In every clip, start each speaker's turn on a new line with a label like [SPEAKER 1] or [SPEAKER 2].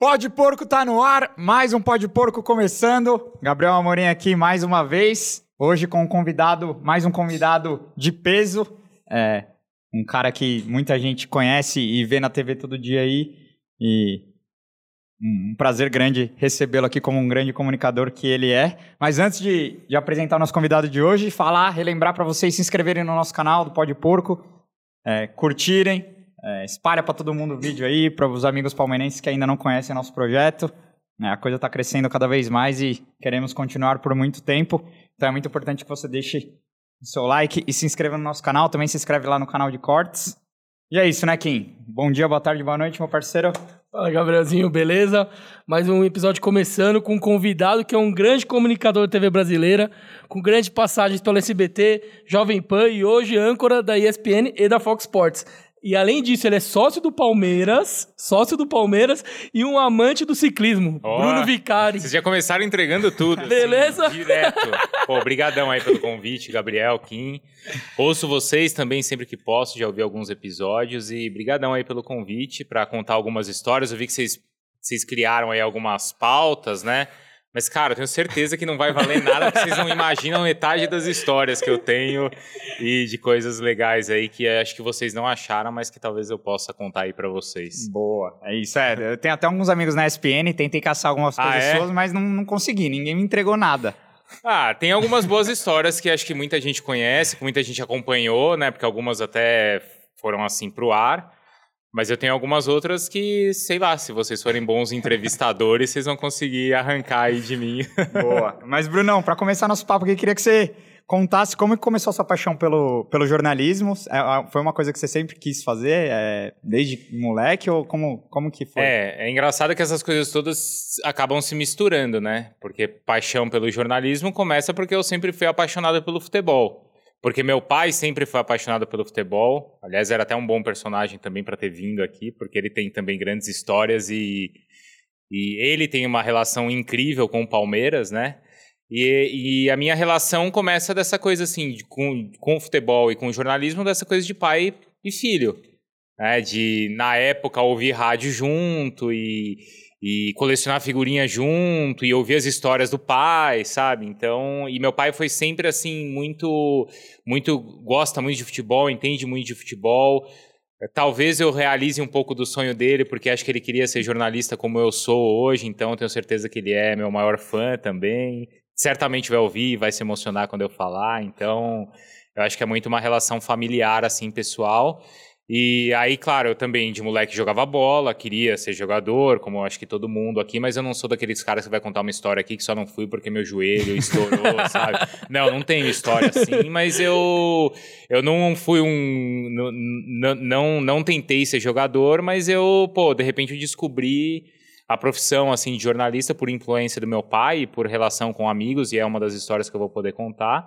[SPEAKER 1] Pode Porco tá no ar, mais um Pode Porco começando. Gabriel Amorim aqui mais uma vez, hoje com um convidado, mais um convidado de peso, é, um cara que muita gente conhece e vê na TV todo dia aí e um um prazer grande recebê-lo aqui como um grande comunicador que ele é. Mas antes de, de apresentar o nosso convidado de hoje, falar, relembrar para vocês se inscreverem no nosso canal do Pode Porco, é, curtirem, é, espalha para todo mundo o vídeo aí, para os amigos palmeirenses que ainda não conhecem nosso projeto. né, a coisa está crescendo cada vez mais e queremos continuar por muito tempo. Então é muito importante que você deixe o seu like e se inscreva no nosso canal. Também se inscreve lá no canal de cortes. E é isso, né, Kim? Bom dia, boa tarde, boa noite, meu parceiro.
[SPEAKER 2] Fala, Gabrielzinho, beleza? Mais um episódio começando com um convidado que é um grande comunicador da TV brasileira, com grandes passagens pelo SBT, Jovem Pan e hoje âncora da ESPN e da Fox Sports. E além disso, ele é sócio do Palmeiras, sócio do Palmeiras e um amante do ciclismo,
[SPEAKER 3] Ó.
[SPEAKER 2] Bruno Vicari.
[SPEAKER 3] Vocês já começaram entregando tudo. assim,
[SPEAKER 2] Beleza?
[SPEAKER 3] direto. Pô, brigadão aí pelo convite, Gabriel, Kim. Ouço vocês também sempre que posso, já ouvi alguns episódios e brigadão aí pelo convite para contar algumas histórias. Eu vi que vocês, vocês criaram aí algumas pautas, né? Mas, cara, eu tenho certeza que não vai valer nada, porque vocês não imaginam metade das histórias que eu tenho e de coisas legais aí que acho que vocês não acharam, mas que talvez eu possa contar aí para vocês.
[SPEAKER 1] Boa. É isso, é. Eu tenho até alguns amigos na SPN, tentei caçar algumas
[SPEAKER 3] Ah,
[SPEAKER 1] coisas
[SPEAKER 3] é?
[SPEAKER 1] suas, mas não, não consegui, ninguém me entregou nada.
[SPEAKER 3] Ah, tem algumas boas histórias que acho que muita gente conhece, que muita gente acompanhou, né? Porque algumas até foram assim pro ar. Mas eu tenho algumas outras que, sei lá, se vocês forem bons entrevistadores, vocês vão conseguir arrancar aí de mim.
[SPEAKER 1] Boa. Mas, Brunão, para começar nosso papo aqui, queria que você contasse como que começou a sua paixão pelo, pelo jornalismo. É, é, foi uma coisa que você sempre quis fazer, é, desde moleque, ou como, como que foi?
[SPEAKER 3] É, é engraçado que essas coisas todas acabam se misturando, né? Porque paixão pelo jornalismo começa porque eu sempre fui apaixonado pelo futebol. Porque meu pai sempre foi apaixonado pelo futebol. Aliás, era até um bom personagem também para ter vindo aqui, porque ele tem também grandes histórias e, e ele tem uma relação incrível com o Palmeiras, né? E, e a minha relação começa dessa coisa assim, de- com, com o futebol e com o jornalismo, dessa coisa de pai e filho. né? De, na época, ouvir rádio junto e, e colecionar figurinha junto e ouvir as histórias do pai, sabe? Então, e meu pai foi sempre assim, muito, muito, gosta muito de futebol, entende muito de futebol. Talvez eu realize um pouco do sonho dele, porque acho que ele queria ser jornalista como eu sou hoje, então eu tenho certeza que ele é meu maior fã também. Certamente vai ouvir, vai se emocionar quando eu falar, então eu acho que é muito uma relação familiar, assim, pessoal. E aí, claro, eu também de moleque jogava bola, queria ser jogador, como eu acho que todo mundo aqui, mas eu não sou daqueles caras que vai contar uma história aqui que só não fui porque meu joelho estourou, sabe? Não, não tenho história assim, mas eu eu não fui um. n- n- Não, não tentei ser jogador, mas eu, pô, de repente eu descobri a profissão, assim, de jornalista por influência do meu pai, e por relação com amigos, e é uma das histórias que eu vou poder contar.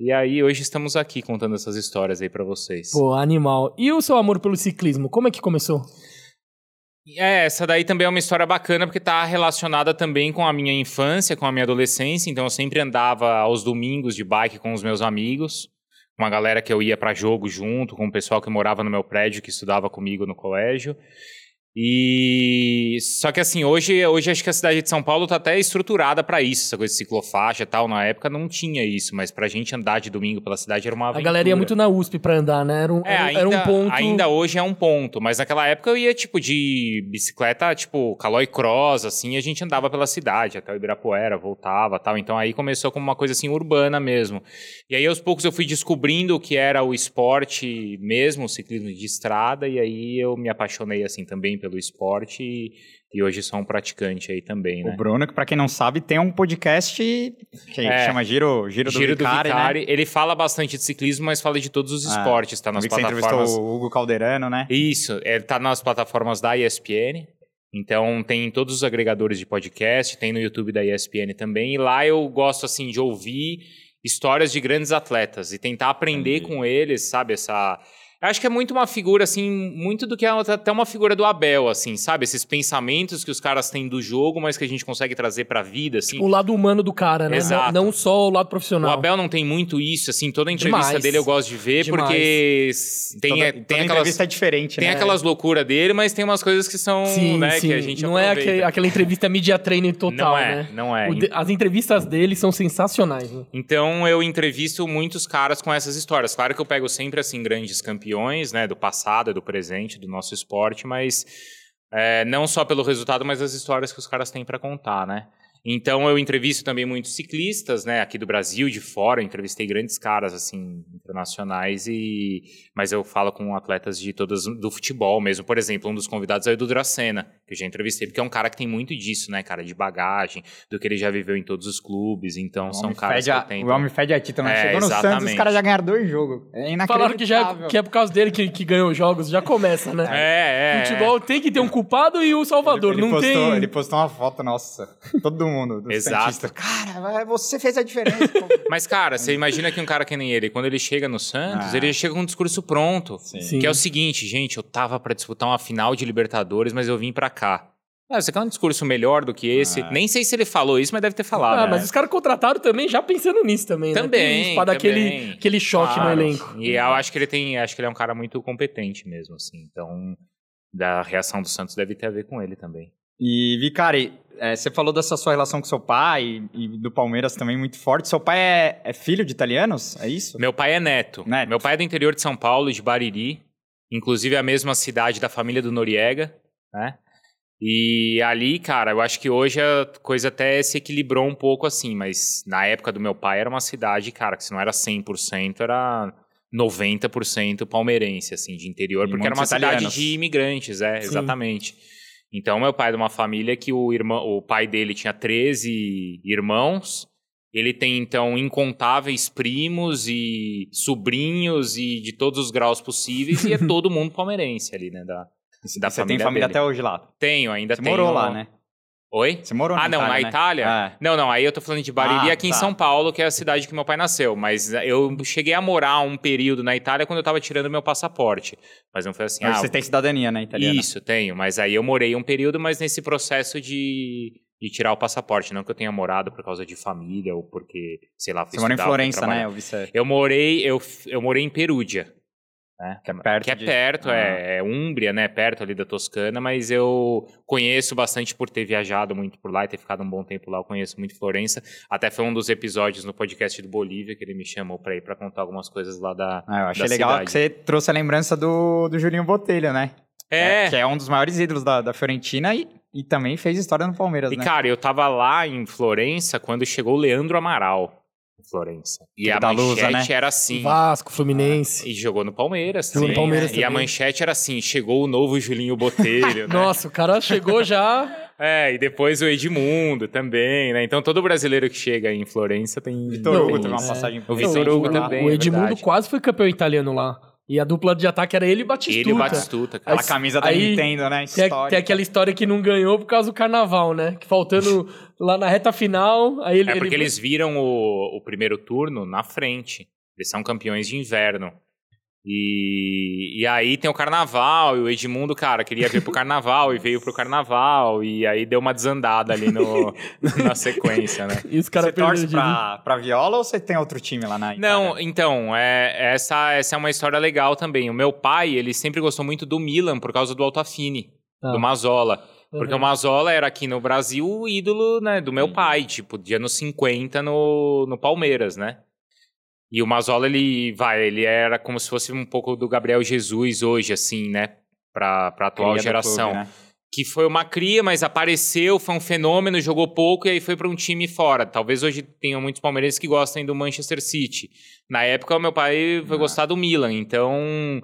[SPEAKER 3] E aí, hoje estamos aqui contando essas histórias aí pra vocês.
[SPEAKER 2] Pô, animal. E o seu amor pelo ciclismo, como é que começou?
[SPEAKER 3] É, essa daí também é uma história bacana, porque tá relacionada também com a minha infância, com a minha adolescência. Então eu sempre andava aos domingos de bike com os meus amigos, com a galera que eu ia pra jogo junto, com o pessoal que morava no meu prédio, que estudava comigo no colégio. E só que assim, hoje, hoje acho que a cidade de São Paulo tá até estruturada pra isso, essa coisa de ciclofaixa e tal. Na época não tinha isso, mas pra gente andar de domingo pela cidade era uma
[SPEAKER 2] A
[SPEAKER 3] aventura.
[SPEAKER 2] galera ia muito na USP pra andar, né? Era um,
[SPEAKER 3] É,
[SPEAKER 2] era um-
[SPEAKER 3] ainda,
[SPEAKER 2] era um ponto...
[SPEAKER 3] ainda hoje é um ponto, mas naquela época eu ia, tipo, de bicicleta, tipo, Calói Cross, assim, e a gente andava pela cidade, até o Ibirapuera, voltava tal. Então aí começou como uma coisa, assim, urbana mesmo. E aí, aos poucos, eu fui descobrindo o que era o esporte mesmo, o ciclismo de estrada, e aí eu me apaixonei, assim, também pelo esporte, e, e hoje sou um praticante aí também, né?
[SPEAKER 1] O Bruno, que pra quem não sabe, tem um podcast que
[SPEAKER 3] É.
[SPEAKER 1] chama Giro, Giro,
[SPEAKER 3] Giro
[SPEAKER 1] do Vicari, né?
[SPEAKER 3] ele fala bastante de ciclismo, mas fala de todos os
[SPEAKER 1] Ah,
[SPEAKER 3] esportes, tá?
[SPEAKER 1] Eu
[SPEAKER 3] Nas
[SPEAKER 1] vi que você
[SPEAKER 3] plataformas...
[SPEAKER 1] entrevistou o Hugo Calderano, né?
[SPEAKER 3] Isso, ele tá nas plataformas da ESPN. Então tem em todos os agregadores de podcast, tem no YouTube da ESPN também. E lá eu gosto assim de ouvir histórias de grandes atletas e tentar aprender
[SPEAKER 4] Entendi.
[SPEAKER 3] com eles, sabe, essa Eu acho que é muito uma figura, assim, muito do que é outra- até uma figura do Abel, assim, sabe? Esses pensamentos que os caras têm do jogo, mas que a gente consegue trazer pra vida, assim.
[SPEAKER 2] O lado humano do cara, né?
[SPEAKER 3] Exato.
[SPEAKER 2] Tipo, Não só o lado
[SPEAKER 3] O
[SPEAKER 2] profissional.
[SPEAKER 3] Abel não tem muito isso, assim, toda a entrevista
[SPEAKER 2] Demais.
[SPEAKER 3] dele eu gosto de ver,
[SPEAKER 2] Demais.
[SPEAKER 3] porque s- tem,
[SPEAKER 1] toda,
[SPEAKER 3] é-
[SPEAKER 1] toda
[SPEAKER 3] tem aquelas,
[SPEAKER 1] entrevista é diferente,
[SPEAKER 3] tem
[SPEAKER 1] né?
[SPEAKER 3] aquelas loucuras dele, mas tem umas coisas que são,
[SPEAKER 2] Sim,
[SPEAKER 3] né,
[SPEAKER 2] sim.
[SPEAKER 3] que a gente
[SPEAKER 2] não é
[SPEAKER 3] aproveita.
[SPEAKER 2] aquele- aquela entrevista media training total,
[SPEAKER 3] não é,
[SPEAKER 2] né?
[SPEAKER 3] não é.
[SPEAKER 2] O de- As entrevistas dele são sensacionais. né?
[SPEAKER 3] Então eu entrevisto muitos caras com essas histórias. Claro que eu pego sempre assim grandes campeões, né, do passado, do presente, do nosso esporte, mas é, não só pelo resultado, mas as histórias que os caras têm para contar, né? Então eu entrevisto também muitos ciclistas, né, aqui do Brasil, de fora, eu entrevistei grandes caras assim internacionais e mas eu falo com atletas de todas do futebol mesmo. Por exemplo, um dos convidados é o Edu Dracena, que eu já entrevistei, porque é um cara que tem muito disso, né, cara, de bagagem, do que ele já viveu em todos os clubes, então
[SPEAKER 1] O
[SPEAKER 3] são
[SPEAKER 1] homem fede
[SPEAKER 3] caras que
[SPEAKER 1] a-
[SPEAKER 3] eu tenho.
[SPEAKER 1] O homem fede a título. né?
[SPEAKER 3] É,
[SPEAKER 1] Chegou no Santos, os
[SPEAKER 3] exatamente.
[SPEAKER 1] caras já ganharam dois jogos. É inacreditável.
[SPEAKER 2] Falaram que, já é, que é por causa dele que, que ganhou os jogos, já começa, né?
[SPEAKER 3] É, é.
[SPEAKER 2] Futebol tem que ter um culpado e o salvador.
[SPEAKER 1] Ele,
[SPEAKER 2] não
[SPEAKER 1] postou,
[SPEAKER 2] tem.
[SPEAKER 1] ele postou uma foto, nossa. Todo mundo. do
[SPEAKER 3] Exato.
[SPEAKER 1] Santista. Cara, vai- você fez a diferença. pô.
[SPEAKER 3] Mas, cara, você imagina que um cara que nem ele, quando ele chega no Santos,
[SPEAKER 1] Ah.
[SPEAKER 3] ele já chega com um discurso pronto.
[SPEAKER 2] Sim.
[SPEAKER 3] Que é o seguinte, gente, eu tava pra disputar uma final de Libertadores, mas eu vim pra cá. Ah, você quer um discurso melhor do que esse?
[SPEAKER 1] Ah.
[SPEAKER 3] Nem sei se ele falou isso, mas deve ter falado.
[SPEAKER 2] Ah,
[SPEAKER 3] né?
[SPEAKER 2] mas os caras contrataram também já pensando nisso também, né?
[SPEAKER 3] Também,
[SPEAKER 2] Tem isso, pra dar
[SPEAKER 3] também.
[SPEAKER 2] aquele, aquele choque
[SPEAKER 3] Claro.
[SPEAKER 2] no elenco.
[SPEAKER 3] E eu acho que ele tem. Acho que ele é um cara muito competente mesmo, assim. Então, da reação do Santos deve ter a ver com ele também.
[SPEAKER 1] E, Vicari, é, você falou dessa sua relação com seu pai e, e do Palmeiras também muito forte. Seu pai é, é filho de italianos? É isso? né?
[SPEAKER 3] Meu pai é neto.
[SPEAKER 1] Neto.
[SPEAKER 3] Meu pai é do interior de São Paulo, de Bariri. Inclusive é a mesma cidade da família do Noriega, né? E ali, cara, eu acho que hoje a coisa até se equilibrou um pouco assim, mas na época do meu pai era uma cidade, cara, que se não era 100%, era 90% palmeirense, assim, de interior,
[SPEAKER 1] E
[SPEAKER 3] porque era uma
[SPEAKER 1] muitos
[SPEAKER 3] cidade
[SPEAKER 1] italianos.
[SPEAKER 3] de imigrantes, é,
[SPEAKER 2] Sim.
[SPEAKER 3] exatamente. Então, meu pai é de uma família que o, irmão, o pai dele tinha 13 irmãos, ele tem, então, incontáveis primos e sobrinhos e de todos os graus possíveis, e é todo mundo palmeirense ali, né, da, da
[SPEAKER 1] você tem
[SPEAKER 3] família
[SPEAKER 1] família
[SPEAKER 3] dele.
[SPEAKER 1] até hoje lá.
[SPEAKER 3] Tenho, ainda
[SPEAKER 1] Você
[SPEAKER 3] tenho.
[SPEAKER 1] morou lá, né?
[SPEAKER 3] Oi?
[SPEAKER 1] Você morou
[SPEAKER 3] Ah,
[SPEAKER 1] na
[SPEAKER 3] não,
[SPEAKER 1] Itália,
[SPEAKER 3] na
[SPEAKER 1] né?
[SPEAKER 3] Itália?
[SPEAKER 1] É.
[SPEAKER 3] Não, não, aí eu tô falando de Bariri
[SPEAKER 1] Ah,
[SPEAKER 3] aqui em
[SPEAKER 1] tá.
[SPEAKER 3] São Paulo, que é a cidade que meu pai nasceu. Mas eu cheguei a morar um período na Itália quando eu tava tirando meu passaporte. Mas não foi assim,
[SPEAKER 1] Hoje
[SPEAKER 3] ah,
[SPEAKER 1] você tem cidadania, né, italiana?
[SPEAKER 3] isso, tenho. Mas aí eu morei um período, mas nesse processo de, de tirar o passaporte. Não que eu tenha morado por causa de família ou porque, sei lá, fui
[SPEAKER 1] Você morou em
[SPEAKER 3] estudar, fui
[SPEAKER 1] Florença,
[SPEAKER 3] trabalhar.
[SPEAKER 1] né? Eu vi você...
[SPEAKER 3] Eu morei, eu, f- eu morei em Perúdia. Né? Que é
[SPEAKER 1] perto
[SPEAKER 3] que é
[SPEAKER 1] de-
[SPEAKER 3] perto,
[SPEAKER 1] Ah.
[SPEAKER 3] é, é Úmbria, né? Perto ali da Toscana, mas eu conheço bastante por ter viajado muito por lá e ter ficado um bom tempo lá. Eu conheço muito Florença. Até foi um dos episódios no podcast do Bolívia que ele me chamou pra ir pra contar algumas coisas lá da.
[SPEAKER 1] Ah, eu achei
[SPEAKER 3] da
[SPEAKER 1] legal
[SPEAKER 3] cidade.
[SPEAKER 1] que você trouxe a lembrança do, do Julinho Botelho, né?
[SPEAKER 3] É,
[SPEAKER 1] Que é um dos maiores ídolos da, da Fiorentina e, e também fez história no Palmeiras,
[SPEAKER 3] E,
[SPEAKER 1] né?
[SPEAKER 3] cara, eu tava lá em Florença quando chegou o Leandro Amaral em Florença. E
[SPEAKER 1] Aquele
[SPEAKER 3] a
[SPEAKER 1] da Lusa,
[SPEAKER 3] manchete
[SPEAKER 1] né?
[SPEAKER 3] era assim.
[SPEAKER 2] Vasco, Fluminense.
[SPEAKER 3] E jogou no Palmeiras
[SPEAKER 2] Jogou
[SPEAKER 3] também.
[SPEAKER 2] no Palmeiras
[SPEAKER 3] né? E a
[SPEAKER 2] também.
[SPEAKER 3] manchete era assim: chegou o novo Julinho Botelho. né?
[SPEAKER 2] Nossa, o cara chegou já.
[SPEAKER 3] É, e depois o Edmundo também, né? Então todo brasileiro que chega em Florença tem.
[SPEAKER 1] Vitor Hugo
[SPEAKER 3] tem
[SPEAKER 1] teve uma
[SPEAKER 3] isso.
[SPEAKER 2] é.
[SPEAKER 1] passagem
[SPEAKER 3] O Vitor
[SPEAKER 1] recente
[SPEAKER 3] Hugo
[SPEAKER 1] por lá.
[SPEAKER 3] também.
[SPEAKER 2] o
[SPEAKER 3] é
[SPEAKER 2] Edmundo
[SPEAKER 3] verdade.
[SPEAKER 2] quase foi campeão italiano lá. E a dupla de ataque era ele e o Batistuta.
[SPEAKER 3] Ele e o Batistuta, cara.
[SPEAKER 1] A camisa da
[SPEAKER 2] Aí-
[SPEAKER 1] Nintendo, né?
[SPEAKER 2] Tem,
[SPEAKER 1] Histórica.
[SPEAKER 2] tem aquela história que não ganhou por causa do carnaval, né? Que faltando lá na reta final, aí ele...
[SPEAKER 3] É porque
[SPEAKER 2] ele-
[SPEAKER 3] eles viram o, o primeiro turno na frente. Eles são campeões de inverno. E, e aí tem o carnaval, e o Edmundo, cara, queria vir pro carnaval e veio pro carnaval. E aí deu uma desandada ali no, na sequência, né?
[SPEAKER 2] E os caras
[SPEAKER 1] você torce
[SPEAKER 2] perderam de mim.
[SPEAKER 1] pra, pra Viola ou você tem outro time lá na Itália?
[SPEAKER 3] Não, então, é, essa, essa é uma história legal também. O meu pai, ele sempre gostou muito do Milan por causa do Altafine,
[SPEAKER 2] Ah.
[SPEAKER 3] do Mazola. Porque é
[SPEAKER 2] Uhum.
[SPEAKER 3] o Mazola era aqui no Brasil o ídolo né, do meu
[SPEAKER 1] Uhum.
[SPEAKER 3] pai, tipo, de anos 50 no, no Palmeiras, né? E o Mazola, ele vai, ele era como se fosse um pouco do Gabriel Jesus hoje, assim, né? Pra,
[SPEAKER 1] Cria
[SPEAKER 3] pra atual
[SPEAKER 1] do
[SPEAKER 3] é geração
[SPEAKER 1] clube, né?
[SPEAKER 3] que foi uma cria, mas apareceu, foi um fenômeno, jogou pouco e aí foi para um time fora. Talvez hoje tenham muitos palmeirenses que gostem do Manchester City. Na época, o meu pai foi
[SPEAKER 1] Ah.
[SPEAKER 3] gostar do Milan, então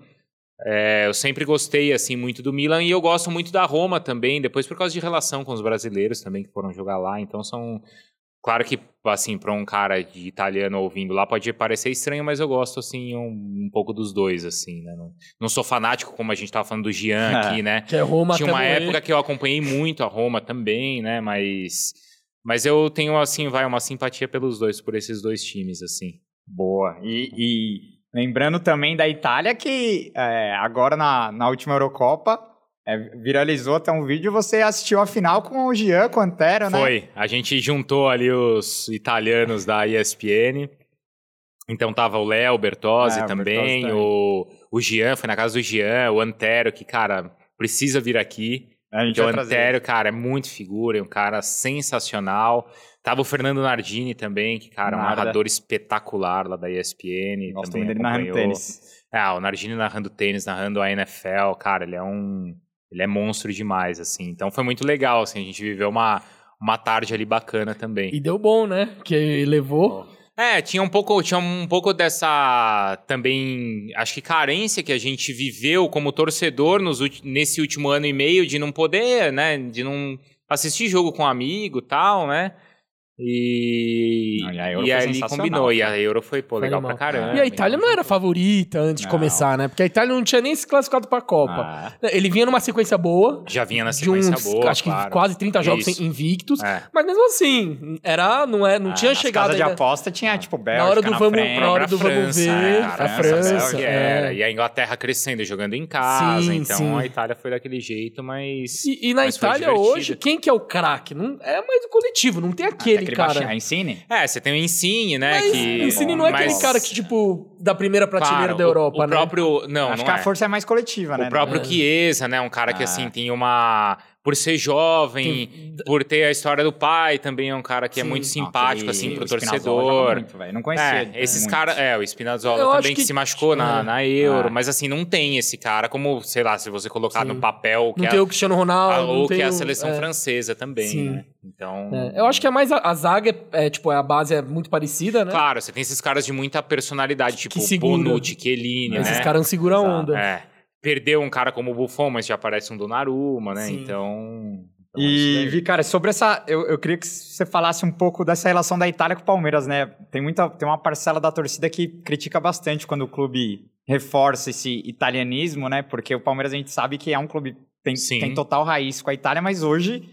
[SPEAKER 3] é, eu sempre gostei assim muito do Milan e eu gosto muito da Roma também, depois por causa de relação com os brasileiros também que foram jogar lá, então são Claro que, assim, para um cara de italiano ouvindo lá pode parecer estranho, mas eu gosto, assim, um, um pouco dos dois, assim, né? Não, não sou fanático, como a gente tava falando do Jean aqui, né?
[SPEAKER 2] Que é Roma
[SPEAKER 3] Tinha
[SPEAKER 2] até
[SPEAKER 3] uma
[SPEAKER 2] morrer.
[SPEAKER 3] época que eu acompanhei muito a Roma também, né? Mas, mas eu tenho, assim, vai, uma simpatia pelos dois, por esses dois times, assim.
[SPEAKER 1] Boa. E, e Lembrando também da Itália que é, agora na, na última Eurocopa é, viralizou até um vídeo. Você assistiu a final com o Jean Quantero, né?
[SPEAKER 3] Foi. A gente juntou ali os italianos da ESPN. Então tava o Léo Bertozzi
[SPEAKER 1] É, o
[SPEAKER 3] também,
[SPEAKER 1] Bertozzi
[SPEAKER 3] o, o Jean, foi na casa do Jean, o Antero, que, cara, precisa vir aqui.
[SPEAKER 1] A gente
[SPEAKER 3] Porque o
[SPEAKER 1] vai trazer.
[SPEAKER 3] Antero, cara, é muito figura, é um cara sensacional. Tava o Fernando Nardini também, que, cara, é um
[SPEAKER 1] Narda.
[SPEAKER 3] narrador espetacular lá da ESPN.
[SPEAKER 1] Gosto
[SPEAKER 3] também
[SPEAKER 1] muito dele narrando
[SPEAKER 3] acompanhou.
[SPEAKER 1] tênis.
[SPEAKER 3] Ah, o Nardini narrando tênis, narrando a NFL, cara, ele é um. Ele é monstro demais, assim. Então foi muito legal, assim, a gente viveu uma, uma tarde ali bacana também.
[SPEAKER 2] E deu bom, né? Que levou.
[SPEAKER 3] É, tinha um pouco, tinha um pouco dessa também, acho que carência que a gente viveu como torcedor nos ulti- nesse último ano e meio de não poder, né, de não assistir jogo com amigo, tal, né? E,
[SPEAKER 1] Não, e a Euro
[SPEAKER 3] e
[SPEAKER 1] foi
[SPEAKER 3] ali
[SPEAKER 1] sensacional,
[SPEAKER 3] combinou e a Euro foi pô,
[SPEAKER 2] Foi
[SPEAKER 3] legal
[SPEAKER 2] animal.
[SPEAKER 3] pra caramba. né?
[SPEAKER 2] e a Itália não era favorita antes de
[SPEAKER 1] Não.
[SPEAKER 2] começar, né? Porque a Itália não tinha nem se classificado pra Copa.
[SPEAKER 1] Ah,
[SPEAKER 2] Ele vinha numa sequência boa.
[SPEAKER 3] já vinha na
[SPEAKER 2] de uns,
[SPEAKER 3] sequência boa,
[SPEAKER 2] acho que
[SPEAKER 3] claro.
[SPEAKER 2] quase 30 jogos
[SPEAKER 3] Isso.
[SPEAKER 2] invictos.
[SPEAKER 3] É.
[SPEAKER 2] Mas mesmo assim, era, não, é, não
[SPEAKER 1] ah,
[SPEAKER 2] tinha
[SPEAKER 1] nas
[SPEAKER 2] chegado
[SPEAKER 1] casas de
[SPEAKER 2] ainda. Ah.
[SPEAKER 1] aposta tinha, tipo, Bélgica
[SPEAKER 2] Na hora do
[SPEAKER 1] na
[SPEAKER 2] vamos,
[SPEAKER 1] frente.
[SPEAKER 2] na hora do
[SPEAKER 3] pra
[SPEAKER 2] vamos
[SPEAKER 3] França,
[SPEAKER 2] ver,
[SPEAKER 3] é,
[SPEAKER 1] cara,
[SPEAKER 2] a
[SPEAKER 1] essa
[SPEAKER 2] França.
[SPEAKER 3] Bélgica
[SPEAKER 2] é.
[SPEAKER 3] era. E a Inglaterra crescendo, jogando em casa.
[SPEAKER 2] Sim,
[SPEAKER 3] então
[SPEAKER 2] sim.
[SPEAKER 3] a Itália foi daquele jeito, mas.
[SPEAKER 2] E, e na
[SPEAKER 3] Mas foi
[SPEAKER 2] Itália
[SPEAKER 3] divertido. Ah,
[SPEAKER 2] hoje, quem que é o craque? Não é mais o coletivo, não tem
[SPEAKER 1] Tem
[SPEAKER 2] aquele cara. né?
[SPEAKER 1] baixinho, Ensine?
[SPEAKER 3] É, você tem o Insigne, né?
[SPEAKER 2] Mas
[SPEAKER 3] que...
[SPEAKER 2] o Insigne não é aquele
[SPEAKER 3] mas-
[SPEAKER 2] cara que, tipo, da primeira prateleira
[SPEAKER 3] Claro,
[SPEAKER 2] da
[SPEAKER 3] o-
[SPEAKER 2] Europa,
[SPEAKER 3] o,
[SPEAKER 2] né?
[SPEAKER 3] próprio... Não,
[SPEAKER 1] Acho
[SPEAKER 3] não
[SPEAKER 1] que a
[SPEAKER 3] é.
[SPEAKER 1] força é mais coletiva, né?
[SPEAKER 3] O próprio Chiesa, né? Um cara que,
[SPEAKER 1] Ah.
[SPEAKER 3] assim, tem uma... Por ser jovem, por ter a história do pai, também é um cara que é
[SPEAKER 2] Sim.
[SPEAKER 3] muito
[SPEAKER 1] Não,
[SPEAKER 3] simpático,
[SPEAKER 1] aquele-
[SPEAKER 3] assim, pro
[SPEAKER 1] o Spinazzola joga
[SPEAKER 3] torcedor.
[SPEAKER 1] muito, velho. não conhecia.
[SPEAKER 3] É,
[SPEAKER 1] ele,
[SPEAKER 3] esses
[SPEAKER 1] muito.
[SPEAKER 3] caras. É, o Spinazzola
[SPEAKER 2] Eu acho
[SPEAKER 3] também que,
[SPEAKER 2] que-
[SPEAKER 3] se machucou na,
[SPEAKER 2] É.
[SPEAKER 3] na Euro,
[SPEAKER 1] Ah.
[SPEAKER 3] mas assim, não tem esse cara como, sei lá, se você colocar
[SPEAKER 2] Sim.
[SPEAKER 3] no papel que
[SPEAKER 2] Não
[SPEAKER 3] é
[SPEAKER 2] tem o Cristiano
[SPEAKER 3] a,
[SPEAKER 2] Ronaldo. não
[SPEAKER 3] ou que
[SPEAKER 2] tem
[SPEAKER 3] é a
[SPEAKER 2] o-
[SPEAKER 3] seleção
[SPEAKER 2] é.
[SPEAKER 3] francesa também,
[SPEAKER 2] Sim.
[SPEAKER 3] né? Então.
[SPEAKER 2] É, Eu acho que é mais a, a zaga, é, é, tipo, a base é muito parecida, né?
[SPEAKER 3] Claro, você tem esses caras de muita personalidade, tipo
[SPEAKER 2] segura.
[SPEAKER 3] Bonucci, Chiellini, né?
[SPEAKER 2] Esses caras não seguram a
[SPEAKER 1] Exato.
[SPEAKER 2] onda.
[SPEAKER 3] É. Perdeu um cara como o Buffon, mas já aparece um Donnarumma, né?
[SPEAKER 2] Sim.
[SPEAKER 3] Então. então
[SPEAKER 1] E,
[SPEAKER 3] isso daí.
[SPEAKER 1] Vi, cara, sobre essa. Eu, eu queria que você falasse um pouco dessa relação da Itália com o Palmeiras, né? Tem, muita, tem uma parcela da torcida que critica bastante quando o clube reforça esse italianismo, né? Porque o Palmeiras a gente sabe que é um clube. Tem,
[SPEAKER 3] Sim.
[SPEAKER 1] tem total raiz com a Itália, mas hoje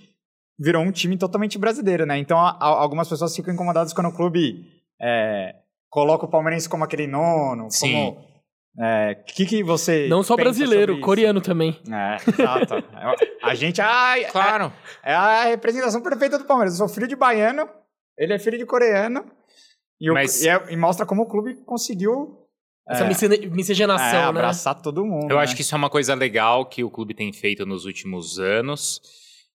[SPEAKER 1] virou um time totalmente brasileiro, né? Então a- algumas pessoas ficam incomodadas quando o clube é, coloca o palmeirense como aquele nono,
[SPEAKER 3] Sim.
[SPEAKER 1] como. é, que que você
[SPEAKER 2] Não só
[SPEAKER 1] pensa
[SPEAKER 2] brasileiro,
[SPEAKER 1] sobre isso?
[SPEAKER 2] coreano também.
[SPEAKER 1] É, exato. É, a gente ai, é,
[SPEAKER 3] Claro.
[SPEAKER 1] é a representação perfeita do Palmeiras. Eu sou filho de baiano, ele é filho de coreano. E, o-
[SPEAKER 3] Mas-
[SPEAKER 1] e é- e mostra como o clube conseguiu
[SPEAKER 2] Essa
[SPEAKER 1] É.
[SPEAKER 2] miscine-
[SPEAKER 1] é,
[SPEAKER 2] miscigenação, né?
[SPEAKER 1] abraçar todo mundo.
[SPEAKER 3] Eu
[SPEAKER 1] né?
[SPEAKER 3] acho que isso é uma coisa legal que o clube tem feito nos últimos anos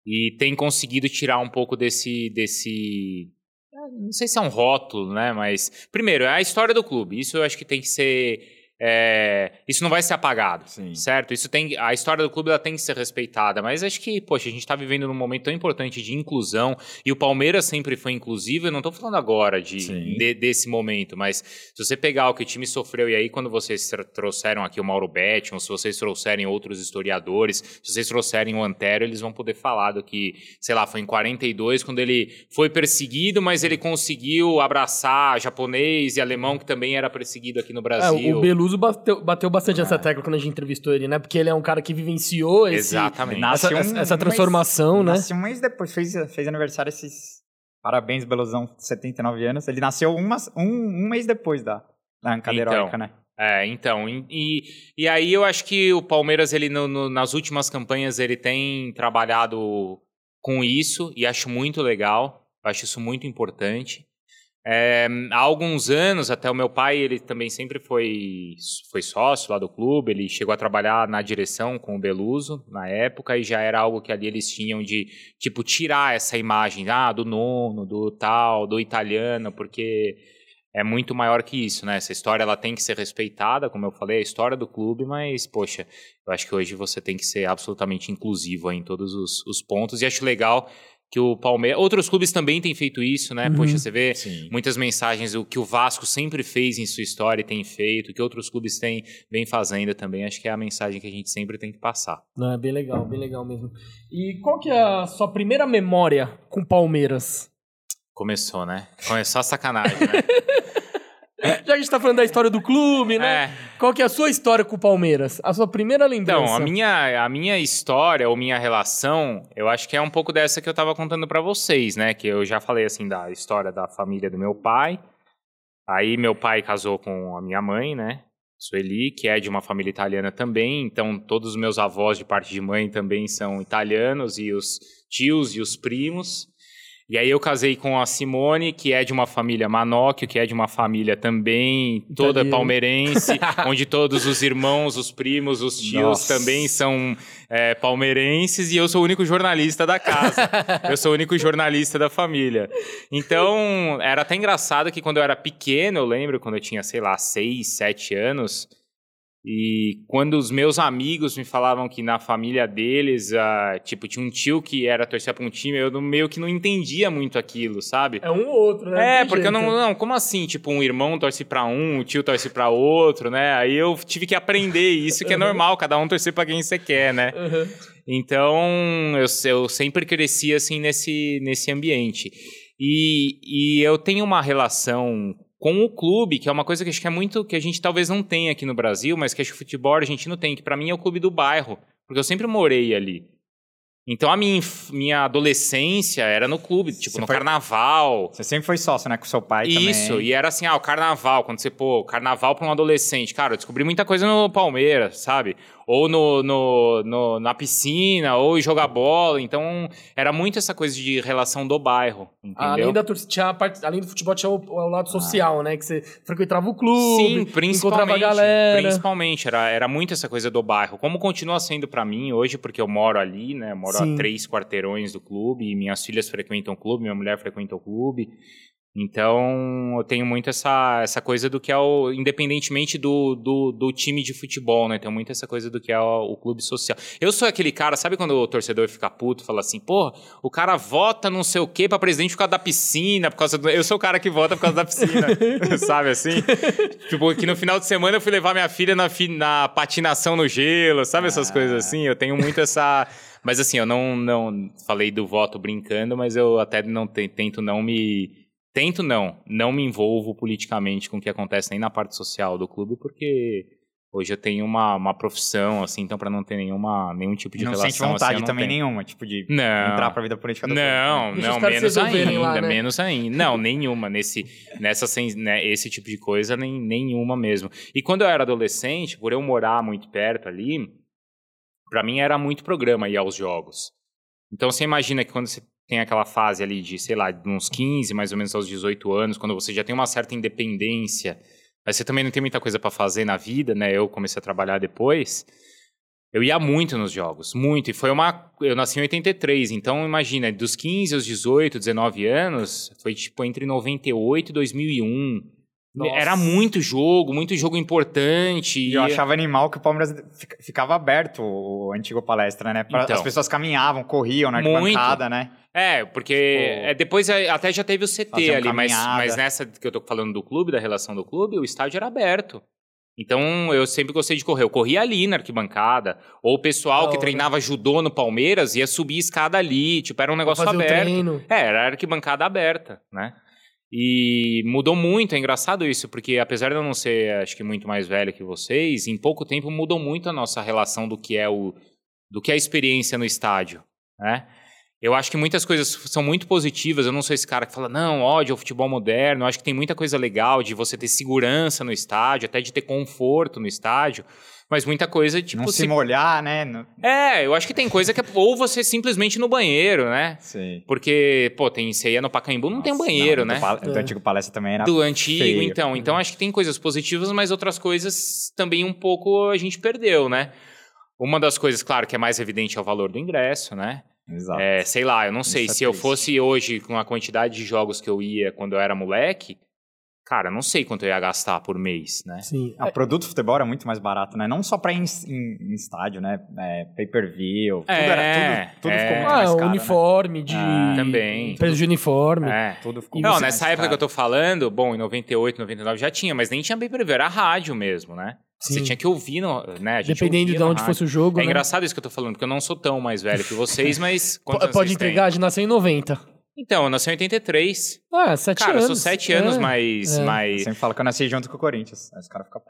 [SPEAKER 3] e tem conseguido tirar um pouco desse desse ah, não sei se é um rótulo, né? Mas primeiro é a história do clube. Isso eu acho que tem que ser é, isso não vai ser apagado,
[SPEAKER 1] Sim.
[SPEAKER 3] certo? Isso tem a história do clube ela tem que ser respeitada. Mas acho que poxa, a gente está vivendo num momento tão importante de inclusão e o Palmeiras sempre foi inclusivo. Eu não estou falando agora de,
[SPEAKER 1] Sim.
[SPEAKER 3] de- desse momento, mas se você pegar o que o time sofreu, e aí quando vocês tra- trouxeram aqui o Mauro Bettion, se vocês trouxerem outros historiadores, se vocês trouxerem o Antero, eles vão poder falar do que, sei lá, foi em 42, quando ele foi perseguido, mas ele conseguiu abraçar japonês e alemão, que também era perseguido aqui no
[SPEAKER 2] É,
[SPEAKER 3] Brasil.
[SPEAKER 2] o Beluso bateu, bateu bastante
[SPEAKER 3] É.
[SPEAKER 2] nessa tecla quando a gente entrevistou ele, né? Porque ele é um cara que vivenciou esse,
[SPEAKER 3] Exatamente.
[SPEAKER 2] essa,
[SPEAKER 1] Nasceu um-
[SPEAKER 2] essa
[SPEAKER 1] um
[SPEAKER 2] transformação, né?
[SPEAKER 1] Nasceu um mês depois, fez, fez aniversário esses. Parabéns, Belozão, 79 anos. Ele nasceu uma- um, um mês depois da, da cadeira
[SPEAKER 3] Então.
[SPEAKER 1] heróica, né?
[SPEAKER 3] É, então, e- e, e aí eu acho que o Palmeiras, ele no- no- nas últimas campanhas, ele tem trabalhado com isso e acho muito legal, acho isso muito importante. É, há alguns anos, até o meu pai, ele também sempre foi, foi sócio lá do clube, ele chegou a trabalhar na direção com o Beluso na época e já era algo que ali eles tinham de, tipo, tirar essa imagem ah, do nono, do tal, do italiano, porque é muito maior que isso, né? Essa história ela tem que ser respeitada, como eu falei, é a história do clube, mas, poxa, eu acho que hoje você tem que ser absolutamente inclusivo aí em todos os, os pontos. E acho legal que o Palmeiras. Outros clubes também têm feito isso, né?
[SPEAKER 2] Uhum.
[SPEAKER 3] Poxa, você vê
[SPEAKER 1] Sim.
[SPEAKER 3] muitas mensagens o que o Vasco sempre fez em sua história e tem feito, que outros clubes têm vem fazendo também. Acho que é a mensagem que a gente sempre tem que passar.
[SPEAKER 2] Não, é bem legal, bem legal mesmo. E qual que é a sua primeira memória com Palmeiras?
[SPEAKER 3] Começou, né? Começou a sacanagem, né?
[SPEAKER 2] Já que a gente tá falando da história do clube, né?
[SPEAKER 3] é.
[SPEAKER 2] Qual que é a sua história com o Palmeiras? A sua primeira lembrança?
[SPEAKER 3] Então, a minha, a minha história ou minha relação, eu acho que é um pouco dessa que eu tava contando pra vocês, né? Que eu já falei, assim, da história da família do meu pai. Aí meu pai casou com a minha mãe, né? Sueli, que é de uma família italiana também, então todos os meus avós de parte de mãe também são italianos e os tios e os primos. E aí eu casei com a Simone, que é de uma família Manóquio, que é de uma família também toda
[SPEAKER 2] Italiana.
[SPEAKER 3] palmeirense, onde todos os irmãos, os primos, os tios
[SPEAKER 1] Nossa.
[SPEAKER 3] também são é, palmeirenses, e eu sou o único jornalista da casa. eu sou o único jornalista da família. Então, era até engraçado que quando eu era pequeno, eu lembro quando eu tinha, sei lá, seis, sete anos, e quando os meus amigos me falavam que na família deles, ah, tipo, tinha um tio que era torcer pra um time, eu não- meio que não entendia muito aquilo, sabe?
[SPEAKER 2] É um ou outro, né? Não
[SPEAKER 3] É,
[SPEAKER 2] tem
[SPEAKER 3] porque eu
[SPEAKER 2] jeito.
[SPEAKER 3] não, não, como assim? Tipo, um irmão torce pra um, o tio torce pra outro, né? Aí eu tive que aprender isso, que é normal, cada um torcer pra quem você quer, né?
[SPEAKER 2] Uhum.
[SPEAKER 3] Então, eu, se- eu sempre cresci assim nesse, nesse ambiente. E, e eu tenho uma relação com o clube, que é uma coisa que acho que é muito que a gente talvez não tenha aqui no Brasil, mas que acho que o futebol argentino tem, que pra mim é o clube do bairro, porque eu sempre morei ali. Então a minha, inf- minha adolescência era no clube, tipo,
[SPEAKER 1] Você
[SPEAKER 3] no
[SPEAKER 1] foi-
[SPEAKER 3] carnaval.
[SPEAKER 1] Você sempre foi sócio, né? Com seu pai também.
[SPEAKER 3] Isso, e era assim, ah, o carnaval, quando você, pô, carnaval pra um adolescente. Cara, eu descobri muita coisa no Palmeiras, sabe? Ou no, no, no- na piscina, ou jogar bola. Então, era muito essa coisa de relação do bairro, entendeu?
[SPEAKER 2] Além, da torcida, tinha a parte, além do futebol, tinha o, o lado social, né? Que você frequentava o clube,
[SPEAKER 3] Sim, principalmente.
[SPEAKER 2] encontrava a galera.
[SPEAKER 3] Principalmente, era, era muito essa coisa do bairro. Como continua sendo pra mim hoje, porque eu moro ali, né? Moro
[SPEAKER 2] Sim.
[SPEAKER 3] a três quarteirões do clube, e minhas filhas frequentam o clube, minha mulher frequenta o clube. Então, eu tenho muito essa, essa coisa do que é o. Independentemente do, do, do time de futebol, né? Tenho muito essa coisa do que é o, o clube social. Eu sou aquele cara, sabe quando o torcedor fica puto, fala assim, porra, o cara vota não sei o quê pra presidente por causa da piscina, por causa do. Eu sou o cara que vota por causa da piscina, sabe assim? Tipo, que no final de semana eu fui levar minha filha na, fi- na patinação no gelo, sabe essas
[SPEAKER 1] Ah.
[SPEAKER 3] coisas assim? Eu tenho muito essa. Mas assim, eu não, não falei do voto brincando, mas eu até não te- tento não me. Tento não, não me envolvo politicamente com o que acontece nem na parte social do clube, porque hoje eu tenho uma, uma profissão, assim, então pra não ter nenhuma, nenhum tipo de
[SPEAKER 1] E não
[SPEAKER 3] relação.
[SPEAKER 1] sente vontade
[SPEAKER 3] assim, eu não
[SPEAKER 1] também
[SPEAKER 3] tenho.
[SPEAKER 1] nenhuma, tipo, de
[SPEAKER 3] Não.
[SPEAKER 1] entrar pra vida política do
[SPEAKER 3] Não,
[SPEAKER 2] Deixa
[SPEAKER 3] não,
[SPEAKER 2] os caras
[SPEAKER 3] menos
[SPEAKER 2] se resolverem
[SPEAKER 3] ainda,
[SPEAKER 2] lá, né?
[SPEAKER 3] menos ainda. Não, nenhuma. Nesse, nessa, sen- né, esse tipo de coisa, nem, nenhuma mesmo. E quando eu era adolescente, por eu morar muito perto ali, pra mim era muito programa ir aos jogos. Então você imagina que quando você tem aquela fase ali de, sei lá, de uns 15, mais ou menos aos 18 anos, quando você já tem uma certa independência, mas você também não tem muita coisa pra fazer na vida, né? Eu comecei a trabalhar depois. Eu ia muito nos jogos, muito. E foi uma. Eu nasci em 83, então imagina, dos 15 aos 18, 19 anos, foi tipo entre 98 e 2001.
[SPEAKER 2] Nossa.
[SPEAKER 3] Era muito jogo, muito jogo importante.
[SPEAKER 1] E
[SPEAKER 3] E
[SPEAKER 1] eu achava animal que o Palmeiras fica- ficava aberto, o antigo palestra, né? Pra-
[SPEAKER 3] Então.
[SPEAKER 1] As pessoas caminhavam, corriam na
[SPEAKER 3] Muito.
[SPEAKER 1] arquibancada, né?
[SPEAKER 3] É, porque
[SPEAKER 1] Tipo,
[SPEAKER 3] é, depois é, até já teve o
[SPEAKER 1] fazer
[SPEAKER 3] CT
[SPEAKER 1] uma
[SPEAKER 3] ali, mas,
[SPEAKER 1] caminhada.
[SPEAKER 3] mas nessa que eu tô falando do clube, da relação do clube, o estádio era aberto. Então eu sempre gostei de correr. Eu corria ali na arquibancada. Ou o pessoal
[SPEAKER 2] Da
[SPEAKER 3] que
[SPEAKER 2] hora.
[SPEAKER 3] treinava judô no Palmeiras ia subir escada ali. Tipo, era um
[SPEAKER 2] pra
[SPEAKER 3] negócio
[SPEAKER 2] fazer o
[SPEAKER 3] aberto.
[SPEAKER 2] treino.
[SPEAKER 3] É, era arquibancada aberta, né? E mudou muito, é engraçado isso, porque apesar de eu não ser, acho que, muito mais velho que vocês, em pouco tempo mudou muito a nossa relação do que é o do que é a experiência no estádio, né? Eu acho que muitas coisas são muito positivas, eu não sou esse cara que fala, não, ódio ao futebol moderno, eu acho que tem muita coisa legal de você ter segurança no estádio, até de ter conforto no estádio, mas muita coisa, tipo...
[SPEAKER 1] não se,
[SPEAKER 3] se-
[SPEAKER 1] molhar, né? Não...
[SPEAKER 3] É, eu acho que tem coisa que é... ou você simplesmente ir no banheiro, né?
[SPEAKER 1] Sei.
[SPEAKER 3] Porque, pô, tem, você ia no Pacaembu, não tem um
[SPEAKER 1] Nossa,
[SPEAKER 3] banheiro,
[SPEAKER 1] não,
[SPEAKER 3] né?
[SPEAKER 1] Do, pal- do
[SPEAKER 2] É.
[SPEAKER 1] antigo palestra também era.
[SPEAKER 3] Do antigo,
[SPEAKER 1] feio.
[SPEAKER 3] então. Então acho que tem coisas positivas, mas outras coisas também um pouco a gente perdeu, né? Uma das coisas, claro, que é mais evidente é o valor do ingresso, né?
[SPEAKER 1] Exato.
[SPEAKER 3] É, sei lá, eu não sei.
[SPEAKER 1] Isso é
[SPEAKER 3] se eu
[SPEAKER 1] triste.
[SPEAKER 3] fosse hoje com a quantidade de jogos que eu ia quando eu era moleque, cara, eu não sei quanto eu ia gastar por mês, né?
[SPEAKER 2] Sim.
[SPEAKER 1] Ah, O produto de futebol era muito mais barato, né? Não só pra ir em, em- em estádio, né? É, pay-per-view. Tudo, era, tudo, tudo
[SPEAKER 3] É,
[SPEAKER 1] ficou muito
[SPEAKER 2] Ah,
[SPEAKER 1] mais caro, né?
[SPEAKER 2] uniforme de.
[SPEAKER 1] Ah,
[SPEAKER 3] também.
[SPEAKER 2] Peso de uniforme.
[SPEAKER 3] É.
[SPEAKER 1] Tudo ficou
[SPEAKER 3] Não,
[SPEAKER 1] muito
[SPEAKER 3] nessa
[SPEAKER 1] mais
[SPEAKER 3] época que eu
[SPEAKER 1] caro.
[SPEAKER 3] tô falando, bom, em 98, 99 já tinha, mas nem tinha pay per view, era rádio mesmo, né? Você
[SPEAKER 2] Sim.
[SPEAKER 3] tinha que ouvir, no, né? A gente
[SPEAKER 2] Dependendo
[SPEAKER 3] ouvia
[SPEAKER 2] de
[SPEAKER 3] na
[SPEAKER 2] onde
[SPEAKER 3] rádio.
[SPEAKER 2] fosse o jogo.
[SPEAKER 3] É
[SPEAKER 2] né?
[SPEAKER 3] engraçado isso que eu tô falando, porque eu não sou tão mais velho que vocês, mas.
[SPEAKER 2] Po-
[SPEAKER 3] quantos anos
[SPEAKER 2] Pode
[SPEAKER 3] vocês têm?
[SPEAKER 2] entregar, a gente nasceu em 90.
[SPEAKER 3] Então, eu nasci em 83.
[SPEAKER 2] Ah, sete
[SPEAKER 3] Cara,
[SPEAKER 2] anos.
[SPEAKER 3] eu sou sete anos
[SPEAKER 2] é.
[SPEAKER 3] mais.
[SPEAKER 2] É.
[SPEAKER 3] mais...
[SPEAKER 1] Sempre fala que eu nasci junto com o Corinthians. Aí os caras ficam.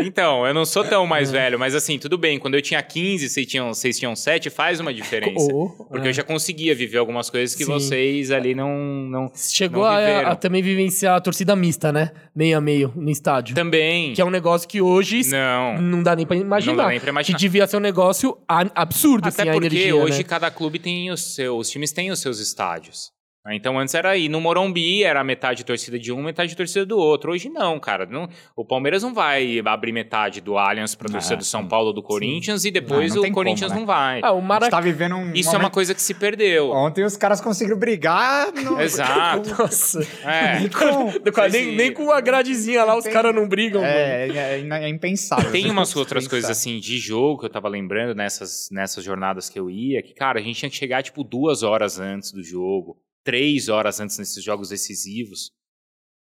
[SPEAKER 3] então, eu não sou tão
[SPEAKER 2] É.
[SPEAKER 3] mais velho, mas assim, tudo bem. Quando eu tinha 15, vocês tinham, vocês tinham 7, faz uma diferença.
[SPEAKER 2] Ou-
[SPEAKER 3] Porque
[SPEAKER 2] é.
[SPEAKER 3] eu já conseguia viver algumas coisas que
[SPEAKER 2] Sim.
[SPEAKER 3] vocês ali não. não...
[SPEAKER 2] Chegou
[SPEAKER 3] não
[SPEAKER 2] a,
[SPEAKER 3] viveram.
[SPEAKER 2] a também vivenciar a torcida mista, né? Meio a meio no estádio.
[SPEAKER 3] Também.
[SPEAKER 2] Que é um negócio que hoje
[SPEAKER 3] Não.
[SPEAKER 2] não dá nem pra imaginar.
[SPEAKER 3] Não dá nem pra imaginar.
[SPEAKER 2] Que devia ser um negócio a- absurdo,
[SPEAKER 3] Até
[SPEAKER 2] assim, a
[SPEAKER 3] porque
[SPEAKER 2] energia,
[SPEAKER 3] hoje
[SPEAKER 2] né?
[SPEAKER 3] cada clube tem os seus, os times têm os seus estádios. né? Então antes era aí, no Morumbi era metade torcida de um, metade torcida do outro. Hoje não, cara. Não- o Palmeiras não vai abrir metade do Allianz pra torcida
[SPEAKER 1] Ah,
[SPEAKER 3] do São Paulo ou do Corinthians e depois
[SPEAKER 1] Ah, não
[SPEAKER 3] o
[SPEAKER 1] tem
[SPEAKER 3] Corinthians
[SPEAKER 1] como, né?
[SPEAKER 3] não vai.
[SPEAKER 2] Ah, o
[SPEAKER 1] A gente
[SPEAKER 2] Maracanã...
[SPEAKER 1] tá vivendo um.
[SPEAKER 3] Isso é uma
[SPEAKER 1] momento-
[SPEAKER 3] coisa que se perdeu.
[SPEAKER 1] Ontem os caras conseguiram brigar. No...
[SPEAKER 3] Exato.
[SPEAKER 2] Nossa.
[SPEAKER 3] É.
[SPEAKER 2] Com- nem, nem com a gradezinha lá, os caras não brigam, mano.
[SPEAKER 1] É, é, é impensável.
[SPEAKER 3] Tem umas
[SPEAKER 1] Isso é
[SPEAKER 3] outras coisas
[SPEAKER 1] impensável.
[SPEAKER 3] assim de jogo que eu tava lembrando nessas, nessas jornadas que eu ia, que, cara, a gente tinha que chegar, tipo, duas horas antes do jogo, três horas antes nesses jogos decisivos.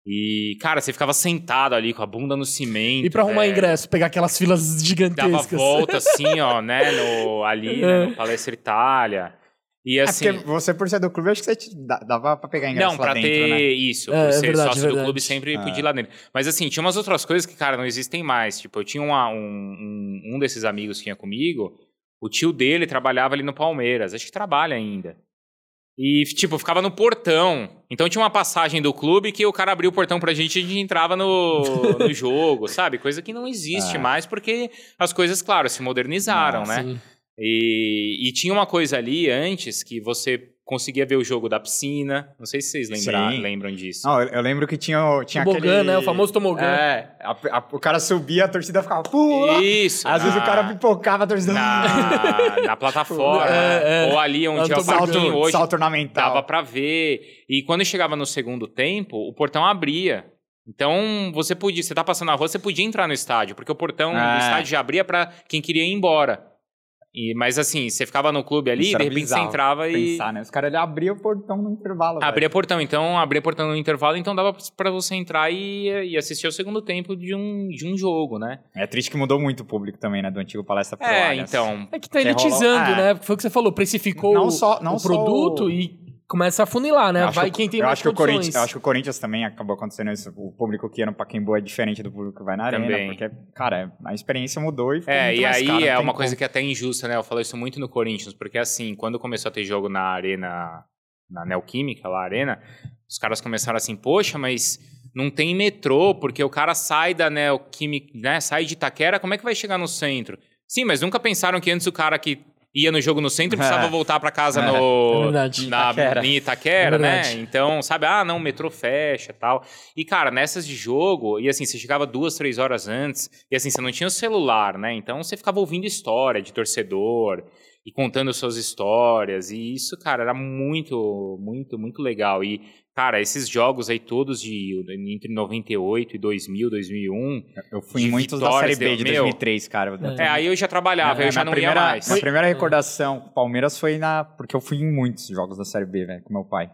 [SPEAKER 3] E, cara, você ficava sentado ali com a bunda no cimento.
[SPEAKER 2] E pra arrumar
[SPEAKER 3] velho.
[SPEAKER 2] ingresso, pegar aquelas filas
[SPEAKER 3] É. Dava
[SPEAKER 2] gigantescas.
[SPEAKER 3] volta assim, ó, né, no, ali, né, no Palestra Itália. E
[SPEAKER 1] É
[SPEAKER 3] assim.
[SPEAKER 1] porque você, por ser do clube, acho que você te dá- dava pra pegar ingresso
[SPEAKER 3] Não,
[SPEAKER 1] lá
[SPEAKER 3] pra
[SPEAKER 1] dentro,
[SPEAKER 3] ter
[SPEAKER 1] né?
[SPEAKER 3] isso,
[SPEAKER 2] É,
[SPEAKER 3] por
[SPEAKER 2] é
[SPEAKER 3] ser
[SPEAKER 2] verdade,
[SPEAKER 3] sócio
[SPEAKER 2] verdade.
[SPEAKER 3] do clube sempre
[SPEAKER 1] Ah.
[SPEAKER 3] podia ir lá dentro. Mas assim, tinha umas outras coisas que, cara, não existem mais. Tipo, eu tinha uma- um, um, um desses amigos que tinha comigo, o tio dele trabalhava ali no Palmeiras, acho que trabalha ainda. E, tipo, ficava no portão. Então tinha uma passagem do clube que o cara abria o portão pra gente e a gente entrava no, no jogo, sabe? Coisa que não existe
[SPEAKER 1] Ah.
[SPEAKER 3] mais, porque as coisas, claro, se modernizaram, né?
[SPEAKER 2] Sim.
[SPEAKER 3] E, e tinha uma coisa ali antes que você conseguia ver o jogo da piscina. Não sei se vocês lembra-
[SPEAKER 1] Sim.
[SPEAKER 3] lembram disso.
[SPEAKER 1] Não, eu, eu lembro que tinha, o- tinha
[SPEAKER 2] Tobogã,
[SPEAKER 1] aquele...
[SPEAKER 2] né? O famoso tobogã.
[SPEAKER 1] É, a- a- o cara subia, a torcida ficava... Pula!
[SPEAKER 3] Isso. Ah.
[SPEAKER 1] Às vezes
[SPEAKER 3] na-
[SPEAKER 1] o cara pipocava, a torcida...
[SPEAKER 3] na, na plataforma.
[SPEAKER 2] É, é.
[SPEAKER 3] Ou ali onde é o
[SPEAKER 2] Antônio
[SPEAKER 1] salto,
[SPEAKER 3] parquinho hoje.
[SPEAKER 1] salto ornamental.
[SPEAKER 3] Dava pra ver. E quando chegava no segundo tempo, o portão abria. Então, você podia, você tá passando na rua, você podia entrar no estádio, porque o portão
[SPEAKER 1] Ah.
[SPEAKER 3] do estádio já abria pra quem queria ir embora. E, mas assim, você ficava no clube ali,
[SPEAKER 1] Isso
[SPEAKER 3] e de
[SPEAKER 1] era
[SPEAKER 3] repente
[SPEAKER 1] bizarro
[SPEAKER 3] você entrava e
[SPEAKER 1] Pensar, né? Os caras ele abria o portão no intervalo. velho.
[SPEAKER 3] Abria portão, então abria portão no intervalo, então dava pra você entrar e, e assistir o segundo tempo de um, de um jogo, né?
[SPEAKER 1] É triste que mudou muito o público também, né? Do antigo palestra pro
[SPEAKER 3] é,
[SPEAKER 1] Allianz.
[SPEAKER 3] então.
[SPEAKER 2] É que tá
[SPEAKER 1] Que rolou-
[SPEAKER 2] elitizando,
[SPEAKER 1] é.
[SPEAKER 2] né? Foi o que você falou, precificou
[SPEAKER 1] Não
[SPEAKER 2] o-
[SPEAKER 1] só- não
[SPEAKER 2] o
[SPEAKER 1] só
[SPEAKER 2] produto
[SPEAKER 1] o-
[SPEAKER 2] e começa a funilar, né?
[SPEAKER 1] Eu acho
[SPEAKER 2] Vai
[SPEAKER 1] que o-
[SPEAKER 2] quem tem
[SPEAKER 1] eu
[SPEAKER 2] mais
[SPEAKER 1] acho que o
[SPEAKER 2] condições.
[SPEAKER 1] Corinthians, Eu acho que o Corinthians também acabou acontecendo isso. O público que ia no Pacaembu é diferente do público que vai na arena.
[SPEAKER 3] Também.
[SPEAKER 1] Porque, cara, a experiência mudou e ficou
[SPEAKER 3] É,
[SPEAKER 1] muito
[SPEAKER 3] e
[SPEAKER 1] mais
[SPEAKER 3] aí
[SPEAKER 1] cara, não
[SPEAKER 3] é
[SPEAKER 1] tem
[SPEAKER 3] uma
[SPEAKER 1] como.
[SPEAKER 3] coisa que é até injusta, né? Eu falo isso muito no Corinthians, porque assim, quando começou a ter jogo na arena, na Neoquímica, lá arena, os caras começaram assim, poxa, mas não tem metrô, porque o cara sai da Neoquímica, né? Sai de Itaquera, como é que vai chegar no centro? Sim, mas nunca pensaram que antes o cara que ia no jogo no centro precisava
[SPEAKER 1] É.
[SPEAKER 3] voltar pra casa
[SPEAKER 1] É.
[SPEAKER 2] É
[SPEAKER 3] no,
[SPEAKER 2] verdade.
[SPEAKER 3] na
[SPEAKER 1] Itaquera.
[SPEAKER 3] em Itaquera,
[SPEAKER 2] É
[SPEAKER 3] né?
[SPEAKER 2] verdade.
[SPEAKER 3] Então, sabe, ah, não, o metrô fecha tal. E, cara, nessas de jogo, e assim, você chegava duas, três horas antes, e assim, você não tinha o celular, né? Então você ficava ouvindo história de torcedor e contando suas histórias. E isso, cara, era muito, muito, muito legal. E, cara, esses jogos aí todos de entre 98 e 2000, 2001.
[SPEAKER 1] Eu fui
[SPEAKER 3] de
[SPEAKER 1] em muitos da Série
[SPEAKER 3] vitórias,
[SPEAKER 1] B de
[SPEAKER 3] meu.
[SPEAKER 1] 2003, cara. Eu-
[SPEAKER 3] É, aí eu já trabalhava, eu já
[SPEAKER 1] minha
[SPEAKER 3] não
[SPEAKER 1] Uhum. primeira,
[SPEAKER 3] ia mais.
[SPEAKER 1] Minha primeira
[SPEAKER 2] É.
[SPEAKER 1] recordação, Palmeiras foi na. Porque eu fui em muitos jogos da Série B, velho, com meu pai.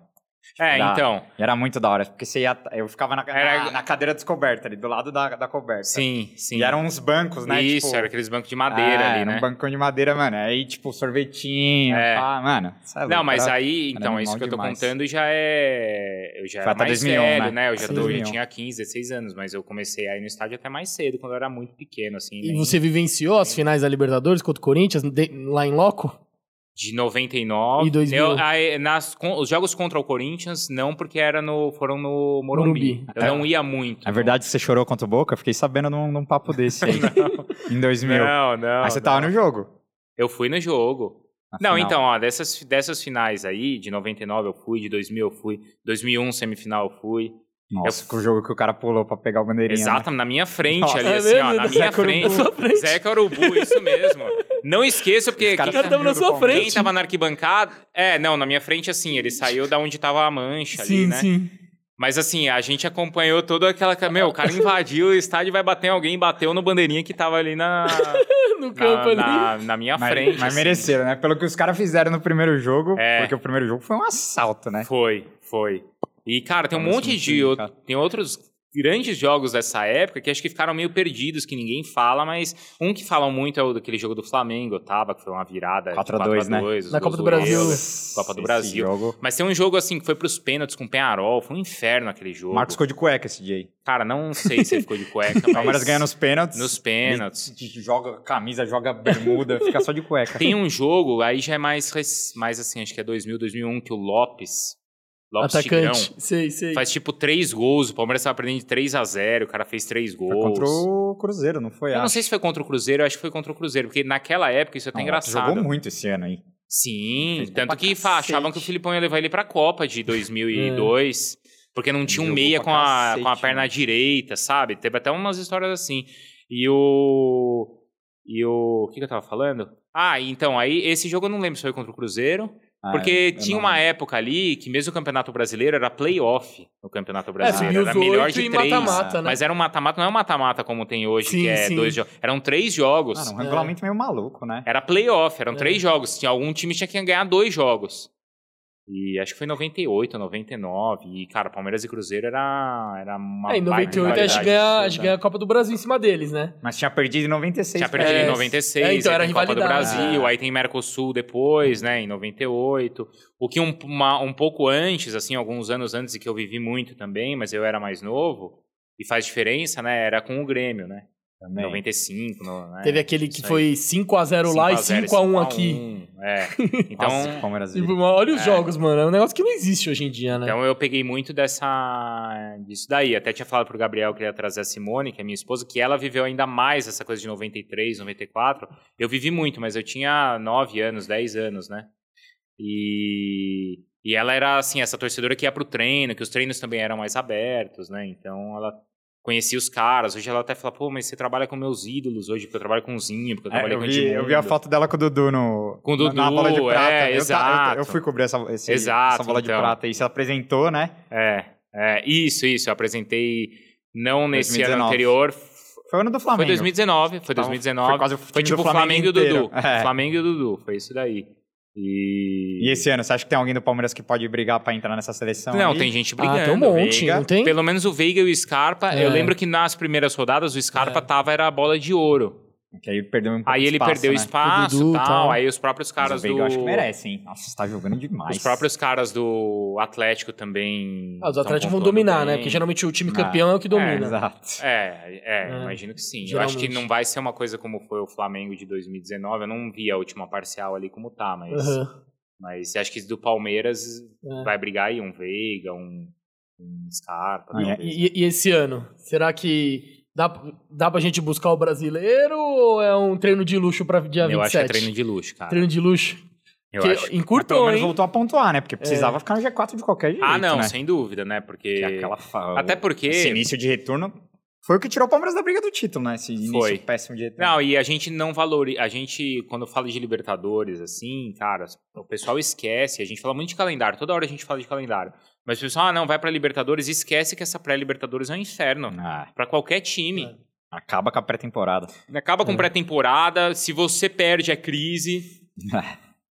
[SPEAKER 3] É,
[SPEAKER 1] da-
[SPEAKER 3] então.
[SPEAKER 1] E era muito da hora, porque você ia. Eu ficava na, na-
[SPEAKER 3] Era-
[SPEAKER 1] na cadeira descoberta ali, do lado da, da coberta.
[SPEAKER 3] Sim, sim.
[SPEAKER 1] E eram uns bancos, né?
[SPEAKER 3] Isso,
[SPEAKER 1] tipo,
[SPEAKER 3] era aqueles bancos de madeira
[SPEAKER 1] é,
[SPEAKER 3] ali,
[SPEAKER 1] era
[SPEAKER 3] né?
[SPEAKER 1] Um bancão de madeira, mano. Aí, tipo, sorvetinho,
[SPEAKER 3] É.
[SPEAKER 1] pá, mano. cê é louco,
[SPEAKER 3] Não, mas
[SPEAKER 1] era-
[SPEAKER 3] aí,
[SPEAKER 1] era
[SPEAKER 3] então, é isso
[SPEAKER 1] animal
[SPEAKER 3] que eu tô
[SPEAKER 1] demais.
[SPEAKER 3] contando já é. Eu já
[SPEAKER 1] Foi
[SPEAKER 3] era
[SPEAKER 1] até
[SPEAKER 3] mais
[SPEAKER 1] 2001,
[SPEAKER 3] velho, né?
[SPEAKER 1] né?
[SPEAKER 3] Eu
[SPEAKER 1] Sim,
[SPEAKER 3] já, tô- eu já
[SPEAKER 1] 2001.
[SPEAKER 3] tinha 15, 16 anos, mas eu comecei aí no estádio até mais cedo, quando eu era muito pequeno, assim.
[SPEAKER 2] E
[SPEAKER 3] nem-
[SPEAKER 2] você vivenciou as finais da Libertadores contra o Corinthians de- lá em loco?
[SPEAKER 3] De 99.
[SPEAKER 2] E um. 2000.
[SPEAKER 3] Eu, aí, nas, com- os jogos contra o Corinthians, não, porque era no, foram no Morumbi.
[SPEAKER 2] Morumbi.
[SPEAKER 3] Eu não ia muito.
[SPEAKER 1] É verdade que você chorou contra o Boca? Eu fiquei sabendo num, num papo desse aí. em 2000.
[SPEAKER 3] Não, não.
[SPEAKER 1] aí um. você
[SPEAKER 3] não.
[SPEAKER 1] tava no jogo.
[SPEAKER 3] Eu fui no jogo.
[SPEAKER 1] na
[SPEAKER 3] Não,
[SPEAKER 1] final.
[SPEAKER 3] então, ó, dessas, dessas finais aí, de 99 eu fui, de 2000 eu fui, 2001 semifinal eu fui.
[SPEAKER 1] Nossa, com o jogo que o cara pulou pra pegar o bandeirinha. né?
[SPEAKER 3] Exato, na minha frente
[SPEAKER 1] Nossa,
[SPEAKER 3] ali,
[SPEAKER 2] é
[SPEAKER 3] assim, ó,
[SPEAKER 2] mesmo?
[SPEAKER 3] na
[SPEAKER 2] Do
[SPEAKER 3] minha
[SPEAKER 2] Zeca Urubu.
[SPEAKER 3] frente.
[SPEAKER 2] Na sua frente.
[SPEAKER 3] Zeca é Urubu, isso mesmo. Não esqueça, porque
[SPEAKER 1] Os caras
[SPEAKER 3] quem,
[SPEAKER 2] Cara, tamo na
[SPEAKER 1] sumiram do
[SPEAKER 2] sua frente.
[SPEAKER 3] quem tá tava na arquibancada... É, não, na minha frente, assim, ele saiu da onde tava a mancha ali, né?
[SPEAKER 2] sim.
[SPEAKER 3] Mas assim, a gente acompanhou toda aquela... Meu, o cara invadiu o estádio, vai bater em alguém, bateu no bandeirinha que tava ali na,
[SPEAKER 2] No campo
[SPEAKER 3] na,
[SPEAKER 2] ali.
[SPEAKER 3] na, na minha
[SPEAKER 1] Mas,
[SPEAKER 3] frente.
[SPEAKER 1] mas
[SPEAKER 3] assim.
[SPEAKER 1] mereceram, né? Pelo que os caras fizeram no primeiro jogo,
[SPEAKER 3] É.
[SPEAKER 1] porque o primeiro jogo foi um assalto, né?
[SPEAKER 3] Foi, foi. E, cara, tem um
[SPEAKER 1] Talvez
[SPEAKER 3] monte
[SPEAKER 1] muito
[SPEAKER 3] de... o-
[SPEAKER 1] indicado.
[SPEAKER 3] Tem outros grandes jogos dessa época que acho que ficaram meio perdidos, que ninguém fala, mas um que falam muito é o daquele jogo do Flamengo, tava, que foi uma virada
[SPEAKER 1] 4 a 2, né?
[SPEAKER 2] Na Copa do Brasil.
[SPEAKER 3] Copa
[SPEAKER 1] Esse
[SPEAKER 3] do Brasil.
[SPEAKER 1] jogo-
[SPEAKER 3] Mas tem um jogo assim que foi pros pênaltis com o Penharol, foi um inferno aquele jogo.
[SPEAKER 1] Marcos ficou de cueca esse dia aí.
[SPEAKER 3] Cara, não sei se ele ficou de cueca, mas...
[SPEAKER 1] Palmeiras ganha nos pênaltis.
[SPEAKER 3] Nos pênaltis.
[SPEAKER 1] Ele Joga camisa, joga bermuda, fica só de cueca.
[SPEAKER 3] Tem um jogo, aí já é mais, rec- mais assim, acho que é 2000, 2001, que o Lopes, Lopes
[SPEAKER 2] Atacante.
[SPEAKER 3] Tigrão,
[SPEAKER 2] Sei, sei.
[SPEAKER 3] faz tipo três gols, o Palmeiras tava perdendo de 3 a 0 o cara fez três
[SPEAKER 1] Foi
[SPEAKER 3] gols.
[SPEAKER 1] contra o Cruzeiro, não foi? Ah,
[SPEAKER 3] Eu não
[SPEAKER 1] acho.
[SPEAKER 3] sei se foi contra o Cruzeiro, eu acho que foi contra o Cruzeiro, porque naquela época isso é até
[SPEAKER 1] Não, o Lopes
[SPEAKER 3] engraçado.
[SPEAKER 1] Jogou muito esse ano aí.
[SPEAKER 3] Sim,
[SPEAKER 1] Fez gol
[SPEAKER 3] tanto
[SPEAKER 1] pra
[SPEAKER 3] que fa- achavam que o
[SPEAKER 1] cacete.
[SPEAKER 3] Filipão ia levar ele pra Copa de 2002, porque não tinha um
[SPEAKER 1] Jogou
[SPEAKER 3] meia
[SPEAKER 1] pra
[SPEAKER 3] com a,
[SPEAKER 1] cacete, né?
[SPEAKER 3] com a perna
[SPEAKER 1] mano.
[SPEAKER 3] direita, sabe? Teve até umas histórias assim. E o... E o... O que, que eu tava falando? Ah, então, aí esse jogo eu não lembro se foi contra o Cruzeiro,
[SPEAKER 1] Ah,
[SPEAKER 3] porque
[SPEAKER 1] eu
[SPEAKER 3] tinha
[SPEAKER 1] não-
[SPEAKER 3] uma época ali que mesmo o Campeonato Brasileiro era playoff no Campeonato
[SPEAKER 2] É,
[SPEAKER 3] Brasileiro.
[SPEAKER 2] subiu os
[SPEAKER 3] era melhor
[SPEAKER 2] oito
[SPEAKER 3] de
[SPEAKER 2] e
[SPEAKER 3] três.
[SPEAKER 2] mata-mata, né?
[SPEAKER 3] Mas era um mata-mata, não é um mata-mata como tem hoje,
[SPEAKER 2] Sim,
[SPEAKER 3] que é
[SPEAKER 2] sim.
[SPEAKER 3] dois jogos. Eram três jogos.
[SPEAKER 1] Cara, um
[SPEAKER 3] é.
[SPEAKER 1] regulamento meio maluco, né?
[SPEAKER 3] Era playoff, eram
[SPEAKER 2] É.
[SPEAKER 3] três jogos. Tinha algum time que tinha que ganhar dois jogos. E acho que foi 98, 99. E, cara, Palmeiras e Cruzeiro era, era uma.
[SPEAKER 2] É, em 98 a gente,
[SPEAKER 3] barbaridade.
[SPEAKER 2] ganha, a
[SPEAKER 1] absurda.
[SPEAKER 2] gente ganha a Copa do Brasil em cima deles, né?
[SPEAKER 1] Mas tinha perdido em 96.
[SPEAKER 3] Tinha perdido
[SPEAKER 2] É,
[SPEAKER 3] em 96,
[SPEAKER 2] é, então
[SPEAKER 3] aí
[SPEAKER 2] era
[SPEAKER 3] tem Copa do
[SPEAKER 2] rivalidade.
[SPEAKER 3] Brasil,
[SPEAKER 1] Ah.
[SPEAKER 3] aí tem Mercosul depois, né, em 98. O que um, uma- um pouco antes, assim, alguns anos antes, e que eu vivi muito também, mas eu era mais novo, e faz diferença, né, era com o Grêmio, né, em
[SPEAKER 1] também.
[SPEAKER 3] 95, no, né.
[SPEAKER 2] Teve aquele que
[SPEAKER 3] isso aí.
[SPEAKER 2] foi 5x0 lá e
[SPEAKER 3] 5x0,
[SPEAKER 2] 5x1 aqui.
[SPEAKER 3] 5x1, É, então...
[SPEAKER 1] Nossa, que o Palmeiras
[SPEAKER 2] Tipo,
[SPEAKER 1] vive.
[SPEAKER 2] mas olha os
[SPEAKER 3] É.
[SPEAKER 2] jogos, mano. É um negócio que não existe hoje em dia, né?
[SPEAKER 3] Então eu peguei muito dessa disso daí. Até tinha falado pro Gabriel que eu ia trazer a Simone, que é minha esposa, que ela viveu ainda mais essa coisa de 93, 94. Eu vivi muito, mas eu tinha 9 anos, 10 anos, né? E e ela era assim, essa torcedora que ia pro treino, que os treinos também eram mais abertos, né? Então ela conhecia os caras. Hoje ela até fala, pô, mas você trabalha com meus ídolos hoje, porque eu trabalho com o Zinho, porque eu
[SPEAKER 1] É,
[SPEAKER 3] trabalhei
[SPEAKER 1] eu,
[SPEAKER 3] com o
[SPEAKER 1] vi, eu vi a
[SPEAKER 3] Edmundo."
[SPEAKER 1] foto dela com o Dudu no,
[SPEAKER 3] Com o Dudu,
[SPEAKER 1] na bola de prata. né? eu, ta- eu- Eu,
[SPEAKER 3] é, exato.
[SPEAKER 1] fui cobrir essa, esse-
[SPEAKER 3] Exato,
[SPEAKER 1] essa bola de
[SPEAKER 3] então.
[SPEAKER 1] prata e se apresentou, né?
[SPEAKER 3] É, é, isso, isso. Eu apresentei não nesse
[SPEAKER 1] 2019.
[SPEAKER 3] ano anterior.
[SPEAKER 1] Foi o ano do Flamengo.
[SPEAKER 3] Foi 2019, foi
[SPEAKER 1] Então,
[SPEAKER 3] 2019.
[SPEAKER 1] foi quase o
[SPEAKER 3] foi
[SPEAKER 1] time
[SPEAKER 3] tipo
[SPEAKER 1] do
[SPEAKER 3] o
[SPEAKER 1] Flamengo
[SPEAKER 3] Flamengo, e o Dudu.
[SPEAKER 1] inteiro. É.
[SPEAKER 3] Flamengo e o Dudu, foi isso daí. E.
[SPEAKER 1] E esse ano, você acha que tem alguém do Palmeiras que pode brigar pra entrar nessa seleção?
[SPEAKER 3] Não,
[SPEAKER 1] aí?
[SPEAKER 3] tem gente brigando.
[SPEAKER 2] ah, tem um monte,
[SPEAKER 3] Veiga.
[SPEAKER 2] não tem?
[SPEAKER 3] Pelo menos o Veiga e o Scarpa.
[SPEAKER 2] É.
[SPEAKER 3] Eu lembro que nas primeiras rodadas o Scarpa
[SPEAKER 2] É.
[SPEAKER 3] tava, era a bola de ouro.
[SPEAKER 1] Que aí perdeu um pouco
[SPEAKER 3] Aí
[SPEAKER 1] de
[SPEAKER 3] ele
[SPEAKER 1] espaço,
[SPEAKER 3] perdeu
[SPEAKER 1] né?
[SPEAKER 3] espaço
[SPEAKER 2] O
[SPEAKER 3] e
[SPEAKER 2] Dudu,
[SPEAKER 3] tal.
[SPEAKER 2] tal.
[SPEAKER 3] Aí os próprios
[SPEAKER 1] Mas
[SPEAKER 3] caras
[SPEAKER 1] o Veiga
[SPEAKER 3] do.
[SPEAKER 1] eu acho que merece, hein? Nossa, tá jogando demais.
[SPEAKER 3] Os próprios caras do Atlético também.
[SPEAKER 2] Ah, os
[SPEAKER 3] tão
[SPEAKER 2] atletas vão
[SPEAKER 3] pontuando
[SPEAKER 2] dominar, né?
[SPEAKER 3] bem.
[SPEAKER 2] Porque geralmente o time
[SPEAKER 1] Ah,
[SPEAKER 2] campeão é o que
[SPEAKER 1] É,
[SPEAKER 2] domina.
[SPEAKER 1] exato.
[SPEAKER 3] É, é,
[SPEAKER 2] É,
[SPEAKER 3] imagino que sim. Eu
[SPEAKER 2] geralmente.
[SPEAKER 3] acho que não vai ser uma coisa como foi o Flamengo de 2019. Eu não vi a última parcial ali como tá, mas,
[SPEAKER 2] Aham.
[SPEAKER 3] mas acho que do Palmeiras
[SPEAKER 2] É.
[SPEAKER 3] vai brigar aí um Veiga, um, um Scarpa.
[SPEAKER 1] Ah, é.
[SPEAKER 3] talvez.
[SPEAKER 2] E, e esse ano? Será que dá, dá pra gente buscar o brasileiro ou é um treino de luxo pra dia
[SPEAKER 3] Eu
[SPEAKER 2] 27?
[SPEAKER 3] acho que é treino de luxo, cara.
[SPEAKER 2] Treino de luxo?
[SPEAKER 3] Eu
[SPEAKER 2] Porque
[SPEAKER 3] acho.
[SPEAKER 1] Mas pelo
[SPEAKER 2] encurtou,
[SPEAKER 1] menos
[SPEAKER 2] hein?
[SPEAKER 1] voltou a pontuar, né? Porque precisava ficar no G4 de qualquer jeito.
[SPEAKER 3] É. Ah, não,
[SPEAKER 1] né?
[SPEAKER 3] sem dúvida, né? Porque.
[SPEAKER 1] Que é aquela assim, fa-
[SPEAKER 3] Até porque.
[SPEAKER 1] Esse início de retorno foi o que tirou o Palmeiras da briga do título, né? Esse início
[SPEAKER 3] Foi.
[SPEAKER 1] péssimo de retorno.
[SPEAKER 3] Não, e a gente não valoriza. A gente, quando fala de Libertadores, assim, cara, o pessoal esquece. A gente fala muito de calendário, toda hora a gente fala de calendário. Mas o pessoal, ah, não, vai pra Libertadores, esquece que essa pré-Libertadores é um inferno.
[SPEAKER 1] Ah,
[SPEAKER 3] Pra qualquer time. Né,
[SPEAKER 1] acaba com a pré-temporada.
[SPEAKER 3] Acaba com
[SPEAKER 2] É.
[SPEAKER 3] pré-temporada, se você perde é crise.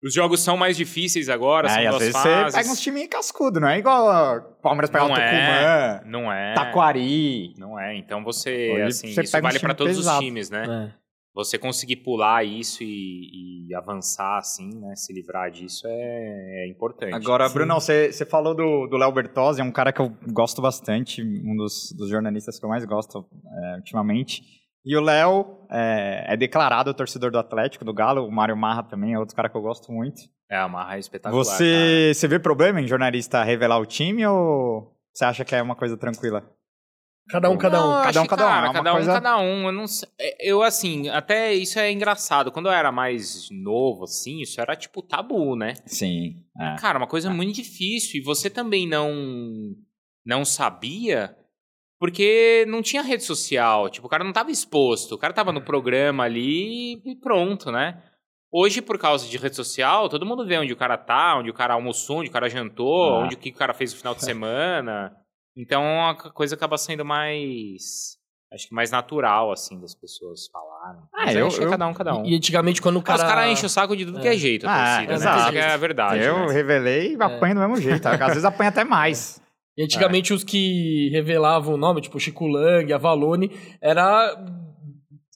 [SPEAKER 3] Os jogos são mais difíceis agora, são
[SPEAKER 1] É, e às
[SPEAKER 3] duas
[SPEAKER 1] vezes
[SPEAKER 3] fases.
[SPEAKER 1] você pega uns times cascudo, não é igual ó, Palmeiras pegar o
[SPEAKER 3] Não
[SPEAKER 1] Tucumã,
[SPEAKER 3] é. Não é.
[SPEAKER 1] Taquari.
[SPEAKER 3] Não é. Então você,
[SPEAKER 1] Hoje
[SPEAKER 3] assim,
[SPEAKER 1] Tá você
[SPEAKER 3] isso
[SPEAKER 1] pega um
[SPEAKER 3] vale
[SPEAKER 1] time
[SPEAKER 3] pra todos
[SPEAKER 1] pesado.
[SPEAKER 3] os times, né?
[SPEAKER 2] É.
[SPEAKER 3] Você conseguir pular isso e, e avançar, assim, né? Se livrar disso é, é importante.
[SPEAKER 1] Agora,
[SPEAKER 2] Sim.
[SPEAKER 1] Bruno, você você falou do, do Léo Bertozzi, é um cara que eu gosto bastante, um dos, dos jornalistas que eu mais gosto é, ultimamente. E o Léo é, é declarado torcedor do Atlético, do Galo, o Mário Marra também é outro cara que eu gosto muito.
[SPEAKER 3] é uma raia espetacular. cara.
[SPEAKER 1] Você, você vê problema em jornalista revelar o time ou você acha que é uma coisa tranquila?
[SPEAKER 2] Cada um, cada um.
[SPEAKER 3] Não,
[SPEAKER 1] Cada
[SPEAKER 3] acho
[SPEAKER 1] um,
[SPEAKER 3] que,
[SPEAKER 1] cada um,
[SPEAKER 3] cara,
[SPEAKER 1] é uma
[SPEAKER 3] cada um,
[SPEAKER 1] coisa-
[SPEAKER 3] cada um. Eu não sei. é, Eu, assim, até isso é engraçado. Quando eu era mais novo, assim, isso era tipo tabu, né?
[SPEAKER 1] Sim.
[SPEAKER 3] Cara, uma coisa muito difícil. E você também não não sabia porque não tinha rede social. Tipo, o cara não tava exposto. O cara tava no programa ali e pronto, né? Hoje, por causa de rede social, todo mundo vê onde o cara tá, onde o cara almoçou, onde o cara jantou,
[SPEAKER 1] Ah.
[SPEAKER 3] onde o que o cara fez no final de semana. Então a coisa acaba sendo mais. Acho que mais natural, assim, das pessoas falarem.
[SPEAKER 1] Ah,
[SPEAKER 3] Mas aí
[SPEAKER 1] eu-
[SPEAKER 3] acho que é
[SPEAKER 1] eu-
[SPEAKER 3] cada um, cada um.
[SPEAKER 2] E antigamente quando o
[SPEAKER 3] Ah,
[SPEAKER 2] cara...
[SPEAKER 3] Os caras enchem o saco de tudo que
[SPEAKER 2] É.
[SPEAKER 3] é jeito, a
[SPEAKER 1] Ah,
[SPEAKER 3] torcida, né?
[SPEAKER 1] exato.
[SPEAKER 3] Essa que é a verdade.
[SPEAKER 1] Ah, eu
[SPEAKER 3] né?
[SPEAKER 1] revelei e apanho do mesmo jeito. Às vezes apanha até mais.
[SPEAKER 2] E antigamente os que revelavam o nome, tipo Chico Lang, Avalone, era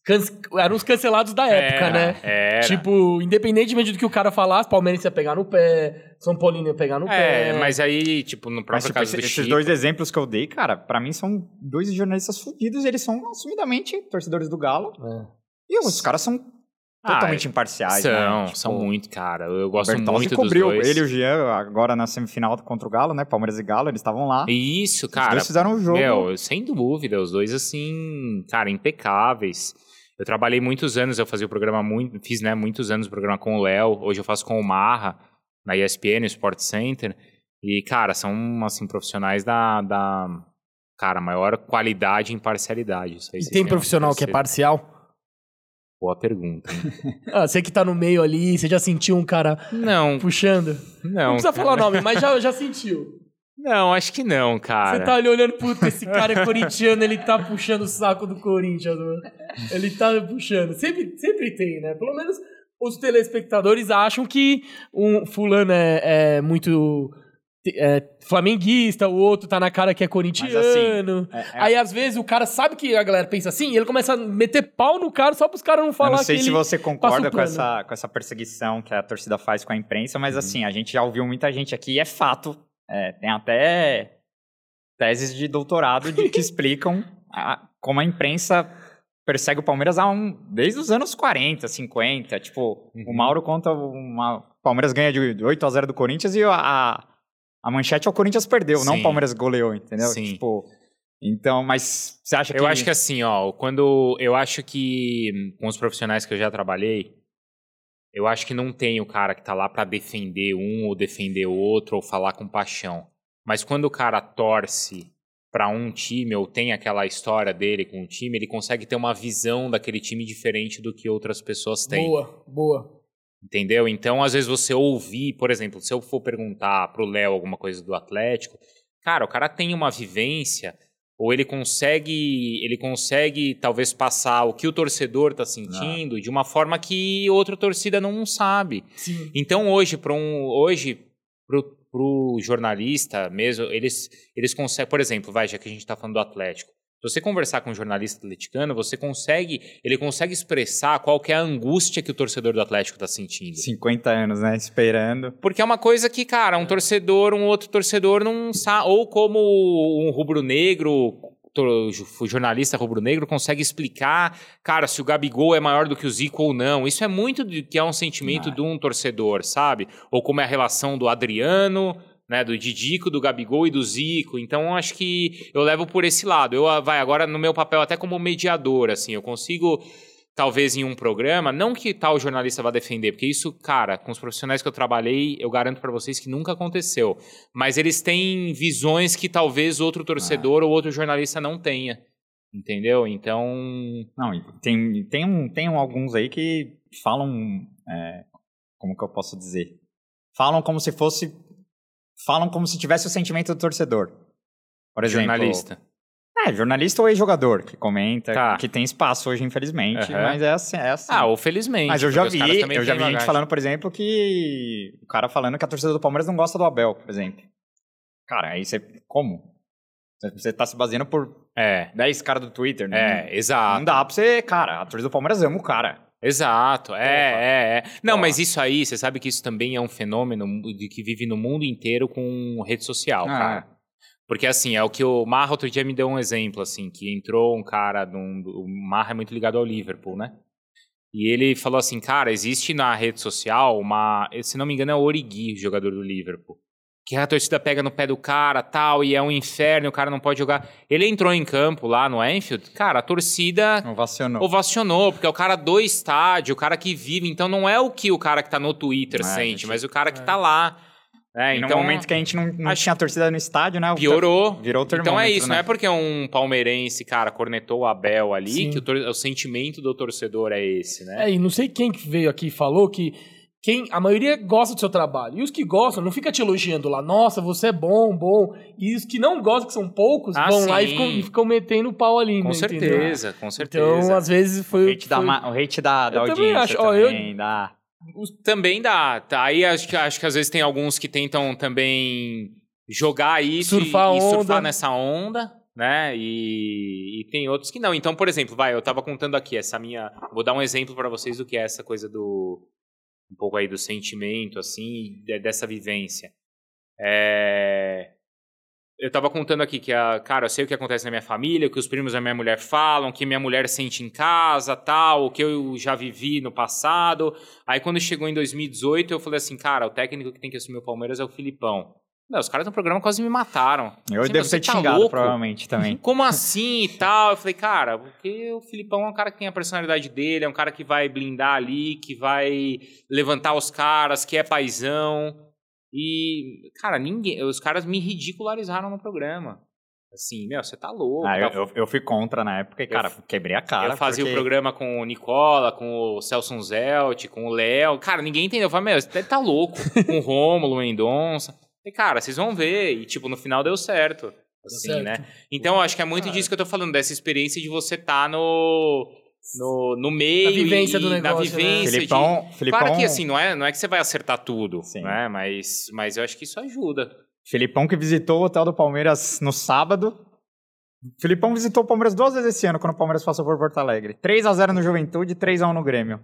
[SPEAKER 2] can- eram os cancelados da época,
[SPEAKER 3] Era,
[SPEAKER 2] né?
[SPEAKER 3] era.
[SPEAKER 2] Tipo, independentemente do que o cara falasse, Palmeiras ia pegar no pé, São Paulino ia pegar no pé.
[SPEAKER 3] É, mas aí, tipo, no
[SPEAKER 1] Mas,
[SPEAKER 3] próprio
[SPEAKER 1] tipo,
[SPEAKER 3] caso
[SPEAKER 1] esse-
[SPEAKER 3] do
[SPEAKER 1] esses
[SPEAKER 3] Chico...
[SPEAKER 1] dois exemplos que eu dei, cara, pra mim são dois jornalistas fodidos. Eles são assumidamente torcedores do Galo.
[SPEAKER 2] É.
[SPEAKER 1] E os caras são
[SPEAKER 3] Ah,
[SPEAKER 1] totalmente imparciais.
[SPEAKER 3] São,
[SPEAKER 1] né? Tipo,
[SPEAKER 3] são muito, cara. Eu
[SPEAKER 1] O
[SPEAKER 3] gosto
[SPEAKER 1] Bertozzi
[SPEAKER 3] muito
[SPEAKER 1] cobriu
[SPEAKER 3] dos dois.
[SPEAKER 1] ele e o Jean agora na semifinal contra o Galo, né? Palmeiras e Galo, eles estavam lá.
[SPEAKER 3] Isso,
[SPEAKER 1] os
[SPEAKER 3] cara.
[SPEAKER 1] dois fizeram o jogo.
[SPEAKER 3] Meu, sem dúvida, os dois assim, cara, impecáveis. Eu trabalhei muitos anos, eu fazia o programa muito, fiz, né, muitos anos o programa com o Léo, hoje eu faço com o Marra, na ESPN, no Sport Center. E, cara, são assim profissionais da, da cara, maior qualidade e imparcialidade. Isso aí
[SPEAKER 2] E
[SPEAKER 3] vocês
[SPEAKER 2] tem
[SPEAKER 3] têm
[SPEAKER 2] profissional que é
[SPEAKER 3] certeza.
[SPEAKER 2] parcial?
[SPEAKER 3] Boa pergunta. hein?
[SPEAKER 2] Ah, você que tá no meio ali, você já sentiu um cara
[SPEAKER 3] Não,
[SPEAKER 2] puxando? Não,
[SPEAKER 3] não.
[SPEAKER 2] precisa falar nome, mas já, já sentiu.
[SPEAKER 3] Não, acho que não, cara.
[SPEAKER 2] Você tá ali olhando, puta, esse cara é corintiano, ele tá puxando o saco do Corinthians, mano. Ele tá puxando. Sempre, sempre tem, né? Pelo menos os telespectadores acham que um fulano é, é muito é, flamenguista, o outro tá na cara que é corintiano.
[SPEAKER 1] É, é-
[SPEAKER 2] Aí, às vezes, o cara sabe que a galera pensa assim e ele começa a meter pau no cara só pros caras não
[SPEAKER 1] eu
[SPEAKER 2] falar
[SPEAKER 1] não sei
[SPEAKER 2] que
[SPEAKER 1] se
[SPEAKER 2] ele...
[SPEAKER 1] você concorda com
[SPEAKER 2] pano.
[SPEAKER 1] essa, com essa perseguição que a torcida faz com a imprensa,
[SPEAKER 3] Uhum.
[SPEAKER 1] mas assim, a gente já ouviu muita gente aqui e é fato. É, tem até teses de doutorado de- que explicam a- como a imprensa persegue o Palmeiras há um, desde os anos 40, 50. Tipo, o
[SPEAKER 3] Uhum.
[SPEAKER 1] Mauro conta uma. O Palmeiras ganha de 8 a 0 do Corinthians e a- a, a manchete é o Corinthians perdeu, não o
[SPEAKER 3] Sim.
[SPEAKER 1] Palmeiras goleou, entendeu?
[SPEAKER 3] Sim.
[SPEAKER 1] Tipo. Então, mas você acha que.
[SPEAKER 3] Eu acho que assim, ó, quando eu acho que hum, com os profissionais que eu já trabalhei, eu acho que não tem o cara que tá lá pra defender um ou defender outro ou falar com paixão. Mas quando o cara torce pra um time ou tem aquela história dele com o time, ele consegue ter uma visão daquele time diferente do que outras pessoas têm.
[SPEAKER 2] Boa, boa.
[SPEAKER 3] Entendeu? Então, às vezes você ouvir, por exemplo, se eu for perguntar pro Léo alguma coisa do Atlético, cara, o cara tem uma vivência ou ele consegue, ele consegue talvez passar o que o torcedor tá sentindo de uma forma que outra torcida não sabe.
[SPEAKER 2] Sim.
[SPEAKER 3] Então, hoje para um hoje pro, pro jornalista mesmo, eles eles conseguem, por exemplo, vai, já que a gente tá falando do Atlético, se você conversar com um jornalista atleticano, você consegue, ele consegue expressar qual que é a angústia que o torcedor do Atlético tá sentindo.
[SPEAKER 1] 50 anos, né? Esperando.
[SPEAKER 3] Porque é uma coisa que, cara, um torcedor, um outro torcedor não sabe. Ou como um rubro-negro, to- o jornalista rubro-negro, consegue explicar, cara, se o Gabigol é maior do que o Zico ou não. Isso é muito de, que é um sentimento de um torcedor, sabe? Ou como é a relação do Adriano. Né, do Didico, do Gabigol e do Zico. Então, eu acho que eu levo por esse lado. Eu ah, vai agora no meu papel até como mediador, assim, eu consigo talvez em um programa, não que tal jornalista vá defender, porque isso, cara, com os profissionais que eu trabalhei, eu garanto pra vocês que nunca aconteceu. Mas eles têm visões que talvez outro torcedor ou outro jornalista não tenha. Entendeu? Então.
[SPEAKER 1] Não, e tem, tem, um, tem um- alguns aí que falam. é, como que eu posso dizer? Falam como se fosse. Falam como se tivesse o sentimento do torcedor. Por exemplo.
[SPEAKER 3] jornalista.
[SPEAKER 1] É, jornalista ou ex-jogador que comenta,
[SPEAKER 3] Tá.
[SPEAKER 1] que tem espaço hoje, infelizmente,
[SPEAKER 3] Aham.
[SPEAKER 1] mas é assim. É assim.
[SPEAKER 3] Ah, ou felizmente.
[SPEAKER 1] mas eu já
[SPEAKER 3] porque
[SPEAKER 1] vi,
[SPEAKER 3] os caras também
[SPEAKER 1] eu já vi
[SPEAKER 3] têm
[SPEAKER 1] gente
[SPEAKER 3] bagagem.
[SPEAKER 1] falando, por exemplo, que. O cara falando que a torcida do Palmeiras não gosta do Abel, por exemplo. Cara, aí você. Como? Você- Você tá se baseando por
[SPEAKER 3] É.
[SPEAKER 1] 10 caras do Twitter, né?
[SPEAKER 3] É, exato.
[SPEAKER 1] Não dá pra você, cara. A torcida do Palmeiras ama o cara.
[SPEAKER 3] Exato, é, é, é. Não,
[SPEAKER 1] Porra.
[SPEAKER 3] mas isso aí, você sabe que isso também é um fenômeno de que vive no mundo inteiro com rede social,
[SPEAKER 1] Ah,
[SPEAKER 3] cara. Porque assim, é o que o Marra outro dia me deu um exemplo, assim, que entrou um cara, de um- o Marra é muito ligado ao Liverpool, né? E ele falou assim, cara, existe na rede social uma, se não me engano é o Origi, o jogador do Liverpool, que a torcida pega no pé do cara, tal, e é um inferno, o cara não pode jogar. Ele entrou em campo lá no Anfield, cara, a torcida
[SPEAKER 1] Não vacionou.
[SPEAKER 3] ovacionou, porque é o cara do estádio, o cara que vive, então não é o que o cara que tá no Twitter
[SPEAKER 1] É,
[SPEAKER 3] sente,
[SPEAKER 1] gente. é.
[SPEAKER 3] mas o cara que tá lá. né?
[SPEAKER 1] E no
[SPEAKER 3] então,
[SPEAKER 1] momento que a gente não, não
[SPEAKER 3] acho-
[SPEAKER 1] tinha a torcida no estádio, né? o-
[SPEAKER 3] piorou.
[SPEAKER 1] Virou o termômetro,
[SPEAKER 3] Então é isso,
[SPEAKER 1] né?
[SPEAKER 3] não é porque um palmeirense, cara, cornetou o Abel ali,
[SPEAKER 2] Sim.
[SPEAKER 3] que o, tor- o sentimento do torcedor é esse, né?
[SPEAKER 2] É, e não sei quem que veio aqui e falou que quem, a maioria gosta do seu trabalho. E os que gostam não fica te elogiando lá, nossa, você é bom, bom. E os que não gostam, que são poucos,
[SPEAKER 3] Ah,
[SPEAKER 2] vão lá e
[SPEAKER 3] sim.
[SPEAKER 2] ficam, e ficam metendo o pau ali,
[SPEAKER 1] É,
[SPEAKER 3] com
[SPEAKER 2] né, entendeu?
[SPEAKER 3] certeza, com certeza.
[SPEAKER 2] Então, às vezes
[SPEAKER 1] O
[SPEAKER 2] foi,
[SPEAKER 1] hate da,
[SPEAKER 2] foi-
[SPEAKER 1] ma- o hate da, da
[SPEAKER 2] Eu também
[SPEAKER 1] audiência
[SPEAKER 2] acho, ó, eu-
[SPEAKER 1] também, da...
[SPEAKER 3] Os- Também dá. tá? Aí acho que, acho que às vezes tem alguns que tentam também jogar isso
[SPEAKER 2] Surfar
[SPEAKER 3] e, e surfar
[SPEAKER 2] onda.
[SPEAKER 3] nessa onda, né? E, e tem outros que não. Então, por exemplo, vai, eu tava contando aqui essa minha. Vou dar um exemplo pra vocês do que é essa coisa do. Um pouco aí do sentimento, assim, de- dessa vivência. É, Eu tava contando aqui que, a, cara, eu sei o que acontece na minha família, o que os primos da minha mulher falam, o que minha mulher sente em casa, tal, o que eu já vivi no passado. Aí quando chegou em 2018, eu falei assim, cara, o técnico que tem que assumir o Palmeiras é o Filipão. Não, os caras no programa quase me mataram.
[SPEAKER 1] Eu
[SPEAKER 3] Assim,
[SPEAKER 1] devo
[SPEAKER 3] "Você
[SPEAKER 1] ser
[SPEAKER 3] tá
[SPEAKER 1] xingado,
[SPEAKER 3] louco?
[SPEAKER 1] provavelmente, também.
[SPEAKER 3] Como assim e tal? Eu falei, cara, porque o Filipão é um cara que tem a personalidade dele, é um cara que vai blindar ali, que vai levantar os caras, que é paizão. E, cara, ninguém. Os caras me ridicularizaram no programa. Assim, meu, você tá louco.
[SPEAKER 1] Ah,
[SPEAKER 3] tá
[SPEAKER 1] eu, eu, eu fui contra na época e, cara, quebrei a cara.
[SPEAKER 3] eu fazia
[SPEAKER 1] porque-
[SPEAKER 3] o programa com o Nicola, com o Celso Zelt, com o Léo. Cara, ninguém entendeu. Eu falei, meu, você deve tá louco. com o Rômulo, o Mendonça. E, cara, vocês vão ver. E, tipo, no final deu certo. Assim,
[SPEAKER 2] certo.
[SPEAKER 3] né? Então, eu acho que é muito
[SPEAKER 2] Cara.
[SPEAKER 3] disso que eu tô falando, dessa experiência de você tá no, no, no meio.
[SPEAKER 2] Na vivência
[SPEAKER 3] e-
[SPEAKER 2] do
[SPEAKER 3] Na
[SPEAKER 2] negócio, né?
[SPEAKER 3] vivência. de-
[SPEAKER 1] Filipão, Filipão,
[SPEAKER 3] Claro que, assim, não é, não é que você vai acertar tudo,
[SPEAKER 1] Sim.
[SPEAKER 3] né? Mas, mas eu acho que isso ajuda.
[SPEAKER 1] Filipão que visitou o hotel do Palmeiras no sábado. Filipão visitou o Palmeiras duas vezes esse ano, quando o Palmeiras passou por Porto Alegre. 3x0 no Juventude, 3x1 no Grêmio.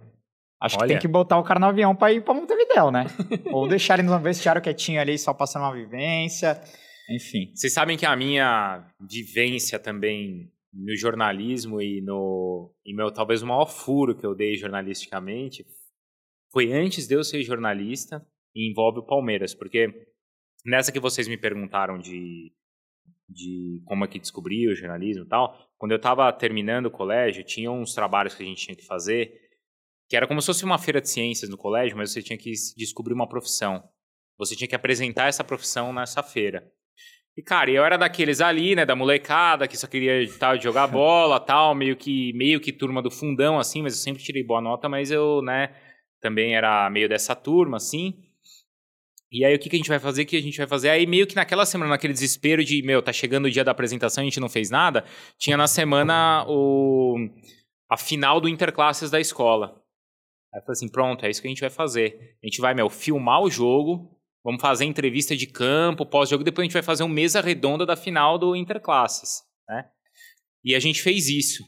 [SPEAKER 1] Acho que
[SPEAKER 3] Olha.
[SPEAKER 1] tem que botar o cara no avião pra ir pra Montevidéu, né? Ou deixar ele no vestiário quietinho ali, só passando uma vivência. Enfim.
[SPEAKER 3] Vocês sabem que a minha vivência também no jornalismo e no e meu talvez o maior furo que eu dei jornalisticamente foi antes de eu ser jornalista e envolve o Palmeiras, porque nessa que vocês me perguntaram de de como é que descobri o jornalismo e tal, quando eu estava terminando o colégio, tinha uns trabalhos que a gente tinha que fazer, que era como se fosse uma feira de ciências no colégio, mas você tinha que s- descobrir uma profissão. Você tinha que apresentar essa profissão nessa feira. E, cara, eu era daqueles ali, né, da molecada, que só queria tal, jogar bola, tal, meio que, meio que turma do fundão, assim, mas eu sempre tirei boa nota, mas eu, né, também era meio dessa turma, assim. E aí, o que, que a gente vai fazer? O que a gente vai fazer? Aí, meio que naquela semana, naquele desespero de, meu, tá chegando o dia da apresentação e a gente não fez nada, tinha na semana o, a final do Interclasses da escola. Aí eu falei assim, pronto, é isso que a gente vai fazer. A gente vai, meu, filmar o jogo, Vamos fazer entrevista de campo, pós-jogo, depois a gente vai fazer uma mesa redonda da final do Interclasses, né? E a gente fez isso.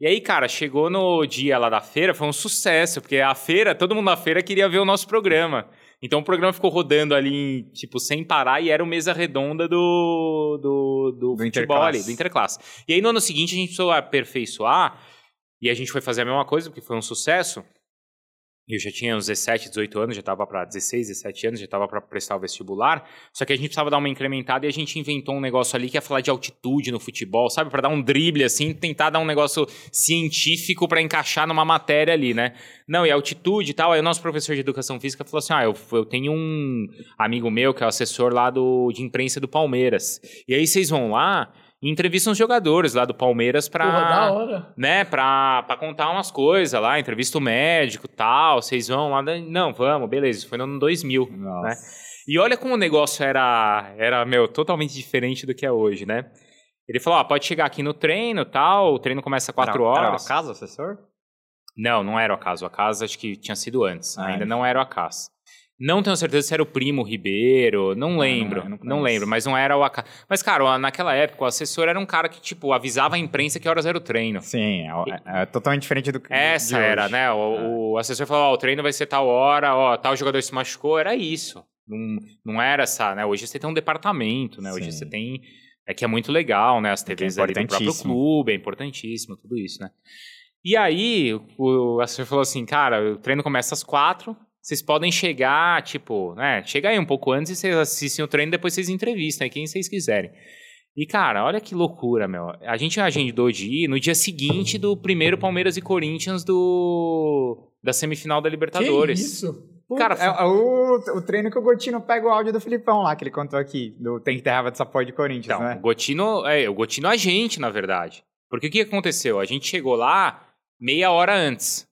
[SPEAKER 3] E aí, cara, chegou no dia lá da feira, foi um sucesso, porque a feira, todo mundo na feira queria ver o nosso programa. Então o programa ficou rodando ali, tipo, sem parar, e era o mesa redonda do, do, do,
[SPEAKER 1] Do
[SPEAKER 3] futebol
[SPEAKER 1] Interclasse.
[SPEAKER 3] ali, do Interclasse. E aí no ano seguinte a gente precisou aperfeiçoar, e a gente foi fazer a mesma coisa, porque foi um sucesso. Eu já tinha uns 17, 18 anos, já estava para 16, 17 anos, já estava para prestar o vestibular. Só que a gente precisava dar uma incrementada e a gente inventou um negócio ali que ia falar de altitude no futebol, sabe? Para dar um drible assim, tentar dar um negócio científico para encaixar numa matéria ali, né? Não, e altitude e tal. Aí o nosso professor de educação física falou assim: ah, eu, eu tenho um amigo meu que é o assessor lá do, de imprensa do Palmeiras. E aí vocês vão lá e entrevistam os jogadores lá do Palmeiras para
[SPEAKER 2] Porra, da hora.
[SPEAKER 3] né, pra, pra contar umas coisas lá, entrevista o médico tal, vocês vão lá, né? não, vamos, beleza, isso foi no ano 2000.
[SPEAKER 1] Nossa.
[SPEAKER 3] E olha como o negócio era, era meu, totalmente diferente do que é hoje, né? Ele falou, ó, pode chegar aqui no treino tal, o treino começa quatro
[SPEAKER 1] Era- Era
[SPEAKER 3] horas.
[SPEAKER 1] uma casa, assessor?
[SPEAKER 3] Não, não era o acaso. O acaso acho que tinha sido antes.
[SPEAKER 1] Ah,
[SPEAKER 3] Ainda
[SPEAKER 1] ele-
[SPEAKER 3] não era o acaso. Não tenho certeza se era o primo Ribeiro, não lembro.
[SPEAKER 1] não é, não
[SPEAKER 3] não,
[SPEAKER 1] conheço.
[SPEAKER 3] lembro, mas não era o acaso. Mas, cara, naquela época o assessor era um cara que, tipo, avisava a imprensa que horas era o treino.
[SPEAKER 1] Sim, é, é- é totalmente diferente do que.
[SPEAKER 3] Essa
[SPEAKER 1] de hoje. É.
[SPEAKER 3] era, né? O, o assessor falou: ó, o treino vai ser tal hora, ó, tal jogador se machucou, era isso. Não, não era essa, né? Hoje você tem um departamento, né?
[SPEAKER 1] Sim.
[SPEAKER 3] Hoje você tem. É que é muito legal, né? As TVs ali do próprio
[SPEAKER 1] importantíssimo.
[SPEAKER 3] clube, é importantíssimo, tudo isso, né? E aí, o, o assessor falou assim: cara, o treino começa às quatro, vocês podem chegar, tipo, né? Chega aí um pouco antes e vocês assistem o treino, depois vocês entrevistam aí quem vocês quiserem. E, cara, olha que loucura, meu. A gente agendou de ir no dia seguinte do primeiro Palmeiras e Corinthians do da semifinal da Libertadores.
[SPEAKER 2] Que isso?
[SPEAKER 3] Cara,
[SPEAKER 1] É, é o, o treino que o Gotino pega o áudio do Filipão lá, que ele contou aqui, do Tem que ter raiva dessa porra de Corinthians,
[SPEAKER 3] Então, o
[SPEAKER 1] né?
[SPEAKER 3] Gotino, é, o Gotino a gente, na verdade. Porque o que aconteceu? A gente chegou lá meia hora antes.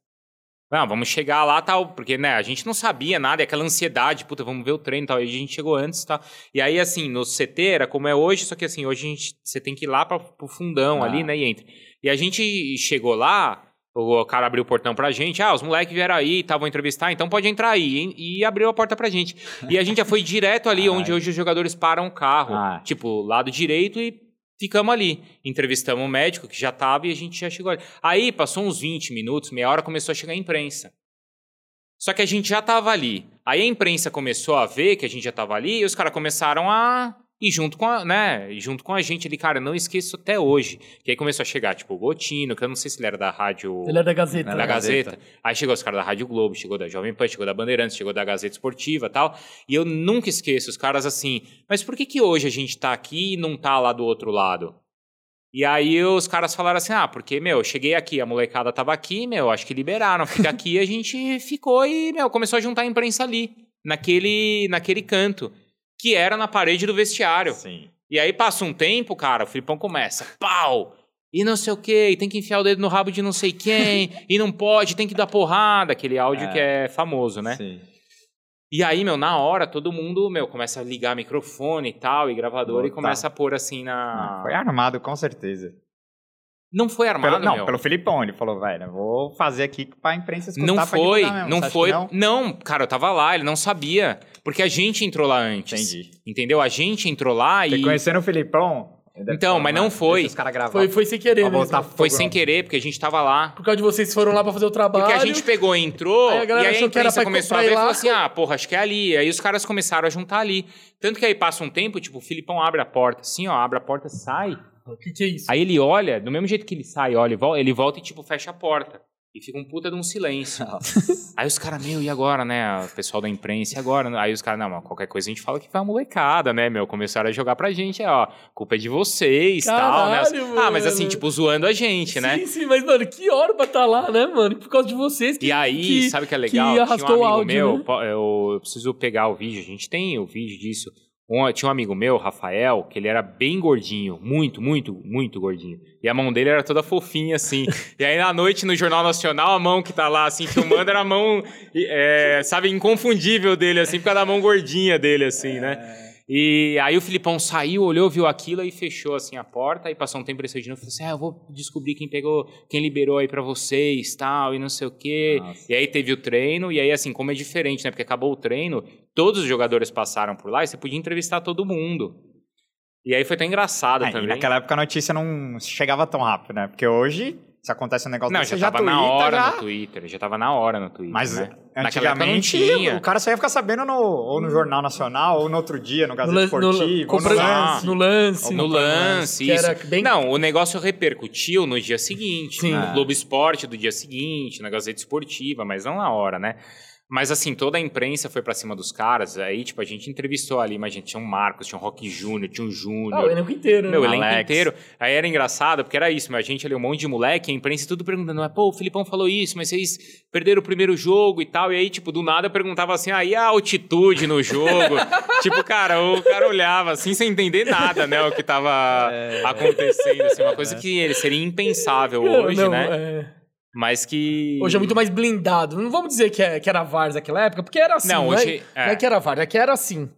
[SPEAKER 3] Não, vamos chegar lá tal, porque né, a gente não sabia nada, e aquela ansiedade, puta, vamos ver o treino e tal. E a gente chegou antes e tal. E aí, assim, no CT era como é hoje, só que assim, hoje a gente, você tem que ir lá pra, pro fundão
[SPEAKER 1] Ah.
[SPEAKER 3] ali, né, e entra. E a gente chegou lá, O cara abriu o portão pra gente. Ah, os moleques vieram aí, estavam entrevistar, então pode entrar aí. hein? E abriu a porta pra gente. E a gente já foi direto ali onde hoje os jogadores param o carro.
[SPEAKER 1] Ah.
[SPEAKER 3] Tipo, lado direito e ficamos ali. Entrevistamos o médico que já tava e a gente já chegou ali. Aí passou uns 20 minutos, meia hora, começou a chegar a imprensa. Só que a gente já tava ali. Aí a imprensa começou a ver que a gente já tava ali e os caras começaram a ir junto com a, né, ir junto com a gente ali, cara, eu não esqueço até hoje. Que aí começou a chegar, tipo, o Gotino, que eu não sei se ele era da rádio
[SPEAKER 2] Ele é da Gazeta.
[SPEAKER 3] da,
[SPEAKER 4] Era
[SPEAKER 3] Gazeta.
[SPEAKER 4] Gazeta.
[SPEAKER 3] Aí chegou os caras da Rádio Globo, chegou da Jovem Pan, chegou da Bandeirantes, chegou da Gazeta Esportiva e tal. E eu nunca esqueço os caras assim, mas por que que hoje a gente tá aqui e não tá lá do outro lado? E aí os caras falaram assim, ah, porque, meu, eu cheguei aqui, a molecada tava aqui, meu, acho que liberaram, fica aqui, a gente ficou e, meu, começou a juntar a imprensa ali, naquele, naquele canto, que era na parede do vestiário.
[SPEAKER 4] Sim.
[SPEAKER 3] E aí passa um tempo, cara, o Filipão começa, pau! E não sei o quê, e tem que enfiar o dedo no rabo de não sei quem, e não pode, tem que dar porrada, aquele áudio
[SPEAKER 4] É.
[SPEAKER 3] que é famoso, né?
[SPEAKER 4] Sim.
[SPEAKER 3] E aí, meu, na hora, todo mundo, meu, começa a ligar microfone e tal, e gravador, e
[SPEAKER 1] Botar. Hum.
[SPEAKER 3] começa a pôr assim na...
[SPEAKER 1] Foi armado, com certeza.
[SPEAKER 3] Não foi armado,
[SPEAKER 1] Pelo- não,
[SPEAKER 3] meu.
[SPEAKER 1] pelo Filipão, ele falou, velho, eu vou fazer aqui pra imprensa escutar
[SPEAKER 3] Não
[SPEAKER 1] pra
[SPEAKER 3] foi,
[SPEAKER 1] divulgar mesmo.
[SPEAKER 3] não
[SPEAKER 1] Você acha
[SPEAKER 3] foi.
[SPEAKER 1] que não?
[SPEAKER 3] Não? cara, eu tava lá, ele não sabia. Porque a gente entrou lá antes.
[SPEAKER 1] Entendi.
[SPEAKER 3] Entendeu? A gente entrou lá
[SPEAKER 1] Porque
[SPEAKER 3] e.
[SPEAKER 1] conhecendo o Filipão... ele deve
[SPEAKER 3] Então,
[SPEAKER 1] falar,
[SPEAKER 3] mas não
[SPEAKER 1] "Mano,
[SPEAKER 3] foi.
[SPEAKER 1] Deixa os caras gravar. Ah,
[SPEAKER 2] Foi, foi sem querer
[SPEAKER 1] pra
[SPEAKER 2] mesmo.
[SPEAKER 1] botar
[SPEAKER 3] Foi
[SPEAKER 1] fogo
[SPEAKER 3] sem
[SPEAKER 1] no-
[SPEAKER 3] querer, porque a gente tava lá.
[SPEAKER 2] Por causa de vocês que foram lá pra fazer o trabalho.
[SPEAKER 3] Porque a gente pegou, entrou,
[SPEAKER 2] Aí a
[SPEAKER 3] e
[SPEAKER 2] galera
[SPEAKER 3] aí a
[SPEAKER 2] achou que era
[SPEAKER 3] imprensa
[SPEAKER 2] pra
[SPEAKER 3] começou a
[SPEAKER 2] comprar
[SPEAKER 3] ver e
[SPEAKER 2] lá.
[SPEAKER 3] falou assim: ah, porra, acho que é ali. Aí os caras começaram a juntar ali. Tanto que aí passa um tempo, tipo, o Filipão abre a porta, assim, ó, abre a porta, sai.
[SPEAKER 2] O que, que é isso?
[SPEAKER 3] Aí ele olha, do mesmo jeito que ele sai, olha, e vol- ele volta e, tipo, fecha a porta. E fica um puta de um silêncio. aí os caras, meu, e agora, né? O pessoal da imprensa, e agora? Aí os caras, não, mas qualquer coisa a gente fala que foi uma molecada, né, meu? Começaram a jogar pra gente, aí, ó, culpa é de vocês, tal, né?
[SPEAKER 2] Caralho,
[SPEAKER 3] Ah, mas
[SPEAKER 2] mano.
[SPEAKER 3] assim, tipo, zoando a gente, né?
[SPEAKER 2] Sim, sim, mas, mano, que hora pra tá lá, né, mano? Por causa de vocês. Que...
[SPEAKER 3] E aí,
[SPEAKER 2] que-
[SPEAKER 3] sabe o que é legal?
[SPEAKER 2] que arrastou
[SPEAKER 3] Tinha um
[SPEAKER 2] o
[SPEAKER 3] amigo
[SPEAKER 2] áudio,
[SPEAKER 3] meu,
[SPEAKER 2] né?
[SPEAKER 3] po- eu, eu preciso pegar o vídeo, a gente tem o vídeo disso. Um- tinha um amigo meu, Rafael, que ele era bem gordinho, muito, muito, muito gordinho. E a mão dele era toda fofinha, assim. e aí, na noite, no Jornal Nacional, a mão que tá lá, assim, filmando, era a mão, é, sabe, inconfundível dele, assim, por causa da mão gordinha dele, assim, né? E aí o Filipão saiu, olhou, viu aquilo e fechou assim a porta. E passou um tempo ele saiu de novo e falou assim: ah, eu vou descobrir quem pegou, quem liberou aí pra vocês, tal, e não sei o quê.
[SPEAKER 4] Nossa.
[SPEAKER 3] E aí teve o treino, e aí assim, como é diferente, né? Porque acabou o treino, todos os jogadores passaram por lá e você podia entrevistar todo mundo. E aí foi tão engraçado
[SPEAKER 1] Ah, e
[SPEAKER 3] também.
[SPEAKER 1] naquela época a notícia não chegava tão rápido, né? Porque hoje, se acontece um negócio
[SPEAKER 3] Não,
[SPEAKER 1] desse,
[SPEAKER 3] já
[SPEAKER 1] você já
[SPEAKER 3] tava na
[SPEAKER 1] tuita,
[SPEAKER 3] hora
[SPEAKER 1] já...
[SPEAKER 3] no Twitter, já tava na hora no Twitter.
[SPEAKER 1] Mas
[SPEAKER 3] né? Naquela época não
[SPEAKER 1] antigamente
[SPEAKER 3] tinha.
[SPEAKER 1] o cara só ia ficar sabendo no, ou no Jornal Nacional, ou no outro dia, no
[SPEAKER 2] No
[SPEAKER 1] Gazeta
[SPEAKER 2] lan- no-
[SPEAKER 1] Esportiva, ou no
[SPEAKER 2] compra-
[SPEAKER 1] lance.
[SPEAKER 2] No lance.
[SPEAKER 3] No lance,
[SPEAKER 2] que
[SPEAKER 3] isso.
[SPEAKER 2] era bem-
[SPEAKER 3] Não, o negócio repercutiu no dia seguinte,
[SPEAKER 2] Sim.
[SPEAKER 3] no
[SPEAKER 2] Ah.
[SPEAKER 3] Globo Esporte do dia seguinte, na Gazeta Esportiva, mas não na hora, né? Mas assim, toda a imprensa foi pra cima dos caras, aí tipo, a gente entrevistou ali, mas gente tinha um Marcos, tinha um Rock Júnior, tinha
[SPEAKER 2] Ah,
[SPEAKER 3] um
[SPEAKER 2] o
[SPEAKER 3] Júnior.
[SPEAKER 2] elenco inteiro, né?
[SPEAKER 3] Meu, o elenco
[SPEAKER 4] Alex.
[SPEAKER 3] inteiro. Aí era engraçado, porque era isso, meu, a gente ali, um monte de moleque, a imprensa e tudo perguntando, mas pô, o Filipão falou isso, mas vocês perderam o primeiro jogo e tal. E aí, tipo, do nada perguntava assim, aí a altitude no jogo? tipo, cara, o cara olhava assim, sem entender nada, né, o que tava acontecendo, assim, uma coisa que ele seria impensável
[SPEAKER 2] É. Não,
[SPEAKER 3] hoje,
[SPEAKER 2] não,
[SPEAKER 3] né?
[SPEAKER 2] é.
[SPEAKER 3] Mas que...
[SPEAKER 2] Hoje é muito mais blindado. Não vamos dizer que, é, que era VARS naquela época, porque era assim.
[SPEAKER 3] Não,
[SPEAKER 2] é-
[SPEAKER 3] hoje-
[SPEAKER 2] Não
[SPEAKER 3] é.
[SPEAKER 2] é que era VARS, é que era assim.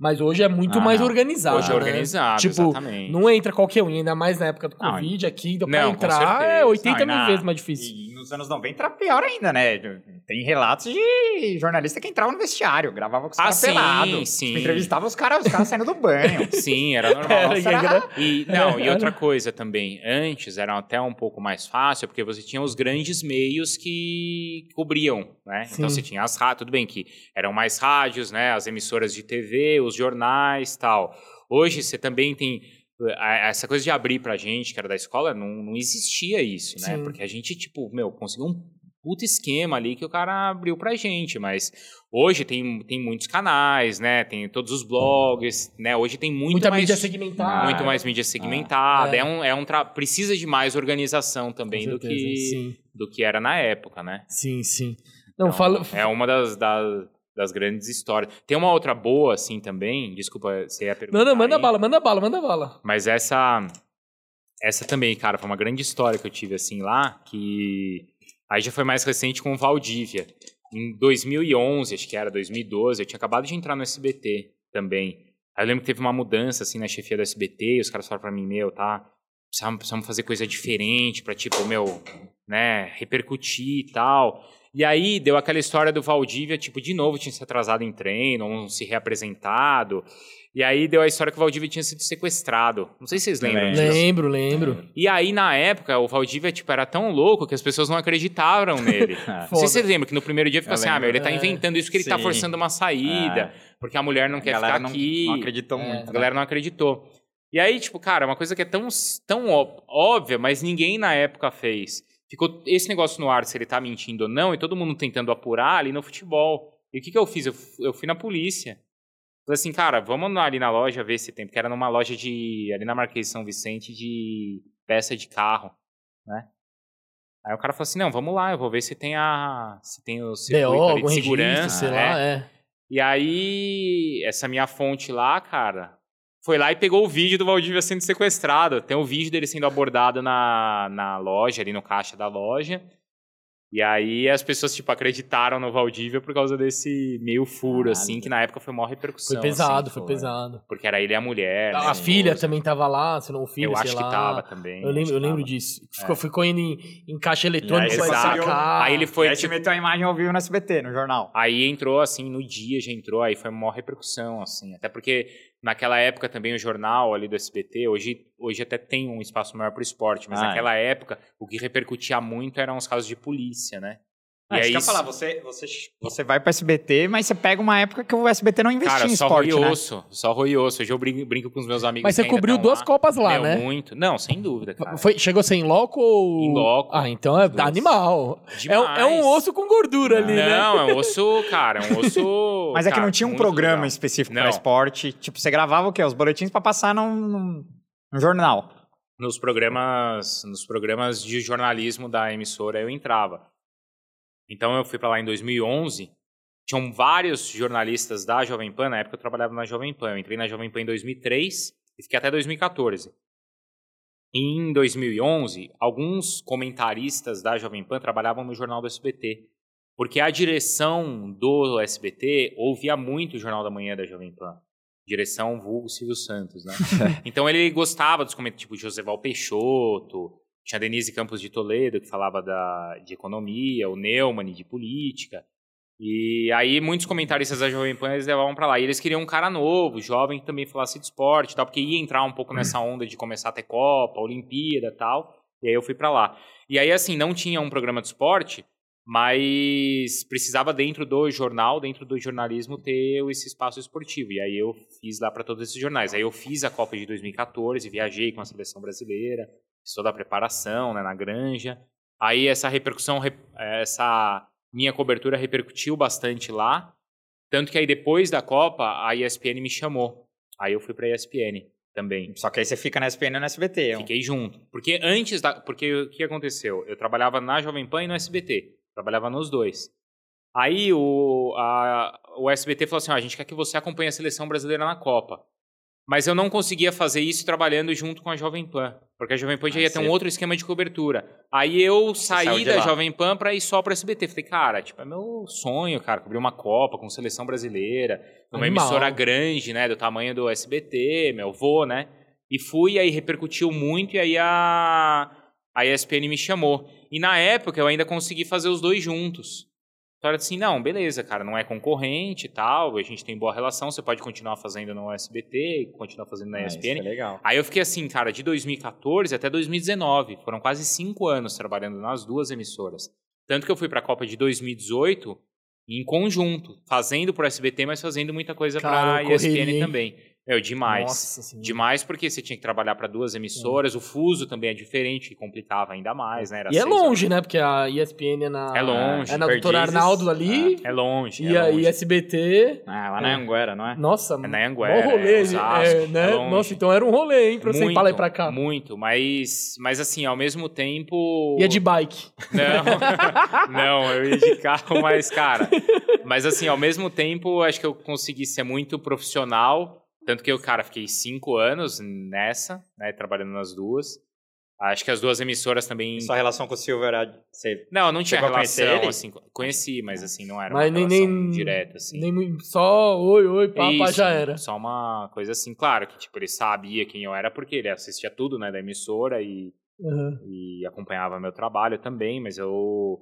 [SPEAKER 2] Mas hoje é muito
[SPEAKER 1] Ah,
[SPEAKER 2] mais
[SPEAKER 1] não.
[SPEAKER 2] organizado.
[SPEAKER 3] Hoje é
[SPEAKER 2] né?
[SPEAKER 3] organizado,
[SPEAKER 2] Tipo,
[SPEAKER 3] exatamente.
[SPEAKER 2] não entra qualquer um, ainda mais na época do
[SPEAKER 1] Não,
[SPEAKER 2] Covid aqui, ainda pra
[SPEAKER 3] não, com
[SPEAKER 2] entrar
[SPEAKER 3] certeza.
[SPEAKER 2] é 80
[SPEAKER 1] Não, e
[SPEAKER 2] mil
[SPEAKER 1] na-
[SPEAKER 2] vezes mais difícil.
[SPEAKER 1] E nos anos 90 era pior ainda, né? Tem relatos de jornalista que entrava no vestiário, gravava com os
[SPEAKER 3] Ah,
[SPEAKER 1] caras
[SPEAKER 3] sim,
[SPEAKER 1] pelados. tipo,
[SPEAKER 3] sim.
[SPEAKER 1] Entrevistava os caras, os caras saindo do banho.
[SPEAKER 3] Sim, era normal.
[SPEAKER 2] Era,
[SPEAKER 1] Será?
[SPEAKER 2] era-
[SPEAKER 3] E, não,
[SPEAKER 2] É.
[SPEAKER 3] e outra coisa também, antes era até um pouco mais fácil, porque você tinha os grandes meios que cobriam, né? Então
[SPEAKER 2] Sim.
[SPEAKER 3] você tinha as rádios, tudo bem que eram mais rádios, né? As emissoras de TV, os jornais tal. Hoje você também tem eh, a- essa coisa de abrir pra gente, que era da escola, não, não existia isso, né?
[SPEAKER 2] Sim.
[SPEAKER 3] Porque a gente, tipo, meu, conseguiu um puta esquema ali que o cara abriu pra gente, mas hoje tem, tem muitos canais, né? Tem todos os blogs, né? Hoje tem muito
[SPEAKER 2] muita
[SPEAKER 3] mais
[SPEAKER 2] mídia segmentada.
[SPEAKER 3] muito mais mídia segmentada.
[SPEAKER 2] Tá. é.
[SPEAKER 3] é. um, é um tra- precisa de mais organização
[SPEAKER 2] Com
[SPEAKER 3] também do
[SPEAKER 2] certeza,
[SPEAKER 3] que,
[SPEAKER 2] Sim,
[SPEAKER 3] do que era na época, né?
[SPEAKER 2] sim, sim. Não,
[SPEAKER 3] Então,
[SPEAKER 2] fala...
[SPEAKER 3] É uma das, das, das grandes histórias. Tem uma outra boa, assim, também. Desculpa, você ia perguntar.
[SPEAKER 2] Manda, manda
[SPEAKER 3] aí.
[SPEAKER 2] bala, manda bala, manda bala.
[SPEAKER 3] Mas essa. Essa também, cara, foi uma grande história que eu tive assim lá, que aí já foi mais recente com o Valdívia. Em 2011, acho que era 2012, eu tinha acabado de entrar no SBT também. Aí eu lembro que teve uma mudança assim na chefia do SBT, e os caras falaram pra mim, meu, tá, precisamos, precisamos fazer coisa diferente pra, tipo, meu, né, repercutir e tal. E aí deu aquela história do Valdívia, tipo, de novo tinha se atrasado em treino, ou não se reapresentado. E aí deu a história que o Valdívia tinha sido sequestrado. Não sei se vocês lembram disso.
[SPEAKER 2] Lembro, lembro.
[SPEAKER 3] E aí, na época, o Valdívia, tipo, era tão louco que as pessoas não acreditaram nele. não sei se vocês lembram que no primeiro dia fica
[SPEAKER 1] Eu
[SPEAKER 3] assim, ah,
[SPEAKER 1] lembro.
[SPEAKER 3] meu, ele tá
[SPEAKER 2] É.
[SPEAKER 3] inventando isso porque ele tá
[SPEAKER 1] Sim. É.
[SPEAKER 3] forçando uma saída, porque a mulher não
[SPEAKER 1] A
[SPEAKER 3] quer
[SPEAKER 1] galera
[SPEAKER 3] ficar
[SPEAKER 1] não,
[SPEAKER 3] aqui. É,
[SPEAKER 1] não acreditou muito.
[SPEAKER 2] É,
[SPEAKER 3] A
[SPEAKER 1] né?
[SPEAKER 3] galera não acreditou. E aí, tipo, cara, uma coisa que é tão, tão ó- óbvia, mas ninguém na época fez. Ficou esse negócio no ar, se ele tá mentindo ou não, e todo mundo tentando apurar ali no futebol. E o que, que eu fiz? Eu, f- eu fui na polícia. Falei assim, cara, vamos na- ali na loja ver se tem, porque era numa loja de. ali na Marquês de São Vicente de peça de carro, né? Aí o cara falou assim, não, vamos lá, eu vou ver se tem a. se tem o circuito
[SPEAKER 2] BO,
[SPEAKER 3] ali
[SPEAKER 2] algum
[SPEAKER 3] de
[SPEAKER 2] registro,
[SPEAKER 3] segurança.
[SPEAKER 2] sei
[SPEAKER 3] né?
[SPEAKER 2] lá, é.
[SPEAKER 3] E aí, essa minha fonte lá, cara, foi lá e pegou o vídeo do Valdívia sendo sequestrado. Tem o vídeo dele sendo abordado na, na loja, ali no caixa da loja. E aí as pessoas, tipo, acreditaram no Valdívia por causa desse meio
[SPEAKER 1] Caralho.
[SPEAKER 3] furo, assim, que na época foi maior repercussão.
[SPEAKER 2] Foi pesado,
[SPEAKER 3] assim,
[SPEAKER 2] foi pesado.
[SPEAKER 3] Porque era ele e a mulher. né,
[SPEAKER 2] A
[SPEAKER 3] o
[SPEAKER 2] filha
[SPEAKER 3] moço.
[SPEAKER 2] também tava lá, se não o filho,
[SPEAKER 3] Eu
[SPEAKER 2] sei
[SPEAKER 3] acho
[SPEAKER 2] lá.
[SPEAKER 3] que tava também.
[SPEAKER 2] Eu lembro,
[SPEAKER 3] acho
[SPEAKER 2] eu
[SPEAKER 3] que
[SPEAKER 2] lembro
[SPEAKER 3] tava. É.
[SPEAKER 2] disso. Ficou, ficou indo em, em caixa
[SPEAKER 1] E
[SPEAKER 2] eletrônica
[SPEAKER 1] aí
[SPEAKER 2] pra
[SPEAKER 1] você sabe,
[SPEAKER 2] sacar.
[SPEAKER 3] Aí ele
[SPEAKER 1] Foi,
[SPEAKER 3] foi,
[SPEAKER 1] aí te
[SPEAKER 3] tipo,
[SPEAKER 1] meteu a imagem ao vivo no SBT, no jornal.
[SPEAKER 3] Aí entrou, assim, no dia já entrou, aí foi uma repercussão, assim. Até porque naquela época também o jornal ali do SBT, hoje, hoje até tem um espaço maior pro esporte, mas
[SPEAKER 1] Ah, é.
[SPEAKER 3] naquela época o que repercutia muito eram os casos de polícia, né? E
[SPEAKER 1] Ah,
[SPEAKER 3] aí,
[SPEAKER 1] isso que eu ia falar, você, você, você vai pro SBT, mas você pega uma época que o SBT não investia
[SPEAKER 3] cara,
[SPEAKER 1] em
[SPEAKER 3] só
[SPEAKER 1] esporte,
[SPEAKER 3] roi
[SPEAKER 1] né?
[SPEAKER 3] osso, só roi osso. Hoje eu brinco, brinco com os meus amigos.
[SPEAKER 2] Mas você
[SPEAKER 3] que ainda
[SPEAKER 2] cobriu
[SPEAKER 3] tão
[SPEAKER 2] duas copas lá,
[SPEAKER 3] Meu,
[SPEAKER 2] né?
[SPEAKER 3] Muito. Não, sem dúvida, cara.
[SPEAKER 2] Foi, chegou a ser em loco ou.
[SPEAKER 3] Em loco.
[SPEAKER 2] Ah, então é
[SPEAKER 3] Duas.
[SPEAKER 2] animal. É, um-
[SPEAKER 3] Demais.
[SPEAKER 2] é um osso com gordura ali, né?
[SPEAKER 3] Não, é um osso, cara, é um osso...
[SPEAKER 1] Mas é que
[SPEAKER 3] cara,
[SPEAKER 1] não tinha um
[SPEAKER 3] muito
[SPEAKER 1] programa
[SPEAKER 3] legal.
[SPEAKER 1] específico
[SPEAKER 3] Não.
[SPEAKER 1] pra esporte. Tipo, você gravava o quê? Os boletins pra passar num, num- num jornal.
[SPEAKER 3] nos programas nos programas de jornalismo da emissora eu entrava. Então eu fui para lá em 2011. Tinham vários jornalistas da Jovem Pan, na época eu trabalhava na Jovem Pan. Eu entrei na Jovem Pan em 2003 e fiquei até 2014. E em 2011, alguns comentaristas da Jovem Pan trabalhavam no jornal do SBT. Porque a direção do SBT ouvia muito o Jornal da Manhã da Jovem Pan. Direção vulgo Silvio Santos, né? Então ele gostava dos comentários, tipo Joseval Peixoto, tinha Denise Campos de Toledo, que falava da, de economia, o Neumann de política. E aí muitos comentaristas da Jovem Pan eles levavam pra lá. E eles queriam um cara novo, jovem, que também falasse de esporte e tal, porque ia entrar um pouco nessa onda de começar a ter Copa, Olimpíada e tal. E aí eu fui pra lá. E aí, assim, não tinha um programa de esporte, mas precisava dentro do jornal, dentro do jornalismo, ter esse espaço esportivo. E aí eu fiz lá para todos esses jornais. Aí eu fiz a Copa de 2014, viajei com a seleção brasileira, fiz toda a preparação né, na granja. Aí essa repercussão, re- essa minha cobertura repercutiu bastante lá. Tanto que aí depois da Copa, a ESPN me chamou. Aí eu fui para a ESPN também.
[SPEAKER 1] Só que aí você fica na SPN e no SBT. é um-
[SPEAKER 3] Fiquei junto. Porque antes da. Porque o que aconteceu? Eu trabalhava na Jovem Pan e no SBT. Trabalhava nos dois. Aí o, a- o SBT falou assim: ó, a gente quer que você acompanhe a seleção brasileira na Copa. Mas eu não conseguia fazer isso trabalhando junto com a Jovem Pan. Porque a Jovem Pan já
[SPEAKER 1] Ah,
[SPEAKER 3] ia ter
[SPEAKER 1] você-
[SPEAKER 3] um outro esquema de cobertura. Aí eu
[SPEAKER 1] saiu
[SPEAKER 3] saí
[SPEAKER 1] de
[SPEAKER 3] da
[SPEAKER 1] lá.
[SPEAKER 3] Jovem Pan pra ir só pra SBT. Falei, cara, tipo, é meu sonho, cara, cobrir uma Copa com seleção brasileira, numa
[SPEAKER 2] Animal.
[SPEAKER 3] emissora grande, né, do tamanho do SBT, meu vô, né? E fui, aí repercutiu muito, e aí a, a ESPN me chamou. E na época eu ainda consegui fazer os dois juntos. Então era assim, não, beleza, cara, não é concorrente e tal, a gente tem boa relação, você pode continuar fazendo no SBT, continuar fazendo na
[SPEAKER 1] Ah, isso
[SPEAKER 3] ESPN.
[SPEAKER 1] é legal.
[SPEAKER 3] Aí eu fiquei assim, cara, de 2014 até 2019. Foram quase cinco anos trabalhando nas duas emissoras. Tanto que eu fui pra Copa de 2018 em conjunto, fazendo pro SBT, mas fazendo muita coisa
[SPEAKER 2] Cara,
[SPEAKER 3] pra
[SPEAKER 2] correria,
[SPEAKER 3] ESPN
[SPEAKER 2] hein?
[SPEAKER 3] também. Meu, demais.
[SPEAKER 2] Nossa senhora.
[SPEAKER 3] Demais porque você tinha que trabalhar pra duas emissoras, o fuso também é diferente, que complicava ainda mais, né? Era
[SPEAKER 2] E é
[SPEAKER 3] seis
[SPEAKER 2] longe, né? Porque a ESPN é na.
[SPEAKER 3] É longe,
[SPEAKER 2] É na doutora
[SPEAKER 1] Perdizes.
[SPEAKER 2] Arnaldo ali.
[SPEAKER 3] horas. É longe.
[SPEAKER 2] e assim,
[SPEAKER 3] é
[SPEAKER 2] a
[SPEAKER 3] longe.
[SPEAKER 2] SBT.
[SPEAKER 1] Ah, lá na Anguera, não é?
[SPEAKER 2] Nossa,
[SPEAKER 3] É
[SPEAKER 2] mano.
[SPEAKER 3] na Anguera,
[SPEAKER 2] Bom rolê,
[SPEAKER 3] é Osasco,
[SPEAKER 2] é, né?
[SPEAKER 3] é longe.
[SPEAKER 2] Nossa, então era um rolê, hein? Pra você ir pra lá e pra cá.
[SPEAKER 3] Muito, mas, mas assim, ao mesmo tempo.
[SPEAKER 2] E é de bike.
[SPEAKER 3] Não, não, eu ia de carro, mas, cara. Mas assim, ao mesmo tempo, acho que eu consegui ser muito profissional. Tanto que eu, cara, fiquei cinco anos nessa, né? Trabalhando nas duas. Acho que as duas emissoras também.
[SPEAKER 4] Sua relação com o Silvio era. Você...
[SPEAKER 3] Não, não tinha
[SPEAKER 4] Chegou a conhecer
[SPEAKER 3] relação,
[SPEAKER 4] ele?
[SPEAKER 3] assim. Conheci, mas assim, não era
[SPEAKER 2] Mas nem-
[SPEAKER 3] uma relação
[SPEAKER 2] nem-
[SPEAKER 3] direta, assim.
[SPEAKER 2] Nem mui- só oi, oi, pá, pá,
[SPEAKER 3] Isso,
[SPEAKER 2] já era.
[SPEAKER 3] Só uma coisa assim, claro, que tipo, ele sabia quem eu era porque ele assistia tudo, né, da emissora e,
[SPEAKER 2] Uhum.
[SPEAKER 3] e acompanhava meu trabalho também, mas eu.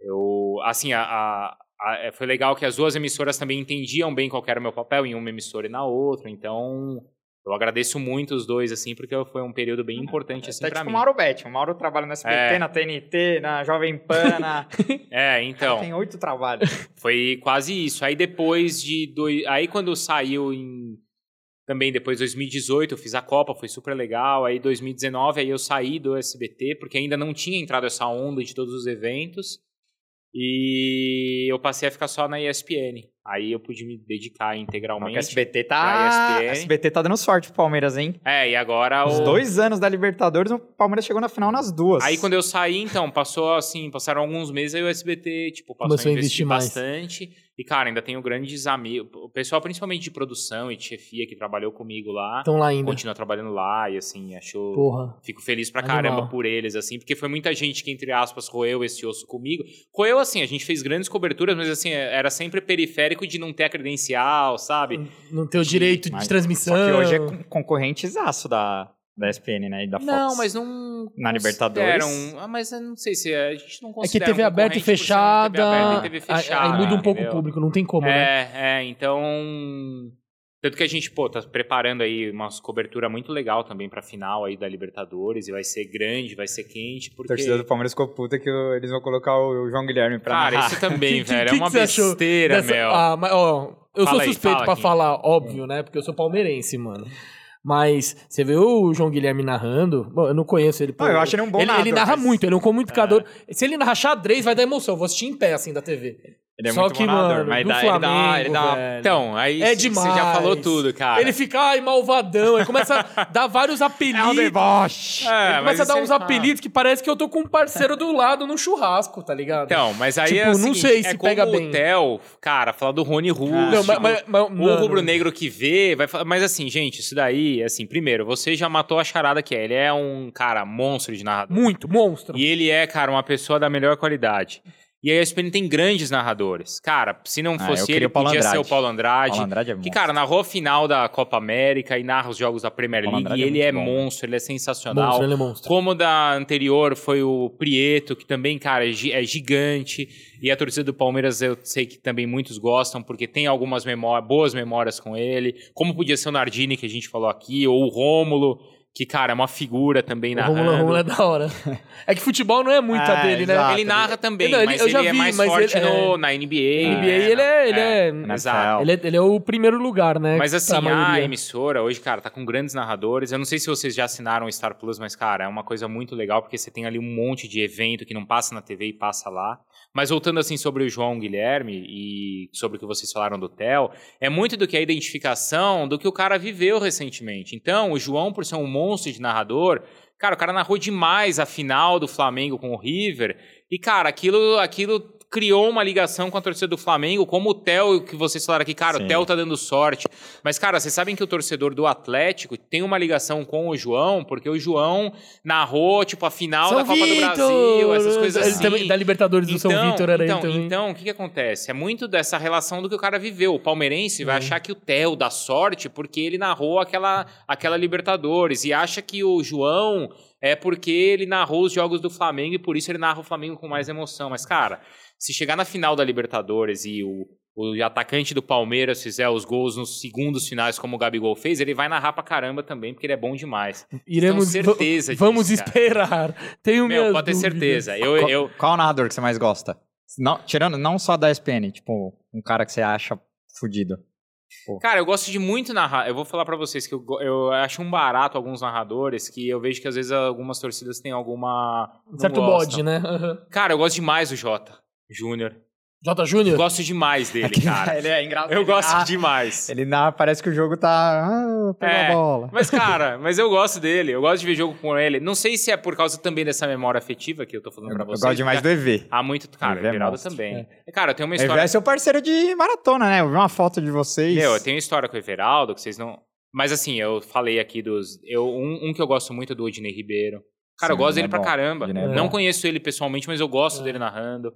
[SPEAKER 3] Eu. Assim, a, a- a- é, foi legal que as duas emissoras também entendiam bem qual que era o meu papel em uma emissora e na outra, então. Eu agradeço muito os dois, assim, porque foi um período bem importante, assim,
[SPEAKER 1] Até
[SPEAKER 3] pra
[SPEAKER 1] tipo o
[SPEAKER 3] mim.
[SPEAKER 1] Mauro Betti. O Mauro trabalha na SBT,
[SPEAKER 3] É.
[SPEAKER 1] na TNT, na Jovem Pan, na...
[SPEAKER 3] É, então.
[SPEAKER 1] tem oito trabalhos.
[SPEAKER 3] Foi quase isso. Aí depois de. Dois, aí quando saiu em. Também depois de 2018, eu fiz a Copa, foi super legal. Aí 2019, aí eu saí do SBT, porque ainda não tinha entrado essa onda de todos os eventos. E eu passei a ficar só na ESPN. Aí eu pude me
[SPEAKER 4] Não,
[SPEAKER 3] dedicar
[SPEAKER 4] que
[SPEAKER 3] integralmente.
[SPEAKER 4] a SBT
[SPEAKER 3] Pra
[SPEAKER 1] Tá,
[SPEAKER 3] ESPN.
[SPEAKER 1] SBT tá dando sorte pro Palmeiras, hein?
[SPEAKER 3] É, e agora
[SPEAKER 1] Os
[SPEAKER 3] o-
[SPEAKER 1] dois anos da Libertadores, o Palmeiras chegou na final nas duas.
[SPEAKER 3] Aí quando eu saí, então, passou assim, passaram alguns meses, aí o SBT, tipo, passou
[SPEAKER 2] Começou
[SPEAKER 3] a
[SPEAKER 2] a investir
[SPEAKER 3] investir
[SPEAKER 2] mais.
[SPEAKER 3] bastante. E, cara, ainda tenho grandes amigos. O pessoal, principalmente de produção e de chefia, que trabalhou comigo lá,
[SPEAKER 2] Estão lá ainda.
[SPEAKER 3] continua trabalhando lá e, assim, achou...
[SPEAKER 2] Porra.
[SPEAKER 3] Fico feliz pra
[SPEAKER 2] Animal.
[SPEAKER 3] caramba por eles, assim, porque foi muita gente que, entre aspas, roeu esse osso comigo. Roeu, assim, a gente fez grandes coberturas, mas, assim, era sempre periférico de não ter a credencial, sabe?
[SPEAKER 2] Não ter o direito de
[SPEAKER 1] Mas-
[SPEAKER 2] transmissão.
[SPEAKER 1] Só que hoje é con- concorrentezaço da, da SPN, né? E da Fox.
[SPEAKER 3] Não, mas não.
[SPEAKER 1] Na
[SPEAKER 3] consideram-
[SPEAKER 2] um-
[SPEAKER 1] Libertadores?
[SPEAKER 3] Ah, mas eu não sei se é- a gente não
[SPEAKER 2] É que
[SPEAKER 3] considera.
[SPEAKER 2] TV
[SPEAKER 3] um
[SPEAKER 2] aberta e
[SPEAKER 3] concorrente por ser uma
[SPEAKER 2] fechada.
[SPEAKER 3] TV aberta e TV
[SPEAKER 2] aí-
[SPEAKER 3] fechada.
[SPEAKER 2] aí muda um pouco
[SPEAKER 3] entendeu?
[SPEAKER 2] o público, não tem como, né?
[SPEAKER 3] É, é, então. Tanto que a gente, pô, tá preparando aí uma cobertura muito legal também pra final aí da Libertadores. E vai ser grande, vai ser quente,
[SPEAKER 1] A
[SPEAKER 3] porque.
[SPEAKER 1] torcida do Palmeiras ficou puta que o- eles vão colocar o o João Guilherme pra
[SPEAKER 3] Cara,
[SPEAKER 1] narrar.
[SPEAKER 3] isso também,
[SPEAKER 2] Que- que-
[SPEAKER 3] velho.
[SPEAKER 2] que
[SPEAKER 3] é uma
[SPEAKER 2] que você achou
[SPEAKER 3] besteira,
[SPEAKER 2] Dessa-
[SPEAKER 3] meu.
[SPEAKER 2] Ah, mas, ó, eu
[SPEAKER 3] Fala
[SPEAKER 2] sou
[SPEAKER 3] aí,
[SPEAKER 2] suspeito
[SPEAKER 3] fala,
[SPEAKER 2] pra
[SPEAKER 3] Kim.
[SPEAKER 2] falar, óbvio, né? Porque eu sou palmeirense, mano. Mas você vê o João Guilherme narrando. Bom, eu não conheço ele.
[SPEAKER 1] Não, eu acho ele um bom
[SPEAKER 2] ele, ele
[SPEAKER 1] narrador,
[SPEAKER 2] narra
[SPEAKER 1] mas-
[SPEAKER 2] muito, ele é um comunicador. Se ele narrar xadrez, vai dar emoção. Eu vou assistir em pé, assim, da TV.
[SPEAKER 1] Ele é
[SPEAKER 2] Só
[SPEAKER 1] muito bom
[SPEAKER 2] que,
[SPEAKER 1] narrador,
[SPEAKER 2] mano,
[SPEAKER 1] mas
[SPEAKER 2] do
[SPEAKER 1] dá- ele dá, ele dá uma
[SPEAKER 2] Flamengo, velho.
[SPEAKER 3] Então, aí
[SPEAKER 2] É
[SPEAKER 3] você já falou
[SPEAKER 2] demais.
[SPEAKER 3] tudo, cara.
[SPEAKER 2] Ele fica, ai, malvadão. Ele começa a dar vários
[SPEAKER 1] É um
[SPEAKER 2] apelidos.
[SPEAKER 1] deboche.
[SPEAKER 3] É,
[SPEAKER 2] ele começa a
[SPEAKER 3] mas
[SPEAKER 2] dar
[SPEAKER 3] isso
[SPEAKER 2] uns
[SPEAKER 3] ele-
[SPEAKER 2] apelidos que parece que eu tô com um parceiro do lado num churrasco, tá ligado?
[SPEAKER 3] Então, mas aí
[SPEAKER 2] Tipo,
[SPEAKER 3] é o
[SPEAKER 2] não
[SPEAKER 3] seguinte,
[SPEAKER 2] sei se
[SPEAKER 3] é como
[SPEAKER 2] pega
[SPEAKER 3] o
[SPEAKER 2] bem.
[SPEAKER 3] Theo, cara, falar do Rony Russo.
[SPEAKER 2] não, mas, mas- mas-
[SPEAKER 3] tipo, O
[SPEAKER 2] mano,
[SPEAKER 3] rubro-negro que vê, vai falar. Mas assim, gente, isso daí, assim, primeiro, você já matou a charada que é. Ele é um cara monstro de narrador.
[SPEAKER 2] Muito, monstro.
[SPEAKER 3] E ele é, cara, uma pessoa da melhor qualidade. E aí a ESPN tem grandes narradores. Cara, se não
[SPEAKER 1] Ah, eu
[SPEAKER 3] fosse
[SPEAKER 1] queria
[SPEAKER 3] ele,
[SPEAKER 1] o Paulo
[SPEAKER 3] podia ser
[SPEAKER 1] Andrade.
[SPEAKER 3] o Paulo Andrade.
[SPEAKER 1] Paulo Andrade é
[SPEAKER 3] que,
[SPEAKER 1] monstro.
[SPEAKER 3] cara, narrou a final da Copa América e narra os jogos da Premier
[SPEAKER 1] Paulo
[SPEAKER 3] League.
[SPEAKER 1] Andrade
[SPEAKER 3] e
[SPEAKER 1] é
[SPEAKER 3] ele é
[SPEAKER 1] muito bom, né?
[SPEAKER 3] monstro, ele é sensacional.
[SPEAKER 2] monstro, ele é monstro.
[SPEAKER 3] Como da anterior foi o Prieto, que também, cara, é gi- é gigante. E a torcida do Palmeiras eu sei que também muitos gostam, porque tem algumas memó- boas memórias com ele. Como podia ser o Nardini, que a gente falou aqui, ou o Rômulo, que, cara, é uma figura também
[SPEAKER 2] O
[SPEAKER 3] narrando.
[SPEAKER 2] Romulo, Romulo é da hora. É que futebol não é muito a
[SPEAKER 1] É,
[SPEAKER 2] dele, né?
[SPEAKER 1] exato.
[SPEAKER 3] Ele narra também,
[SPEAKER 2] Não, ele-
[SPEAKER 3] mas
[SPEAKER 2] eu já
[SPEAKER 3] ele é
[SPEAKER 2] vi,
[SPEAKER 3] mais
[SPEAKER 2] mas
[SPEAKER 3] forte
[SPEAKER 2] ele- é.
[SPEAKER 3] no- na NBA.
[SPEAKER 2] NBA,
[SPEAKER 3] né?
[SPEAKER 2] ele é- ele é-
[SPEAKER 3] Exato.
[SPEAKER 1] Exato.
[SPEAKER 2] Ele é, ele é o primeiro lugar, né?
[SPEAKER 3] Mas assim,
[SPEAKER 2] pra
[SPEAKER 3] a,
[SPEAKER 2] maioria.
[SPEAKER 3] emissora hoje, cara, tá com grandes narradores. Eu não sei se vocês já assinaram o Star Plus, mas, cara, é uma coisa muito legal, porque você tem ali um monte de evento que não passa na TV e passa lá. Mas voltando assim sobre o João Guilherme e sobre o que vocês falaram do Theo, é muito do que a identificação do que o cara viveu recentemente. Então, o João, por ser um monstro de narrador, cara, o cara narrou demais a final do Flamengo com o River. E, cara, aquilo, aquilo criou uma ligação com a torcida do Flamengo, como o Theo, que vocês falaram aqui, cara,
[SPEAKER 1] Sim.
[SPEAKER 3] o Theo tá dando sorte. Mas, cara, vocês sabem que o torcedor do Atlético tem uma ligação com o João, porque o João narrou, tipo, a final
[SPEAKER 2] São
[SPEAKER 3] da Copa do
[SPEAKER 2] Vitor!
[SPEAKER 3] Brasil, essas coisas
[SPEAKER 2] Ele
[SPEAKER 3] assim.
[SPEAKER 2] também, da Libertadores do São Vitor era
[SPEAKER 3] então,
[SPEAKER 2] ele também.
[SPEAKER 3] então, o que, que acontece? É muito dessa relação do que o cara viveu. O palmeirense
[SPEAKER 2] Uhum.
[SPEAKER 3] vai achar que o Theo dá sorte porque ele narrou aquela, aquela Libertadores e acha que o João é porque ele narrou os jogos do Flamengo e por isso ele narra o Flamengo com mais emoção. Mas, cara, se chegar na final da Libertadores e o, o atacante do Palmeiras fizer os gols nos segundos finais, como o Gabigol fez, ele vai narrar pra caramba também, porque ele é bom demais.
[SPEAKER 2] Iremos,
[SPEAKER 3] tenho certeza
[SPEAKER 2] va- Vamos
[SPEAKER 3] disso, cara.
[SPEAKER 2] esperar. Tenho
[SPEAKER 3] Meu,
[SPEAKER 2] minhas
[SPEAKER 3] pode ter
[SPEAKER 2] dúvidas.
[SPEAKER 3] certeza. Eu,
[SPEAKER 1] Qual,
[SPEAKER 3] eu,
[SPEAKER 1] qual narrador que você mais gosta? Não, tirando não só da SPN, tipo, um cara que você acha fudido.
[SPEAKER 3] Cara, eu gosto de muito narrar. Eu vou falar pra vocês que eu, go- eu acho um barato alguns narradores que eu vejo que às vezes algumas torcidas têm alguma. não
[SPEAKER 2] Um certo
[SPEAKER 3] gostam.
[SPEAKER 2] bode, né? Aham.
[SPEAKER 3] Cara, eu gosto demais do Jota Júnior.
[SPEAKER 2] Jota
[SPEAKER 3] Eu
[SPEAKER 2] Júnior?
[SPEAKER 3] Gosto demais dele, cara.
[SPEAKER 1] ele é engraçado.
[SPEAKER 3] Eu gosto
[SPEAKER 1] narra,
[SPEAKER 3] demais.
[SPEAKER 1] Ele narra, parece que o jogo tá. Ah, pegou
[SPEAKER 3] É.
[SPEAKER 1] a bola.
[SPEAKER 3] Mas, cara, mas eu gosto dele. Eu gosto de ver jogo com ele. Não sei se é por causa também dessa memória afetiva que eu tô falando
[SPEAKER 1] Eu,
[SPEAKER 3] pra
[SPEAKER 1] eu
[SPEAKER 3] vocês.
[SPEAKER 1] gosto demais do EV.
[SPEAKER 3] Há muito. Cara,
[SPEAKER 1] Ele
[SPEAKER 3] o
[SPEAKER 1] é
[SPEAKER 3] Everaldo
[SPEAKER 1] monstro.
[SPEAKER 3] também. Cara, eu tenho uma
[SPEAKER 1] EV
[SPEAKER 3] história.
[SPEAKER 1] é seu parceiro de maratona, né? Eu vi uma foto de vocês.
[SPEAKER 3] Meu, eu tenho história com o Everaldo que vocês não. Mas assim, eu falei aqui dos. Eu, um, um que eu gosto muito é do Odinei Ribeiro. Cara, eu
[SPEAKER 1] Sim,
[SPEAKER 3] gosto
[SPEAKER 1] ele
[SPEAKER 3] dele
[SPEAKER 1] é
[SPEAKER 3] pra
[SPEAKER 1] bom.
[SPEAKER 3] caramba.
[SPEAKER 1] Ele é
[SPEAKER 3] Não
[SPEAKER 2] bom.
[SPEAKER 3] conheço ele pessoalmente, mas eu gosto dele narrando.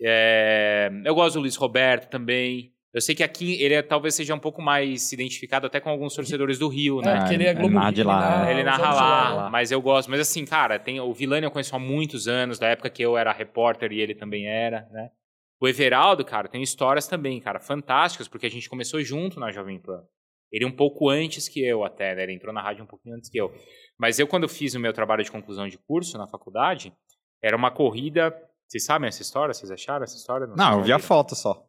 [SPEAKER 3] É, Eu gosto do Luiz Roberto também. Eu sei que aqui ele é- talvez seja um pouco mais identificado até com alguns torcedores do Rio, né?
[SPEAKER 2] É, porque ele é
[SPEAKER 1] ele
[SPEAKER 2] Globo
[SPEAKER 1] narra de
[SPEAKER 2] Rio,
[SPEAKER 1] lá,
[SPEAKER 2] narra
[SPEAKER 1] é.
[SPEAKER 3] Ele
[SPEAKER 2] os
[SPEAKER 3] narra
[SPEAKER 2] jogos de
[SPEAKER 3] lá,
[SPEAKER 1] lá.
[SPEAKER 3] mas eu gosto. Mas assim, cara, tem, o Vilani eu conheço há muitos anos, da época que eu era repórter e ele também era, né? O Everaldo, cara, tem histórias também, cara, fantásticas, porque a gente começou junto na Jovem Pan. Ele um pouco antes que eu até, né? Ele entrou na rádio um pouquinho antes que eu. Mas eu, quando fiz o meu trabalho de conclusão de curso na faculdade, era uma corrida... Vocês sabem essa história? Vocês acharam essa história?
[SPEAKER 1] Não, eu
[SPEAKER 3] vocês
[SPEAKER 1] vi a
[SPEAKER 3] ouviram?
[SPEAKER 1] foto só.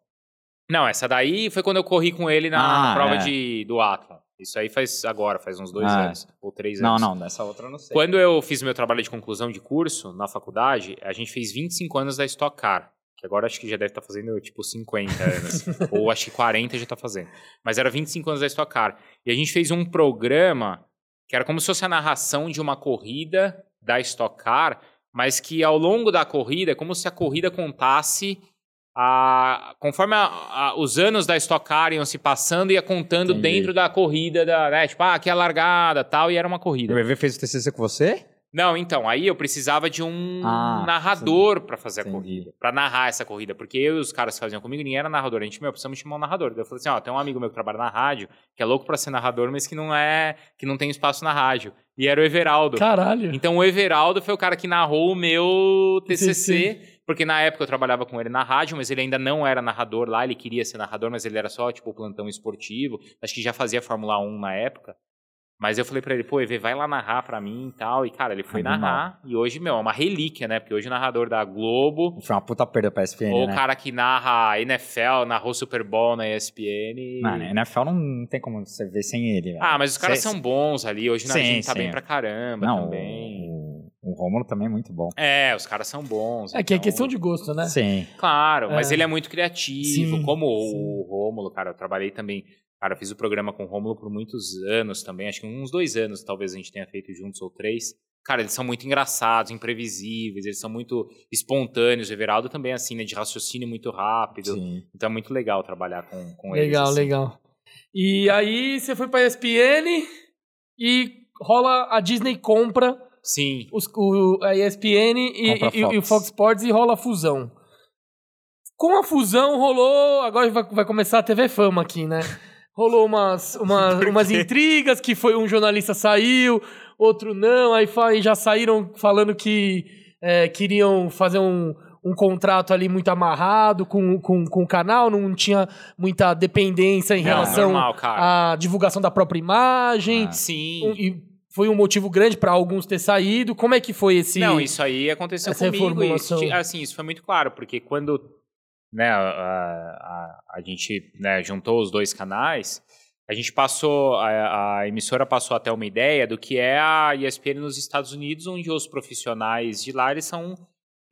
[SPEAKER 3] Não, essa daí foi quando eu corri com ele na, na
[SPEAKER 1] Ah,
[SPEAKER 3] prova
[SPEAKER 1] é.
[SPEAKER 3] de, do Atlas. Isso aí faz agora, faz uns dois
[SPEAKER 1] Ah, é.
[SPEAKER 3] anos, ou três
[SPEAKER 1] Não,
[SPEAKER 3] anos.
[SPEAKER 1] não, dessa outra eu não sei.
[SPEAKER 3] Quando eu fiz meu trabalho de conclusão de curso na faculdade, a gente fez 25 anos da Stock Car. Que agora acho que já deve estar fazendo tipo 50 anos. ou acho que 40 já está fazendo. Mas era 25 anos da Stock Car. E a gente fez um programa que era como se fosse a narração de uma corrida da Stock Car, mas que ao longo da corrida, é como se a corrida contasse. a- conforme a- a- os anos da Stock Car iam se passando, ia contando
[SPEAKER 1] Entendi.
[SPEAKER 3] dentro da corrida, da, né? tipo, ah, aqui é a largada tal, e era uma corrida.
[SPEAKER 1] O EV fez o TCC com você?
[SPEAKER 3] Não, então, aí eu precisava de um
[SPEAKER 1] Ah,
[SPEAKER 3] narrador pra fazer a
[SPEAKER 1] Entendi.
[SPEAKER 3] corrida, pra narrar essa corrida, porque eu e os caras que faziam comigo, ninguém era narrador, a gente, meu, precisamos chamar um narrador. Daí eu falei assim, ó, tem um amigo meu que trabalha na rádio, que é louco pra ser narrador, mas que não é, que não tem espaço na rádio. E era o Everaldo.
[SPEAKER 2] Caralho.
[SPEAKER 3] Então o Everaldo foi o cara que narrou o meu TCC, porque na época eu trabalhava com ele na rádio, mas ele ainda não era narrador lá, ele queria ser narrador, mas ele era só tipo plantão esportivo, acho que já fazia Fórmula 1 na época. Mas eu falei pra ele, pô, Ever, vai lá narrar pra mim e tal. E, cara, ele foi
[SPEAKER 1] Animal.
[SPEAKER 3] narrar. E hoje, meu, é uma relíquia, né? Porque hoje o narrador da Globo,
[SPEAKER 1] Foi uma puta perda pra SPN,
[SPEAKER 3] ou o
[SPEAKER 1] né?
[SPEAKER 3] cara que narra NFL, narrou Super Bowl na ESPN.
[SPEAKER 1] Mano, NFL não tem como você ver sem ele, velho.
[SPEAKER 3] Ah, mas os caras
[SPEAKER 1] Cê-
[SPEAKER 3] são bons ali. Hoje na
[SPEAKER 1] Sim,
[SPEAKER 3] gente tá
[SPEAKER 1] sim.
[SPEAKER 3] bem pra caramba
[SPEAKER 1] não,
[SPEAKER 3] também.
[SPEAKER 1] o, o Romulo também é muito bom.
[SPEAKER 3] É, os caras são bons.
[SPEAKER 2] É que é
[SPEAKER 3] então-
[SPEAKER 2] questão de gosto, né?
[SPEAKER 1] Sim.
[SPEAKER 3] Claro, mas
[SPEAKER 2] É.
[SPEAKER 3] ele é muito criativo,
[SPEAKER 2] Sim,
[SPEAKER 3] como o Rômulo, cara. Eu trabalhei também, cara, eu fiz o programa com o Rômulo por muitos anos também, acho que uns dois anos talvez a gente tenha feito juntos ou três. Cara, eles são muito engraçados, imprevisíveis, eles são muito espontâneos. O Everaldo também, é assim, né, de raciocínio muito rápido.
[SPEAKER 1] sim.
[SPEAKER 3] Então é muito legal trabalhar com, com eles.
[SPEAKER 2] Legal,
[SPEAKER 3] assim.
[SPEAKER 2] legal. E aí você foi pra ESPN e rola a Disney compra
[SPEAKER 3] Sim.
[SPEAKER 2] os- o, a ESPN e,
[SPEAKER 1] Compra a
[SPEAKER 2] e- e o
[SPEAKER 1] Fox.
[SPEAKER 2] Fox Sports e rola a fusão. Com a fusão rolou, agora vai, vai começar a TV Fama aqui, né? Rolou umas, uma- umas intrigas que foi um jornalista saiu, outro não, aí, fa- aí já saíram falando que é, queriam fazer um, um contrato ali muito amarrado com, com, com o canal, não tinha muita dependência em
[SPEAKER 1] Não,
[SPEAKER 2] relação
[SPEAKER 3] normal, cara.
[SPEAKER 2] à divulgação da própria imagem.
[SPEAKER 1] Ah.
[SPEAKER 3] Sim.
[SPEAKER 2] Um- e foi um motivo grande pra alguns ter saído. Como é que foi esse?
[SPEAKER 3] Não, isso aí aconteceu
[SPEAKER 2] essa
[SPEAKER 3] comigo. Isso,
[SPEAKER 2] reformulação.
[SPEAKER 3] ti- assim, isso foi muito claro, porque quando né, a, a, a gente né, juntou os dois canais, a gente passou, a, a emissora passou até uma ideia do que é a ESPN nos Estados Unidos, onde os profissionais de lá, eles são, não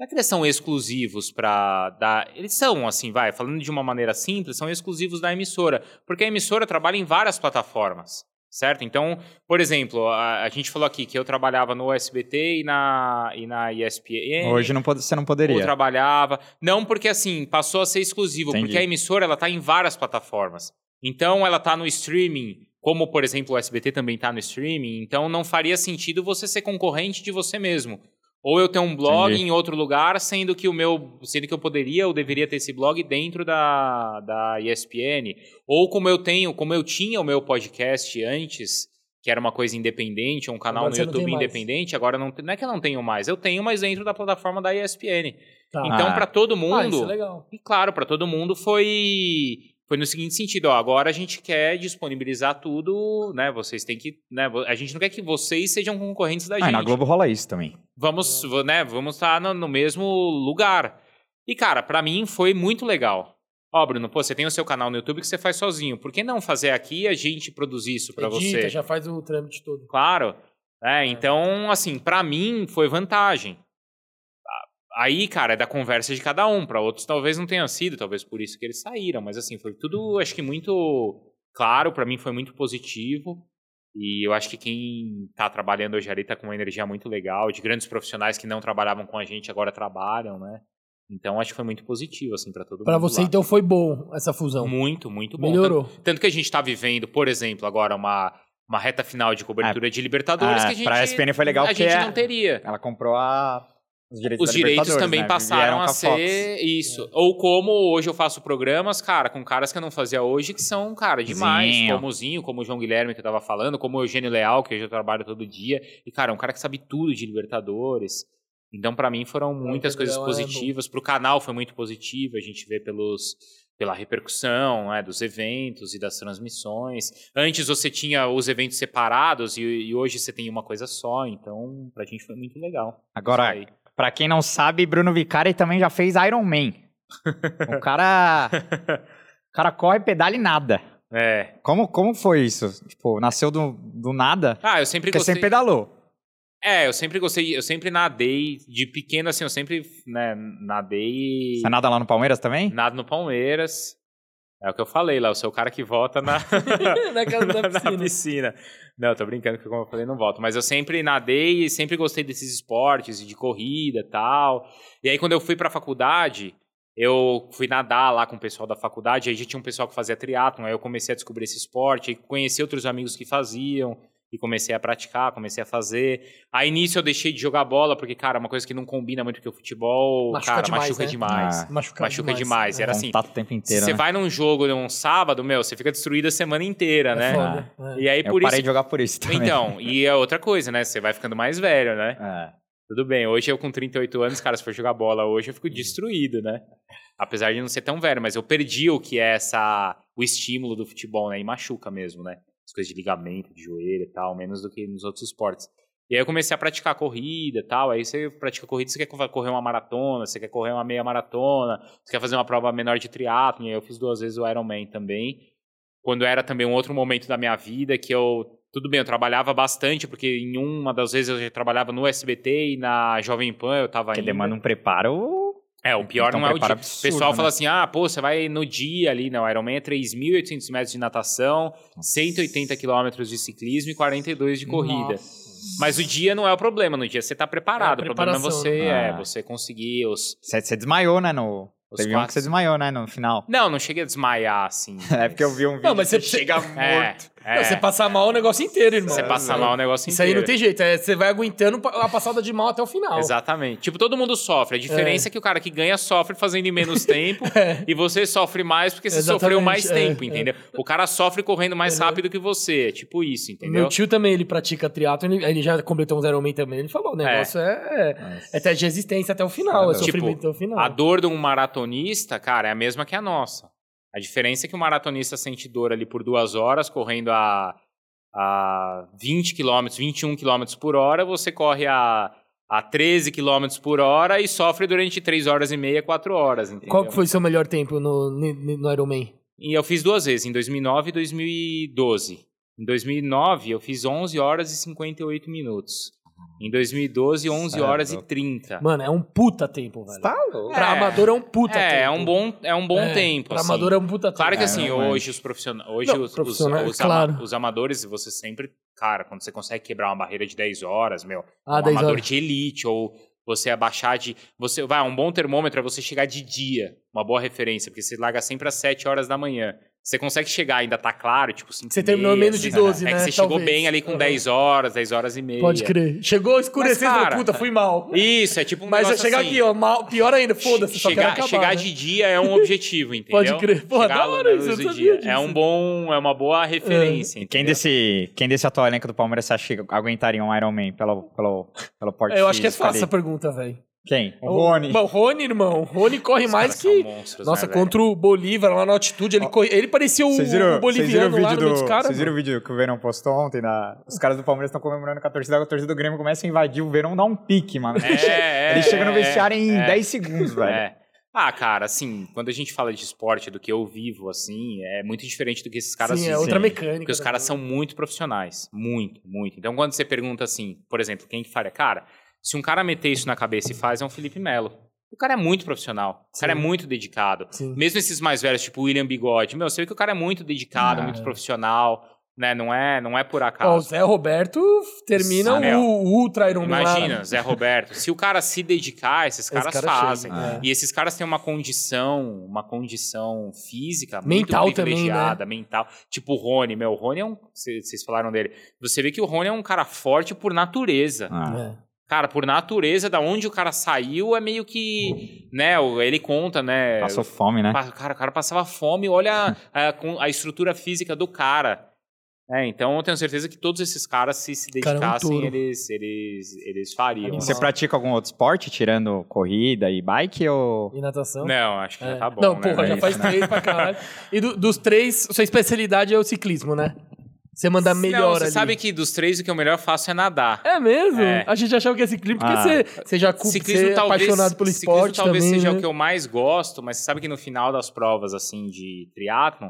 [SPEAKER 3] é que eles são exclusivos para dar, eles são, assim, vai, falando de uma maneira simples, são exclusivos da emissora, porque a emissora trabalha em várias plataformas, certo? Então, por exemplo, a, a gente falou aqui que eu trabalhava no SBT e na, e na ESPN.
[SPEAKER 1] Hoje não pode, você não
[SPEAKER 3] ou
[SPEAKER 1] poderia.
[SPEAKER 3] trabalhava. Não porque assim, passou a ser exclusivo,
[SPEAKER 1] Entendi.
[SPEAKER 3] porque a emissora ela tá em várias plataformas. Então ela tá no streaming, como por exemplo o SBT também tá no streaming, então não faria sentido você ser concorrente de você mesmo. Ou eu ter um blog
[SPEAKER 1] Entendi.
[SPEAKER 3] em outro lugar, sendo que o meu, sendo que eu poderia ou deveria ter esse blog dentro da, da ESPN, ou como eu tenho, como eu tinha o meu podcast antes, que era uma coisa independente, um canal
[SPEAKER 2] Agora
[SPEAKER 3] no
[SPEAKER 2] você não
[SPEAKER 3] YouTube
[SPEAKER 2] tem mais.
[SPEAKER 3] independente, agora não, não é que eu não tenho mais, eu tenho, mas dentro da plataforma da ESPN.
[SPEAKER 2] Tá.
[SPEAKER 3] Então,
[SPEAKER 1] Ah.
[SPEAKER 3] pra todo
[SPEAKER 2] Ah, isso é
[SPEAKER 3] mundo,
[SPEAKER 2] legal.
[SPEAKER 3] e claro, pra todo mundo foi foi no seguinte sentido, ó, agora a gente quer disponibilizar tudo, né? Vocês têm que, né, vo- a gente não quer que vocês sejam concorrentes da
[SPEAKER 1] Ah, e
[SPEAKER 3] gente.
[SPEAKER 1] na Globo rola isso também.
[SPEAKER 3] Vamos, vo- né, vamos estar no, no mesmo lugar. E cara, pra mim foi muito legal. Ó, Bruno, pô, você tem o seu canal no YouTube que você faz sozinho. Por que não fazer aqui e a gente produzir isso pra
[SPEAKER 2] Edita,
[SPEAKER 3] você?
[SPEAKER 2] já faz o trâmite todo.
[SPEAKER 3] Claro. É, então, assim, pra mim foi vantagem. A- Aí, cara, é da conversa de cada um. Pra outros talvez não tenha sido, talvez por isso que eles saíram. Mas assim, foi tudo, acho que muito claro, pra mim foi muito positivo. E eu acho que quem tá trabalhando hoje ali tá com uma energia muito legal, de grandes profissionais que não trabalhavam com a gente agora trabalham, né? Então acho que foi muito positivo, assim, pra todo
[SPEAKER 2] Pra
[SPEAKER 3] mundo.
[SPEAKER 2] você,
[SPEAKER 3] lá.
[SPEAKER 2] então, foi bom essa fusão.
[SPEAKER 3] Muito, muito bom. Tanto-
[SPEAKER 2] Melhorou.
[SPEAKER 3] tá tanto que a gente está vivendo, por exemplo, agora uma, uma reta final de cobertura de Libertadores
[SPEAKER 1] É,
[SPEAKER 3] que a gente
[SPEAKER 1] pra ESPN foi legal
[SPEAKER 3] a
[SPEAKER 1] porque
[SPEAKER 3] gente
[SPEAKER 1] é-
[SPEAKER 3] não teria.
[SPEAKER 1] Ela comprou a- os direitos
[SPEAKER 3] Os
[SPEAKER 1] da
[SPEAKER 3] direitos
[SPEAKER 1] Libertadores,
[SPEAKER 3] também
[SPEAKER 1] né? Vieram
[SPEAKER 3] passaram
[SPEAKER 1] com
[SPEAKER 3] a
[SPEAKER 1] Fox.
[SPEAKER 3] ser isso. Ou como hoje eu faço programas, cara, com caras que eu não fazia hoje, que são, cara, demais.
[SPEAKER 1] Zinho.
[SPEAKER 3] Como o Zinho, como o João Guilherme que eu tava falando, como o Eugênio Leal, que hoje eu trabalho todo dia. E, cara, é um cara que sabe tudo de Libertadores. Então, pra mim, foram muitas
[SPEAKER 2] Pedrão
[SPEAKER 3] coisas
[SPEAKER 2] é bom.
[SPEAKER 3] positivas. Pro canal foi muito positivo, a gente vê pelos, pela repercussão né, dos eventos e das transmissões. Antes você tinha os eventos separados e, e hoje você tem uma coisa só. Então, pra gente foi muito legal.
[SPEAKER 1] Agora,
[SPEAKER 3] Isso aí.
[SPEAKER 1] Pra quem não sabe, Bruno Vicari também já fez Iron Man. O cara. o cara corre, pedala e nada.
[SPEAKER 3] É.
[SPEAKER 1] Como, como foi isso? Tipo, nasceu do, do nada?
[SPEAKER 3] Ah, eu sempre
[SPEAKER 1] Porque
[SPEAKER 3] gostei.
[SPEAKER 1] sempre pedalou.
[SPEAKER 3] É, eu sempre gostei, eu sempre nadei de pequeno assim, eu sempre, né, nadei
[SPEAKER 1] Você nada lá no Palmeiras também?
[SPEAKER 3] nado no Palmeiras. É o que eu falei lá, eu sou o cara que vota na
[SPEAKER 2] Na casa da
[SPEAKER 3] na- na
[SPEAKER 2] piscina.
[SPEAKER 3] piscina. Não, tô brincando que como eu falei, não volto. Mas eu sempre nadei e sempre gostei desses esportes e de corrida e tal. E aí quando eu fui pra faculdade, eu fui nadar lá com o pessoal da faculdade, aí já tinha um pessoal que fazia triatlon, aí eu comecei a descobrir esse esporte, aí conheci outros amigos que faziam e comecei a praticar, comecei a fazer. Aí início eu deixei de jogar bola, porque, cara, é uma coisa que não combina muito com o futebol,
[SPEAKER 2] Machuca
[SPEAKER 3] cara,
[SPEAKER 2] demais,
[SPEAKER 3] machuca
[SPEAKER 2] né?
[SPEAKER 3] demais.
[SPEAKER 1] Ah,
[SPEAKER 2] Machuca,
[SPEAKER 3] Machuca demais,
[SPEAKER 2] É.
[SPEAKER 3] era assim,
[SPEAKER 1] Contato o tempo
[SPEAKER 3] Se
[SPEAKER 1] inteiro.
[SPEAKER 3] você
[SPEAKER 1] né?
[SPEAKER 3] vai num jogo num sábado, meu, você fica destruído a semana inteira, né?
[SPEAKER 2] foda, é.
[SPEAKER 3] E aí,
[SPEAKER 1] Eu
[SPEAKER 3] por
[SPEAKER 1] parei
[SPEAKER 3] isso.
[SPEAKER 1] de jogar por isso também.
[SPEAKER 3] Então, e é outra coisa, né? Você vai ficando mais velho, né?
[SPEAKER 1] É.
[SPEAKER 3] Tudo bem, hoje eu com 38 anos, cara, se for jogar bola hoje, eu fico destruído, né? Apesar de não ser tão velho, mas eu perdi o que é essa. o estímulo do futebol, né? E machuca mesmo, né? As coisas de ligamento, de joelho e tal, menos do que nos outros esportes. E aí eu comecei a praticar corrida e tal. Aí você pratica corrida, você quer co- correr uma maratona, você quer correr uma meia maratona, você quer fazer uma prova menor de triatlon. E aí eu fiz duas vezes o Ironman também. Quando era também um outro momento da minha vida que eu... Tudo bem, eu trabalhava bastante, porque em uma das vezes eu já trabalhava no SBT e na Jovem Pan eu tava
[SPEAKER 1] Porque
[SPEAKER 3] ainda.
[SPEAKER 1] demanda um preparo.
[SPEAKER 3] É, o pior
[SPEAKER 1] Então,
[SPEAKER 3] não é o dia.
[SPEAKER 1] preparo
[SPEAKER 3] o
[SPEAKER 1] absurdo,
[SPEAKER 3] pessoal
[SPEAKER 1] né?
[SPEAKER 3] fala assim: ah, pô, você vai no dia ali. Não, Ironman é 3.800 metros de natação, 180 quilômetros de ciclismo e 42 de corrida. Mas o dia não é o problema, no dia você tá preparado.
[SPEAKER 2] É a
[SPEAKER 3] o problema é
[SPEAKER 2] preparação,
[SPEAKER 3] você,
[SPEAKER 1] né?
[SPEAKER 3] é,
[SPEAKER 1] Ah.
[SPEAKER 3] você conseguir os.
[SPEAKER 1] Você, você desmaiou, né? No...
[SPEAKER 3] os
[SPEAKER 1] Teve um
[SPEAKER 3] quatro-
[SPEAKER 1] que você desmaiou, né? No final.
[SPEAKER 3] Não, não cheguei a desmaiar, assim.
[SPEAKER 1] É porque eu vi um vídeo.
[SPEAKER 2] Não, mas você
[SPEAKER 1] que chega morto.
[SPEAKER 3] É, é.
[SPEAKER 2] Não, você passa mal o negócio inteiro, irmão.
[SPEAKER 3] Você passa mal o negócio
[SPEAKER 2] Isso aí não
[SPEAKER 3] inteiro.
[SPEAKER 2] tem jeito. é, você vai aguentando a passada de mal até o final.
[SPEAKER 3] Exatamente. Tipo, todo mundo sofre. A diferença é, que o cara que ganha sofre fazendo em menos tempo e você sofre mais porque você
[SPEAKER 2] É. Exatamente,
[SPEAKER 3] sofreu mais
[SPEAKER 2] é,
[SPEAKER 3] tempo,
[SPEAKER 2] é.
[SPEAKER 3] entendeu? O cara sofre correndo mais rápido que você. É tipo isso, entendeu?
[SPEAKER 2] Meu tio também, ele pratica triatlon, ele, ele já completou um Ironman também, ele falou, o negócio é, é, é teste de resistência até o final, é
[SPEAKER 1] Tipo,
[SPEAKER 2] sofrimento até o final.
[SPEAKER 3] A dor de um maratonista, cara, é a mesma que a nossa. A diferença é que o maratonista sente dor ali por duas horas, correndo a, a 20 km, 21 km um por hora, você corre a, a 13 km por hora e sofre durante 3 horas e meia, 4 horas. Entendeu?
[SPEAKER 2] Qual que foi o seu melhor tempo no, no, no Ironman?
[SPEAKER 3] E eu fiz duas vezes, em 2009 e 2012. Em 2009, eu fiz 11 horas e 58 minutos. Em 2012, 11
[SPEAKER 1] Cê é
[SPEAKER 3] horas e
[SPEAKER 1] louco.
[SPEAKER 3] 30.
[SPEAKER 2] Mano, é um puta tempo, velho.
[SPEAKER 1] Tá louco.
[SPEAKER 2] Pra
[SPEAKER 3] É.
[SPEAKER 2] amador é um puta
[SPEAKER 3] é,
[SPEAKER 2] tempo.
[SPEAKER 3] é um bom, é um bom
[SPEAKER 2] É,
[SPEAKER 3] tempo.
[SPEAKER 2] Pra
[SPEAKER 3] assim.
[SPEAKER 2] amador é um puta tempo.
[SPEAKER 3] Claro que
[SPEAKER 1] É,
[SPEAKER 3] assim,
[SPEAKER 1] não é.
[SPEAKER 3] hoje os profissionais, hoje
[SPEAKER 2] Não,
[SPEAKER 3] os,
[SPEAKER 2] profissionais,
[SPEAKER 3] os, os, ama-
[SPEAKER 2] claro.
[SPEAKER 3] os amadores, você sempre, cara, quando você consegue quebrar uma barreira de 10 horas, meu,
[SPEAKER 2] Ah,
[SPEAKER 3] um
[SPEAKER 2] 10
[SPEAKER 3] amador
[SPEAKER 2] horas.
[SPEAKER 3] de elite ou você abaixar de, você vai, um bom termômetro é você chegar de dia, uma boa referência, porque você larga sempre às 7 horas da manhã. Você consegue chegar, ainda tá claro, tipo 5
[SPEAKER 2] Você terminou menos de 12,
[SPEAKER 3] É
[SPEAKER 2] né?
[SPEAKER 3] que você chegou
[SPEAKER 2] talvez.
[SPEAKER 3] bem ali com
[SPEAKER 2] Uhum.
[SPEAKER 3] 10 horas, 10 horas e meia.
[SPEAKER 2] Pode crer. Chegou escurecendo,
[SPEAKER 3] Mas,
[SPEAKER 2] falou,
[SPEAKER 3] cara,
[SPEAKER 2] puta, fui mal.
[SPEAKER 3] Isso, é tipo um
[SPEAKER 2] Mas eu
[SPEAKER 3] negócio
[SPEAKER 2] chegar
[SPEAKER 3] assim.
[SPEAKER 2] aqui, ó, mal, pior ainda, foda-se, só quero
[SPEAKER 3] chegar,
[SPEAKER 2] acabar.
[SPEAKER 3] chegar
[SPEAKER 2] né?
[SPEAKER 3] de dia é um objetivo, entendeu?
[SPEAKER 2] crer. Porra,
[SPEAKER 3] chegar
[SPEAKER 2] da
[SPEAKER 3] lá
[SPEAKER 2] hora
[SPEAKER 3] na
[SPEAKER 2] isso,
[SPEAKER 3] luz
[SPEAKER 2] eu
[SPEAKER 3] do
[SPEAKER 2] sabia
[SPEAKER 3] dia. É
[SPEAKER 2] disso.
[SPEAKER 3] um bom, é uma boa referência.
[SPEAKER 1] E
[SPEAKER 3] entendeu?
[SPEAKER 1] Quem desse, quem desse atual elenco do Palmeiras você acha que aguentaria um Iron Man pelo, pelo, pelo porte
[SPEAKER 2] Eu acho que é
[SPEAKER 1] físico ali?
[SPEAKER 2] fácil essa pergunta, velho.
[SPEAKER 1] Quem? É O Rony.
[SPEAKER 2] Bom, o Rony, irmão. O Rony corre
[SPEAKER 3] Os
[SPEAKER 2] mais
[SPEAKER 3] caras são
[SPEAKER 2] que...
[SPEAKER 3] monstros,
[SPEAKER 2] Nossa,
[SPEAKER 3] né, velho?
[SPEAKER 2] contra o Bolívar lá na altitude, ele, corre... ele parecia o,
[SPEAKER 1] Vocês viram,
[SPEAKER 2] o
[SPEAKER 1] vocês viram o
[SPEAKER 2] boliviano lá
[SPEAKER 1] vídeo
[SPEAKER 2] no meio dos
[SPEAKER 1] do,
[SPEAKER 2] caras.
[SPEAKER 1] vocês viram o vídeo que o Verão postou ontem? Na, os caras do Palmeiras estão comemorando com a torcida, a torcida do Grêmio começa a invadir, o Verão dá um pique, mano.
[SPEAKER 3] É, é,
[SPEAKER 1] Ele chega no
[SPEAKER 3] é,
[SPEAKER 1] vestiário em
[SPEAKER 3] é,
[SPEAKER 1] 10 segundos, velho.
[SPEAKER 3] é. Ah, cara, assim, quando a gente fala de esporte, do que eu vivo, assim, é muito diferente do que esses caras
[SPEAKER 2] Sim, é
[SPEAKER 3] dizem.
[SPEAKER 2] outra mecânica.
[SPEAKER 3] Porque os
[SPEAKER 2] né?
[SPEAKER 3] caras são muito profissionais. Muito, muito. Então, quando você pergunta assim, por exemplo, quem que faria? Cara, se um cara meter isso na cabeça e faz, é um Felipe Melo. O cara é muito profissional. O cara é muito dedicado.
[SPEAKER 2] Sim.
[SPEAKER 3] Mesmo esses mais velhos, tipo o William Bigode. Meu, você vê que o cara é muito dedicado,
[SPEAKER 1] Ah,
[SPEAKER 3] muito profissional. né? Não é, não é por
[SPEAKER 2] Ó, o
[SPEAKER 3] acaso.
[SPEAKER 2] Zé Roberto termina
[SPEAKER 3] Samuel.
[SPEAKER 2] o Ultra Iron Man. lá.
[SPEAKER 3] Imagina, Zé Roberto. Se o cara se dedicar, esses caras
[SPEAKER 1] é
[SPEAKER 2] cara
[SPEAKER 3] fazem.
[SPEAKER 2] chega, né?
[SPEAKER 3] E esses caras têm uma condição, uma condição física
[SPEAKER 2] Mental
[SPEAKER 3] muito
[SPEAKER 2] também, né?
[SPEAKER 3] privilegiada, mental. Tipo o Rony, meu, o Rony é um. cê- Vocês falaram dele. Você vê que o Rony é um cara forte por natureza.
[SPEAKER 1] Ah,
[SPEAKER 2] É.
[SPEAKER 3] Cara, por natureza, da onde o cara saiu é meio que. Né, o- ele conta,
[SPEAKER 2] É.
[SPEAKER 3] né?
[SPEAKER 1] Passou fome, né?
[SPEAKER 3] Pa- Cara, o cara passava fome, olha a, a- com- a estrutura física do cara. É, então eu tenho certeza que todos esses caras, se se
[SPEAKER 2] Cara, é um
[SPEAKER 3] dedicassem,
[SPEAKER 2] touro.
[SPEAKER 3] eles, eles, eles fariam.
[SPEAKER 1] Você
[SPEAKER 3] né?
[SPEAKER 1] pratica algum outro esporte, tirando corrida e bike, ou...
[SPEAKER 2] E natação?
[SPEAKER 3] Não, acho que
[SPEAKER 2] É.
[SPEAKER 3] já tá bom.
[SPEAKER 2] Não,
[SPEAKER 3] né?
[SPEAKER 2] porra, já
[SPEAKER 1] Isso,
[SPEAKER 2] faz três pra caralho. E do- dos três, sua especialidade é o ciclismo, né? Você manda melhor
[SPEAKER 3] Não, você
[SPEAKER 2] ali.
[SPEAKER 3] sabe que dos três o que eu melhor faço é nadar.
[SPEAKER 2] É mesmo?
[SPEAKER 3] É.
[SPEAKER 2] A gente achava que é ciclismo porque
[SPEAKER 1] Ah.
[SPEAKER 2] você, você já cu-
[SPEAKER 3] Ciclismo
[SPEAKER 2] você é
[SPEAKER 3] talvez,
[SPEAKER 2] apaixonado pelo
[SPEAKER 3] ciclismo
[SPEAKER 2] esporte
[SPEAKER 3] talvez
[SPEAKER 2] também,
[SPEAKER 3] seja
[SPEAKER 2] né?
[SPEAKER 3] o que eu mais gosto, mas você sabe que no final das provas assim de triatlon,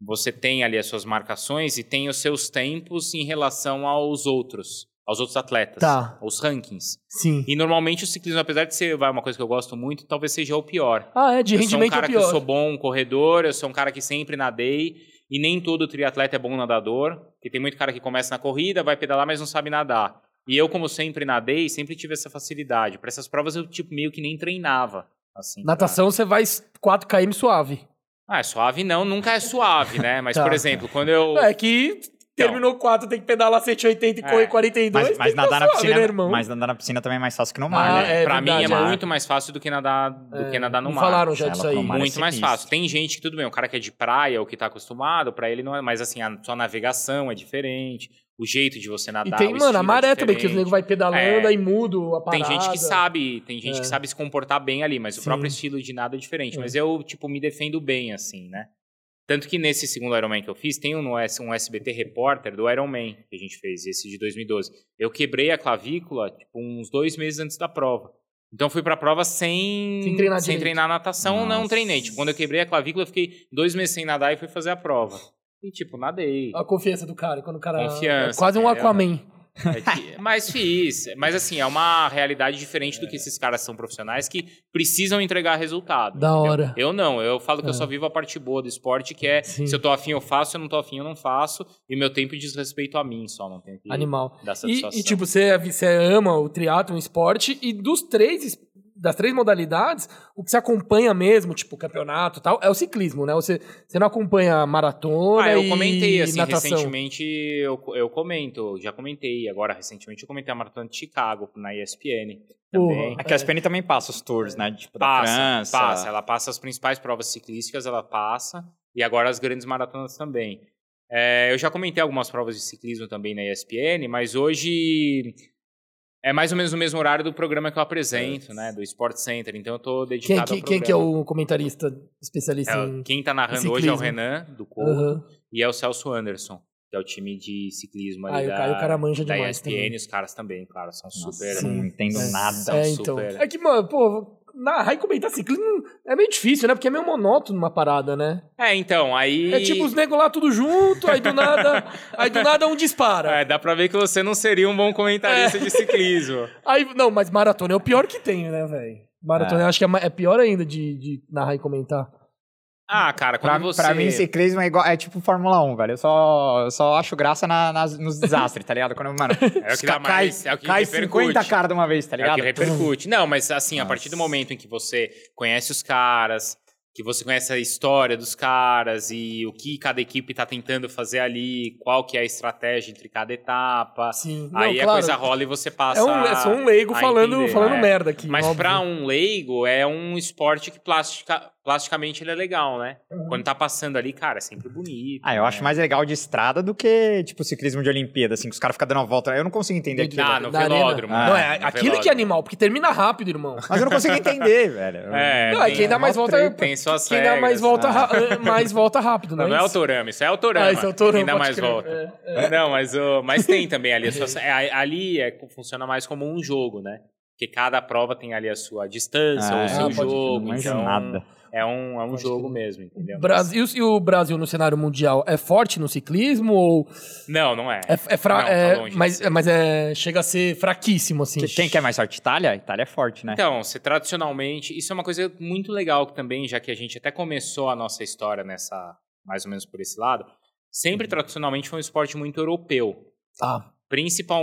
[SPEAKER 3] você tem ali as suas marcações e tem os seus tempos em relação aos outros, aos outros atletas,
[SPEAKER 2] Tá.
[SPEAKER 3] os rankings.
[SPEAKER 2] Sim.
[SPEAKER 3] E normalmente o ciclismo, apesar de ser vai, uma coisa que eu gosto muito, talvez seja o pior.
[SPEAKER 2] Ah, é, de
[SPEAKER 3] eu sou um
[SPEAKER 2] rendimento
[SPEAKER 3] cara
[SPEAKER 2] é pior.
[SPEAKER 3] que eu sou bom corredor, eu sou um cara que sempre nadei, e nem todo triatleta é bom nadador, porque tem muito cara que começa na corrida, vai pedalar, mas não sabe nadar. E eu, como sempre nadei, sempre tive essa facilidade. Para essas provas eu tipo, meio que nem treinava. Assim, pra-
[SPEAKER 2] Natação você vai 4km suave.
[SPEAKER 3] Ah, é suave não, nunca é suave, né? Mas,
[SPEAKER 2] Tá.
[SPEAKER 3] por exemplo, quando eu.
[SPEAKER 2] É que terminou 4, tem que pedalar 180 e
[SPEAKER 3] É.
[SPEAKER 2] correr 42.
[SPEAKER 1] Mas,
[SPEAKER 2] tem
[SPEAKER 1] mas
[SPEAKER 2] que
[SPEAKER 1] nadar
[SPEAKER 2] tá
[SPEAKER 1] na
[SPEAKER 2] suave,
[SPEAKER 1] piscina, é
[SPEAKER 2] né, irmão?
[SPEAKER 1] mas nadar na piscina também é mais fácil que no
[SPEAKER 2] Ah,
[SPEAKER 1] mar, né?
[SPEAKER 2] é
[SPEAKER 3] pra
[SPEAKER 2] verdade,
[SPEAKER 3] mim é,
[SPEAKER 2] é.
[SPEAKER 3] muito mais fácil do que nadar, do que nadar Tá no
[SPEAKER 2] Não
[SPEAKER 3] mar.
[SPEAKER 2] falaram já
[SPEAKER 1] Ela
[SPEAKER 2] disso aí.
[SPEAKER 1] falou mar é
[SPEAKER 3] muito mais
[SPEAKER 1] sinistro.
[SPEAKER 3] fácil. Tem gente que tudo bem, o cara que é de praia ou que tá acostumado, pra ele não é, mas assim, a sua navegação é diferente, o jeito de você
[SPEAKER 2] E
[SPEAKER 3] nadar,
[SPEAKER 2] tem,
[SPEAKER 3] o
[SPEAKER 2] mano,
[SPEAKER 3] estilo
[SPEAKER 2] a maré
[SPEAKER 3] é
[SPEAKER 2] também, que os
[SPEAKER 3] diferente.
[SPEAKER 2] negros vai pedalando,
[SPEAKER 3] É.
[SPEAKER 2] aí muda a parada.
[SPEAKER 3] Tem gente que sabe, tem gente
[SPEAKER 2] É.
[SPEAKER 3] que sabe se comportar bem ali, mas o
[SPEAKER 2] Sim.
[SPEAKER 3] próprio estilo de nada é diferente.
[SPEAKER 2] É.
[SPEAKER 3] Mas eu, tipo, me defendo bem, assim, né? Tanto que nesse segundo Ironman que eu fiz, tem um, no S- um SBT Repórter do Ironman que a gente fez, esse de 2012. Eu quebrei a clavícula, tipo, uns dois meses antes da prova. Então eu fui pra prova sem,
[SPEAKER 2] Sem treinar
[SPEAKER 3] sem
[SPEAKER 2] direito.
[SPEAKER 3] treinar natação, não
[SPEAKER 1] Nossa.
[SPEAKER 3] treinei. Tipo, quando eu quebrei a clavícula, eu fiquei dois meses sem nadar e fui fazer a prova. E, tipo, nadei.
[SPEAKER 2] A confiança do cara, quando o cara...
[SPEAKER 3] Confiança,
[SPEAKER 2] é quase um
[SPEAKER 3] cara.
[SPEAKER 2] Aquaman.
[SPEAKER 3] É que- mas fiz. Mas assim, é uma realidade diferente do que esses caras são profissionais que precisam entregar resultado.
[SPEAKER 2] Da
[SPEAKER 3] entendeu?
[SPEAKER 2] hora.
[SPEAKER 3] Eu não, eu falo que
[SPEAKER 2] É.
[SPEAKER 3] eu só vivo a parte boa do esporte, que é
[SPEAKER 2] Sim.
[SPEAKER 3] se eu tô afim eu faço, se eu não tô afim eu não faço. E meu tempo diz respeito a mim só, não tem que
[SPEAKER 2] Animal.
[SPEAKER 3] dar
[SPEAKER 2] E,
[SPEAKER 3] satisfação.
[SPEAKER 2] e, tipo, você, você ama o triatlon, o esporte, e dos três, es- das três modalidades, o que você acompanha mesmo, tipo, campeonato e tal, é o ciclismo, né? Você, você não acompanha maratona
[SPEAKER 3] Ah, eu
[SPEAKER 2] e
[SPEAKER 3] comentei, assim,
[SPEAKER 2] natação.
[SPEAKER 3] recentemente eu, eu comento, já comentei. Agora, recentemente eu comentei a maratona de Chicago na ESPN também.
[SPEAKER 2] Porra.
[SPEAKER 1] É que a SPN também passa os tours, né? Tipo, da
[SPEAKER 3] Passa,
[SPEAKER 1] França.
[SPEAKER 3] passa. Ela passa as principais provas ciclísticas, ela passa. E agora as grandes maratonas também. É, eu já comentei algumas provas de ciclismo também na ESPN, mas hoje é mais ou menos o mesmo horário do programa que eu apresento, né? Do Sport Center. Então eu tô
[SPEAKER 2] Quem,
[SPEAKER 3] dedicado
[SPEAKER 2] quem,
[SPEAKER 3] ao
[SPEAKER 2] quem
[SPEAKER 3] programa.
[SPEAKER 2] que é o comentarista especialista
[SPEAKER 3] É,
[SPEAKER 2] em...
[SPEAKER 3] quem tá narrando hoje é
[SPEAKER 2] ciclismo?
[SPEAKER 3] o Renan, do Couto,
[SPEAKER 2] Aham.
[SPEAKER 3] e é o Celso Anderson, que é o time de ciclismo
[SPEAKER 2] Ah, e
[SPEAKER 3] ali
[SPEAKER 2] o
[SPEAKER 3] da,
[SPEAKER 2] cara- o cara manja
[SPEAKER 3] da
[SPEAKER 2] demais
[SPEAKER 3] ESPN.
[SPEAKER 2] também.
[SPEAKER 3] Os caras também, claro, são
[SPEAKER 1] Nossa,
[SPEAKER 3] é super...
[SPEAKER 1] eu não entendo
[SPEAKER 2] É.
[SPEAKER 1] nada.
[SPEAKER 2] É, então.
[SPEAKER 3] super.
[SPEAKER 2] É que, mano, pô, narrar e comentar ciclismo é meio difícil, né? Porque é meio monótono uma parada, né?
[SPEAKER 3] É, então, aí...
[SPEAKER 2] É tipo os negros lá tudo junto, aí do nada, aí do nada um dispara.
[SPEAKER 3] É, dá pra ver que você não seria um bom comentarista
[SPEAKER 1] É.
[SPEAKER 3] de ciclismo.
[SPEAKER 2] Aí, não, mas maratona é o pior que tem, né, velho? Maratona eu acho que é, ma- é pior ainda de, de narrar e comentar.
[SPEAKER 3] Ah, cara, quando
[SPEAKER 1] Pra,
[SPEAKER 3] você...
[SPEAKER 1] pra mim, ciclismo é igual. É tipo Fórmula 1, velho. Eu só, eu só acho graça na- nas- nos desastres, tá ligado? Quando, mano,
[SPEAKER 3] É o que dá
[SPEAKER 1] cai,
[SPEAKER 3] mais, é o que
[SPEAKER 1] cai
[SPEAKER 3] repercute.
[SPEAKER 1] 50 caras de uma vez, tá
[SPEAKER 3] É o
[SPEAKER 1] ligado?
[SPEAKER 3] que repercute. Não, mas assim, a partir do
[SPEAKER 1] Nossa.
[SPEAKER 3] momento em que você conhece os caras, que você conhece a história dos caras e o que cada equipe tá tentando fazer ali, qual que é a estratégia entre cada etapa,
[SPEAKER 2] Sim.
[SPEAKER 3] aí
[SPEAKER 2] não,
[SPEAKER 3] a
[SPEAKER 2] claro,
[SPEAKER 3] coisa rola e você passa...
[SPEAKER 2] é um, é só um leigo
[SPEAKER 3] a
[SPEAKER 2] falando,
[SPEAKER 3] entender,
[SPEAKER 2] falando
[SPEAKER 3] é.
[SPEAKER 2] merda aqui.
[SPEAKER 3] Mas
[SPEAKER 2] óbvio.
[SPEAKER 3] pra um leigo, é um esporte que plastica, plasticamente ele é legal, né? Quando tá passando ali, cara, é sempre bonito.
[SPEAKER 1] Uhum. Ah, eu acho mais legal de estrada do que, tipo, ciclismo de Olimpíada, assim, que os caras ficam dando uma volta. Eu não consigo entender aquilo.
[SPEAKER 3] Ah, no
[SPEAKER 2] Da arena.
[SPEAKER 3] velódromo.
[SPEAKER 1] Ah,
[SPEAKER 2] não,
[SPEAKER 3] né?
[SPEAKER 2] é
[SPEAKER 3] No
[SPEAKER 2] aquilo que é
[SPEAKER 3] velódromo.
[SPEAKER 2] animal, porque termina rápido, irmão.
[SPEAKER 1] Mas eu não consigo entender, velho.
[SPEAKER 3] É,
[SPEAKER 2] não, é
[SPEAKER 3] tem-
[SPEAKER 2] quem dá mais
[SPEAKER 1] mó
[SPEAKER 2] volta,
[SPEAKER 1] treta.
[SPEAKER 2] quem
[SPEAKER 3] Tem suas
[SPEAKER 2] dá
[SPEAKER 3] regras,
[SPEAKER 2] mais volta,
[SPEAKER 1] né?
[SPEAKER 2] ra- eh, mais volta rápido,
[SPEAKER 3] Não, não é
[SPEAKER 2] isso?
[SPEAKER 3] autorama, isso é autorama.
[SPEAKER 2] Ah, esse é autorama,
[SPEAKER 3] Quem dá
[SPEAKER 2] pode
[SPEAKER 3] mais
[SPEAKER 2] crer.
[SPEAKER 3] volta.
[SPEAKER 2] É.
[SPEAKER 3] Não, mas, ô, mas tem também ali. as suas- é, ali é, funciona mais como um jogo, né? Porque cada prova tem ali a sua distância,
[SPEAKER 1] Ah,
[SPEAKER 3] ou o
[SPEAKER 1] é.
[SPEAKER 3] seu
[SPEAKER 2] Ah, pode-
[SPEAKER 3] jogo.
[SPEAKER 1] não manjo
[SPEAKER 3] então,
[SPEAKER 1] nada.
[SPEAKER 3] É um, é um
[SPEAKER 2] Pode
[SPEAKER 3] jogo
[SPEAKER 2] crer.
[SPEAKER 3] mesmo, entendeu?
[SPEAKER 2] Brasil, e o Brasil no cenário mundial é forte no ciclismo ou
[SPEAKER 3] Não, não é.
[SPEAKER 2] é, é fra-
[SPEAKER 3] Não, tá
[SPEAKER 2] é-
[SPEAKER 3] longe de
[SPEAKER 2] mas,
[SPEAKER 3] ser.
[SPEAKER 2] mas é chega a ser fraquíssimo assim.
[SPEAKER 1] Que- Quem quer mais sorte? Itália? Itália é forte, né?
[SPEAKER 3] Então, se tradicionalmente, isso é uma coisa muito legal também, já que a gente até começou a nossa história nessa, mais ou menos por esse lado. sempre tradicionalmente foi um esporte muito europeu.
[SPEAKER 2] Tá.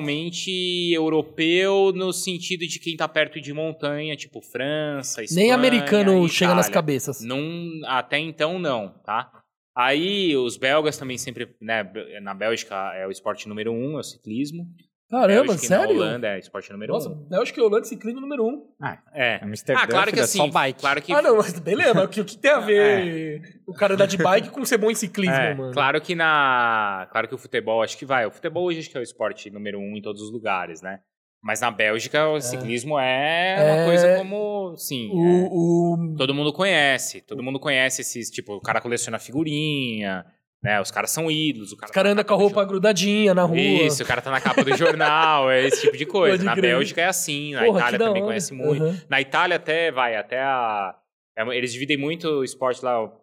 [SPEAKER 3] Principalmente europeu no sentido de quem tá perto de montanha, tipo França, Espanha.
[SPEAKER 2] Nem americano chega nas
[SPEAKER 3] Itália.
[SPEAKER 2] cabeças.
[SPEAKER 3] Não, até então não, tá? Aí os belgas também sempre, né, na Bélgica é o esporte número um, é o ciclismo.
[SPEAKER 2] Caramba,
[SPEAKER 3] Bélgica e Na
[SPEAKER 2] sério?
[SPEAKER 3] Holanda é o esporte número
[SPEAKER 2] Nossa,
[SPEAKER 3] um.
[SPEAKER 2] eu acho que a Holanda é ciclismo número um.
[SPEAKER 3] É.
[SPEAKER 1] Amsterdã,
[SPEAKER 3] ah, claro que
[SPEAKER 1] filho, é
[SPEAKER 3] assim,
[SPEAKER 1] só bike.
[SPEAKER 3] claro que
[SPEAKER 2] Ah, não, mas beleza, mas o que, o que tem a ver o cara andar de bike com ser bom em ciclismo,
[SPEAKER 3] É,
[SPEAKER 2] mano?
[SPEAKER 3] Claro que na. Claro que o futebol, acho que vai. O futebol hoje acho que é o esporte número um em todos os lugares, né? Mas na Bélgica o ciclismo é,
[SPEAKER 2] É.
[SPEAKER 3] uma coisa como. Sim. é.
[SPEAKER 2] O, o-
[SPEAKER 3] Todo mundo conhece. Todo mundo conhece esses. Tipo, o cara coleciona figurinha, né? Os caras são ídolos. O cara, tá
[SPEAKER 2] Os caras andam com a roupa grudadinha na rua.
[SPEAKER 3] Isso, o cara tá na capa do jornal, é esse tipo de coisa.
[SPEAKER 2] Pode
[SPEAKER 3] na
[SPEAKER 2] crer.
[SPEAKER 3] Bélgica é assim, na
[SPEAKER 2] Porra,
[SPEAKER 3] Itália
[SPEAKER 2] que da
[SPEAKER 3] também
[SPEAKER 2] hora.
[SPEAKER 3] conhece muito.
[SPEAKER 2] Aham.
[SPEAKER 3] Na Itália até vai, até a. é uma- Eles dividem muito o esporte lá o-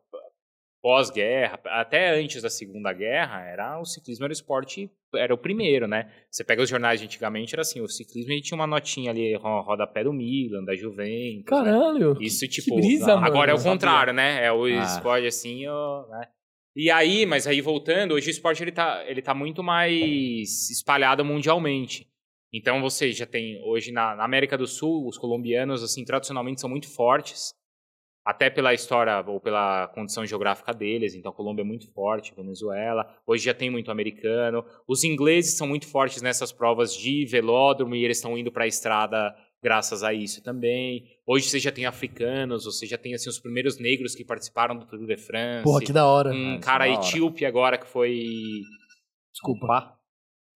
[SPEAKER 3] pós-guerra, até antes da Segunda Guerra, era o ciclismo era o esporte, era o primeiro, né? Você pega os jornais de antigamente, era assim, o ciclismo ele tinha uma notinha ali, ro- rodapé do Milan, da Juventus. né?
[SPEAKER 2] Caralho.
[SPEAKER 3] Isso,
[SPEAKER 2] que
[SPEAKER 3] tipo.
[SPEAKER 2] brisa, mano.
[SPEAKER 3] agora é o
[SPEAKER 2] Sabia.
[SPEAKER 3] contrário, né? É o
[SPEAKER 1] Ah.
[SPEAKER 3] esporte assim, ó, né? E aí, mas aí voltando, hoje o esporte ele tá, ele tá muito mais espalhado mundialmente. Então você já tem, hoje na, na América do Sul, os colombianos, assim, tradicionalmente são muito fortes. Até pela história ou pela condição geográfica deles, então a Colômbia é muito forte, Venezuela, hoje já tem muito americano. Os ingleses são muito fortes nessas provas de velódromo e eles estão indo para a estrada graças a isso também. Hoje você já tem africanos, você já tem assim, os primeiros negros que participaram do Tour de France.
[SPEAKER 2] Porra, que da hora.
[SPEAKER 3] Um
[SPEAKER 1] Ah, isso
[SPEAKER 3] cara
[SPEAKER 1] é da hora.
[SPEAKER 3] etíope agora que foi
[SPEAKER 2] Desculpa.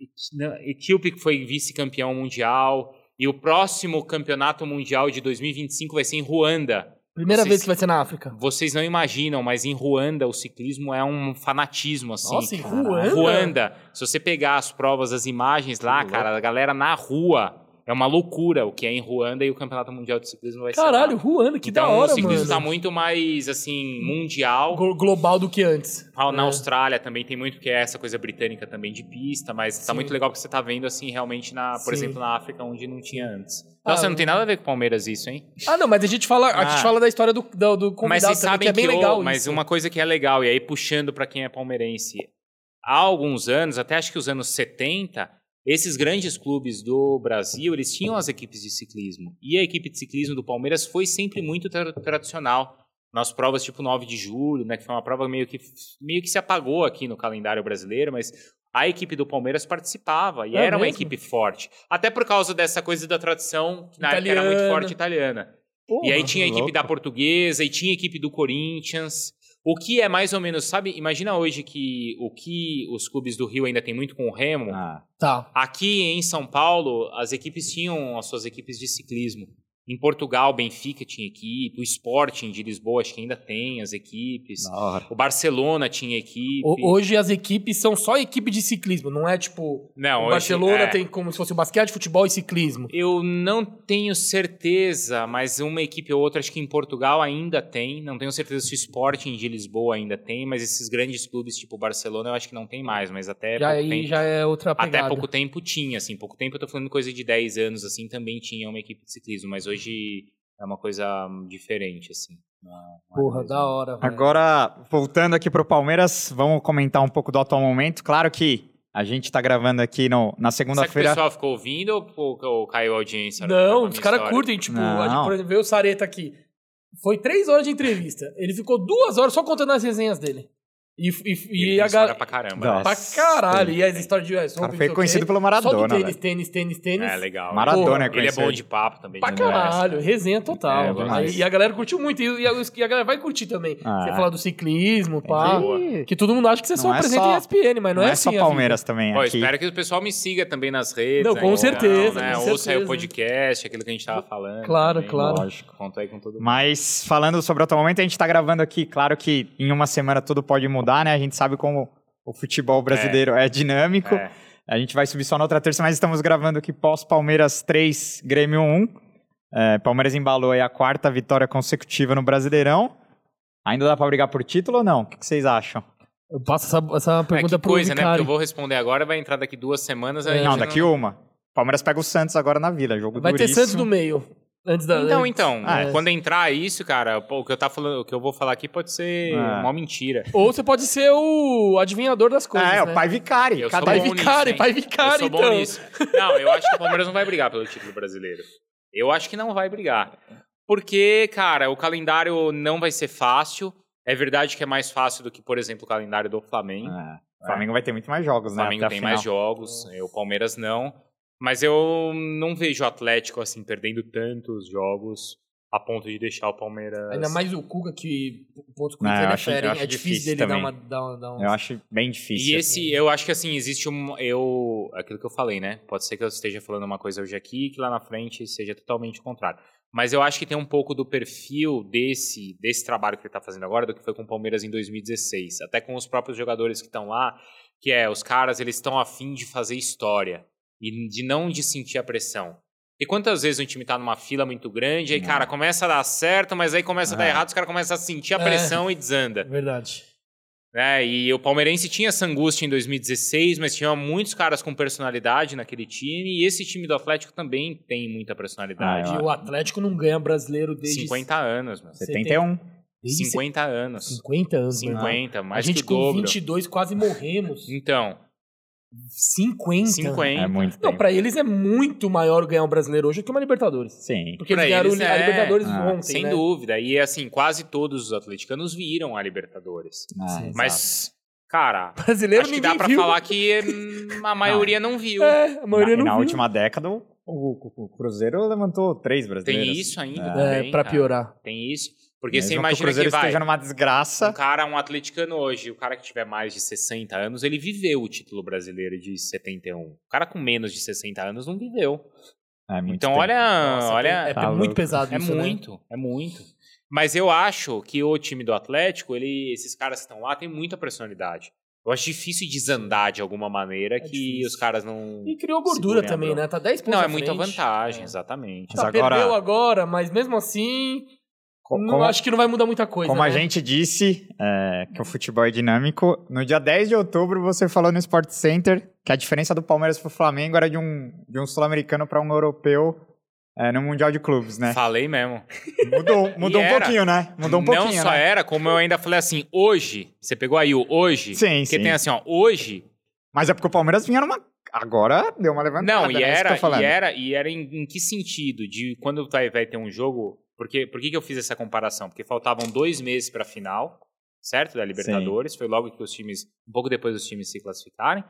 [SPEAKER 3] Eti- não, Etíope que foi vice-campeão mundial. E o próximo campeonato mundial de 2025 vai ser em Ruanda.
[SPEAKER 2] Primeira
[SPEAKER 3] Vocês-
[SPEAKER 2] vez que vai ser na África.
[SPEAKER 3] Vocês não imaginam, mas em Ruanda o ciclismo é um fanatismo, assim.
[SPEAKER 2] Nossa, em
[SPEAKER 1] cara.
[SPEAKER 2] Ruanda?
[SPEAKER 3] Ruanda, se você pegar as provas, as imagens lá,
[SPEAKER 1] Que
[SPEAKER 3] cara, a galera na rua, é uma loucura o que é em Ruanda e o Campeonato Mundial de Ciclismo vai ser.
[SPEAKER 2] Caralho,
[SPEAKER 3] lá.
[SPEAKER 2] Ruanda, que
[SPEAKER 3] então,
[SPEAKER 2] da hora,
[SPEAKER 3] o ciclismo
[SPEAKER 2] mano.
[SPEAKER 3] está tá muito mais, assim, mundial.
[SPEAKER 2] Glo- Global do que antes.
[SPEAKER 3] Ah, Na
[SPEAKER 2] É.
[SPEAKER 3] Austrália também tem muito que é essa coisa britânica também de pista, mas tá
[SPEAKER 2] Sim.
[SPEAKER 3] muito legal porque você tá vendo assim realmente na, por
[SPEAKER 2] Sim.
[SPEAKER 3] exemplo, na África onde não tinha antes.
[SPEAKER 2] Ah,
[SPEAKER 3] Nossa, não tem nada a ver com o Palmeiras isso, hein?
[SPEAKER 2] Ah, não, mas a gente fala, a
[SPEAKER 3] Ah.
[SPEAKER 2] gente fala da história do, do, do
[SPEAKER 3] Mas
[SPEAKER 2] convidado
[SPEAKER 3] vocês
[SPEAKER 2] também, que
[SPEAKER 3] sabem
[SPEAKER 2] é
[SPEAKER 3] que,
[SPEAKER 2] bem
[SPEAKER 3] o-
[SPEAKER 2] legal
[SPEAKER 3] mas
[SPEAKER 2] isso.
[SPEAKER 3] uma coisa que é legal e aí puxando pra quem é palmeirense. Há alguns anos, até acho que os anos 70, esses grandes clubes do Brasil, eles tinham as equipes de ciclismo. E a equipe de ciclismo do Palmeiras foi sempre muito tra- tradicional. Nas provas tipo 9 de julho, né, que foi uma prova meio que meio que se apagou aqui no calendário brasileiro, mas a equipe do Palmeiras participava e
[SPEAKER 2] É
[SPEAKER 3] era uma
[SPEAKER 2] mesmo?
[SPEAKER 3] equipe forte. Até por causa dessa coisa da tradição, que na época era
[SPEAKER 2] Italiana.
[SPEAKER 3] muito forte italiana. E aí tinha a equipe da Portuguesa e tinha a equipe do Corinthians. O que é mais ou menos, sabe? Imagina hoje que o que os clubes do Rio ainda tem muito com o Remo.
[SPEAKER 1] Ah,
[SPEAKER 2] Tá.
[SPEAKER 3] Aqui em São Paulo, as equipes tinham as suas equipes de ciclismo. Em Portugal, Benfica tinha equipe, o Sporting de Lisboa acho que ainda tem as equipes.
[SPEAKER 1] da hora.
[SPEAKER 3] O Barcelona tinha equipe.
[SPEAKER 2] O- hoje as equipes são só equipe de ciclismo, não é tipo.
[SPEAKER 3] Não,
[SPEAKER 2] o
[SPEAKER 3] hoje-
[SPEAKER 2] Barcelona
[SPEAKER 3] é.
[SPEAKER 2] tem como se fosse basquete, futebol e ciclismo.
[SPEAKER 3] Eu não tenho certeza, mas uma equipe ou outra, acho que em Portugal ainda tem. Não tenho certeza se o Sporting de Lisboa ainda tem, mas esses grandes clubes tipo Barcelona eu acho que não tem mais, mas até
[SPEAKER 2] já,
[SPEAKER 3] pouco
[SPEAKER 2] aí
[SPEAKER 3] tempo,
[SPEAKER 2] já é outra pegada.
[SPEAKER 3] até pouco tempo tinha, assim, pouco tempo eu tô falando coisa de 10 anos assim, também tinha uma equipe de ciclismo, mas hoje é uma coisa hum, diferente assim.
[SPEAKER 2] Porra, da hora. velho.
[SPEAKER 1] Agora, voltando aqui pro Palmeiras, vamos comentar um pouco do atual momento. Claro que a gente tá gravando aqui no, na
[SPEAKER 3] Será que o
[SPEAKER 1] segunda-feira.
[SPEAKER 3] pessoal ficou ouvindo ou, ou caiu a audiência? Foi
[SPEAKER 2] Não,
[SPEAKER 3] uma
[SPEAKER 2] os caras
[SPEAKER 3] história.
[SPEAKER 2] curtem, tipo,
[SPEAKER 1] Não.
[SPEAKER 2] a gente, por exemplo, veio o Sareta aqui. Foi três horas de entrevista. Ele ficou duas horas só contando as resenhas dele. E,
[SPEAKER 3] E,
[SPEAKER 2] e, e a
[SPEAKER 3] a
[SPEAKER 2] galera.
[SPEAKER 3] galera pra caramba.
[SPEAKER 1] Nossa.
[SPEAKER 3] né?
[SPEAKER 2] Pra caralho. E as histórias de US
[SPEAKER 1] O cara foi
[SPEAKER 2] Open, não sei o
[SPEAKER 1] conhecido
[SPEAKER 2] quê.
[SPEAKER 1] pelo Maradona,
[SPEAKER 2] Só do tênis,
[SPEAKER 1] velho.
[SPEAKER 2] tênis, tênis, tênis.
[SPEAKER 3] É legal.
[SPEAKER 1] Maradona é
[SPEAKER 3] Ele é
[SPEAKER 1] conhecido.
[SPEAKER 3] bom de papo também. né?
[SPEAKER 2] Pra
[SPEAKER 3] ele merece.
[SPEAKER 2] caralho, resenha
[SPEAKER 1] É,
[SPEAKER 2] total.
[SPEAKER 1] demais.
[SPEAKER 2] e a galera curtiu muito. E, e a, e a galera vai curtir também.
[SPEAKER 1] Ah.
[SPEAKER 2] Você fala do ciclismo, pá.
[SPEAKER 3] boa.
[SPEAKER 2] Que todo mundo acha que você só
[SPEAKER 1] Não é
[SPEAKER 2] apresenta
[SPEAKER 1] só-
[SPEAKER 2] em ESPN, mas não,
[SPEAKER 1] Não é
[SPEAKER 2] assim.
[SPEAKER 1] só
[SPEAKER 2] a vida.
[SPEAKER 1] Palmeiras também.
[SPEAKER 3] Pô,
[SPEAKER 1] aqui.
[SPEAKER 3] espero que o pessoal me siga também nas redes.
[SPEAKER 2] Não,
[SPEAKER 3] né,
[SPEAKER 2] com
[SPEAKER 3] então,
[SPEAKER 2] certeza,
[SPEAKER 3] né?
[SPEAKER 2] com
[SPEAKER 3] Ouça aí
[SPEAKER 2] certeza.
[SPEAKER 3] o podcast, aquilo que a gente tava falando.
[SPEAKER 2] Claro,
[SPEAKER 3] também.
[SPEAKER 2] claro.
[SPEAKER 3] Lógico. Conta aí com todo mundo.
[SPEAKER 1] Mas falando sobre o atual momento, a gente tá gravando aqui, claro que em uma semana tudo pode mudar, né? A gente sabe como o futebol brasileiro é, dinâmico.
[SPEAKER 3] É.
[SPEAKER 1] A gente vai subir só na outra terça, mas estamos gravando aqui pós-Palmeiras 3, Grêmio 1. É, Palmeiras embalou aí a quarta vitória consecutiva no Brasileirão. Ainda dá pra brigar por título ou não? O que que vocês acham?
[SPEAKER 2] Eu passo essa, essa
[SPEAKER 3] É,
[SPEAKER 2] pergunta
[SPEAKER 3] que
[SPEAKER 2] pro
[SPEAKER 3] coisa, né? Porque eu
[SPEAKER 2] Vicari.
[SPEAKER 3] vou responder agora, vai entrar daqui duas semanas.
[SPEAKER 2] É.
[SPEAKER 3] Aí
[SPEAKER 1] Não, daqui uma. Palmeiras pega o Santos agora na Vila, jogo
[SPEAKER 2] Vai ter
[SPEAKER 1] duríssimo.
[SPEAKER 2] Santos no meio. Antes da.
[SPEAKER 3] Então,
[SPEAKER 2] antes-
[SPEAKER 3] então,
[SPEAKER 1] Ah,
[SPEAKER 3] é,
[SPEAKER 2] é.
[SPEAKER 3] quando entrar isso, cara, pô, o que eu tá falando, o que eu vou falar aqui pode ser
[SPEAKER 1] Ah.
[SPEAKER 3] uma mentira.
[SPEAKER 2] Ou você pode ser o adivinhador das coisas.
[SPEAKER 1] é,
[SPEAKER 2] né?
[SPEAKER 1] o pai Vicari.
[SPEAKER 3] Eu
[SPEAKER 1] cada
[SPEAKER 3] sou
[SPEAKER 2] Pai
[SPEAKER 1] um.
[SPEAKER 3] bom
[SPEAKER 2] Vicari,
[SPEAKER 3] nisso, hein?
[SPEAKER 2] pai
[SPEAKER 3] eu
[SPEAKER 2] Vicari,
[SPEAKER 3] sou
[SPEAKER 2] então.
[SPEAKER 3] bom nisso. Não, eu acho que o Palmeiras não vai brigar pelo título brasileiro. Eu acho que não vai brigar. Porque, cara, o calendário não vai ser fácil. É verdade que é mais fácil do que, por exemplo, o calendário do Flamengo.
[SPEAKER 1] Ah, o Flamengo vai ter muito mais jogos,
[SPEAKER 3] O
[SPEAKER 1] né?
[SPEAKER 3] Flamengo
[SPEAKER 1] até a
[SPEAKER 3] tem
[SPEAKER 1] final.
[SPEAKER 3] mais jogos, eh, o Palmeiras não. Mas eu não vejo o Atlético assim perdendo tantos jogos a ponto de deixar o Palmeiras.
[SPEAKER 2] Ainda mais o Cuca, que pontos
[SPEAKER 1] Não,
[SPEAKER 2] corridos
[SPEAKER 1] eu
[SPEAKER 2] ele
[SPEAKER 1] acho- eu
[SPEAKER 2] fere, hein?
[SPEAKER 1] acho
[SPEAKER 2] É difícil
[SPEAKER 1] difícil
[SPEAKER 2] dele dar uma.
[SPEAKER 1] também.
[SPEAKER 2] Dar uma, dar um- uma-
[SPEAKER 1] Eu acho bem difícil. né?
[SPEAKER 3] E esse, eu acho que assim, existe um. Eu, aquilo que eu falei, né? Pode ser que eu esteja falando uma coisa hoje aqui e que lá na frente seja totalmente o contrário. Mas eu acho que tem um pouco do perfil desse, desse trabalho que ele está fazendo agora do que foi com o Palmeiras em 2016. Até com os próprios jogadores que estão lá, que é, os caras eles estão afim de fazer história e de não de sentir a pressão. E quantas vezes um time tá numa fila muito grande, aí,
[SPEAKER 1] É.
[SPEAKER 3] cara, começa a dar certo, mas aí começa a dar
[SPEAKER 1] É.
[SPEAKER 3] errado, os caras começam a sentir a
[SPEAKER 2] É.
[SPEAKER 3] pressão e desanda
[SPEAKER 2] Verdade.
[SPEAKER 3] né? E o Palmeirense tinha essa angústia em 2016, mas tinha muitos caras com personalidade naquele time. E esse time do Atlético também tem muita personalidade.
[SPEAKER 1] Ah,
[SPEAKER 2] E o Atlético não ganha brasileiro desde.
[SPEAKER 3] 50 anos, meu.
[SPEAKER 1] 71.
[SPEAKER 2] desde
[SPEAKER 3] 50 anos.
[SPEAKER 2] 50 anos, né?
[SPEAKER 3] 50,
[SPEAKER 2] A
[SPEAKER 3] mais
[SPEAKER 2] gente
[SPEAKER 3] que o
[SPEAKER 2] com
[SPEAKER 3] dobro.
[SPEAKER 2] 22 quase morremos.
[SPEAKER 3] Então,
[SPEAKER 2] 50.
[SPEAKER 3] 50.
[SPEAKER 1] É muito
[SPEAKER 2] Não,
[SPEAKER 1] tempo.
[SPEAKER 2] pra eles é muito maior ganhar um brasileiro hoje do que uma Libertadores.
[SPEAKER 1] Sim.
[SPEAKER 2] Porque
[SPEAKER 3] Pra
[SPEAKER 2] eles ganharam
[SPEAKER 3] eles,
[SPEAKER 2] a
[SPEAKER 3] é.
[SPEAKER 2] Libertadores
[SPEAKER 1] Ah,
[SPEAKER 2] ontem.
[SPEAKER 3] sem
[SPEAKER 2] né?
[SPEAKER 3] dúvida. E assim, quase todos os atleticanos viram a Libertadores.
[SPEAKER 1] Ah,
[SPEAKER 2] Sim.
[SPEAKER 1] exato.
[SPEAKER 3] Mas, cara,
[SPEAKER 2] Brasileiro
[SPEAKER 3] acho que
[SPEAKER 2] ninguém
[SPEAKER 3] dá pra
[SPEAKER 2] viu.
[SPEAKER 3] falar que hum, a maioria não viu.
[SPEAKER 2] É, a maioria
[SPEAKER 1] na, e
[SPEAKER 2] não
[SPEAKER 1] na
[SPEAKER 2] viu.
[SPEAKER 1] última década, o, o- o Cruzeiro levantou três brasileiros.
[SPEAKER 3] Tem isso ainda.
[SPEAKER 2] É,
[SPEAKER 3] também,
[SPEAKER 2] pra
[SPEAKER 3] cara.
[SPEAKER 2] piorar.
[SPEAKER 3] Tem isso. Porque
[SPEAKER 1] Mesmo
[SPEAKER 3] você
[SPEAKER 1] que o
[SPEAKER 3] imagina
[SPEAKER 1] Cruzeiro
[SPEAKER 3] que vai.
[SPEAKER 1] esteja numa
[SPEAKER 3] Um
[SPEAKER 1] desgraça.
[SPEAKER 3] cara, um atleticano hoje, o cara que tiver mais de 60 anos, ele viveu o título brasileiro de 71. O cara com menos de 60 anos não viveu.
[SPEAKER 1] É muito
[SPEAKER 3] então,
[SPEAKER 1] tempo.
[SPEAKER 3] olha,
[SPEAKER 2] Nossa,
[SPEAKER 3] olha,
[SPEAKER 2] é,
[SPEAKER 1] Tá
[SPEAKER 2] muito
[SPEAKER 1] louco.
[SPEAKER 2] pesado
[SPEAKER 3] é
[SPEAKER 2] isso, né?
[SPEAKER 3] muito, é muito. Mas eu acho que o time do Atlético, ele, esses caras que estão lá, tem muita personalidade. Eu acho difícil desandar de alguma maneira que
[SPEAKER 2] É difícil.
[SPEAKER 3] os caras não.
[SPEAKER 2] E criou gordura
[SPEAKER 3] Segurem a
[SPEAKER 2] também,
[SPEAKER 3] bronca.
[SPEAKER 2] né? Tá 10 pontos
[SPEAKER 3] Não, é
[SPEAKER 2] à
[SPEAKER 3] muita
[SPEAKER 2] frente.
[SPEAKER 3] vantagem,
[SPEAKER 2] É.
[SPEAKER 3] exatamente.
[SPEAKER 1] Mas
[SPEAKER 2] Tá,
[SPEAKER 1] agora-
[SPEAKER 2] Perdeu agora, mas mesmo assim,
[SPEAKER 3] um
[SPEAKER 1] Co-
[SPEAKER 2] não
[SPEAKER 1] como-
[SPEAKER 2] acho que não vai mudar muita coisa.
[SPEAKER 1] Como a
[SPEAKER 2] né?
[SPEAKER 1] gente disse, é, que o futebol é dinâmico, no dia 10 de outubro você falou no Sport Center que a diferença do Palmeiras pro Flamengo era de um, de um sul-americano para um europeu é, no Mundial de Clubes, né?
[SPEAKER 3] Falei mesmo.
[SPEAKER 1] Mudou, mudou um
[SPEAKER 3] era.
[SPEAKER 1] pouquinho, né? Mudou um
[SPEAKER 3] Não
[SPEAKER 1] pouquinho,
[SPEAKER 3] só
[SPEAKER 1] né?
[SPEAKER 3] era, como eu ainda falei assim, hoje, você pegou aí o hoje,
[SPEAKER 1] Sim,
[SPEAKER 3] porque
[SPEAKER 1] sim.
[SPEAKER 3] tem assim, ó, hoje
[SPEAKER 1] Mas é porque o Palmeiras vinha numa... Agora deu uma levantada,
[SPEAKER 3] Não,
[SPEAKER 1] né?
[SPEAKER 3] e
[SPEAKER 1] É isso que eu
[SPEAKER 3] era,
[SPEAKER 1] tô falando.
[SPEAKER 3] e era, e era em, em que sentido? De quando vai, vai ter um jogo. Porque, por que, que eu fiz essa comparação? Porque faltavam dois meses pra final, certo? Da Libertadores. Foi logo que os times. Um pouco depois dos times se classificarem.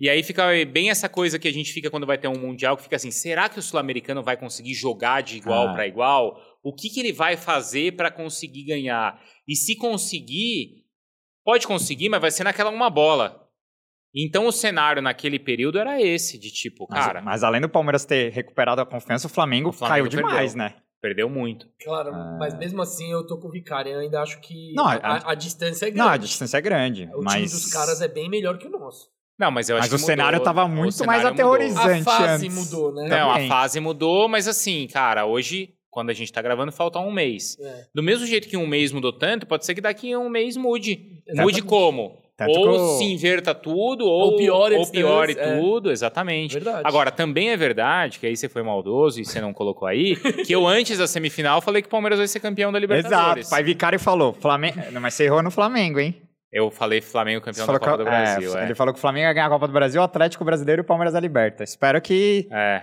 [SPEAKER 3] E aí fica bem essa coisa que a gente fica quando vai ter um Mundial, que fica assim: será que o Sul-Americano vai conseguir jogar de igual
[SPEAKER 1] Ah.
[SPEAKER 3] pra igual? O que, que ele vai fazer pra conseguir ganhar? E se conseguir, pode conseguir, mas vai ser naquela uma bola. Então o cenário naquele período era esse, de tipo,
[SPEAKER 1] Mas,
[SPEAKER 3] cara.
[SPEAKER 1] mas além do Palmeiras ter recuperado a confiança, o Flamengo,
[SPEAKER 3] O
[SPEAKER 1] caiu
[SPEAKER 3] Flamengo
[SPEAKER 1] demais, né?
[SPEAKER 3] Perdeu muito.
[SPEAKER 2] Claro,
[SPEAKER 1] Ah.
[SPEAKER 2] mas mesmo assim eu tô com o Vicari, eu ainda acho que
[SPEAKER 1] Não,
[SPEAKER 2] a,
[SPEAKER 1] a-
[SPEAKER 2] a distância é
[SPEAKER 1] Não, a
[SPEAKER 2] grande.
[SPEAKER 1] distância é grande,
[SPEAKER 2] o
[SPEAKER 1] mas...
[SPEAKER 2] time dos caras é bem melhor que o nosso.
[SPEAKER 3] Não, mas eu acho
[SPEAKER 1] Mas
[SPEAKER 3] que
[SPEAKER 1] o cenário
[SPEAKER 3] mudou.
[SPEAKER 1] tava
[SPEAKER 3] O
[SPEAKER 1] muito
[SPEAKER 3] cenário
[SPEAKER 1] mais aterrorizante.
[SPEAKER 2] A
[SPEAKER 1] Antes,
[SPEAKER 2] fase
[SPEAKER 1] antes.
[SPEAKER 2] mudou, né?
[SPEAKER 3] mudou. Não,
[SPEAKER 1] Também.
[SPEAKER 3] a fase mudou, mas assim, cara, hoje, quando a gente tá gravando, falta um mês.
[SPEAKER 2] É,
[SPEAKER 3] Do mesmo jeito que um mês mudou tanto, pode ser que daqui a um mês mude.
[SPEAKER 2] exatamente.
[SPEAKER 3] Mude como?
[SPEAKER 1] Tanto
[SPEAKER 3] ou
[SPEAKER 1] que o-
[SPEAKER 3] se inverta tudo, ou,
[SPEAKER 2] Ou piore a
[SPEAKER 3] ou piore
[SPEAKER 2] distância, é.
[SPEAKER 3] tudo, exatamente.
[SPEAKER 2] Verdade.
[SPEAKER 3] Agora, também é verdade, que aí você foi maldoso e você não colocou aí, que eu antes da semifinal falei que o Palmeiras vai ser campeão da Libertadores.
[SPEAKER 1] Exato, pai Vicari falou, Flamengo... mas você errou no Flamengo, hein?
[SPEAKER 3] Eu falei Flamengo campeão
[SPEAKER 1] Você
[SPEAKER 3] da Copa
[SPEAKER 1] falou
[SPEAKER 3] do
[SPEAKER 1] que- é,
[SPEAKER 3] Brasil. é.
[SPEAKER 1] Ele falou que o Flamengo ia ganhar a Copa do Brasil, o Atlético Brasileiro e o Palmeiras a liberta. Espero que.
[SPEAKER 3] É.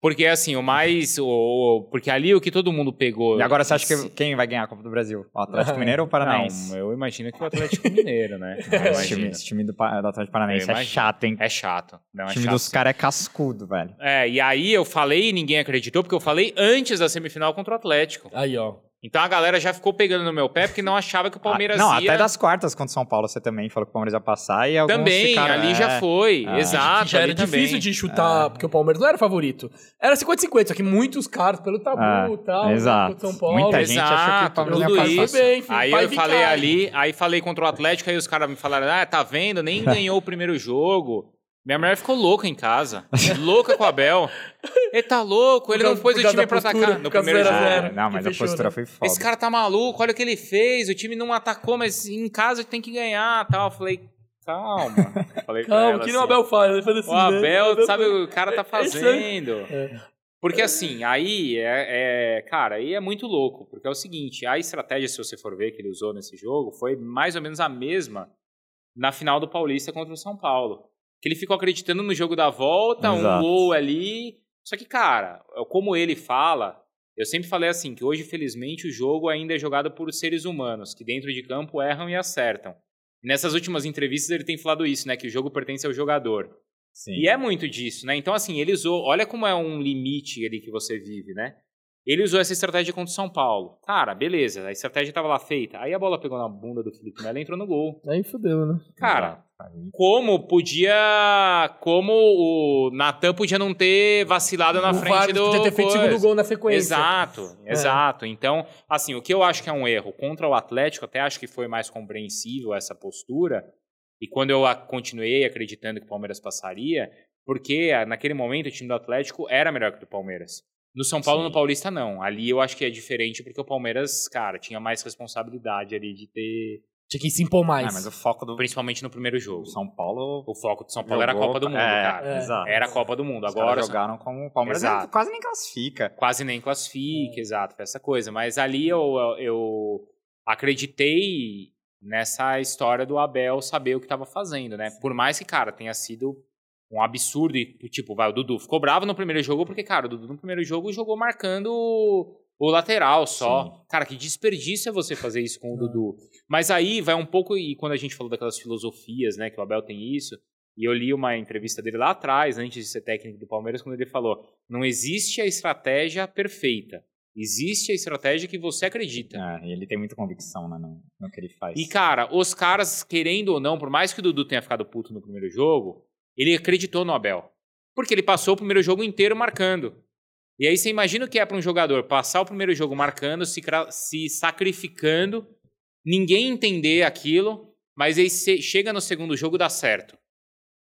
[SPEAKER 3] Porque assim, o mais. o- o- porque ali o que todo mundo pegou.
[SPEAKER 1] E agora você acha que quem vai ganhar a Copa do Brasil? O Atlético
[SPEAKER 2] Ah,
[SPEAKER 1] Mineiro ou o Paranaense?
[SPEAKER 3] Não, eu imagino que o Atlético Mineiro, né? Eu
[SPEAKER 1] Cara, É, esse,
[SPEAKER 3] imagino.
[SPEAKER 1] time, esse time do, Pa- do Atlético Paranaense
[SPEAKER 3] Eu
[SPEAKER 1] é
[SPEAKER 3] imagino.
[SPEAKER 1] chato, hein?
[SPEAKER 3] É chato. Não,
[SPEAKER 1] o
[SPEAKER 3] é
[SPEAKER 1] time
[SPEAKER 3] chato.
[SPEAKER 1] dos caras é cascudo, velho.
[SPEAKER 3] É, e aí eu falei e ninguém acreditou, porque eu falei antes da semifinal contra o Atlético.
[SPEAKER 2] Aí, ó.
[SPEAKER 3] Então a galera já ficou pegando no meu pé porque não achava que o
[SPEAKER 1] Ah,
[SPEAKER 3] Palmeiras
[SPEAKER 1] não,
[SPEAKER 3] ia.
[SPEAKER 1] até das quartas contra o São Paulo você também falou que o Palmeiras ia passar e alguns
[SPEAKER 3] Também,
[SPEAKER 1] ficaram-
[SPEAKER 3] ali
[SPEAKER 1] é,
[SPEAKER 3] já foi.
[SPEAKER 1] Ah,
[SPEAKER 3] Exato.
[SPEAKER 2] já era
[SPEAKER 3] ali também.
[SPEAKER 2] difícil de chutar, porque o Palmeiras não era favorito. Era 50-50, só que muitos caras, pelo tabu
[SPEAKER 1] Ah,
[SPEAKER 2] e tal, né,
[SPEAKER 1] exato.
[SPEAKER 2] contra São Paulo.
[SPEAKER 1] Muita gente achou que o
[SPEAKER 3] Exato,
[SPEAKER 1] Palmeiras ia
[SPEAKER 3] tudo
[SPEAKER 1] passar.
[SPEAKER 3] isso.
[SPEAKER 2] Bem, filho,
[SPEAKER 3] Aí
[SPEAKER 2] vai
[SPEAKER 3] eu falei
[SPEAKER 2] ficar.
[SPEAKER 3] ali, aí falei contra o Atlético, aí os caras me falaram, ah, tá vendo, nem ganhou o primeiro jogo. Minha mulher ficou louca em casa, louca com o Abel. Ele tá louco, ele
[SPEAKER 2] Por
[SPEAKER 3] não
[SPEAKER 2] causa-
[SPEAKER 3] pôs
[SPEAKER 2] por
[SPEAKER 3] o
[SPEAKER 2] causa
[SPEAKER 3] time
[SPEAKER 2] da
[SPEAKER 3] pra
[SPEAKER 2] postura,
[SPEAKER 3] atacar no
[SPEAKER 2] por causa
[SPEAKER 3] primeiro
[SPEAKER 2] do
[SPEAKER 3] jogo.
[SPEAKER 2] zero a
[SPEAKER 1] Ah,
[SPEAKER 2] zero.
[SPEAKER 1] não, mas
[SPEAKER 2] que
[SPEAKER 1] a
[SPEAKER 2] fechou,
[SPEAKER 1] postura
[SPEAKER 2] né?
[SPEAKER 1] foi foda.
[SPEAKER 3] Esse cara tá maluco, olha o que ele fez, o time não atacou, mas em casa tem que ganhar tal. Eu falei, calma. Falei pra
[SPEAKER 2] Calma,
[SPEAKER 3] ela
[SPEAKER 2] que nem o
[SPEAKER 3] assim,
[SPEAKER 2] Abel faz, ele faz assim,
[SPEAKER 3] O
[SPEAKER 2] né?
[SPEAKER 3] Abel,
[SPEAKER 2] Abel-
[SPEAKER 3] sabe o que o cara tá
[SPEAKER 2] É isso aí.
[SPEAKER 3] fazendo. Porque assim, aí é, é- Cara, aí é muito louco. Porque é o seguinte: a estratégia, se você for ver, que ele usou nesse jogo, foi mais ou menos a mesma na final do Paulista contra o São Paulo. Que ele ficou acreditando no jogo da volta, um
[SPEAKER 1] Exato.
[SPEAKER 3] gol ali. Só que, cara, como ele fala, eu sempre falei assim: que hoje, felizmente, o jogo ainda é jogado por seres humanos, que dentro de campo erram e acertam. Nessas últimas entrevistas ele tem falado isso, né? Que o jogo pertence ao jogador.
[SPEAKER 1] Sim.
[SPEAKER 3] E é muito disso, né? Então, assim, ele usou. Olha como é um limite ali que você vive, né? Ele usou essa estratégia contra o São Paulo. Cara, beleza, a estratégia tava lá feita. Aí a bola pegou na bunda do Felipe Melo e entrou no gol.
[SPEAKER 2] Aí fudeu, né?
[SPEAKER 3] Cara,
[SPEAKER 1] Ah,
[SPEAKER 3] como podia. Como o Natan podia não ter vacilado na
[SPEAKER 2] o
[SPEAKER 3] frente
[SPEAKER 2] Vargas
[SPEAKER 3] do.
[SPEAKER 2] podia ter feito
[SPEAKER 3] coisa.
[SPEAKER 2] segundo gol na sequência.
[SPEAKER 3] Exato,
[SPEAKER 1] É.
[SPEAKER 3] exato. Então, assim, o que eu acho que é um erro contra o Atlético, até acho que foi mais compreensível essa postura. E quando eu a- continuei acreditando que o Palmeiras passaria, porque ah, naquele momento o time do Atlético era melhor que o do Palmeiras. No São Paulo,
[SPEAKER 1] Sim.
[SPEAKER 3] no Paulista, não. Ali eu acho que é diferente porque o Palmeiras, cara, tinha mais responsabilidade ali de ter.
[SPEAKER 2] Tinha que se impor mais.
[SPEAKER 1] Ah, mas o foco do
[SPEAKER 3] Principalmente no primeiro jogo.
[SPEAKER 1] São Paulo.
[SPEAKER 3] O foco do São Paulo era a
[SPEAKER 1] jogou-
[SPEAKER 3] Copa do Mundo,
[SPEAKER 1] é,
[SPEAKER 3] cara.
[SPEAKER 2] É.
[SPEAKER 1] Exato.
[SPEAKER 3] Era a Copa do Mundo.
[SPEAKER 1] Os
[SPEAKER 3] Agora.
[SPEAKER 1] caras jogaram como o Palmeiras é
[SPEAKER 3] Exato.
[SPEAKER 1] quase nem classifica.
[SPEAKER 3] quase nem classifica, exato, foi essa coisa. Mas ali eu, eu acreditei nessa história do Abel saber o que estava fazendo, né? Por mais que, cara, tenha sido um absurdo e, tipo, vai, o Dudu ficou bravo no primeiro jogo porque, cara, o Dudu no primeiro jogo jogou marcando o, o lateral só.
[SPEAKER 1] Sim.
[SPEAKER 3] Cara, que desperdício é você fazer isso com o Dudu. Mas aí vai um pouco, e quando a gente falou daquelas filosofias, né, que o Abel tem isso, e eu li uma entrevista dele lá atrás, antes de ser técnico do Palmeiras, quando ele falou: não existe a estratégia perfeita. Existe a estratégia que você acredita.
[SPEAKER 1] É, e ele tem muita convicção né, no, no que ele faz.
[SPEAKER 3] E, cara, os caras, querendo ou não, por mais que o Dudu tenha ficado puto no primeiro jogo, ele acreditou no Abel. Porque ele passou o primeiro jogo inteiro marcando. E aí você imagina o que é para um jogador passar o primeiro jogo marcando, se, cra- se sacrificando, ninguém entender aquilo, mas aí você chega no segundo jogo e dá certo.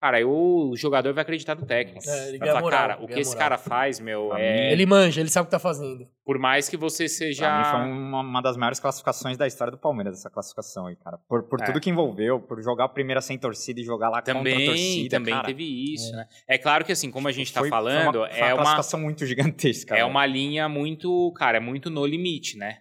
[SPEAKER 3] Cara, aí o jogador vai acreditar no técnico.
[SPEAKER 2] É, ele
[SPEAKER 3] vai
[SPEAKER 2] ganha
[SPEAKER 3] falar,
[SPEAKER 2] moral,
[SPEAKER 3] cara, o
[SPEAKER 2] ganha
[SPEAKER 3] que esse
[SPEAKER 2] moral."
[SPEAKER 3] cara faz, meu,
[SPEAKER 1] Pra
[SPEAKER 3] é...
[SPEAKER 2] Ele manja, ele sabe o que tá fazendo.
[SPEAKER 1] Ah,
[SPEAKER 3] por mais que você seja...
[SPEAKER 1] Pra mim foi um uma, uma das maiores classificações da história do Palmeiras, essa classificação aí, cara. Por, por
[SPEAKER 3] É.
[SPEAKER 1] tudo que envolveu, por jogar a primeira sem torcida e jogar lá contra a
[SPEAKER 3] Também,
[SPEAKER 1] torcida,
[SPEAKER 3] também
[SPEAKER 1] cara. Tipo,
[SPEAKER 3] teve isso, né? É claro que assim, como a gente tá
[SPEAKER 1] Foi- foi
[SPEAKER 3] falando,
[SPEAKER 1] uma, foi
[SPEAKER 3] é,
[SPEAKER 1] uma
[SPEAKER 3] uma,
[SPEAKER 1] classificação muito gigantesca.
[SPEAKER 3] é
[SPEAKER 1] né?
[SPEAKER 3] uma linha muito, cara, é muito no limite, né?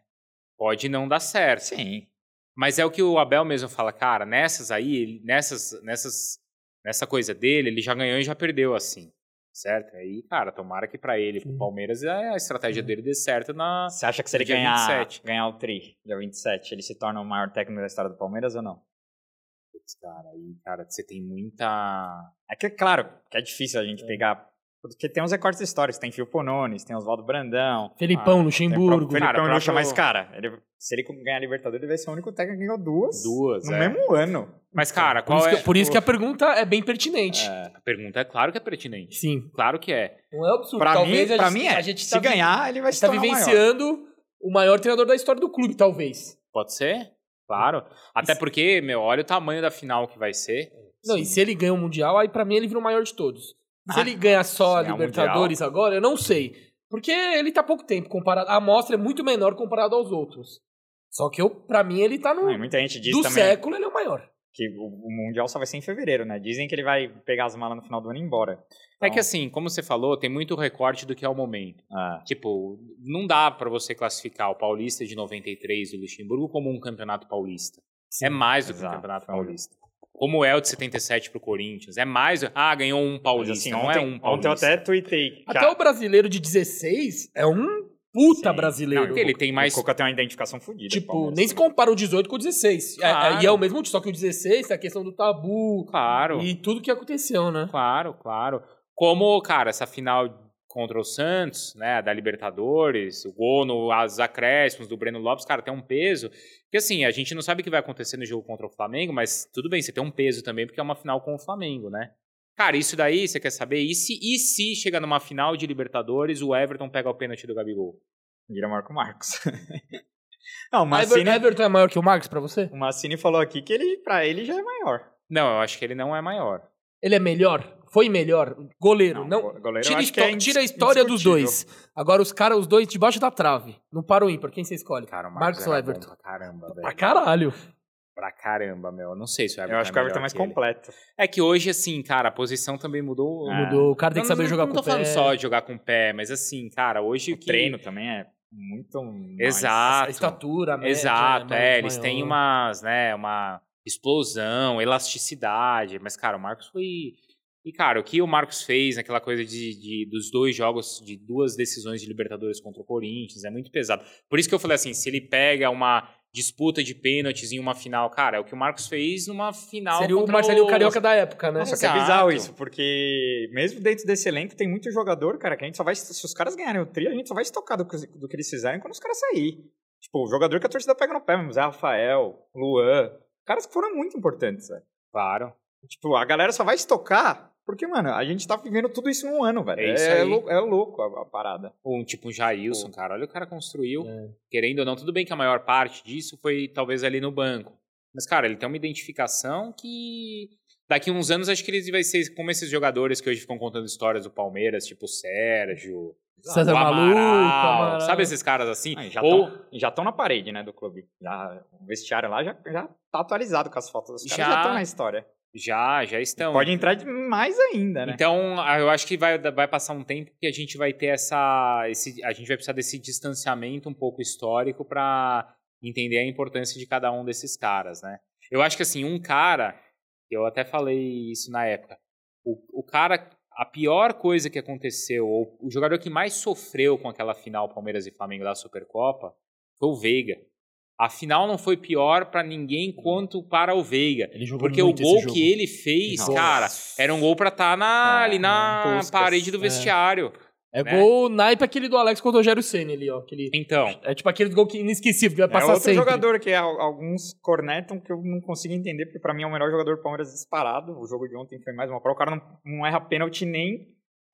[SPEAKER 3] Pode não dar certo.
[SPEAKER 1] Sim.
[SPEAKER 3] Mas é o que o Abel mesmo fala, cara, nessas aí, ele- nessas, nessas, nessa coisa dele, ele já ganhou e já perdeu, assim. Certo? Aí, cara, tomara que pra ele, pro
[SPEAKER 2] Sim.
[SPEAKER 3] Palmeiras, é a a estratégia dele dê certo na.
[SPEAKER 1] Você acha que se ele
[SPEAKER 3] Dia
[SPEAKER 1] ganhar,
[SPEAKER 3] 27.
[SPEAKER 1] ganhar o tri, dia 27, ele se torna o maior técnico da história do Palmeiras ou não?
[SPEAKER 3] Putz, Cara, aí, cara, você tem muita.
[SPEAKER 1] É que, claro, que é difícil a gente pegar, porque tem uns recortes históricos, tem Fio Ponones, tem Oswaldo Brandão,
[SPEAKER 2] Felipão,
[SPEAKER 1] Tem é o próprio
[SPEAKER 2] Luxemburgo.
[SPEAKER 1] Felipão
[SPEAKER 3] Cara,
[SPEAKER 1] e
[SPEAKER 3] o
[SPEAKER 1] Lucha,
[SPEAKER 3] próprio-
[SPEAKER 1] mas, cara, ele- se ele ganhar a Libertadores, ele vai ser o único técnico que ganhou duas.
[SPEAKER 3] Duas,
[SPEAKER 1] No
[SPEAKER 3] é.
[SPEAKER 1] mesmo ano.
[SPEAKER 3] Mas, cara,
[SPEAKER 2] Por,
[SPEAKER 3] qual
[SPEAKER 2] isso
[SPEAKER 3] é.
[SPEAKER 2] que, por isso que a pergunta é bem pertinente.
[SPEAKER 3] A pergunta é claro que é pertinente.
[SPEAKER 2] Sim.
[SPEAKER 3] Claro que é.
[SPEAKER 2] Não é um absurdo.
[SPEAKER 1] Pra
[SPEAKER 2] talvez
[SPEAKER 1] mim,
[SPEAKER 2] a
[SPEAKER 1] pra
[SPEAKER 2] gente,
[SPEAKER 1] mim é.
[SPEAKER 2] A gente
[SPEAKER 1] se
[SPEAKER 2] tá, vi-
[SPEAKER 1] ganhar, ele
[SPEAKER 2] a
[SPEAKER 1] vai
[SPEAKER 2] gente
[SPEAKER 1] se
[SPEAKER 2] tá
[SPEAKER 1] tornar o maior.
[SPEAKER 2] vivenciando o maior treinador da história do clube, talvez.
[SPEAKER 3] Pode
[SPEAKER 1] Hum.
[SPEAKER 3] ser? Claro. Até porque, meu, olha o tamanho da final que vai ser.
[SPEAKER 1] É,
[SPEAKER 2] Não, e se ele ganha o Mundial, aí pra mim ele vira o maior de todos. Se ele ganhar só
[SPEAKER 1] Ah,
[SPEAKER 2] a
[SPEAKER 1] se ganhar um o
[SPEAKER 2] Libertadores agora, eu não sei. Porque ele tá pouco tempo comparado. A amostra é muito menor comparado aos outros. Só que eu, pra mim, ele tá no.
[SPEAKER 1] Ah, e muita gente diz
[SPEAKER 2] do
[SPEAKER 1] também
[SPEAKER 2] século, ele é o maior.
[SPEAKER 1] que o, o Mundial só vai ser em fevereiro, né? Dizem que ele vai pegar as malas no final do ano e ir embora.
[SPEAKER 3] É que assim, como você falou, tem muito recorte do que é o momento.
[SPEAKER 1] Ah,
[SPEAKER 3] Tipo, não dá pra você classificar o Paulista de 93 do Luxemburgo como um campeonato paulista. é mais do que um
[SPEAKER 1] exato.
[SPEAKER 3] campeonato
[SPEAKER 1] Então,
[SPEAKER 3] paulista. Como é o de 77 pro Corinthians. É mais. Ah, ganhou um
[SPEAKER 1] mas,
[SPEAKER 3] paulista.
[SPEAKER 1] assim,
[SPEAKER 3] não
[SPEAKER 1] ontem,
[SPEAKER 3] é um
[SPEAKER 1] ontem eu
[SPEAKER 3] paulista.
[SPEAKER 1] até tuitei.
[SPEAKER 2] Até
[SPEAKER 1] cara,
[SPEAKER 2] o brasileiro de 16 é um puta
[SPEAKER 1] Sim.
[SPEAKER 2] brasileiro.
[SPEAKER 3] Não, ele tem mais.
[SPEAKER 1] O Cuca tem uma identificação fodida. com o
[SPEAKER 2] Tipo,
[SPEAKER 1] Palmeiras.
[SPEAKER 2] nem se compara o 18 com o 16. É-
[SPEAKER 3] Claro.
[SPEAKER 2] é- e é o mesmo, só que o 16 é a questão do tabu
[SPEAKER 3] Claro.
[SPEAKER 2] e tudo que aconteceu, né?
[SPEAKER 3] Claro, claro. Como, cara, essa final contra o Santos, né, da Libertadores, o gol no as acréscimos do Breno Lopes, cara, tem um peso. Que assim, a gente não sabe o que vai acontecer no jogo contra o Flamengo, mas tudo bem, você tem um peso também porque é uma final com o Flamengo, né? Cara, isso daí, você quer saber? E se, e se chegar numa final de Libertadores, o Everton pega o pênalti do Gabigol?
[SPEAKER 1] Vira Marco Marcos. não, o
[SPEAKER 2] Ever-
[SPEAKER 1] Mancini,
[SPEAKER 2] Everton é maior que o Marcos pra você?
[SPEAKER 1] o Mancini falou aqui que ele, pra ele já é maior.
[SPEAKER 3] Não, eu acho que ele não é maior.
[SPEAKER 2] Ele é melhor? Foi melhor? Goleiro, não.
[SPEAKER 1] go- goleiro, eu
[SPEAKER 2] Tira, a
[SPEAKER 1] acho que é
[SPEAKER 2] histó-
[SPEAKER 1] indis-
[SPEAKER 2] tira a história dos
[SPEAKER 1] indiscutível.
[SPEAKER 2] dois. Agora os caras, os dois debaixo da trave. Não para o ímpar. Quem você escolhe?
[SPEAKER 3] Cara, o Marcos,
[SPEAKER 2] Marcos
[SPEAKER 3] é
[SPEAKER 2] ou
[SPEAKER 3] era bom
[SPEAKER 2] Everton?
[SPEAKER 3] pra caramba,
[SPEAKER 2] Pra
[SPEAKER 3] velho.
[SPEAKER 2] caralho.
[SPEAKER 3] pra caramba, meu. Eu não sei se o Everton
[SPEAKER 1] Eu acho que o
[SPEAKER 3] é
[SPEAKER 1] Everton é
[SPEAKER 3] melhor
[SPEAKER 1] mais
[SPEAKER 3] que ele.
[SPEAKER 1] completo.
[SPEAKER 3] É que hoje, assim, cara, a posição também mudou.
[SPEAKER 1] Ah,
[SPEAKER 2] Mudou. O cara É. tem que
[SPEAKER 3] Não,
[SPEAKER 2] saber
[SPEAKER 3] não,
[SPEAKER 2] jogar
[SPEAKER 3] não
[SPEAKER 2] com o
[SPEAKER 3] tô falando
[SPEAKER 2] pé.
[SPEAKER 3] só de jogar com o pé, mas assim, cara, hoje
[SPEAKER 1] O
[SPEAKER 3] que-
[SPEAKER 1] treino também é muito mais-
[SPEAKER 2] A
[SPEAKER 3] Exato.
[SPEAKER 2] estatura, a média,
[SPEAKER 3] Exato,
[SPEAKER 2] né,
[SPEAKER 3] é,
[SPEAKER 2] muito
[SPEAKER 3] eles
[SPEAKER 2] maior.
[SPEAKER 3] têm umas, né, uma explosão, elasticidade, mas, cara, o Marcos foi... E, cara, o que o Marcos fez naquela coisa de, de- dos dois jogos, de duas decisões de Libertadores contra o Corinthians, é muito pesado. Por isso que eu falei assim, se ele pega uma disputa de pênaltis em uma final, cara, é o que o Marcos fez numa final
[SPEAKER 2] Seria o
[SPEAKER 3] contra
[SPEAKER 2] Marcelinho Carioca da época, né?
[SPEAKER 3] Nossa,
[SPEAKER 1] Só que é
[SPEAKER 3] Exato.
[SPEAKER 1] bizarro isso, porque mesmo dentro desse elenco tem muito jogador, cara, que a gente só vai. Se os caras ganharem o tri, a gente só vai estocar do, que- do que eles fizerem quando os caras saírem. Tipo, o jogador que a torcida pega no pé mesmo, Zé Rafael, Luan. Caras que foram muito importantes, velho.
[SPEAKER 3] Claro.
[SPEAKER 1] Tipo, a galera só vai estocar porque, mano, a gente tá vivendo tudo isso em um ano, velho.
[SPEAKER 3] É isso aí.
[SPEAKER 1] lou- é louco a, a parada.
[SPEAKER 3] Um tipo um Jailson, cara, olha o cara construiu,
[SPEAKER 2] É.
[SPEAKER 3] querendo ou não, tudo bem que a maior parte disso foi talvez ali no banco. Mas, cara, ele tem uma identificação que daqui uns anos acho que ele vai ser como esses jogadores que hoje ficam contando histórias do Palmeiras, tipo o Sérgio,
[SPEAKER 2] César
[SPEAKER 3] o
[SPEAKER 2] Maluco,
[SPEAKER 3] Amaral,
[SPEAKER 2] Amaral.
[SPEAKER 3] sabe esses caras assim?
[SPEAKER 1] é Ah, e já
[SPEAKER 3] Ou
[SPEAKER 1] tão- já estão na parede, né, do clube. Já, o vestiário lá já, já tá atualizado com as fotos dos caras.
[SPEAKER 3] Já.
[SPEAKER 1] Já estão na história.
[SPEAKER 3] já, já estão.
[SPEAKER 1] Pode entrar de- mais
[SPEAKER 2] É,
[SPEAKER 1] ainda, né?
[SPEAKER 3] Então, a- eu acho que vai, vai passar um tempo que a gente vai ter essa. Esse, a gente vai precisar desse distanciamento um pouco histórico para entender a importância de cada um desses caras, né? Eu acho que assim, um cara, eu até falei isso na época, o, o cara, a pior coisa que aconteceu, ou o jogador que mais sofreu com aquela final Palmeiras e Flamengo da Supercopa foi o Veiga. A final não foi pior para ninguém quanto para o Veiga.
[SPEAKER 2] Ele jogou
[SPEAKER 3] Porque o
[SPEAKER 2] muito
[SPEAKER 3] gol
[SPEAKER 2] esse jogo.
[SPEAKER 3] que ele fez,
[SPEAKER 2] Nossa.
[SPEAKER 3] cara, era um gol pra estar na,
[SPEAKER 1] É,
[SPEAKER 3] ali na
[SPEAKER 1] Puskas.
[SPEAKER 3] parede do vestiário.
[SPEAKER 2] Ah, É
[SPEAKER 3] né?
[SPEAKER 2] gol naipe aquele do Alex contra o Rogério Senna ali, ó. Aquele...
[SPEAKER 3] Então,
[SPEAKER 2] É tipo aquele gol que inesquecível, que vai
[SPEAKER 1] É
[SPEAKER 2] passar
[SPEAKER 1] outro
[SPEAKER 2] sempre.
[SPEAKER 1] jogador que al- alguns cornetam que eu não consigo entender, porque pra mim é o melhor jogador do Palmeiras disparado. O jogo de ontem foi mais uma prova. O cara não, não erra pênalti nem.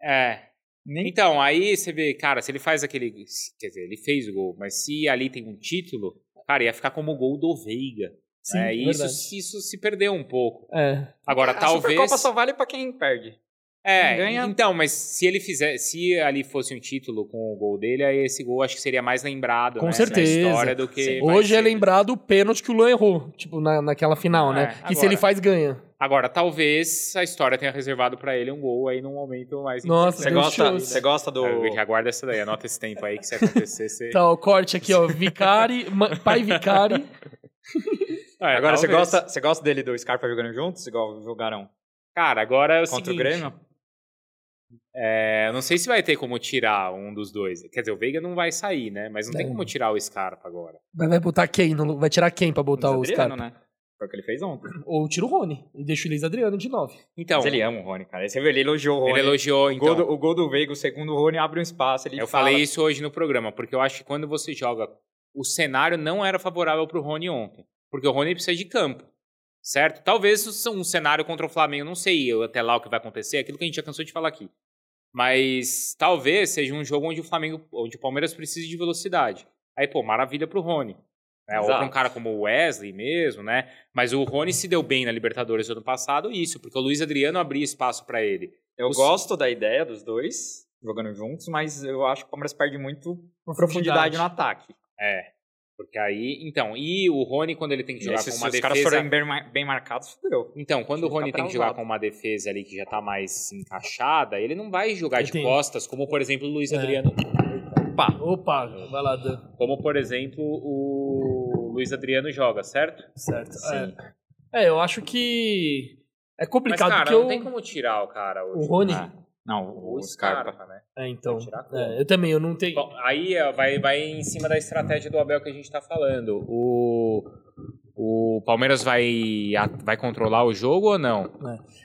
[SPEAKER 3] é.
[SPEAKER 1] nem
[SPEAKER 3] Então, aí você vê, cara, se ele faz aquele. Quer dizer, ele fez o gol, mas se ali tem um título, cara, ia ficar como o gol do Veiga.
[SPEAKER 2] Sim, é
[SPEAKER 3] né? E isso,
[SPEAKER 2] verdade.
[SPEAKER 3] isso se perdeu um pouco.
[SPEAKER 2] É.
[SPEAKER 3] Agora,
[SPEAKER 1] A
[SPEAKER 3] talvez.
[SPEAKER 1] Supercopa só vale pra quem perde.
[SPEAKER 3] É,
[SPEAKER 1] Quem ganha-
[SPEAKER 3] então, mas se ele fizer, se ali fosse um título com o gol dele, aí esse gol acho que seria mais lembrado
[SPEAKER 2] Com
[SPEAKER 3] né,
[SPEAKER 2] certeza.
[SPEAKER 3] na história do que. vai
[SPEAKER 2] Hoje é
[SPEAKER 3] ser.
[SPEAKER 2] lembrado o pênalti que o Luan errou, tipo, na, naquela final, né?
[SPEAKER 3] É,
[SPEAKER 2] Que se
[SPEAKER 3] agora.
[SPEAKER 2] ele faz, ganha.
[SPEAKER 3] Agora, talvez a história tenha reservado pra ele um gol aí num momento mais.
[SPEAKER 2] Nossa,
[SPEAKER 1] Você
[SPEAKER 2] Deus
[SPEAKER 1] gosta,
[SPEAKER 2] shows.
[SPEAKER 1] você gosta do.
[SPEAKER 3] É, Vicky, aguarda essa daí, anota esse tempo aí que se acontecer, você.
[SPEAKER 2] Então, o corte aqui, ó. Vicari, ma- pai Vicari.
[SPEAKER 3] É,
[SPEAKER 1] Agora, você
[SPEAKER 3] talvez.
[SPEAKER 1] gosta, você gosta dele do Scarpa jogando juntos, igual jogaram
[SPEAKER 3] Cara, agora é o
[SPEAKER 1] contra
[SPEAKER 3] seguinte,
[SPEAKER 1] o Grêmio?
[SPEAKER 3] é, não sei se vai ter como tirar um dos dois. Quer dizer, o Veiga não vai sair, né? Mas não tem
[SPEAKER 2] Não.
[SPEAKER 3] como tirar o Scarpa agora.
[SPEAKER 2] Mas vai botar quem? no lu- Vai tirar quem pra botar
[SPEAKER 1] Luiz
[SPEAKER 2] os
[SPEAKER 1] Adriano,
[SPEAKER 2] caras?
[SPEAKER 1] né? Foi o que ele fez ontem.
[SPEAKER 2] Ou tira o Rony e deixa o Luiz Adriano de nove.
[SPEAKER 3] Então,
[SPEAKER 1] Mas ele é ama o Rony, cara. Você viu, ele elogiou o Rony.
[SPEAKER 3] ele elogiou,
[SPEAKER 1] o, gol
[SPEAKER 3] então.
[SPEAKER 1] do, o gol do Veiga, o segundo o Rony abre um espaço. Ele
[SPEAKER 3] Eu
[SPEAKER 1] fala,
[SPEAKER 3] falei isso hoje no programa, porque eu acho que quando você joga, o cenário não era favorável pro Rony ontem. Porque o Rony precisa de campo, certo? Talvez isso seja um cenário contra o Flamengo, não sei eu até lá o que vai acontecer, é aquilo que a gente já cansou de falar aqui. Mas talvez seja um jogo onde o Flamengo, onde o Palmeiras precise de velocidade. Aí, pô, maravilha pro Rony. Né? Ou pra um
[SPEAKER 1] Exato.
[SPEAKER 3] cara como o Wesley mesmo, né? Mas o Rony se deu bem na Libertadores do ano passado, isso, porque o Luiz Adriano abria espaço pra ele.
[SPEAKER 1] Eu
[SPEAKER 3] Os-
[SPEAKER 1] gosto da ideia dos dois jogando juntos, mas eu acho que o Palmeiras perde muito profundidade no ataque.
[SPEAKER 3] É. Porque aí, então, e o Rony, quando ele tem que
[SPEAKER 1] E aí,
[SPEAKER 3] jogar
[SPEAKER 1] se
[SPEAKER 3] com
[SPEAKER 1] os
[SPEAKER 3] uma
[SPEAKER 1] caras
[SPEAKER 3] defesa.
[SPEAKER 1] forem bem, mar- bem marcados, fudeu.
[SPEAKER 3] Então, quando o
[SPEAKER 1] Ele fica
[SPEAKER 3] Rony tem que jogar
[SPEAKER 1] travado.
[SPEAKER 3] com uma defesa ali que já tá mais encaixada, ele não vai jogar
[SPEAKER 2] Eu
[SPEAKER 3] de
[SPEAKER 2] tenho.
[SPEAKER 3] costas, como por exemplo o Luiz
[SPEAKER 2] É.
[SPEAKER 3] Adriano.
[SPEAKER 2] Opa, vai lá, Dan.
[SPEAKER 3] Como por exemplo o Luiz Adriano joga, certo?
[SPEAKER 2] Certo. É. É, eu acho que. É
[SPEAKER 3] Mas,
[SPEAKER 2] complicado
[SPEAKER 3] cara,
[SPEAKER 2] porque
[SPEAKER 3] não tem
[SPEAKER 2] eu-
[SPEAKER 3] como tirar o cara
[SPEAKER 2] o
[SPEAKER 3] hoje.
[SPEAKER 2] Rony.
[SPEAKER 1] Ah, Não, o,
[SPEAKER 3] O
[SPEAKER 1] Scarpa.
[SPEAKER 3] Scarpa, né?
[SPEAKER 2] É, então.
[SPEAKER 3] Vai tirar como?
[SPEAKER 2] É, eu também, eu não tenho.
[SPEAKER 3] Bom, aí ó, vai, vai em cima da estratégia do Abel que a gente tá falando. O, o Palmeiras vai, a- vai controlar o jogo ou não?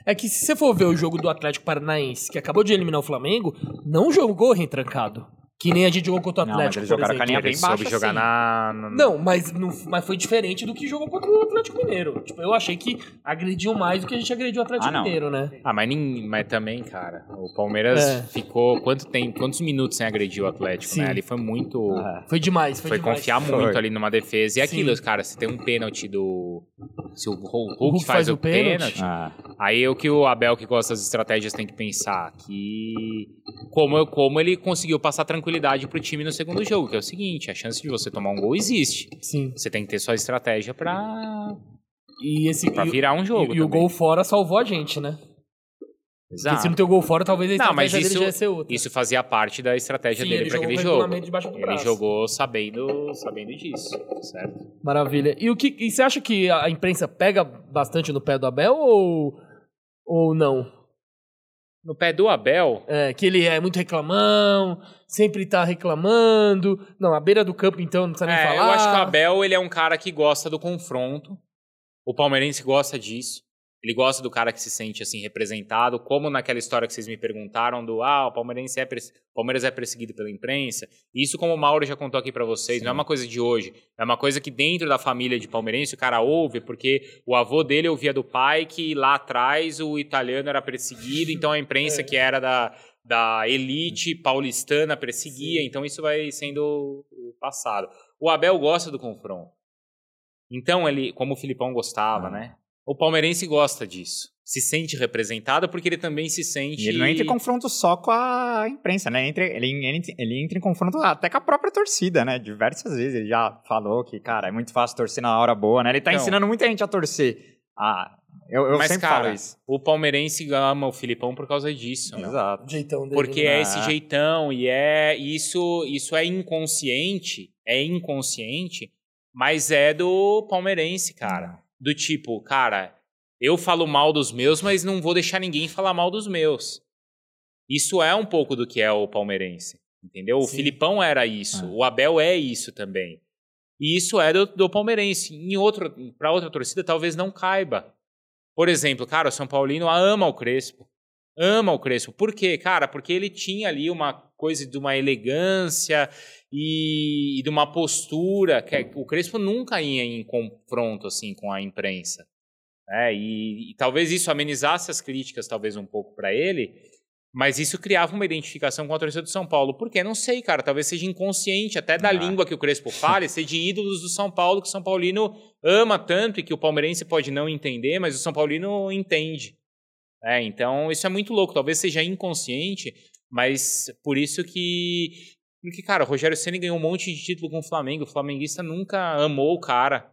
[SPEAKER 2] É que se você for ver o jogo do Atlético Paranaense, que acabou de eliminar o Flamengo, não jogou retrancado. Que nem a gente jogou contra o
[SPEAKER 1] Não, mas
[SPEAKER 2] Atlético.
[SPEAKER 1] eles
[SPEAKER 2] por
[SPEAKER 1] jogaram com a
[SPEAKER 2] exemplo.
[SPEAKER 1] linha
[SPEAKER 3] Ele
[SPEAKER 1] bem baixa.
[SPEAKER 3] soube jogar
[SPEAKER 1] assim.
[SPEAKER 3] na, na-
[SPEAKER 2] Não, mas, não, mas foi diferente do que jogou contra o Atlético Mineiro. Tipo, eu achei que agrediu mais do que a gente agrediu o Atlético
[SPEAKER 1] Ah, não.
[SPEAKER 2] Mineiro, né?
[SPEAKER 3] Ah, mas, nem, mas também, cara, o Palmeiras
[SPEAKER 2] É.
[SPEAKER 3] ficou quanto tempo, quantos minutos sem agredir o Atlético,
[SPEAKER 2] Sim.
[SPEAKER 3] né? Ali foi muito.
[SPEAKER 1] É.
[SPEAKER 2] Foi demais, foi,
[SPEAKER 3] foi
[SPEAKER 2] demais.
[SPEAKER 3] confiar
[SPEAKER 1] Foi.
[SPEAKER 3] muito ali numa defesa. E
[SPEAKER 2] Sim.
[SPEAKER 3] aquilo, cara, se tem um pênalti do. Se o Hulk,
[SPEAKER 2] Hulk
[SPEAKER 3] faz,
[SPEAKER 2] faz
[SPEAKER 3] o
[SPEAKER 2] o pênalti.
[SPEAKER 3] pênalti,
[SPEAKER 1] Ah,
[SPEAKER 3] Aí é o que o Abel, que gosta das estratégias, tem que pensar. Que como, eu- como ele conseguiu passar tranquilidade pro time no segundo jogo, que é o seguinte, a chance de você tomar um gol existe.
[SPEAKER 2] Sim.
[SPEAKER 3] Você tem que ter sua estratégia pra,
[SPEAKER 2] E esse
[SPEAKER 3] Pra
[SPEAKER 2] e,
[SPEAKER 3] virar um jogo.
[SPEAKER 2] e- e o
[SPEAKER 3] também.
[SPEAKER 2] gol fora salvou a gente, né? Porque se
[SPEAKER 3] Exato.
[SPEAKER 2] não tem o gol fora, talvez a
[SPEAKER 3] Não, mas
[SPEAKER 2] estratégia dele
[SPEAKER 3] isso-
[SPEAKER 2] já ia ser outra.
[SPEAKER 3] Isso fazia parte da estratégia
[SPEAKER 2] Sim,
[SPEAKER 3] dele
[SPEAKER 2] ele
[SPEAKER 3] para
[SPEAKER 2] jogou
[SPEAKER 3] aquele
[SPEAKER 2] com o
[SPEAKER 3] jogo.
[SPEAKER 2] regulamento debaixo do
[SPEAKER 3] Ele
[SPEAKER 2] braço.
[SPEAKER 3] jogou sabendo, sabendo disso, certo?
[SPEAKER 2] Maravilha. E o que e você acha que a a imprensa pega bastante no pé do Abel ou ou não?
[SPEAKER 3] No pé do Abel,
[SPEAKER 2] É, que ele é muito reclamão, sempre tá reclamando. Não, à beira do campo então não precisa nem
[SPEAKER 3] é,
[SPEAKER 2] falar.
[SPEAKER 3] eu acho que o Abel ele é um cara que gosta do confronto. O palmeirense gosta disso. Ele gosta do cara que se sente assim representado, como naquela história que vocês me perguntaram do ah, o palmeirense é perse- o Palmeiras é perseguido pela imprensa. Isso como o Mauro já contou aqui pra vocês, não é uma coisa de hoje, é uma coisa que dentro da família de palmeirense o cara ouve porque o avô dele ouvia do pai que lá atrás o italiano era perseguido, então a imprensa que era da da
[SPEAKER 1] Uhum.
[SPEAKER 3] elite paulistana perseguia, então isso vai sendo passado. O Abel gosta do confronto. Então ele, como o Filipão
[SPEAKER 1] Uhum.
[SPEAKER 3] gostava, né? O palmeirense gosta disso. Se sente representado porque ele também se sente.
[SPEAKER 1] E ele não entra em confronto só com a imprensa, né? Entra- ele, ele- ele entra em confronto até com a própria torcida, né? Diversas vezes ele já falou que, cara, é muito fácil torcer na hora boa, né? Ele tá
[SPEAKER 3] Então.
[SPEAKER 1] ensinando muita gente a torcer. Ah, eu, eu
[SPEAKER 3] Mas,
[SPEAKER 1] sempre
[SPEAKER 3] cara,
[SPEAKER 1] falo isso.
[SPEAKER 3] O palmeirense ama o Filipão por causa disso, né?
[SPEAKER 1] Exato.
[SPEAKER 2] o jeitão dele.
[SPEAKER 3] Porque
[SPEAKER 2] né?
[SPEAKER 3] é esse jeitão e é isso, isso é inconsciente, é inconsciente, mas é do palmeirense, cara. Do tipo, cara, eu falo mal dos meus, mas não vou deixar ninguém falar mal dos meus. Isso é um pouco do que é o palmeirense, entendeu? O
[SPEAKER 2] Sim.
[SPEAKER 3] Filipão era isso,
[SPEAKER 1] Ah.
[SPEAKER 3] o Abel é isso também. E isso é do, do palmeirense. Em outro, para outra torcida talvez não caiba. Por exemplo, cara, o São Paulino ama o Crespo. Ama o Crespo. Por quê, cara? Porque ele tinha ali uma coisa de uma elegância e, e de uma postura que é- o Crespo nunca ia em confronto assim com a imprensa. né? e, e talvez isso amenizasse as críticas talvez um pouco para ele, mas isso criava uma identificação com a torcida do São Paulo. Por quê? Não sei, cara. Talvez seja inconsciente até da
[SPEAKER 1] Ah.
[SPEAKER 3] língua que o Crespo fala, e seja de ídolos do São Paulo que o São Paulino ama tanto e que o palmeirense pode não entender, mas o São Paulino entende. né? então, isso é muito louco. Talvez seja inconsciente, mas por isso que. Porque, cara, o Rogério Ceni ganhou um monte de título com o Flamengo. O flamenguista nunca amou o cara.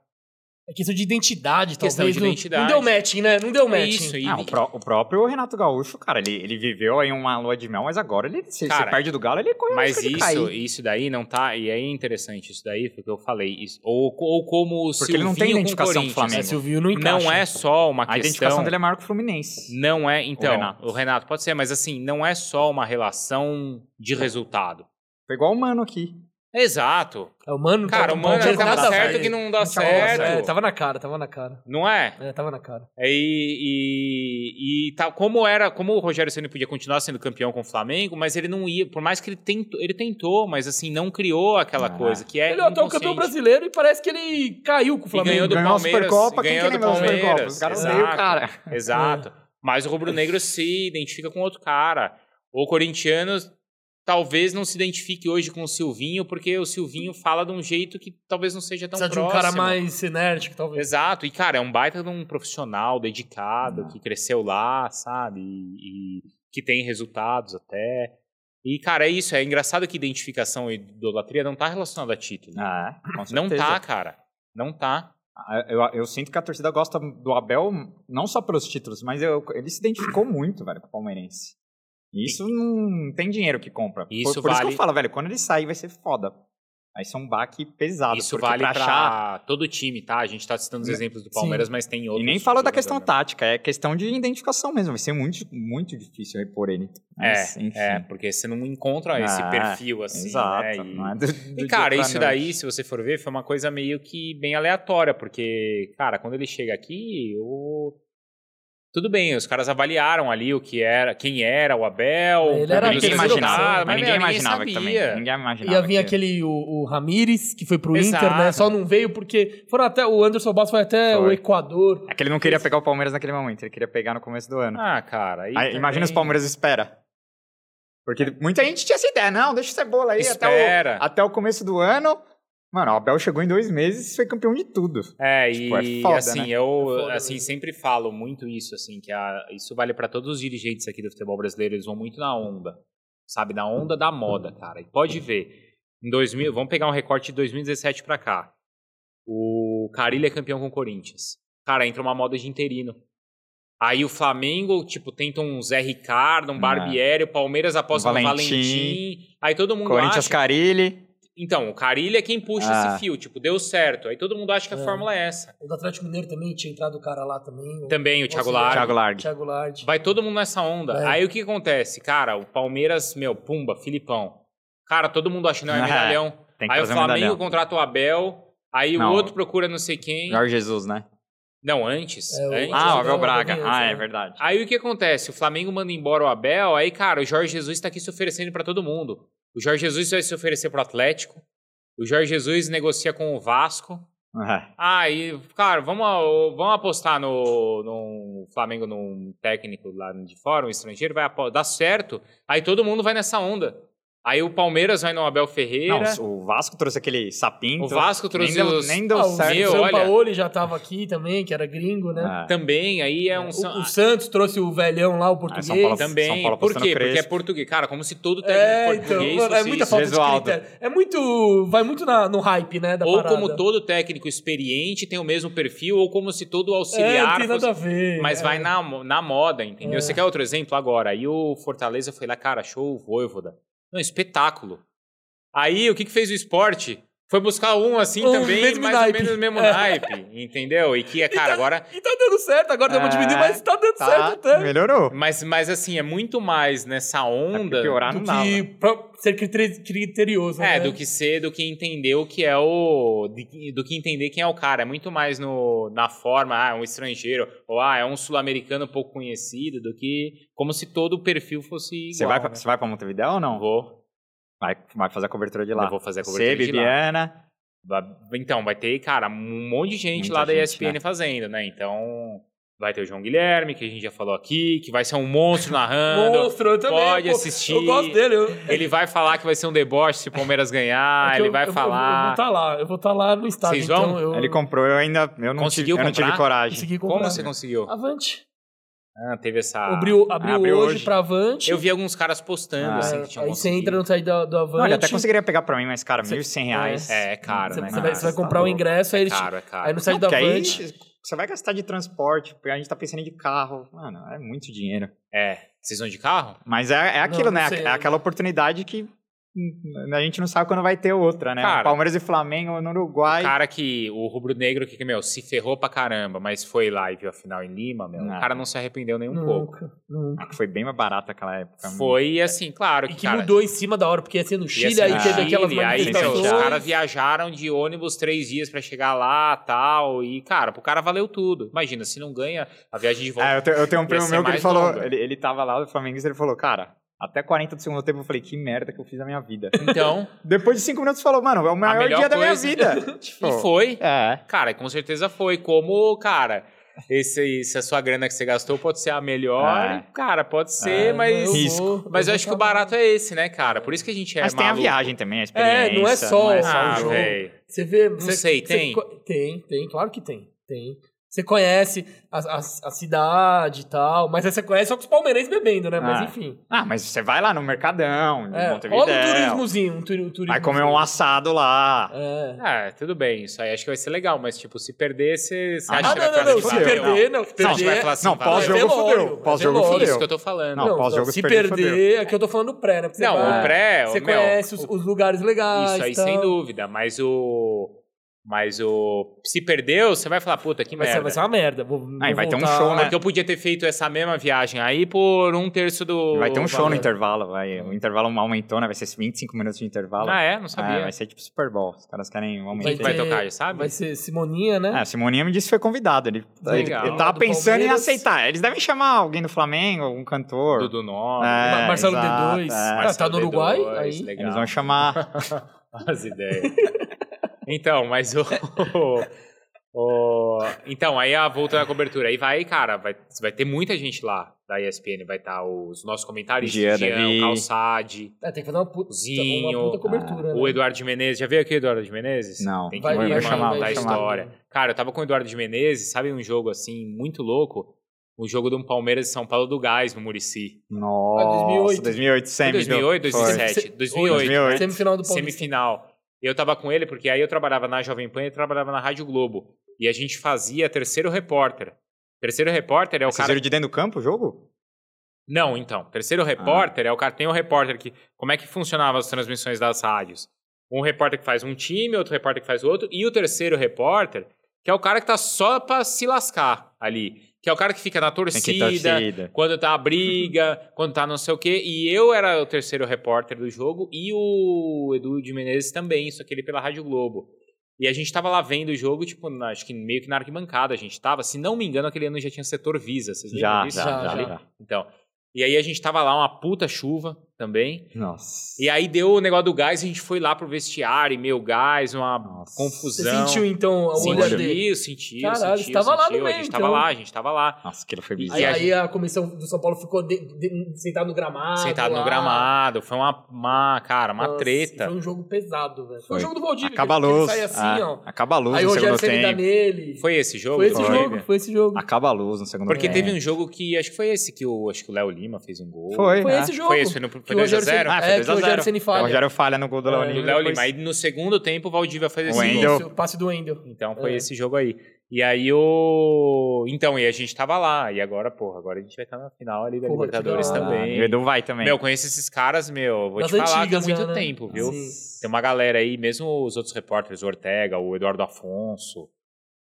[SPEAKER 2] É questão de identidade,
[SPEAKER 3] Questão
[SPEAKER 2] talvez.
[SPEAKER 3] de
[SPEAKER 2] não-
[SPEAKER 3] identidade.
[SPEAKER 2] Não deu matching, né? Não deu
[SPEAKER 3] É
[SPEAKER 2] matching.
[SPEAKER 3] isso. E,
[SPEAKER 1] Ah, o, pró- o próprio Renato Gaúcho, cara, ele, ele viveu aí uma lua de mel, mas agora ele se, se
[SPEAKER 3] Cara,
[SPEAKER 1] perde do galo, ele corre o
[SPEAKER 3] Mas
[SPEAKER 1] risco de
[SPEAKER 3] isso,
[SPEAKER 1] cair.
[SPEAKER 3] isso daí não tá. E é interessante isso daí, porque eu falei isso. Ou, ou como o
[SPEAKER 1] Porque ele não tem
[SPEAKER 3] Silvinho com o
[SPEAKER 1] identificação com o
[SPEAKER 3] Corinthians.
[SPEAKER 1] Flamengo.
[SPEAKER 2] É, Silvio não encaixa.
[SPEAKER 3] Não é só uma
[SPEAKER 1] A
[SPEAKER 3] questão.
[SPEAKER 1] identificação dele é maior que o Fluminense.
[SPEAKER 3] Não é, então, o Renato.
[SPEAKER 1] Renato.
[SPEAKER 3] pode ser, mas assim, não é só uma relação de resultado.
[SPEAKER 1] Foi igual o Mano aqui.
[SPEAKER 3] Exato.
[SPEAKER 2] É o Mano.
[SPEAKER 3] Cara,
[SPEAKER 2] tava-
[SPEAKER 3] o
[SPEAKER 2] não
[SPEAKER 3] mano
[SPEAKER 2] tinha
[SPEAKER 3] tava
[SPEAKER 2] nada a
[SPEAKER 3] certo
[SPEAKER 2] ver.
[SPEAKER 3] que não dá
[SPEAKER 2] Tava- é,
[SPEAKER 3] certo.
[SPEAKER 2] tava na cara, tava na cara.
[SPEAKER 3] Não é?
[SPEAKER 2] É, tava na cara.
[SPEAKER 3] E, e, e tá, como era, como o Rogério Ceni podia continuar sendo campeão com o Flamengo, mas ele não ia, por mais que ele tentou, ele tentou, mas assim não criou aquela
[SPEAKER 1] Ah.
[SPEAKER 3] coisa que é
[SPEAKER 2] ele é o atual campeão
[SPEAKER 3] inconsciente.
[SPEAKER 2] brasileiro e parece que ele caiu com o
[SPEAKER 3] E
[SPEAKER 2] Flamengo.
[SPEAKER 3] ganhou do
[SPEAKER 1] ganhou a
[SPEAKER 3] Palmeiras,
[SPEAKER 1] Supercopa, quem
[SPEAKER 3] ganhou
[SPEAKER 1] que
[SPEAKER 3] do
[SPEAKER 1] lembra da
[SPEAKER 3] Palmeiras.
[SPEAKER 1] Supercopa? Os caras odeiam o
[SPEAKER 3] exato.
[SPEAKER 1] cara.
[SPEAKER 3] Exato. Mas o rubro-negro se identifica com outro cara. O corintiano talvez não se identifique hoje com o Silvinho, porque o Silvinho fala de um jeito que talvez não seja tão
[SPEAKER 2] Precisa de
[SPEAKER 3] próximo.
[SPEAKER 2] um cara mais enérgico, talvez.
[SPEAKER 3] Exato. E, cara, é um baita de um profissional dedicado,
[SPEAKER 1] Ah.
[SPEAKER 3] que cresceu lá, sabe? E, e que tem resultados até. E, cara, é isso. É engraçado que identificação e idolatria não tá relacionada a título.
[SPEAKER 1] Ah, é, com
[SPEAKER 3] não
[SPEAKER 1] certeza.
[SPEAKER 3] tá, cara. Não tá.
[SPEAKER 1] Ah, Eu, eu sinto que a torcida gosta do Abel não só pelos títulos, mas eu- ele se identificou muito, velho, com o palmeirense. E Isso não tem dinheiro que compra. Por-
[SPEAKER 3] Isso
[SPEAKER 1] por, isso
[SPEAKER 3] vale-
[SPEAKER 1] que eu falo, velho, quando ele sair vai ser foda. Vai ser um baque pesado.
[SPEAKER 3] Isso
[SPEAKER 1] porque
[SPEAKER 3] vale pra,
[SPEAKER 1] pra achar...
[SPEAKER 3] todo time, tá? A gente tá citando os
[SPEAKER 1] Né?
[SPEAKER 3] exemplos do Palmeiras, mas tem outros.
[SPEAKER 1] E nem falo da
[SPEAKER 3] jogadores,
[SPEAKER 1] questão
[SPEAKER 3] né?
[SPEAKER 1] tática, é questão de identificação mesmo. Vai ser muito, muito difícil repor ele. Mas, enfim.
[SPEAKER 3] É, porque você não encontra esse
[SPEAKER 1] Ah,
[SPEAKER 3] perfil assim,
[SPEAKER 1] Exato.
[SPEAKER 3] né? E-
[SPEAKER 1] não é do- do
[SPEAKER 3] E,
[SPEAKER 1] dia
[SPEAKER 3] cara,
[SPEAKER 1] pra
[SPEAKER 3] isso
[SPEAKER 1] noite.
[SPEAKER 3] daí, se você for ver, foi uma coisa meio que bem aleatória, porque, cara, quando ele chega aqui, o. Tudo bem, os caras avaliaram ali o que era, quem era o Abel,
[SPEAKER 2] Ele era
[SPEAKER 3] o que
[SPEAKER 1] Ninguém
[SPEAKER 2] aquele
[SPEAKER 1] imaginava,
[SPEAKER 2] resultado,
[SPEAKER 1] mas ninguém imaginava que
[SPEAKER 3] sabia.
[SPEAKER 1] também. Ninguém imaginava.
[SPEAKER 2] Ia vir
[SPEAKER 1] que-
[SPEAKER 2] aquele, o, o Ramires, que foi pro
[SPEAKER 3] Exato.
[SPEAKER 2] Inter, né? Só não veio porque... Foram até, o Anderson Bastos foi até
[SPEAKER 1] Foi.
[SPEAKER 2] o Equador.
[SPEAKER 1] É que ele não queria pegar o Palmeiras naquele momento, ele queria pegar no começo do ano.
[SPEAKER 3] Ah, cara. aí
[SPEAKER 1] Aí, imagina
[SPEAKER 3] também-
[SPEAKER 1] os Palmeiras espera. Porque muita gente tinha essa ideia, não, deixa o Cebola aí até o,
[SPEAKER 3] Espera.
[SPEAKER 1] até o começo do ano. Mano, o Abel chegou em dois meses e foi campeão de tudo.
[SPEAKER 3] É,
[SPEAKER 1] Tipo, é
[SPEAKER 3] e
[SPEAKER 1] foda,
[SPEAKER 3] assim,
[SPEAKER 1] né?
[SPEAKER 3] eu
[SPEAKER 2] É foda
[SPEAKER 3] assim,
[SPEAKER 2] mesmo.
[SPEAKER 3] sempre falo muito isso, assim, que a- isso vale pra todos os dirigentes aqui do futebol brasileiro, eles vão muito na onda, sabe? Na onda da moda, cara. E pode ver, em 2000, vamos pegar um recorte de 2017 pra cá. O Carilho é campeão com o Corinthians. Cara, entra uma moda de interino. Aí o Flamengo, tipo, tenta um Zé Ricardo, um Barbieri, o Palmeiras aposta no
[SPEAKER 1] É. Valentim.
[SPEAKER 3] Valentim. Aí todo mundo
[SPEAKER 1] Corinthians
[SPEAKER 3] acha...
[SPEAKER 1] Carilli.
[SPEAKER 3] Então, o Carilli é quem puxa
[SPEAKER 1] Ah.
[SPEAKER 3] esse fio, tipo, deu certo. Aí todo mundo acha que a
[SPEAKER 2] É.
[SPEAKER 3] fórmula é essa.
[SPEAKER 2] O do Atlético Mineiro também tinha entrado o cara lá também. o-
[SPEAKER 3] Também o Thiago
[SPEAKER 2] Nossa,
[SPEAKER 3] Largue.
[SPEAKER 1] Thiago Largue.
[SPEAKER 2] Thiago Lardi.
[SPEAKER 3] Vai todo mundo nessa onda.
[SPEAKER 2] É.
[SPEAKER 3] Aí o que acontece? Cara, o Palmeiras, meu, pumba, Filipão. Cara, todo mundo acha que não é
[SPEAKER 1] É,
[SPEAKER 3] medalhão.
[SPEAKER 1] Tem que
[SPEAKER 3] aí o
[SPEAKER 1] fazer
[SPEAKER 3] Flamengo
[SPEAKER 1] medalhão.
[SPEAKER 3] contrata o Abel. Aí
[SPEAKER 1] Não.
[SPEAKER 3] o outro procura não sei quem.
[SPEAKER 1] Jorge Jesus, né?
[SPEAKER 3] Não, antes.
[SPEAKER 2] É, o-
[SPEAKER 3] antes.
[SPEAKER 1] Ah, o
[SPEAKER 2] Abel
[SPEAKER 1] Abel Braga.
[SPEAKER 2] Braga,
[SPEAKER 1] Ah,
[SPEAKER 2] né?
[SPEAKER 1] é verdade.
[SPEAKER 3] Aí o que acontece? O Flamengo manda embora o Abel, aí, cara, o Jorge Jesus tá aqui se oferecendo pra todo mundo. O Jorge Jesus vai se oferecer pro Atlético. O Jorge Jesus negocia com o Vasco.
[SPEAKER 1] É.
[SPEAKER 3] Ah, e, cara, vamos, a- vamos apostar no, no Flamengo, num técnico lá de fora, um estrangeiro, vai apo- dar certo. Aí todo mundo vai nessa onda. Aí o Palmeiras vai no Abel Ferreira.
[SPEAKER 1] Não, o Vasco trouxe aquele sapinho. então
[SPEAKER 3] o Vasco trouxe
[SPEAKER 1] nem deu,
[SPEAKER 3] os...
[SPEAKER 1] nem deu
[SPEAKER 2] Ah,
[SPEAKER 1] certo.
[SPEAKER 3] Meu,
[SPEAKER 2] o
[SPEAKER 3] olha.
[SPEAKER 2] Sampaoli já tava aqui também, que era gringo, né?
[SPEAKER 1] Ah,
[SPEAKER 3] Também, aí é um...
[SPEAKER 2] O-
[SPEAKER 3] São-
[SPEAKER 2] O, Santos trouxe o velhão
[SPEAKER 3] Ah,
[SPEAKER 2] lá, o português.
[SPEAKER 1] São Paulo-
[SPEAKER 3] também,
[SPEAKER 1] São Paulo
[SPEAKER 3] por
[SPEAKER 1] apostando
[SPEAKER 3] quê? Porque é
[SPEAKER 1] Crespo.
[SPEAKER 3] português. Cara, como se todo técnico
[SPEAKER 2] É, então,
[SPEAKER 3] português
[SPEAKER 2] mano, é
[SPEAKER 3] fosse
[SPEAKER 2] muita
[SPEAKER 3] isso.
[SPEAKER 2] falta
[SPEAKER 1] Jesualdo.
[SPEAKER 2] de critério. É muito. Vai muito na- no hype, né? Da
[SPEAKER 3] Ou
[SPEAKER 2] parada.
[SPEAKER 3] como todo técnico experiente tem o mesmo perfil, ou como se todo
[SPEAKER 2] É, não
[SPEAKER 3] auxiliar
[SPEAKER 2] tem
[SPEAKER 3] fosse...
[SPEAKER 2] nada a ver.
[SPEAKER 3] Mas
[SPEAKER 2] é.
[SPEAKER 3] vai na, mo- na moda, entendeu? Você quer outro exemplo agora? Aí o Fortaleza foi lá, cara, show o Voivoda. Não, espetáculo. Aí o que, que fez o esporte? Foi buscar um assim
[SPEAKER 2] Um
[SPEAKER 3] também, mais
[SPEAKER 2] mesmo
[SPEAKER 3] ou
[SPEAKER 2] naipe.
[SPEAKER 3] menos o mesmo
[SPEAKER 2] É.
[SPEAKER 3] naipe, entendeu? E que, é, cara, agora...
[SPEAKER 2] E tá dando certo, agora deu uma
[SPEAKER 1] É,
[SPEAKER 2] diminuída, mas tá dando certo
[SPEAKER 1] tá,
[SPEAKER 2] até.
[SPEAKER 1] melhorou.
[SPEAKER 3] Mas, mas assim, é muito mais nessa onda...
[SPEAKER 1] Porque piorar não
[SPEAKER 2] Do
[SPEAKER 1] dava.
[SPEAKER 2] que pra ser criteri- criterioso.
[SPEAKER 3] É,
[SPEAKER 2] né?
[SPEAKER 3] do que ser, do que entender o que é o. de- do que entender quem é o cara. É muito mais no, na forma, ah, é um estrangeiro, ou ah, é um sul-americano pouco conhecido, do que como se todo o perfil fosse igual.
[SPEAKER 1] Você vai, pra-
[SPEAKER 3] né?
[SPEAKER 1] você vai pra Montevideo ou não?
[SPEAKER 3] Vou.
[SPEAKER 1] Vai, vai fazer a cobertura de
[SPEAKER 3] Eu
[SPEAKER 1] lá.
[SPEAKER 3] vou fazer a
[SPEAKER 1] Você,
[SPEAKER 3] cobertura de lá.
[SPEAKER 1] Bibiana.
[SPEAKER 3] Vai- Então, vai ter, cara, um monte de gente
[SPEAKER 1] Muita
[SPEAKER 3] lá da
[SPEAKER 1] gente,
[SPEAKER 3] ESPN
[SPEAKER 1] né?
[SPEAKER 2] é.
[SPEAKER 3] fazendo, né? Então, vai ter o João Guilherme, que a gente já falou aqui, que vai ser um monstro narrando.
[SPEAKER 2] Monstro, eu também.
[SPEAKER 3] Pode
[SPEAKER 2] pô,
[SPEAKER 3] assistir.
[SPEAKER 2] Eu gosto dele. Eu...
[SPEAKER 3] Ele vai falar que vai ser um deboche se o Palmeiras ganhar,
[SPEAKER 2] é que
[SPEAKER 3] Ah, ele
[SPEAKER 2] eu-
[SPEAKER 3] vai
[SPEAKER 2] eu vou- Eu vou
[SPEAKER 3] falar.
[SPEAKER 2] estar lá, eu vou estar lá no estádio.
[SPEAKER 3] Vocês vão?
[SPEAKER 2] Então eu
[SPEAKER 1] Ele comprou, eu ainda eu não, tive,
[SPEAKER 3] Conseguiu
[SPEAKER 1] eu não tive
[SPEAKER 3] comprar?
[SPEAKER 1] coragem.
[SPEAKER 2] consegui comprar. né?
[SPEAKER 3] Como você conseguiu?
[SPEAKER 2] Avante.
[SPEAKER 3] Ah, teve essa.
[SPEAKER 2] Abriu, abriu,
[SPEAKER 1] abriu
[SPEAKER 2] hoje,
[SPEAKER 1] hoje.
[SPEAKER 2] pra Avante.
[SPEAKER 3] Eu vi alguns caras postando,
[SPEAKER 1] Ah,
[SPEAKER 2] É,
[SPEAKER 3] assim, que tinham
[SPEAKER 2] aí você
[SPEAKER 3] conseguido.
[SPEAKER 2] entra no site do, do Avante.
[SPEAKER 1] Não, ele até conseguiria pegar pra mim, mas, cara,
[SPEAKER 2] Cê-
[SPEAKER 1] R$ 1.100 reais.
[SPEAKER 3] É, é caro,
[SPEAKER 2] Você,
[SPEAKER 3] né?
[SPEAKER 2] você vai,
[SPEAKER 3] cara?
[SPEAKER 2] você vai
[SPEAKER 1] Tá
[SPEAKER 2] comprar o
[SPEAKER 1] louco.
[SPEAKER 2] ingresso, aí
[SPEAKER 3] É
[SPEAKER 2] eles te-
[SPEAKER 3] caro, é caro.
[SPEAKER 2] Aí no site
[SPEAKER 1] Não,
[SPEAKER 2] da
[SPEAKER 1] porque aí
[SPEAKER 2] Avante.
[SPEAKER 1] você vai gastar de transporte, porque a gente tá pensando em de carro. Mano, é muito dinheiro.
[SPEAKER 3] É. Vocês vão de carro?
[SPEAKER 1] Mas é, é aquilo,
[SPEAKER 2] Não, não
[SPEAKER 1] né?
[SPEAKER 2] sei.
[SPEAKER 1] É aquela oportunidade que hum, a gente não sabe quando vai ter outra, né?
[SPEAKER 3] Cara,
[SPEAKER 1] Palmeiras e Flamengo no Uruguai.
[SPEAKER 3] Cara que o rubro-negro que, meu, se ferrou pra caramba, mas foi lá e viu a final em Lima, meu.
[SPEAKER 1] Não.
[SPEAKER 3] O cara não se arrependeu nem um pouco.
[SPEAKER 2] Nunca, nunca.
[SPEAKER 1] Foi bem mais barata aquela época.
[SPEAKER 3] Foi assim, claro
[SPEAKER 2] E
[SPEAKER 3] que,
[SPEAKER 2] que
[SPEAKER 3] cara,
[SPEAKER 2] mudou em cima da hora, porque ia ser no
[SPEAKER 3] ia
[SPEAKER 2] Chile,
[SPEAKER 3] ser
[SPEAKER 2] aí
[SPEAKER 3] no
[SPEAKER 2] teve
[SPEAKER 3] Chile,
[SPEAKER 2] aquelas
[SPEAKER 3] aí, meu, os
[SPEAKER 2] manifestações.
[SPEAKER 3] caras viajaram de ônibus três dias pra chegar lá, tal, e, cara, pro cara valeu tudo. Imagina, se não ganha a viagem de volta.
[SPEAKER 1] É, eu, te- eu tenho um primo
[SPEAKER 3] ser
[SPEAKER 1] meu que ele
[SPEAKER 3] mais
[SPEAKER 1] falou,
[SPEAKER 3] longa.
[SPEAKER 1] ele, ele tava lá do Flamengo e ele falou, cara, até 40 do segundo tempo eu falei, que merda que eu fiz na minha vida.
[SPEAKER 3] Então,
[SPEAKER 1] Depois de 5 minutos falou, mano, é o maior
[SPEAKER 3] melhor
[SPEAKER 1] dia da minha
[SPEAKER 3] coisa.
[SPEAKER 1] vida. tipo,
[SPEAKER 3] e foi.
[SPEAKER 1] É.
[SPEAKER 3] Cara, com certeza foi. Como, cara, esse, se a sua grana que você gastou pode ser a melhor,
[SPEAKER 1] É.
[SPEAKER 3] cara, pode ser, mas.
[SPEAKER 1] eu-
[SPEAKER 3] Mas eu acho que o barato é esse, né, cara? Por isso que a gente é.
[SPEAKER 1] Mas tem a
[SPEAKER 3] maluco.
[SPEAKER 1] viagem também, a experiência.
[SPEAKER 2] não é só-
[SPEAKER 1] não é
[SPEAKER 2] só o
[SPEAKER 3] Ah,
[SPEAKER 2] jogo.
[SPEAKER 3] velho.
[SPEAKER 2] Você vê.
[SPEAKER 3] Não sei, tem?
[SPEAKER 2] co- Tem, tem, claro que tem. Tem. Você conhece a, a, a cidade e tal, mas aí você conhece só com os palmeirenses bebendo, né?
[SPEAKER 1] Ah.
[SPEAKER 2] Mas enfim.
[SPEAKER 1] Ah, mas você vai lá no Mercadão, em
[SPEAKER 2] É,
[SPEAKER 1] Montevideo.
[SPEAKER 2] olha um turismozinho, um, turi, um turismo.
[SPEAKER 1] Vai comer um assado lá.
[SPEAKER 2] É.
[SPEAKER 3] Ah, tudo bem, isso aí acho que vai ser legal, mas tipo, se perder, você, você
[SPEAKER 1] Ah,
[SPEAKER 3] acha
[SPEAKER 2] Ah, não,
[SPEAKER 3] que vai
[SPEAKER 2] não,
[SPEAKER 3] falar
[SPEAKER 2] não.
[SPEAKER 3] assim,
[SPEAKER 2] Se
[SPEAKER 3] "Ah,
[SPEAKER 2] perder, não. Se
[SPEAKER 3] Não, você vai
[SPEAKER 2] perder.
[SPEAKER 3] falar assim,
[SPEAKER 1] não,
[SPEAKER 3] fala,
[SPEAKER 1] pós-jogo
[SPEAKER 2] vai ter
[SPEAKER 1] fudeu,
[SPEAKER 2] lógico,
[SPEAKER 1] pós-jogo
[SPEAKER 2] vai ter
[SPEAKER 3] É isso
[SPEAKER 1] fudeu.
[SPEAKER 3] que eu tô falando.
[SPEAKER 1] Não, pós-jogo
[SPEAKER 2] se
[SPEAKER 1] se perder,
[SPEAKER 2] perder, aqui eu tô falando do pré, né? Porque você
[SPEAKER 3] Não,
[SPEAKER 2] vai-
[SPEAKER 3] o pré,
[SPEAKER 2] Você
[SPEAKER 3] o É, meu,
[SPEAKER 2] conhece os, então.
[SPEAKER 3] o-
[SPEAKER 2] os lugares legais.
[SPEAKER 3] Isso aí,
[SPEAKER 2] tal.
[SPEAKER 3] sem dúvida, mas o. Mas o. Se perdeu, você vai falar, puta, que
[SPEAKER 2] Vai ser,
[SPEAKER 3] merda.
[SPEAKER 2] vai ser uma merda. Vou,
[SPEAKER 1] Aí
[SPEAKER 2] vou
[SPEAKER 1] vai ter um
[SPEAKER 2] voltar.
[SPEAKER 1] show, né?
[SPEAKER 3] Porque eu podia ter feito essa mesma viagem aí por um terço do.
[SPEAKER 1] Vai ter um show no
[SPEAKER 3] valor.
[SPEAKER 1] intervalo, vai. O intervalo aumentou, né? Vai ser 25 minutos de intervalo.
[SPEAKER 3] Ah, é? Não
[SPEAKER 1] É,
[SPEAKER 3] sabia.
[SPEAKER 1] vai ser tipo Super Bowl. Os caras querem um
[SPEAKER 3] Quem
[SPEAKER 1] aumento.
[SPEAKER 3] que vai tocar, já sabe?
[SPEAKER 2] Vai ser Simoninha, né?
[SPEAKER 1] Ah, Simoninha me disse que foi convidado. Ele, ele,
[SPEAKER 3] Legal.
[SPEAKER 1] ele tava
[SPEAKER 2] Do
[SPEAKER 1] pensando em
[SPEAKER 2] Palmeiras.
[SPEAKER 1] aceitar. Eles devem chamar alguém do Flamengo, algum cantor.
[SPEAKER 3] Do, do Norte.
[SPEAKER 1] um É,
[SPEAKER 2] Ma- Marcelo
[SPEAKER 1] exato,
[SPEAKER 2] D2.
[SPEAKER 1] é.
[SPEAKER 2] Ah, tá no Uruguai? aí.
[SPEAKER 3] Legal.
[SPEAKER 1] Eles vão chamar.
[SPEAKER 3] As ideias. então, mas o, o- Então, aí a volta da cobertura. Aí vai, cara, vai, vai ter muita gente lá da ESPN. Vai estar os nossos comentaristas,
[SPEAKER 1] Jean
[SPEAKER 3] Jean,
[SPEAKER 1] Davi.
[SPEAKER 3] o Calçade,
[SPEAKER 2] É, tem que fazer uma puta,
[SPEAKER 3] Zinho,
[SPEAKER 2] uma puta cobertura. né?
[SPEAKER 3] o Eduardo de Menezes. Já veio aqui o Eduardo de Menezes?
[SPEAKER 1] Não.
[SPEAKER 3] Tem que
[SPEAKER 1] Vai
[SPEAKER 3] vir,
[SPEAKER 1] vir,
[SPEAKER 3] mano,
[SPEAKER 1] chamar,
[SPEAKER 3] contar
[SPEAKER 1] vai
[SPEAKER 3] a
[SPEAKER 1] chamar.
[SPEAKER 3] história. Cara, eu tava com o Eduardo de Menezes, sabe um jogo assim, muito louco? Um jogo de um Palmeiras e São Paulo do Gás, no Murici.
[SPEAKER 1] Nossa,
[SPEAKER 2] 2008.
[SPEAKER 1] 2008,
[SPEAKER 3] Foi
[SPEAKER 1] semi.
[SPEAKER 3] 2008,
[SPEAKER 1] foi.
[SPEAKER 3] 2007? 2008.
[SPEAKER 1] 2008.
[SPEAKER 2] Semifinal do Paulista.
[SPEAKER 3] Semifinal. E eu tava com ele porque aí eu trabalhava na Jovem Pan e ele trabalhava na Rádio Globo. E a gente fazia terceiro repórter. Terceiro repórter é o
[SPEAKER 5] Vocês
[SPEAKER 3] cara.
[SPEAKER 5] viram de Ah. dentro do campo o jogo?
[SPEAKER 3] Não, então. Terceiro repórter é o cara. Tem o repórter que. Como é que funcionavam as transmissões das rádios? Um repórter que faz um time, outro repórter que faz outro, e o terceiro repórter, que é o cara que tá só pra se lascar ali. Que é o cara que fica na
[SPEAKER 5] Tem que tá
[SPEAKER 3] torcida,
[SPEAKER 5] ir torcida.
[SPEAKER 3] quando tá a briga, quando tá não sei o quê. E eu era o terceiro repórter do jogo e o Edu de Menezes também, só que ele pela Rádio Globo. E a gente tava lá vendo o jogo, tipo, na- acho que meio que na arquibancada a gente tava. Se não me engano, aquele ano já tinha setor Visa. Vocês lembram
[SPEAKER 5] Já,
[SPEAKER 3] disso?
[SPEAKER 5] já,
[SPEAKER 2] Já,
[SPEAKER 5] já,
[SPEAKER 3] Ali?
[SPEAKER 2] já.
[SPEAKER 3] Então. E aí a gente tava lá, uma puta chuva também.
[SPEAKER 5] Nossa.
[SPEAKER 3] E aí deu o negócio do gás, a gente foi lá pro vestiário, e meio gás, uma
[SPEAKER 5] Nossa.
[SPEAKER 2] Você
[SPEAKER 3] é confusão.
[SPEAKER 2] sentiu então o
[SPEAKER 3] Sentiu,
[SPEAKER 2] olhar dele?
[SPEAKER 3] sentiu, sentiu.
[SPEAKER 2] Caralho, você tava lá no
[SPEAKER 3] sentiu. A
[SPEAKER 2] meio,
[SPEAKER 3] gente
[SPEAKER 2] então.
[SPEAKER 3] tava lá, a gente tava lá.
[SPEAKER 5] Nossa, aquilo foi
[SPEAKER 2] Aí,
[SPEAKER 5] bizarro.
[SPEAKER 2] aí a comissão do São Paulo ficou de, de- sentada no gramado.
[SPEAKER 3] sentado no
[SPEAKER 2] lá.
[SPEAKER 3] gramado. Foi uma, uma cara, uma
[SPEAKER 2] Ah, Nossa,
[SPEAKER 3] treta. É.
[SPEAKER 2] Foi um jogo pesado, velho. Foi, o
[SPEAKER 5] Foi.
[SPEAKER 2] jogo do Valdívia. que
[SPEAKER 5] Acaba a
[SPEAKER 2] ele- que ele
[SPEAKER 5] luz.
[SPEAKER 2] sai assim,
[SPEAKER 5] Ah,
[SPEAKER 2] ó.
[SPEAKER 5] Acaba a luz
[SPEAKER 2] Aí o
[SPEAKER 5] no
[SPEAKER 2] Rogério
[SPEAKER 5] segundo
[SPEAKER 2] se dá
[SPEAKER 5] tempo.
[SPEAKER 2] nele.
[SPEAKER 3] Foi esse jogo?
[SPEAKER 2] Foi esse
[SPEAKER 3] Valdívia?
[SPEAKER 2] jogo, foi esse jogo.
[SPEAKER 5] Acaba a luz no segundo
[SPEAKER 3] Porque
[SPEAKER 5] tempo. Então,
[SPEAKER 3] teve um jogo que acho que foi esse que o acho que o Léo Lima fez um gol.
[SPEAKER 5] Foi,
[SPEAKER 2] Foi
[SPEAKER 5] né?
[SPEAKER 2] esse jogo.
[SPEAKER 3] Foi esse, foi no
[SPEAKER 2] Que
[SPEAKER 3] foi
[SPEAKER 2] o
[SPEAKER 3] 2 a
[SPEAKER 2] Rogério
[SPEAKER 3] 0.
[SPEAKER 2] Ceni-
[SPEAKER 5] Ah, foi
[SPEAKER 2] é, que
[SPEAKER 5] 2
[SPEAKER 2] o
[SPEAKER 5] a
[SPEAKER 2] Rogério
[SPEAKER 5] 0.
[SPEAKER 2] Ceni
[SPEAKER 5] O
[SPEAKER 2] falha.
[SPEAKER 5] Rogério falha no gol do Léo
[SPEAKER 2] É,
[SPEAKER 3] Do
[SPEAKER 5] Lima.
[SPEAKER 3] Léo
[SPEAKER 5] depois-
[SPEAKER 3] Lima. Aí no segundo tempo o Valdívia faz esse
[SPEAKER 5] O
[SPEAKER 3] gol.
[SPEAKER 5] Wendel.
[SPEAKER 2] Isso, o passe do Wendel.
[SPEAKER 3] Então foi
[SPEAKER 2] É.
[SPEAKER 3] esse jogo aí. E aí o então e a gente tava lá e agora porra, agora a gente vai estar na final ali da
[SPEAKER 2] Porra, que
[SPEAKER 3] Libertadores
[SPEAKER 2] da hora.
[SPEAKER 3] também.
[SPEAKER 5] E Ah, o Edu vai também.
[SPEAKER 3] Meu, eu conheço esses caras, meu, vou
[SPEAKER 2] Das
[SPEAKER 3] te falar que há
[SPEAKER 2] antigas já,
[SPEAKER 3] muito
[SPEAKER 2] né?
[SPEAKER 3] tempo, viu?
[SPEAKER 2] Sim.
[SPEAKER 3] Tem uma galera aí, mesmo os outros repórteres, o Ortega, o Eduardo Afonso,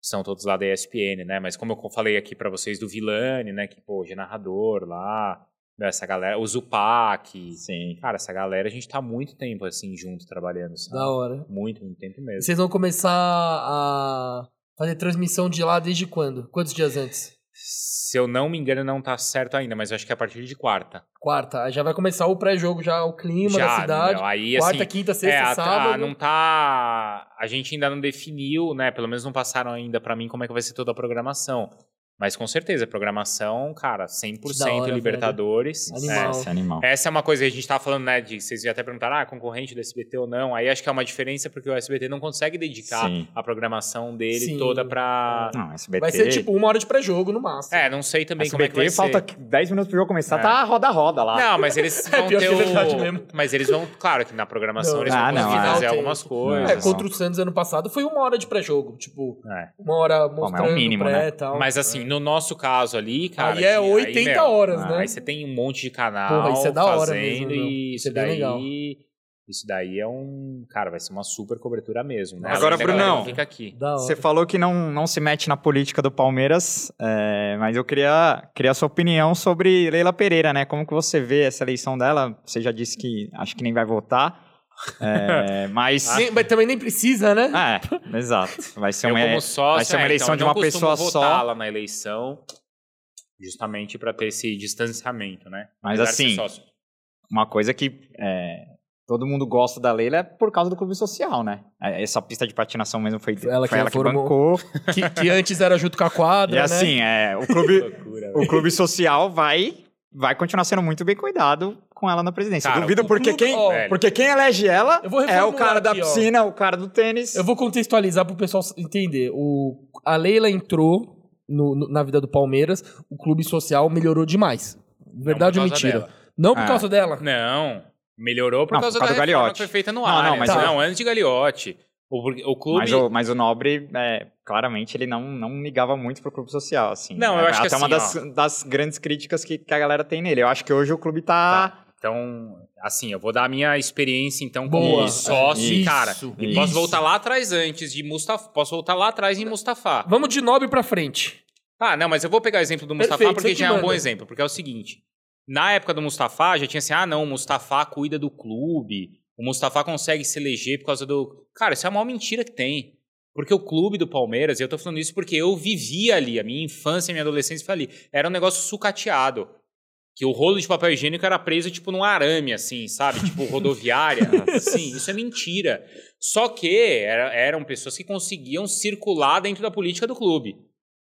[SPEAKER 3] são todos lá da ESPN, né? Mas como eu falei aqui pra vocês do Vilani, né? Que, pô, hoje é narrador lá, né, essa galera, o Zupac.
[SPEAKER 5] Sim.
[SPEAKER 3] Cara, essa galera, a gente tá há muito tempo, assim, junto, trabalhando, sabe?
[SPEAKER 2] Da hora.
[SPEAKER 3] Muito, muito tempo
[SPEAKER 2] E
[SPEAKER 3] mesmo.
[SPEAKER 2] Vocês vão começar a fazer transmissão de lá desde quando? Quantos dias antes?
[SPEAKER 3] Se eu não me engano, não tá certo ainda, mas eu acho que é a partir de quarta.
[SPEAKER 2] Quarta. Aí já vai começar o pré-jogo, já o clima da cidade.
[SPEAKER 3] meu, né? aí,
[SPEAKER 2] Quarta,
[SPEAKER 3] assim,
[SPEAKER 2] quinta, sexta,
[SPEAKER 3] é, a- a-
[SPEAKER 2] sábado.
[SPEAKER 3] não tá. A gente ainda não definiu, né? Pelo menos não passaram ainda pra mim como é que vai ser toda a programação. Mas com certeza, programação, cara, 100%
[SPEAKER 2] Da hora,
[SPEAKER 3] Libertadores.
[SPEAKER 2] velho.
[SPEAKER 3] né?
[SPEAKER 2] Animal.
[SPEAKER 5] Esse animal.
[SPEAKER 3] Essa é uma coisa que a gente tava falando, né? De, vocês até perguntaram, ah, concorrente do SBT ou não. Aí acho que é uma diferença porque o SBT não consegue dedicar
[SPEAKER 5] Sim.
[SPEAKER 3] a programação dele
[SPEAKER 2] Sim.
[SPEAKER 3] toda pra.
[SPEAKER 5] Não, SBT.
[SPEAKER 2] Vai ser tipo uma hora de pré-jogo no máximo.
[SPEAKER 3] É, não sei também como é que
[SPEAKER 5] SBT
[SPEAKER 3] vai
[SPEAKER 5] falta
[SPEAKER 3] ser.
[SPEAKER 5] 10 minutos pro jogo começar,
[SPEAKER 3] É.
[SPEAKER 5] tá roda-roda lá.
[SPEAKER 3] Não, mas eles vão
[SPEAKER 2] pior que
[SPEAKER 3] ter
[SPEAKER 2] é
[SPEAKER 3] o...
[SPEAKER 2] verdade mesmo.
[SPEAKER 3] Mas eles vão, claro que na programação
[SPEAKER 2] Não,
[SPEAKER 3] eles
[SPEAKER 5] ah,
[SPEAKER 3] vão
[SPEAKER 5] não,
[SPEAKER 3] conseguir
[SPEAKER 5] é.
[SPEAKER 3] fazer
[SPEAKER 2] Tem-
[SPEAKER 3] algumas coisas.
[SPEAKER 2] É,
[SPEAKER 5] Não.
[SPEAKER 2] contra o Santos ano passado foi uma hora de pré-jogo. Tipo,
[SPEAKER 3] É.
[SPEAKER 2] uma
[SPEAKER 5] mas
[SPEAKER 2] hora
[SPEAKER 5] é o
[SPEAKER 2] mostrando
[SPEAKER 5] mínimo,
[SPEAKER 2] pré
[SPEAKER 5] né?
[SPEAKER 2] e tal.
[SPEAKER 3] Mas assim, no nosso caso ali, cara.
[SPEAKER 2] Aí é
[SPEAKER 3] que-
[SPEAKER 2] 80
[SPEAKER 3] meu,
[SPEAKER 2] horas, né?
[SPEAKER 3] Aí você tem um monte de canal
[SPEAKER 2] Porra, isso é da hora
[SPEAKER 3] fazendo
[SPEAKER 2] mesmo, meu. Isso
[SPEAKER 3] e isso,
[SPEAKER 2] é bem
[SPEAKER 3] daí.
[SPEAKER 2] legal.
[SPEAKER 3] Isso daí é um. Cara, vai ser uma super cobertura mesmo. Né?
[SPEAKER 5] Agora,
[SPEAKER 3] Além da galera
[SPEAKER 5] Brunão.
[SPEAKER 3] que Fica aqui.
[SPEAKER 2] Da hora.
[SPEAKER 1] Você falou que não, não se mete na política do Palmeiras, é, mas eu queria, queria a sua opinião sobre Leila Pereira, né? Como que você vê essa eleição dela? Você já disse que acho que nem vai votar, é, mas...
[SPEAKER 2] Nem- mas também nem precisa, né?
[SPEAKER 1] É, exato. Vai ser
[SPEAKER 3] Ah. eu,
[SPEAKER 1] uma...
[SPEAKER 3] como sócio,
[SPEAKER 1] vai ser uma
[SPEAKER 3] é,
[SPEAKER 1] eleição
[SPEAKER 3] então,
[SPEAKER 1] de
[SPEAKER 3] eu
[SPEAKER 1] uma
[SPEAKER 3] não costumo
[SPEAKER 1] pessoa só.
[SPEAKER 3] votar lá na eleição, justamente pra ter esse distanciamento, né?
[SPEAKER 1] Mas
[SPEAKER 3] Apesar de ser
[SPEAKER 1] assim,
[SPEAKER 3] sócio.
[SPEAKER 1] uma coisa que é, todo mundo gosta da Leila é por causa do clube social, né? É, Essa pista de patinação mesmo foi, foi ela
[SPEAKER 2] ela
[SPEAKER 1] que,
[SPEAKER 2] que formou.
[SPEAKER 1] bancou.
[SPEAKER 2] que, que antes era junto com a quadra,
[SPEAKER 1] E
[SPEAKER 2] né?
[SPEAKER 1] assim, é, o clube,
[SPEAKER 3] Loucura,
[SPEAKER 1] o clube social vai, vai continuar sendo muito bem cuidado com ela na presidência.
[SPEAKER 3] Cara,
[SPEAKER 1] Duvido
[SPEAKER 3] o
[SPEAKER 1] porque
[SPEAKER 2] clube-
[SPEAKER 1] quem,
[SPEAKER 2] ó,
[SPEAKER 1] porque quem elege ela
[SPEAKER 2] Eu vou
[SPEAKER 1] é
[SPEAKER 2] reformular
[SPEAKER 1] o cara da
[SPEAKER 2] aqui, ó.
[SPEAKER 1] piscina, o cara do tênis.
[SPEAKER 2] Eu vou contextualizar pro pessoal entender. O, a Leila entrou no- no- na vida do Palmeiras, o clube social melhorou demais. Verdade ou
[SPEAKER 3] Não É por causa
[SPEAKER 2] mentira?
[SPEAKER 3] dela.
[SPEAKER 2] Não por
[SPEAKER 1] Ah.
[SPEAKER 2] causa dela?
[SPEAKER 3] Não. Melhorou por
[SPEAKER 1] Não,
[SPEAKER 3] causa
[SPEAKER 1] por causa
[SPEAKER 3] da
[SPEAKER 1] do
[SPEAKER 3] reforma
[SPEAKER 1] Gagliotti.
[SPEAKER 3] que foi feita no
[SPEAKER 1] Não,
[SPEAKER 3] ar.
[SPEAKER 1] não,
[SPEAKER 3] Não,
[SPEAKER 1] mas
[SPEAKER 2] tá.
[SPEAKER 3] não, antes de Gagliotti. O, porque- o clube.
[SPEAKER 1] Mas o, mas o Nobre, é, claramente, ele não, não ligava muito pro clube social, assim.
[SPEAKER 3] Não, eu
[SPEAKER 1] É
[SPEAKER 3] acho que
[SPEAKER 1] até uma das,
[SPEAKER 3] assim,
[SPEAKER 1] das grandes críticas que, que a galera tem nele. Eu acho que hoje o clube tá...
[SPEAKER 3] Tá. Então, assim, eu vou dar a minha experiência, então, como
[SPEAKER 2] Boa.
[SPEAKER 3] sócio, e,
[SPEAKER 2] Isso,
[SPEAKER 3] cara. E
[SPEAKER 2] isso.
[SPEAKER 3] posso voltar lá atrás antes de Mustafa. Posso voltar lá atrás em Mustafa.
[SPEAKER 2] Vamos de nobre pra frente.
[SPEAKER 3] Tá, não, mas eu vou pegar o exemplo do Mustafa
[SPEAKER 2] Perfeito, você
[SPEAKER 3] porque
[SPEAKER 2] que
[SPEAKER 3] já é um
[SPEAKER 2] manda.
[SPEAKER 3] bom exemplo. Porque é o seguinte: na época do Mustafa, já tinha assim, ah, não, o Mustafa cuida do clube. O Mustafa consegue se eleger por causa do. Cara, isso é a maior mentira que tem. Porque o clube do Palmeiras, e eu tô falando isso porque eu vivia ali, a minha infância, a minha adolescência foi ali. Era um negócio sucateado. Que o rolo de papel higiênico era preso, tipo, num arame, assim, sabe? Tipo, rodoviária. assim, isso é mentira. Só que era- eram pessoas que conseguiam circular dentro da política do clube.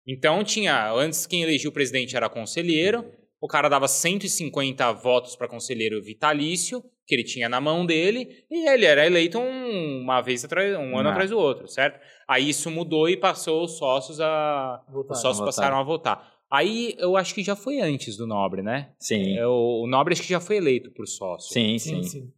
[SPEAKER 3] Então tinha, antes quem elegia o presidente era conselheiro, o cara dava 150 votos para conselheiro vitalício, que ele tinha na mão dele, e ele era eleito um- uma vez atrás, um ano
[SPEAKER 1] Ah.
[SPEAKER 3] atrás do outro, certo? Aí isso mudou e passou os sócios a.
[SPEAKER 2] Voltar.
[SPEAKER 3] Os sócios
[SPEAKER 1] votaram.
[SPEAKER 3] passaram a votar. Aí eu acho que já foi antes do Nobre, né?
[SPEAKER 1] Sim,
[SPEAKER 3] É, o, o Nobre acho que já foi eleito por sócio.
[SPEAKER 1] sim, sim.
[SPEAKER 2] Sim, sim.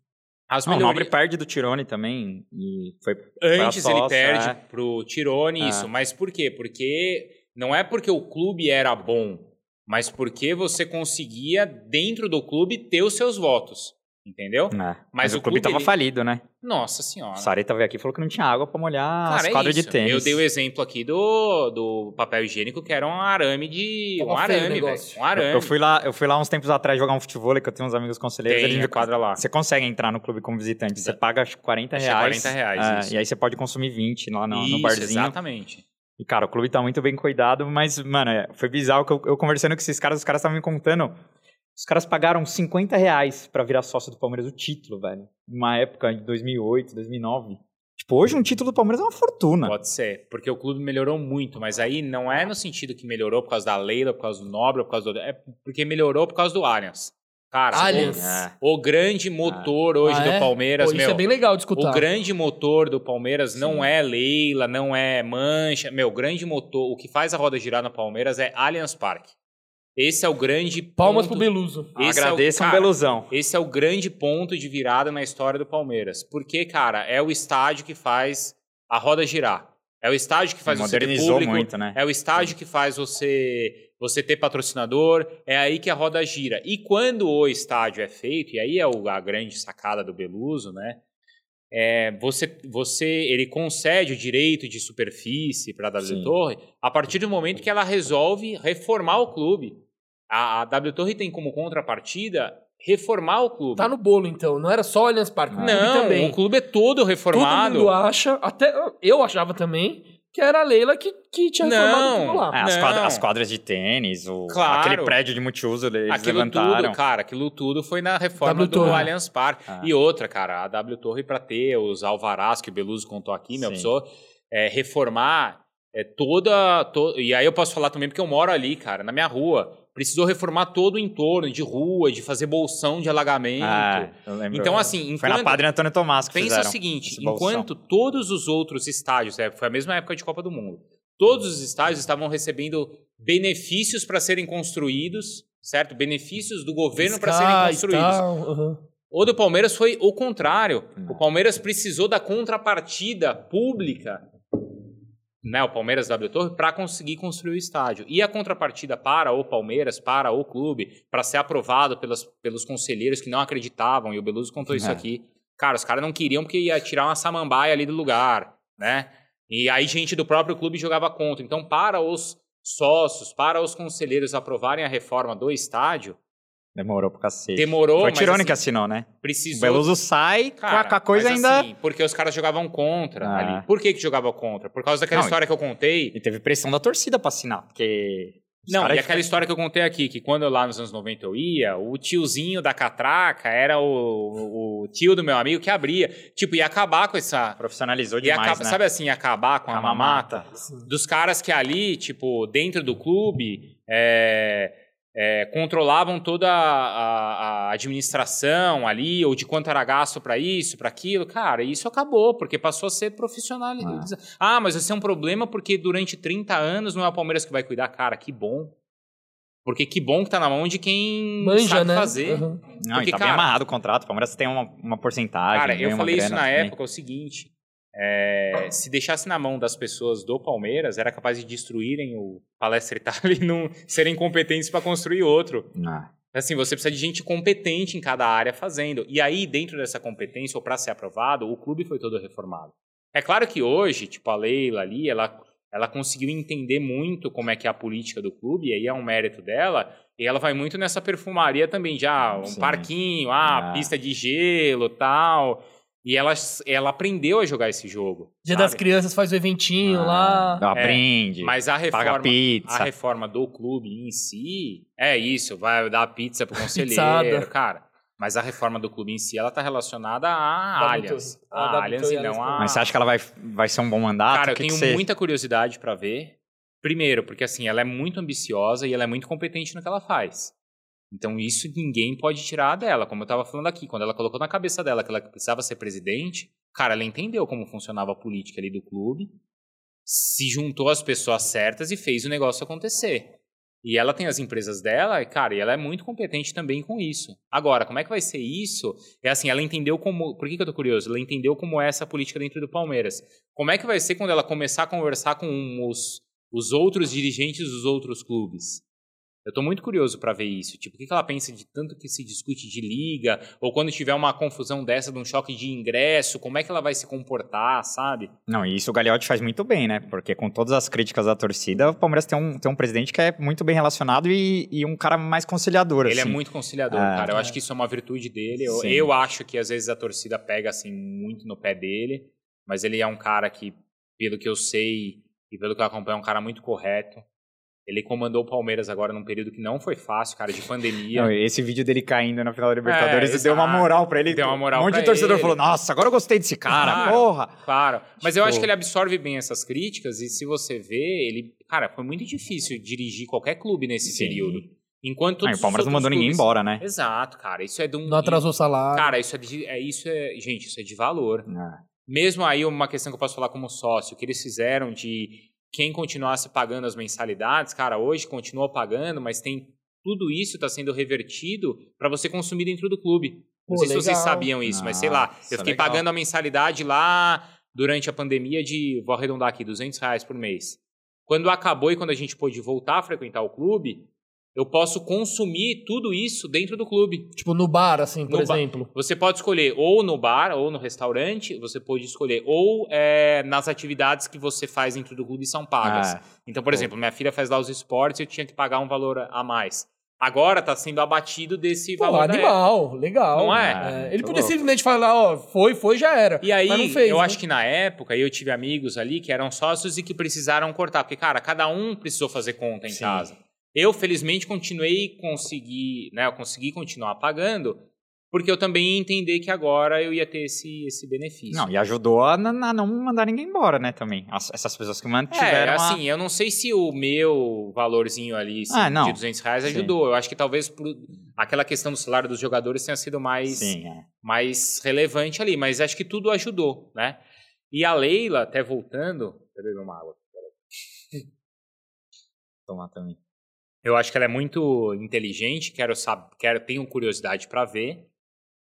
[SPEAKER 1] As
[SPEAKER 3] Não,
[SPEAKER 1] não,
[SPEAKER 3] o
[SPEAKER 1] o
[SPEAKER 3] Nobre
[SPEAKER 1] Nobre perde do Tirone também. E foi.
[SPEAKER 3] Antes
[SPEAKER 1] Pra
[SPEAKER 3] ele
[SPEAKER 1] sócio,
[SPEAKER 3] perde
[SPEAKER 1] é.
[SPEAKER 3] pro Tirone
[SPEAKER 1] É.
[SPEAKER 3] isso, mas por quê? Porque não é porque o clube era bom, mas porque você conseguia dentro do clube ter os seus votos, entendeu?
[SPEAKER 1] né. Mas,
[SPEAKER 3] o
[SPEAKER 1] o clube,
[SPEAKER 3] clube,
[SPEAKER 1] tava
[SPEAKER 3] ele-
[SPEAKER 1] falido, né?
[SPEAKER 3] Nossa senhora.
[SPEAKER 1] A Sarita veio aqui e falou que não tinha água pra molhar
[SPEAKER 3] Cara,
[SPEAKER 1] as
[SPEAKER 3] é
[SPEAKER 1] quadras
[SPEAKER 3] isso.
[SPEAKER 1] de tênis.
[SPEAKER 3] Eu dei o exemplo aqui do, do papel higiênico que era um arame de
[SPEAKER 2] Tava
[SPEAKER 3] um
[SPEAKER 2] feio o
[SPEAKER 3] arame, velho.
[SPEAKER 2] negócio.
[SPEAKER 3] um arame.
[SPEAKER 1] Eu fui lá, eu fui lá uns tempos atrás jogar um futebol que eu tenho uns amigos conselheiros.
[SPEAKER 3] Tem
[SPEAKER 1] eles me-
[SPEAKER 3] a quadra lá.
[SPEAKER 1] Você consegue entrar no clube como visitante. Você
[SPEAKER 3] Exato.
[SPEAKER 1] paga acho que 40
[SPEAKER 3] Acho que é
[SPEAKER 1] reais.
[SPEAKER 3] 40 reais,
[SPEAKER 1] é,
[SPEAKER 3] isso.
[SPEAKER 1] e aí você pode consumir 20 lá no, no
[SPEAKER 3] Isso,
[SPEAKER 1] barzinho.
[SPEAKER 3] Exatamente.
[SPEAKER 1] E, cara, o clube tá muito bem cuidado, mas, mano, é, foi bizarro que eu, eu conversando com esses caras, os caras estavam me contando. Os caras pagaram 50 reais pra virar sócio do Palmeiras o título, velho. Uma época de 2008, 2009. Tipo, hoje um título do Palmeiras é uma fortuna.
[SPEAKER 3] Pode ser. Porque o clube melhorou muito, mas aí não é no sentido que melhorou por causa da Leila, por causa do Nobre, por causa do. É porque melhorou por causa do Allianz. Cara, o-
[SPEAKER 2] Allianz.
[SPEAKER 1] É.
[SPEAKER 3] O, grande motor hoje
[SPEAKER 2] Ah,
[SPEAKER 3] do
[SPEAKER 2] é?
[SPEAKER 3] Palmeiras,
[SPEAKER 2] Pô, isso
[SPEAKER 3] meu.
[SPEAKER 2] é bem legal de escutar.
[SPEAKER 3] O grande motor do Palmeiras não é Leila, não é Mancha. Meu, o grande motor, o que faz a roda girar no Palmeiras é Allianz Parque. Esse é o grande
[SPEAKER 2] Palmas
[SPEAKER 3] ponto...
[SPEAKER 2] pro Beluso.
[SPEAKER 3] esse é o-
[SPEAKER 1] Agradeçam
[SPEAKER 3] cara,
[SPEAKER 1] um Beluzão.
[SPEAKER 3] Esse é o grande ponto de virada na história do Palmeiras. Porque, cara, é o estádio que faz a roda girar. É o estádio que faz você ter
[SPEAKER 1] Modernizou
[SPEAKER 3] público.
[SPEAKER 1] muito, né?
[SPEAKER 3] É o estágio que faz você você ter patrocinador, é aí que a roda gira. E quando o estádio é feito, e aí é o- a grande sacada do Beluso, né? É, você, você, ele concede o direito de superfície para a W
[SPEAKER 1] Sim.
[SPEAKER 3] Torre a partir do momento que ela resolve reformar o clube. A, a W Torre tem como contrapartida reformar o clube.
[SPEAKER 2] Tá no bolo, então. Não era só o Allianz Parque. o clube
[SPEAKER 3] Não,
[SPEAKER 2] também.
[SPEAKER 3] o clube é todo
[SPEAKER 2] Todo
[SPEAKER 3] reformado.
[SPEAKER 2] mundo acha, até eu achava também, que era a Leila que, que tinha
[SPEAKER 3] Não. Ah,
[SPEAKER 2] reformado tudo lá.
[SPEAKER 1] É, as,
[SPEAKER 3] Não.
[SPEAKER 1] quadra- as quadras de tênis, o,
[SPEAKER 3] Claro.
[SPEAKER 1] aquele prédio de multiuso eles
[SPEAKER 3] Aquilo
[SPEAKER 1] levantaram.
[SPEAKER 3] tudo, cara, aquilo tudo foi na reforma
[SPEAKER 2] W
[SPEAKER 3] do
[SPEAKER 2] Torre.
[SPEAKER 3] Allianz Parque.
[SPEAKER 1] Ah.
[SPEAKER 3] E outra, cara, a W Torre para ter os alvarás que o Beluso contou aqui, meu,
[SPEAKER 1] Sim.
[SPEAKER 3] precisou é, reformar é, toda, to- E aí eu posso falar também porque eu moro ali, cara, na minha rua. Precisou reformar todo o entorno de rua, de fazer bolsão de alagamento.
[SPEAKER 1] Ah, eu lembro.
[SPEAKER 3] então, assim, enquanto...
[SPEAKER 1] foi na Padre Antônio Tomás que
[SPEAKER 3] Pensa
[SPEAKER 1] fizeram.
[SPEAKER 3] assim, o seguinte,
[SPEAKER 1] esse bolsão.
[SPEAKER 3] enquanto todos os outros estádios, é, foi a mesma época de Copa do Mundo, todos os estádios estavam recebendo benefícios para serem construídos, certo? Benefícios do governo para serem
[SPEAKER 2] Sky e
[SPEAKER 3] construídos.
[SPEAKER 2] tal, aham.
[SPEAKER 3] O do Palmeiras foi o contrário. O Palmeiras precisou da contrapartida pública, né, o Palmeiras W Torre, para conseguir construir o estádio. E a contrapartida para o Palmeiras, para o clube, para ser aprovado pelas, pelos conselheiros que não acreditavam, e o Beluso contou isso
[SPEAKER 1] É.
[SPEAKER 3] aqui. Cara, os caras não queriam porque ia tirar uma samambaia ali do lugar, né? E aí gente do próprio clube jogava contra. Então, para os sócios, para os conselheiros aprovarem a reforma do estádio,
[SPEAKER 1] Demorou pra cacete.
[SPEAKER 3] demorou,
[SPEAKER 1] Foi
[SPEAKER 3] mas
[SPEAKER 1] Tirone que
[SPEAKER 3] assim,
[SPEAKER 1] assinou, né? O
[SPEAKER 3] precisou
[SPEAKER 1] Beluso sai com a-
[SPEAKER 3] Cara,
[SPEAKER 1] com a coisa
[SPEAKER 3] mas
[SPEAKER 1] ainda.
[SPEAKER 3] assim, porque os caras jogavam contra
[SPEAKER 1] Ah.
[SPEAKER 3] ali. Por que que jogava contra? Por causa daquela
[SPEAKER 1] Não,
[SPEAKER 3] história que eu contei.
[SPEAKER 1] E teve pressão da torcida pra assinar, porque. os
[SPEAKER 3] Não,
[SPEAKER 1] caras
[SPEAKER 3] e aquela história que eu contei aqui, que quando eu lá nos anos 90 eu ia, o tiozinho da catraca era o, o- o tio do meu amigo que abria. Tipo, ia acabar com essa...
[SPEAKER 1] profissionalizou
[SPEAKER 3] Ia
[SPEAKER 1] demais,
[SPEAKER 3] acaba-
[SPEAKER 1] né?
[SPEAKER 3] Sabe assim, ia acabar com a,
[SPEAKER 1] Com a
[SPEAKER 3] mamata?
[SPEAKER 1] mamata.
[SPEAKER 3] Dos caras que ali, tipo, dentro do clube, é, é, controlavam toda a, a- a administração ali, ou de quanto era gasto pra isso, pra aquilo. Cara, isso acabou, porque passou a ser profissionalizado. Ah, mas esse é um problema porque durante 30 anos não é o Palmeiras que vai cuidar. Cara, que bom. Porque que bom que tá na mão de quem
[SPEAKER 2] Manja,
[SPEAKER 3] sabe
[SPEAKER 2] né?
[SPEAKER 3] fazer.
[SPEAKER 2] Aham.
[SPEAKER 1] Não,
[SPEAKER 3] Porque,
[SPEAKER 1] e tá
[SPEAKER 3] cara-
[SPEAKER 1] bem amarrado o contrato. O Palmeiras tem uma, uma porcentagem.
[SPEAKER 3] Cara,
[SPEAKER 1] ganha
[SPEAKER 3] eu
[SPEAKER 1] uma
[SPEAKER 3] falei isso
[SPEAKER 1] grana assim.
[SPEAKER 3] na
[SPEAKER 1] também.
[SPEAKER 3] época, é o seguinte. é, se deixasse na mão das pessoas do Palmeiras, era capaz de destruírem o Palestra Itália e não serem competentes para construir outro.
[SPEAKER 1] Ah,
[SPEAKER 3] Assim, você precisa de gente competente em cada área fazendo. E aí, dentro dessa competência, ou para ser aprovado, o clube foi todo reformado. É claro que hoje, tipo, a Leila ali, ela, ela conseguiu entender muito como é que é a política do clube, e aí é um mérito dela, e ela vai muito nessa perfumaria também, já, um
[SPEAKER 1] Sim.
[SPEAKER 3] parquinho, ah,
[SPEAKER 1] Ah.
[SPEAKER 3] pista de gelo tal. E ela, ela aprendeu a jogar esse jogo.
[SPEAKER 2] Dia
[SPEAKER 3] sabe?
[SPEAKER 2] das Crianças faz o eventinho lá.
[SPEAKER 1] Dá uma
[SPEAKER 3] É,
[SPEAKER 1] brinde.
[SPEAKER 3] Mas a
[SPEAKER 1] Paga
[SPEAKER 3] reforma, a
[SPEAKER 1] pizza.
[SPEAKER 3] reforma do clube em si é isso, vai dar pizza pro
[SPEAKER 2] Pizzada.
[SPEAKER 3] conselheiro, cara. Mas a reforma do clube em si, ela tá relacionada a
[SPEAKER 2] Da
[SPEAKER 3] Allianz.
[SPEAKER 2] Vitória. Ah,
[SPEAKER 3] A
[SPEAKER 2] da
[SPEAKER 3] Allianz e
[SPEAKER 2] Vitória,
[SPEAKER 3] não
[SPEAKER 2] Allianz.
[SPEAKER 3] a...
[SPEAKER 1] Mas você acha que ela vai, vai ser um bom mandato?
[SPEAKER 3] Cara,
[SPEAKER 1] O
[SPEAKER 3] eu
[SPEAKER 1] que que
[SPEAKER 3] tenho
[SPEAKER 1] você-
[SPEAKER 3] muita curiosidade pra ver. Primeiro, porque assim, ela é muito ambiciosa e ela é muito competente no que ela faz. Então isso ninguém pode tirar dela, como eu tava falando aqui, quando ela colocou na cabeça dela que ela precisava ser presidente, cara, ela entendeu como funcionava a política ali do clube, se juntou às pessoas certas e fez o negócio acontecer. E ela tem as empresas dela, e, cara, e ela é muito competente também com isso. Agora, como é que vai ser isso? É assim, ela entendeu como. Por que, que eu tô curioso? Ela entendeu como é essa política dentro do Palmeiras. Como é que vai ser quando ela começar a conversar com os, os outros dirigentes dos outros clubes? Eu tô muito curioso para ver isso. Tipo, o que, que ela pensa de tanto que se discute de liga? Ou quando tiver uma confusão dessa, de um choque de ingresso, como é que ela vai se comportar, sabe?
[SPEAKER 1] Não, e isso o Gagliotti faz muito bem, né? Porque com todas as críticas da torcida, o Palmeiras tem um, tem um presidente que é muito bem relacionado e, e um cara mais conciliador,
[SPEAKER 3] Ele é
[SPEAKER 1] assim.
[SPEAKER 3] muito conciliador,
[SPEAKER 1] Ah,
[SPEAKER 3] cara. Eu acho que isso é uma virtude dele. Eu,
[SPEAKER 1] Sim.
[SPEAKER 3] eu acho que às vezes a torcida pega assim muito no pé dele, mas ele é um cara que, pelo que eu sei e pelo que eu acompanho, é um cara muito correto. Ele comandou o Palmeiras agora num período que não foi fácil, cara, de pandemia.
[SPEAKER 1] Não, esse vídeo dele caindo na final da Libertadores
[SPEAKER 3] É,
[SPEAKER 1] deu uma
[SPEAKER 3] exato.
[SPEAKER 1] moral pra ele.
[SPEAKER 3] Deu uma moral
[SPEAKER 1] Um monte
[SPEAKER 3] pra
[SPEAKER 1] de torcedor
[SPEAKER 3] ele.
[SPEAKER 1] falou: Nossa, agora eu gostei desse cara,
[SPEAKER 3] Claro.
[SPEAKER 1] porra.
[SPEAKER 3] Claro. Mas eu
[SPEAKER 1] Tipo-
[SPEAKER 3] acho que ele absorve bem essas críticas e se você vê, ele. Cara, foi muito difícil dirigir qualquer clube nesse
[SPEAKER 1] Sim.
[SPEAKER 3] período. Enquanto
[SPEAKER 1] Ah, e
[SPEAKER 3] todos
[SPEAKER 1] o Palmeiras
[SPEAKER 3] os
[SPEAKER 1] não mandou
[SPEAKER 3] outros
[SPEAKER 1] ninguém
[SPEAKER 3] clubes-
[SPEAKER 1] embora, né?
[SPEAKER 3] Exato, cara. Isso é de um.
[SPEAKER 2] Não atrasou o salário.
[SPEAKER 3] Cara, isso é, de, é isso é, gente, isso é de valor.
[SPEAKER 1] Ah.
[SPEAKER 3] Mesmo aí uma questão que eu posso falar como sócio, que eles fizeram de quem continuasse pagando as mensalidades, cara, hoje continua pagando, mas tem tudo isso está sendo revertido para você consumir dentro do clube. Não
[SPEAKER 2] Pô,
[SPEAKER 3] sei se vocês
[SPEAKER 2] legal.
[SPEAKER 3] sabiam isso, mas sei lá,
[SPEAKER 1] Nossa,
[SPEAKER 3] eu fiquei
[SPEAKER 1] legal.
[SPEAKER 3] pagando a mensalidade lá durante a pandemia de, vou arredondar aqui, 200 reais por mês. Quando acabou e quando a gente pôde voltar a frequentar o clube, eu posso consumir tudo isso dentro do clube.
[SPEAKER 2] Tipo, no bar, assim, por
[SPEAKER 3] No ba-
[SPEAKER 2] exemplo.
[SPEAKER 3] Você pode escolher ou no bar ou no restaurante, você pode escolher ou é, nas atividades que você faz dentro do clube são pagas.
[SPEAKER 1] Ah,
[SPEAKER 3] então, por exemplo, minha filha faz lá os esportes e eu tinha que pagar um valor a mais. Agora tá sendo abatido desse
[SPEAKER 2] Pô,
[SPEAKER 3] valor da época.
[SPEAKER 2] animal, legal.
[SPEAKER 3] Não é?
[SPEAKER 2] É,
[SPEAKER 1] Ah,
[SPEAKER 2] ele
[SPEAKER 1] tô
[SPEAKER 2] podia
[SPEAKER 1] louco.
[SPEAKER 2] simplesmente falar, ó, foi, foi, já era.
[SPEAKER 3] E aí,
[SPEAKER 2] Mas não fez,
[SPEAKER 3] eu
[SPEAKER 2] né?
[SPEAKER 3] acho que na época, eu tive amigos ali que eram sócios e que precisaram cortar. Porque, cara, cada um precisou fazer conta em
[SPEAKER 1] Sim.
[SPEAKER 3] casa. Eu, felizmente, continuei conseguir, né? Eu consegui continuar pagando, porque eu também ia entender que agora eu ia ter esse, esse benefício.
[SPEAKER 1] Não, e ajudou a, na- na não mandar ninguém embora, né, também. As- essas pessoas que
[SPEAKER 3] É,
[SPEAKER 1] mantiveram. a-
[SPEAKER 3] assim, eu não sei se o meu valorzinho ali assim,
[SPEAKER 1] Ah, não.
[SPEAKER 3] de 200 reais
[SPEAKER 1] Sim.
[SPEAKER 3] ajudou. Eu acho que talvez por aquela questão do salário dos jogadores tenha sido mais,
[SPEAKER 1] Sim, é.
[SPEAKER 3] mais relevante ali, mas acho que tudo ajudou, né? E a Leila, até voltando, deixa eu beber uma água.
[SPEAKER 1] Tomar também.
[SPEAKER 3] Eu acho que ela é muito inteligente, quero saber, quero, tenho curiosidade pra ver.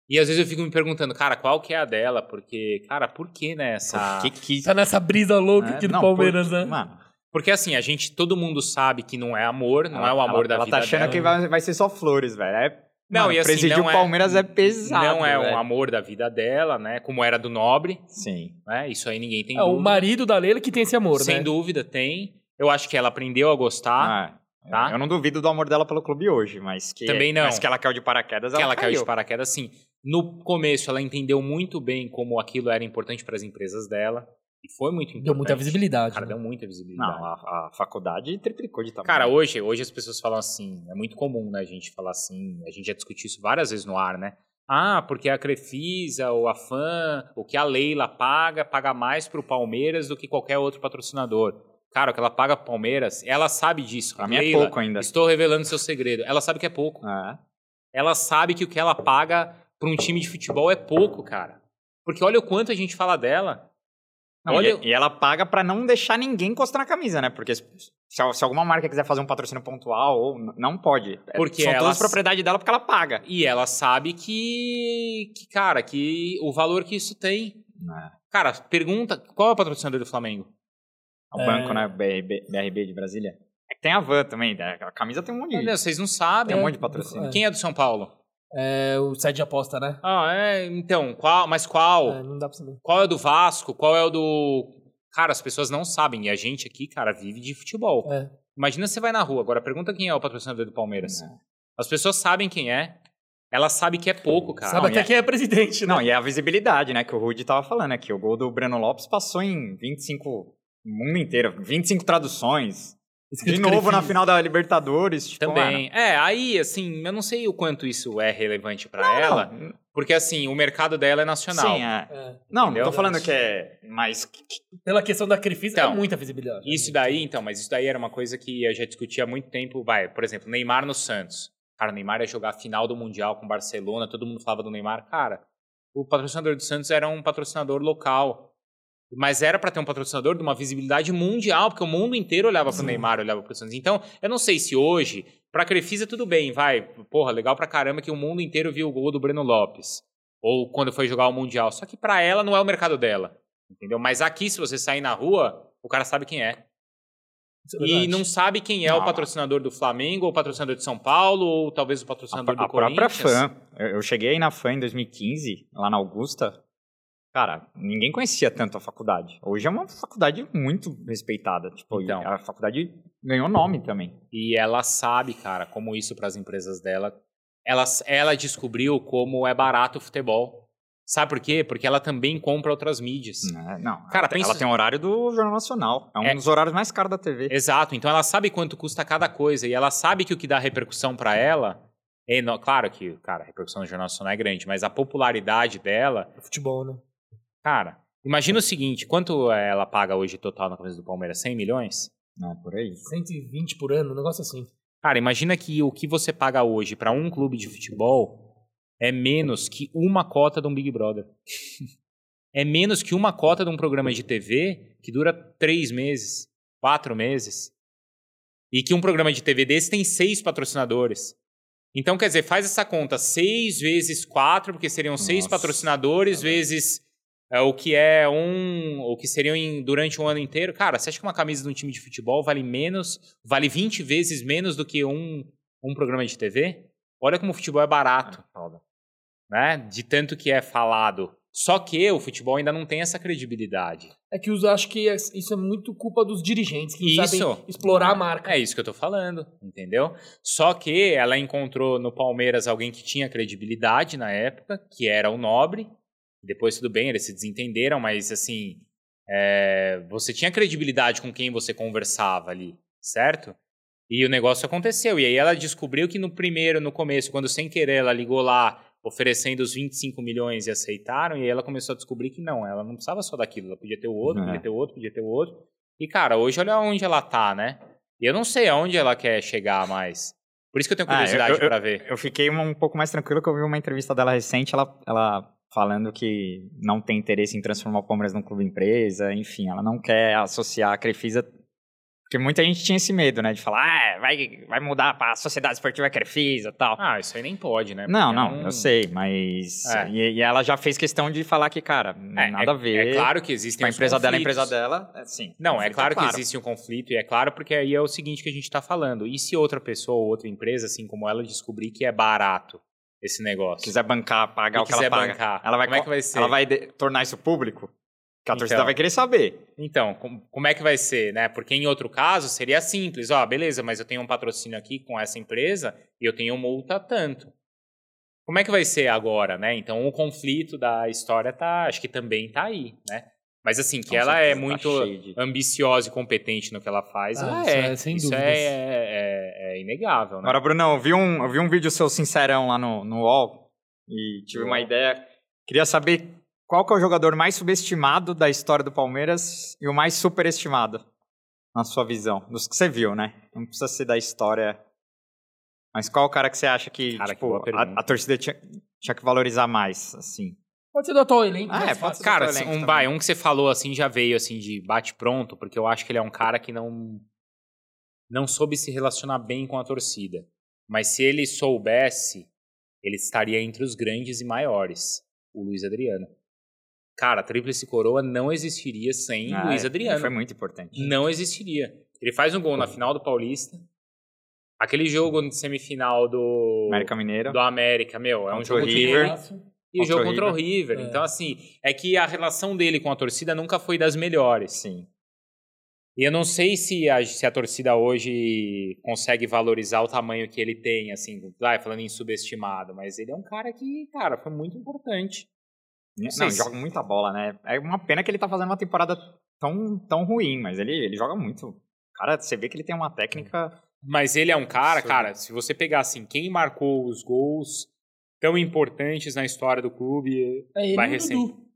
[SPEAKER 3] E às vezes eu fico me perguntando, cara, qual que é a dela? Porque, cara, por que né, nessa?
[SPEAKER 1] Que que.
[SPEAKER 2] Tá nessa brisa louca
[SPEAKER 1] É,
[SPEAKER 2] aqui do
[SPEAKER 1] não,
[SPEAKER 2] Palmeiras,
[SPEAKER 1] por-
[SPEAKER 2] né?
[SPEAKER 1] Mano,
[SPEAKER 3] Porque assim, a gente, todo mundo sabe que não é amor, não é o
[SPEAKER 1] ela-
[SPEAKER 3] amor
[SPEAKER 1] ela,
[SPEAKER 3] da
[SPEAKER 1] ela
[SPEAKER 3] vida
[SPEAKER 1] tá achando
[SPEAKER 3] dela. né?
[SPEAKER 1] que vai, vai ser só flores, velho. É,
[SPEAKER 3] Não,
[SPEAKER 1] mano,
[SPEAKER 3] e assim,
[SPEAKER 1] presidir
[SPEAKER 3] não
[SPEAKER 1] o
[SPEAKER 3] é-
[SPEAKER 1] Palmeiras é, pesado.
[SPEAKER 3] não é
[SPEAKER 1] velho.
[SPEAKER 3] um amor da vida dela, né? Como era do nobre,
[SPEAKER 1] Sim.
[SPEAKER 3] né? Isso aí ninguém tem
[SPEAKER 2] É, o
[SPEAKER 3] dúvida.
[SPEAKER 2] marido da Leila que tem esse amor,
[SPEAKER 3] Sem
[SPEAKER 2] né?
[SPEAKER 3] dúvida tem. Eu acho que ela aprendeu a gostar.
[SPEAKER 1] Ah,
[SPEAKER 3] tá?
[SPEAKER 1] Eu não duvido do amor dela pelo clube hoje, mas que.
[SPEAKER 3] Também não.
[SPEAKER 1] Mas que ela caiu de paraquedas,
[SPEAKER 3] que ela caiu
[SPEAKER 1] caiu
[SPEAKER 3] de paraquedas, sim. No começo, ela entendeu muito bem como aquilo era importante para as empresas dela. E foi muito importante.
[SPEAKER 2] Deu muita visibilidade.
[SPEAKER 3] é. Cara,
[SPEAKER 2] né?
[SPEAKER 3] deu muita visibilidade.
[SPEAKER 1] Não, a, a faculdade triplicou de tamanho.
[SPEAKER 3] Cara, hoje, hoje as pessoas falam assim, é muito comum né, a gente falar assim, a gente já discutiu isso várias vezes no ar, né? Ah, porque a Crefisa ou a FAM, o que a Leila paga, paga mais pro Palmeiras do que qualquer outro patrocinador. Cara, o que ela paga pro Palmeiras, ela sabe disso.
[SPEAKER 1] pra mim é
[SPEAKER 3] Leila,
[SPEAKER 1] pouco ainda.
[SPEAKER 3] Estou revelando seu segredo. Ela sabe que é pouco.
[SPEAKER 1] Ah,
[SPEAKER 3] Ela sabe que o que ela paga pra um time de futebol é pouco, cara. Porque olha o quanto a gente fala dela.
[SPEAKER 1] Não,
[SPEAKER 3] Olha-
[SPEAKER 1] e, e ela paga pra não deixar ninguém encostar na camisa, né? Porque se, se- se alguma marca quiser fazer um patrocínio pontual, ou n- não pode. É,
[SPEAKER 3] Porque
[SPEAKER 1] São
[SPEAKER 3] ela-
[SPEAKER 1] todas propriedade dela porque ela paga.
[SPEAKER 3] E ela sabe que, que, cara, que o valor que isso tem.
[SPEAKER 1] É.
[SPEAKER 3] Cara, pergunta, qual é o patrocinador do Flamengo?
[SPEAKER 1] O banco, né? BRB, BRB de Brasília. É que tem a van também. né? A camisa tem um monte
[SPEAKER 3] Meu
[SPEAKER 1] de,
[SPEAKER 3] Deus, vocês não
[SPEAKER 1] tem
[SPEAKER 3] sabem.
[SPEAKER 1] um monte de patrocínio.
[SPEAKER 3] Quem é do São Paulo?
[SPEAKER 2] É o site de aposta, né?
[SPEAKER 3] Ah, é, então, qual, mas qual?
[SPEAKER 2] É, não dá pra saber.
[SPEAKER 3] Qual é o do Vasco? Qual é o do. Cara, as pessoas não sabem. E a gente aqui, cara, vive de futebol.
[SPEAKER 2] É.
[SPEAKER 3] Imagina você vai na rua, agora pergunta quem é o patrocinador do Palmeiras.
[SPEAKER 1] É.
[SPEAKER 3] As pessoas sabem quem é. Ela sabe que é pouco, cara.
[SPEAKER 2] Sabe
[SPEAKER 1] não,
[SPEAKER 2] até
[SPEAKER 1] e é-
[SPEAKER 2] quem é presidente, né?
[SPEAKER 1] Não, e é a visibilidade, né? Que o Rudy tava falando, né? Que o gol do Breno Lopes passou em 25... O mundo inteiro. 25 traduções. De novo na final da Libertadores. Tipo,
[SPEAKER 3] Também. É, aí, assim, eu não sei o quanto isso é relevante pra ela,
[SPEAKER 1] Mano,
[SPEAKER 3] porque, assim, o mercado dela é nacional.
[SPEAKER 1] ah, sim, é.
[SPEAKER 2] É.
[SPEAKER 1] Não,
[SPEAKER 3] Entendeu?
[SPEAKER 1] não tô falando que é... Mas
[SPEAKER 2] Pela questão da Crefisa,
[SPEAKER 3] Então,
[SPEAKER 2] é muita visibilidade.
[SPEAKER 3] Isso daí, então, mas isso daí era uma coisa que eu já discutia há muito tempo. Vai, por exemplo, Neymar no Santos. Cara, o Neymar ia jogar a final do Mundial com o Barcelona, todo mundo falava do Neymar. Cara, o patrocinador do Santos era um patrocinador local. Mas era para ter um patrocinador de uma visibilidade mundial, porque o mundo inteiro olhava pro Neymar, olhava pro Santos. Então, eu não sei se hoje, pra Crefisa tudo bem, vai. Porra, legal pra caramba que o mundo inteiro viu o gol do Breno Lopes. Ou quando foi jogar o Mundial. Só que pra ela não é o mercado dela. Entendeu? Mas aqui, se você sair na rua, o cara sabe quem é.
[SPEAKER 2] Isso é
[SPEAKER 3] E
[SPEAKER 2] verdade.
[SPEAKER 3] não sabe quem é
[SPEAKER 1] Não,
[SPEAKER 3] o
[SPEAKER 1] mas-
[SPEAKER 3] patrocinador do Flamengo, ou o patrocinador de São Paulo, ou talvez o
[SPEAKER 1] A,
[SPEAKER 3] patrocinador
[SPEAKER 1] pr- a
[SPEAKER 3] do
[SPEAKER 1] própria
[SPEAKER 3] Corinthians.
[SPEAKER 1] fã. Eu, eu cheguei na fã em 2015, lá na Augusta. Cara, ninguém conhecia tanto a faculdade. Hoje é uma faculdade muito respeitada. Tipo, e
[SPEAKER 3] Então.
[SPEAKER 1] a faculdade ganhou nome também.
[SPEAKER 3] E ela sabe, cara, como isso para as empresas dela. Ela, ela descobriu como é barato o futebol. Sabe por quê? Porque ela também compra outras mídias.
[SPEAKER 1] Né? Não,
[SPEAKER 3] Cara,
[SPEAKER 1] ela, tem-
[SPEAKER 3] pensa-
[SPEAKER 1] ela
[SPEAKER 3] assim.
[SPEAKER 1] tem horário do Jornal Nacional. É um
[SPEAKER 3] É.
[SPEAKER 1] dos horários mais caros da TV.
[SPEAKER 3] Exato. Então ela sabe quanto custa cada coisa. E ela sabe que o que dá repercussão para ela. É eno- Claro que, cara, a repercussão do Jornal Nacional é grande, mas a popularidade dela.
[SPEAKER 2] Futebol, né?
[SPEAKER 3] Cara, imagina o seguinte: quanto eh, ela paga hoje total na camisa do Palmeiras? 100 milhões?
[SPEAKER 1] Não, é por aí.
[SPEAKER 2] 120 por ano, um negócio assim.
[SPEAKER 3] Cara, imagina que o que você paga hoje pra um clube de futebol é menos que uma cota de um Big Brother. é menos que uma cota de um programa de TV que dura três meses, quatro meses. E que um programa de TV desse tem seis patrocinadores. Então, quer dizer, faz essa conta. Seis vezes quatro, porque seriam seis
[SPEAKER 1] Nossa,
[SPEAKER 3] patrocinadores, vezes é, o que é um. O que seriam em- durante um ano inteiro. Cara, você acha que uma camisa de um time de futebol vale menos, vale 20 vezes menos do que um, um programa de TV? Olha como o futebol é barato, né? De tanto que é falado. Só que o futebol ainda não tem essa credibilidade.
[SPEAKER 2] É que eu acho que é- isso é muito culpa dos dirigentes, que não
[SPEAKER 3] Isso.
[SPEAKER 2] sabem explorar a marca.
[SPEAKER 3] É isso que eu tô falando, entendeu? Só que ela encontrou no Palmeiras alguém que tinha credibilidade na época, que era o Nobre. Depois, tudo bem, eles se desentenderam, mas assim, é, você tinha credibilidade com quem você conversava ali, certo? E o negócio aconteceu. E aí ela descobriu que no primeiro, no começo, quando sem querer ela ligou lá oferecendo os 25 milhões e aceitaram, e aí ela começou a descobrir que não, ela não precisava só daquilo, ela podia ter o outro,
[SPEAKER 1] É.
[SPEAKER 3] podia ter o outro, podia ter o outro. E cara, hoje olha onde ela tá, né? E eu não sei aonde ela quer chegar mais. Por isso que eu tenho
[SPEAKER 1] Ah, eu-
[SPEAKER 3] curiosidade
[SPEAKER 1] eu-
[SPEAKER 3] pra ver.
[SPEAKER 1] Eu fiquei um pouco mais tranquilo que eu vi uma entrevista dela recente, ela, ela falando que não tem interesse em transformar o Palmeiras num clube empresa, enfim, ela não quer associar a Crefisa. Porque muita gente tinha esse medo, né? De falar, ah, vai, vai mudar pra Sociedade Esportiva Crefisa e tal.
[SPEAKER 3] Ah, isso aí nem pode, né?
[SPEAKER 1] não,
[SPEAKER 3] Porque é
[SPEAKER 1] não,
[SPEAKER 3] um-
[SPEAKER 1] eu sei, mas.
[SPEAKER 3] É.
[SPEAKER 1] E, e ela já fez questão de falar que, cara,
[SPEAKER 3] É,
[SPEAKER 1] nada
[SPEAKER 3] é-
[SPEAKER 1] a ver.
[SPEAKER 3] É claro que existem
[SPEAKER 1] Tipo, a
[SPEAKER 3] os
[SPEAKER 1] empresa dela é a
[SPEAKER 3] conflitos.
[SPEAKER 1] empresa dela, é, sim.
[SPEAKER 3] Não, é
[SPEAKER 1] Fica
[SPEAKER 3] claro, que existe um conflito, e é claro porque aí é o seguinte que a gente está falando. E se outra pessoa ou outra empresa, assim como ela, descobrir que é barato esse negócio?
[SPEAKER 1] quiser bancar, pagar
[SPEAKER 3] E
[SPEAKER 1] o que ela
[SPEAKER 3] quiser
[SPEAKER 1] paga.
[SPEAKER 3] bancar,
[SPEAKER 1] Ela vai,
[SPEAKER 3] como é
[SPEAKER 1] co-
[SPEAKER 3] que vai ser?
[SPEAKER 1] Ela vai de- tornar isso público? Que a torcida
[SPEAKER 3] Então.
[SPEAKER 1] vai querer saber.
[SPEAKER 3] Então, com- como é que vai ser, né? Porque em outro caso seria simples, ó, beleza, mas eu tenho um patrocínio aqui com essa empresa e eu tenho multa tanto. Como é que vai ser agora, né? Então o conflito da história tá, acho que também tá aí, né? Mas assim, que
[SPEAKER 1] Com
[SPEAKER 3] ela
[SPEAKER 1] certeza,
[SPEAKER 3] é
[SPEAKER 1] tá
[SPEAKER 3] muito
[SPEAKER 1] cheio de-
[SPEAKER 3] ambiciosa e competente no que ela faz,
[SPEAKER 2] Ah,
[SPEAKER 3] ela
[SPEAKER 2] isso
[SPEAKER 3] é.
[SPEAKER 2] é, sem
[SPEAKER 3] isso é,
[SPEAKER 2] dúvidas.
[SPEAKER 3] é- é- é inegável, né?
[SPEAKER 1] Agora, Brunão, eu vi um, eu vi um vídeo seu sincerão lá no, no UOL e tive uma ideia. Queria saber qual que é o jogador mais subestimado da história do Palmeiras e o mais superestimado, na sua visão. Dos que você viu, né? Não precisa ser da história. Mas qual o cara que você acha que,
[SPEAKER 3] Cara, que
[SPEAKER 1] tipo,
[SPEAKER 3] boa
[SPEAKER 1] a,
[SPEAKER 3] pergunta.
[SPEAKER 1] a torcida tinha, tinha que valorizar mais, assim?
[SPEAKER 2] Pode ser do atual elenco.
[SPEAKER 1] Ah,
[SPEAKER 2] né?
[SPEAKER 1] é, pode ser.
[SPEAKER 3] Cara,
[SPEAKER 1] Super elenco
[SPEAKER 3] um,
[SPEAKER 1] também.
[SPEAKER 3] vai, um que você falou assim já veio assim de bate pronto, porque eu acho que ele é um cara que não não soube se relacionar bem com a torcida. Mas se ele soubesse, ele estaria entre os grandes e maiores, o Luiz Adriano. Cara, a Tríplice Coroa não existiria sem
[SPEAKER 1] Ah,
[SPEAKER 3] Luiz
[SPEAKER 1] é,
[SPEAKER 3] Adriano.
[SPEAKER 1] Foi muito importante.
[SPEAKER 3] Não existiria. Ele faz um gol na final do Paulista. Aquele jogo de semifinal do
[SPEAKER 1] América Mineiro.
[SPEAKER 3] do América, meu, é um
[SPEAKER 1] Contra
[SPEAKER 3] jogo
[SPEAKER 1] o
[SPEAKER 3] que
[SPEAKER 1] River.
[SPEAKER 3] e o jogo
[SPEAKER 1] Contra o
[SPEAKER 3] contra o River.
[SPEAKER 2] É.
[SPEAKER 3] Então, assim, é que a relação dele com a torcida nunca foi das melhores.
[SPEAKER 1] Sim.
[SPEAKER 3] E eu não sei se a, se a torcida hoje consegue valorizar o tamanho que ele tem, assim, vai falando em subestimado, mas ele é um cara que, cara, foi muito importante.
[SPEAKER 1] Não,
[SPEAKER 3] sei se-
[SPEAKER 1] joga muita bola, né? É uma pena que ele tá fazendo uma temporada tão, tão ruim, mas ele, ele joga muito. Cara, você vê que ele tem uma técnica.
[SPEAKER 3] Mas ele é um cara,
[SPEAKER 1] Absurdo.
[SPEAKER 3] cara, se você pegar, assim, quem marcou os gols tão importantes na história do clube,
[SPEAKER 2] É ele
[SPEAKER 3] Vai
[SPEAKER 2] e o
[SPEAKER 3] recém.
[SPEAKER 2] Dudu.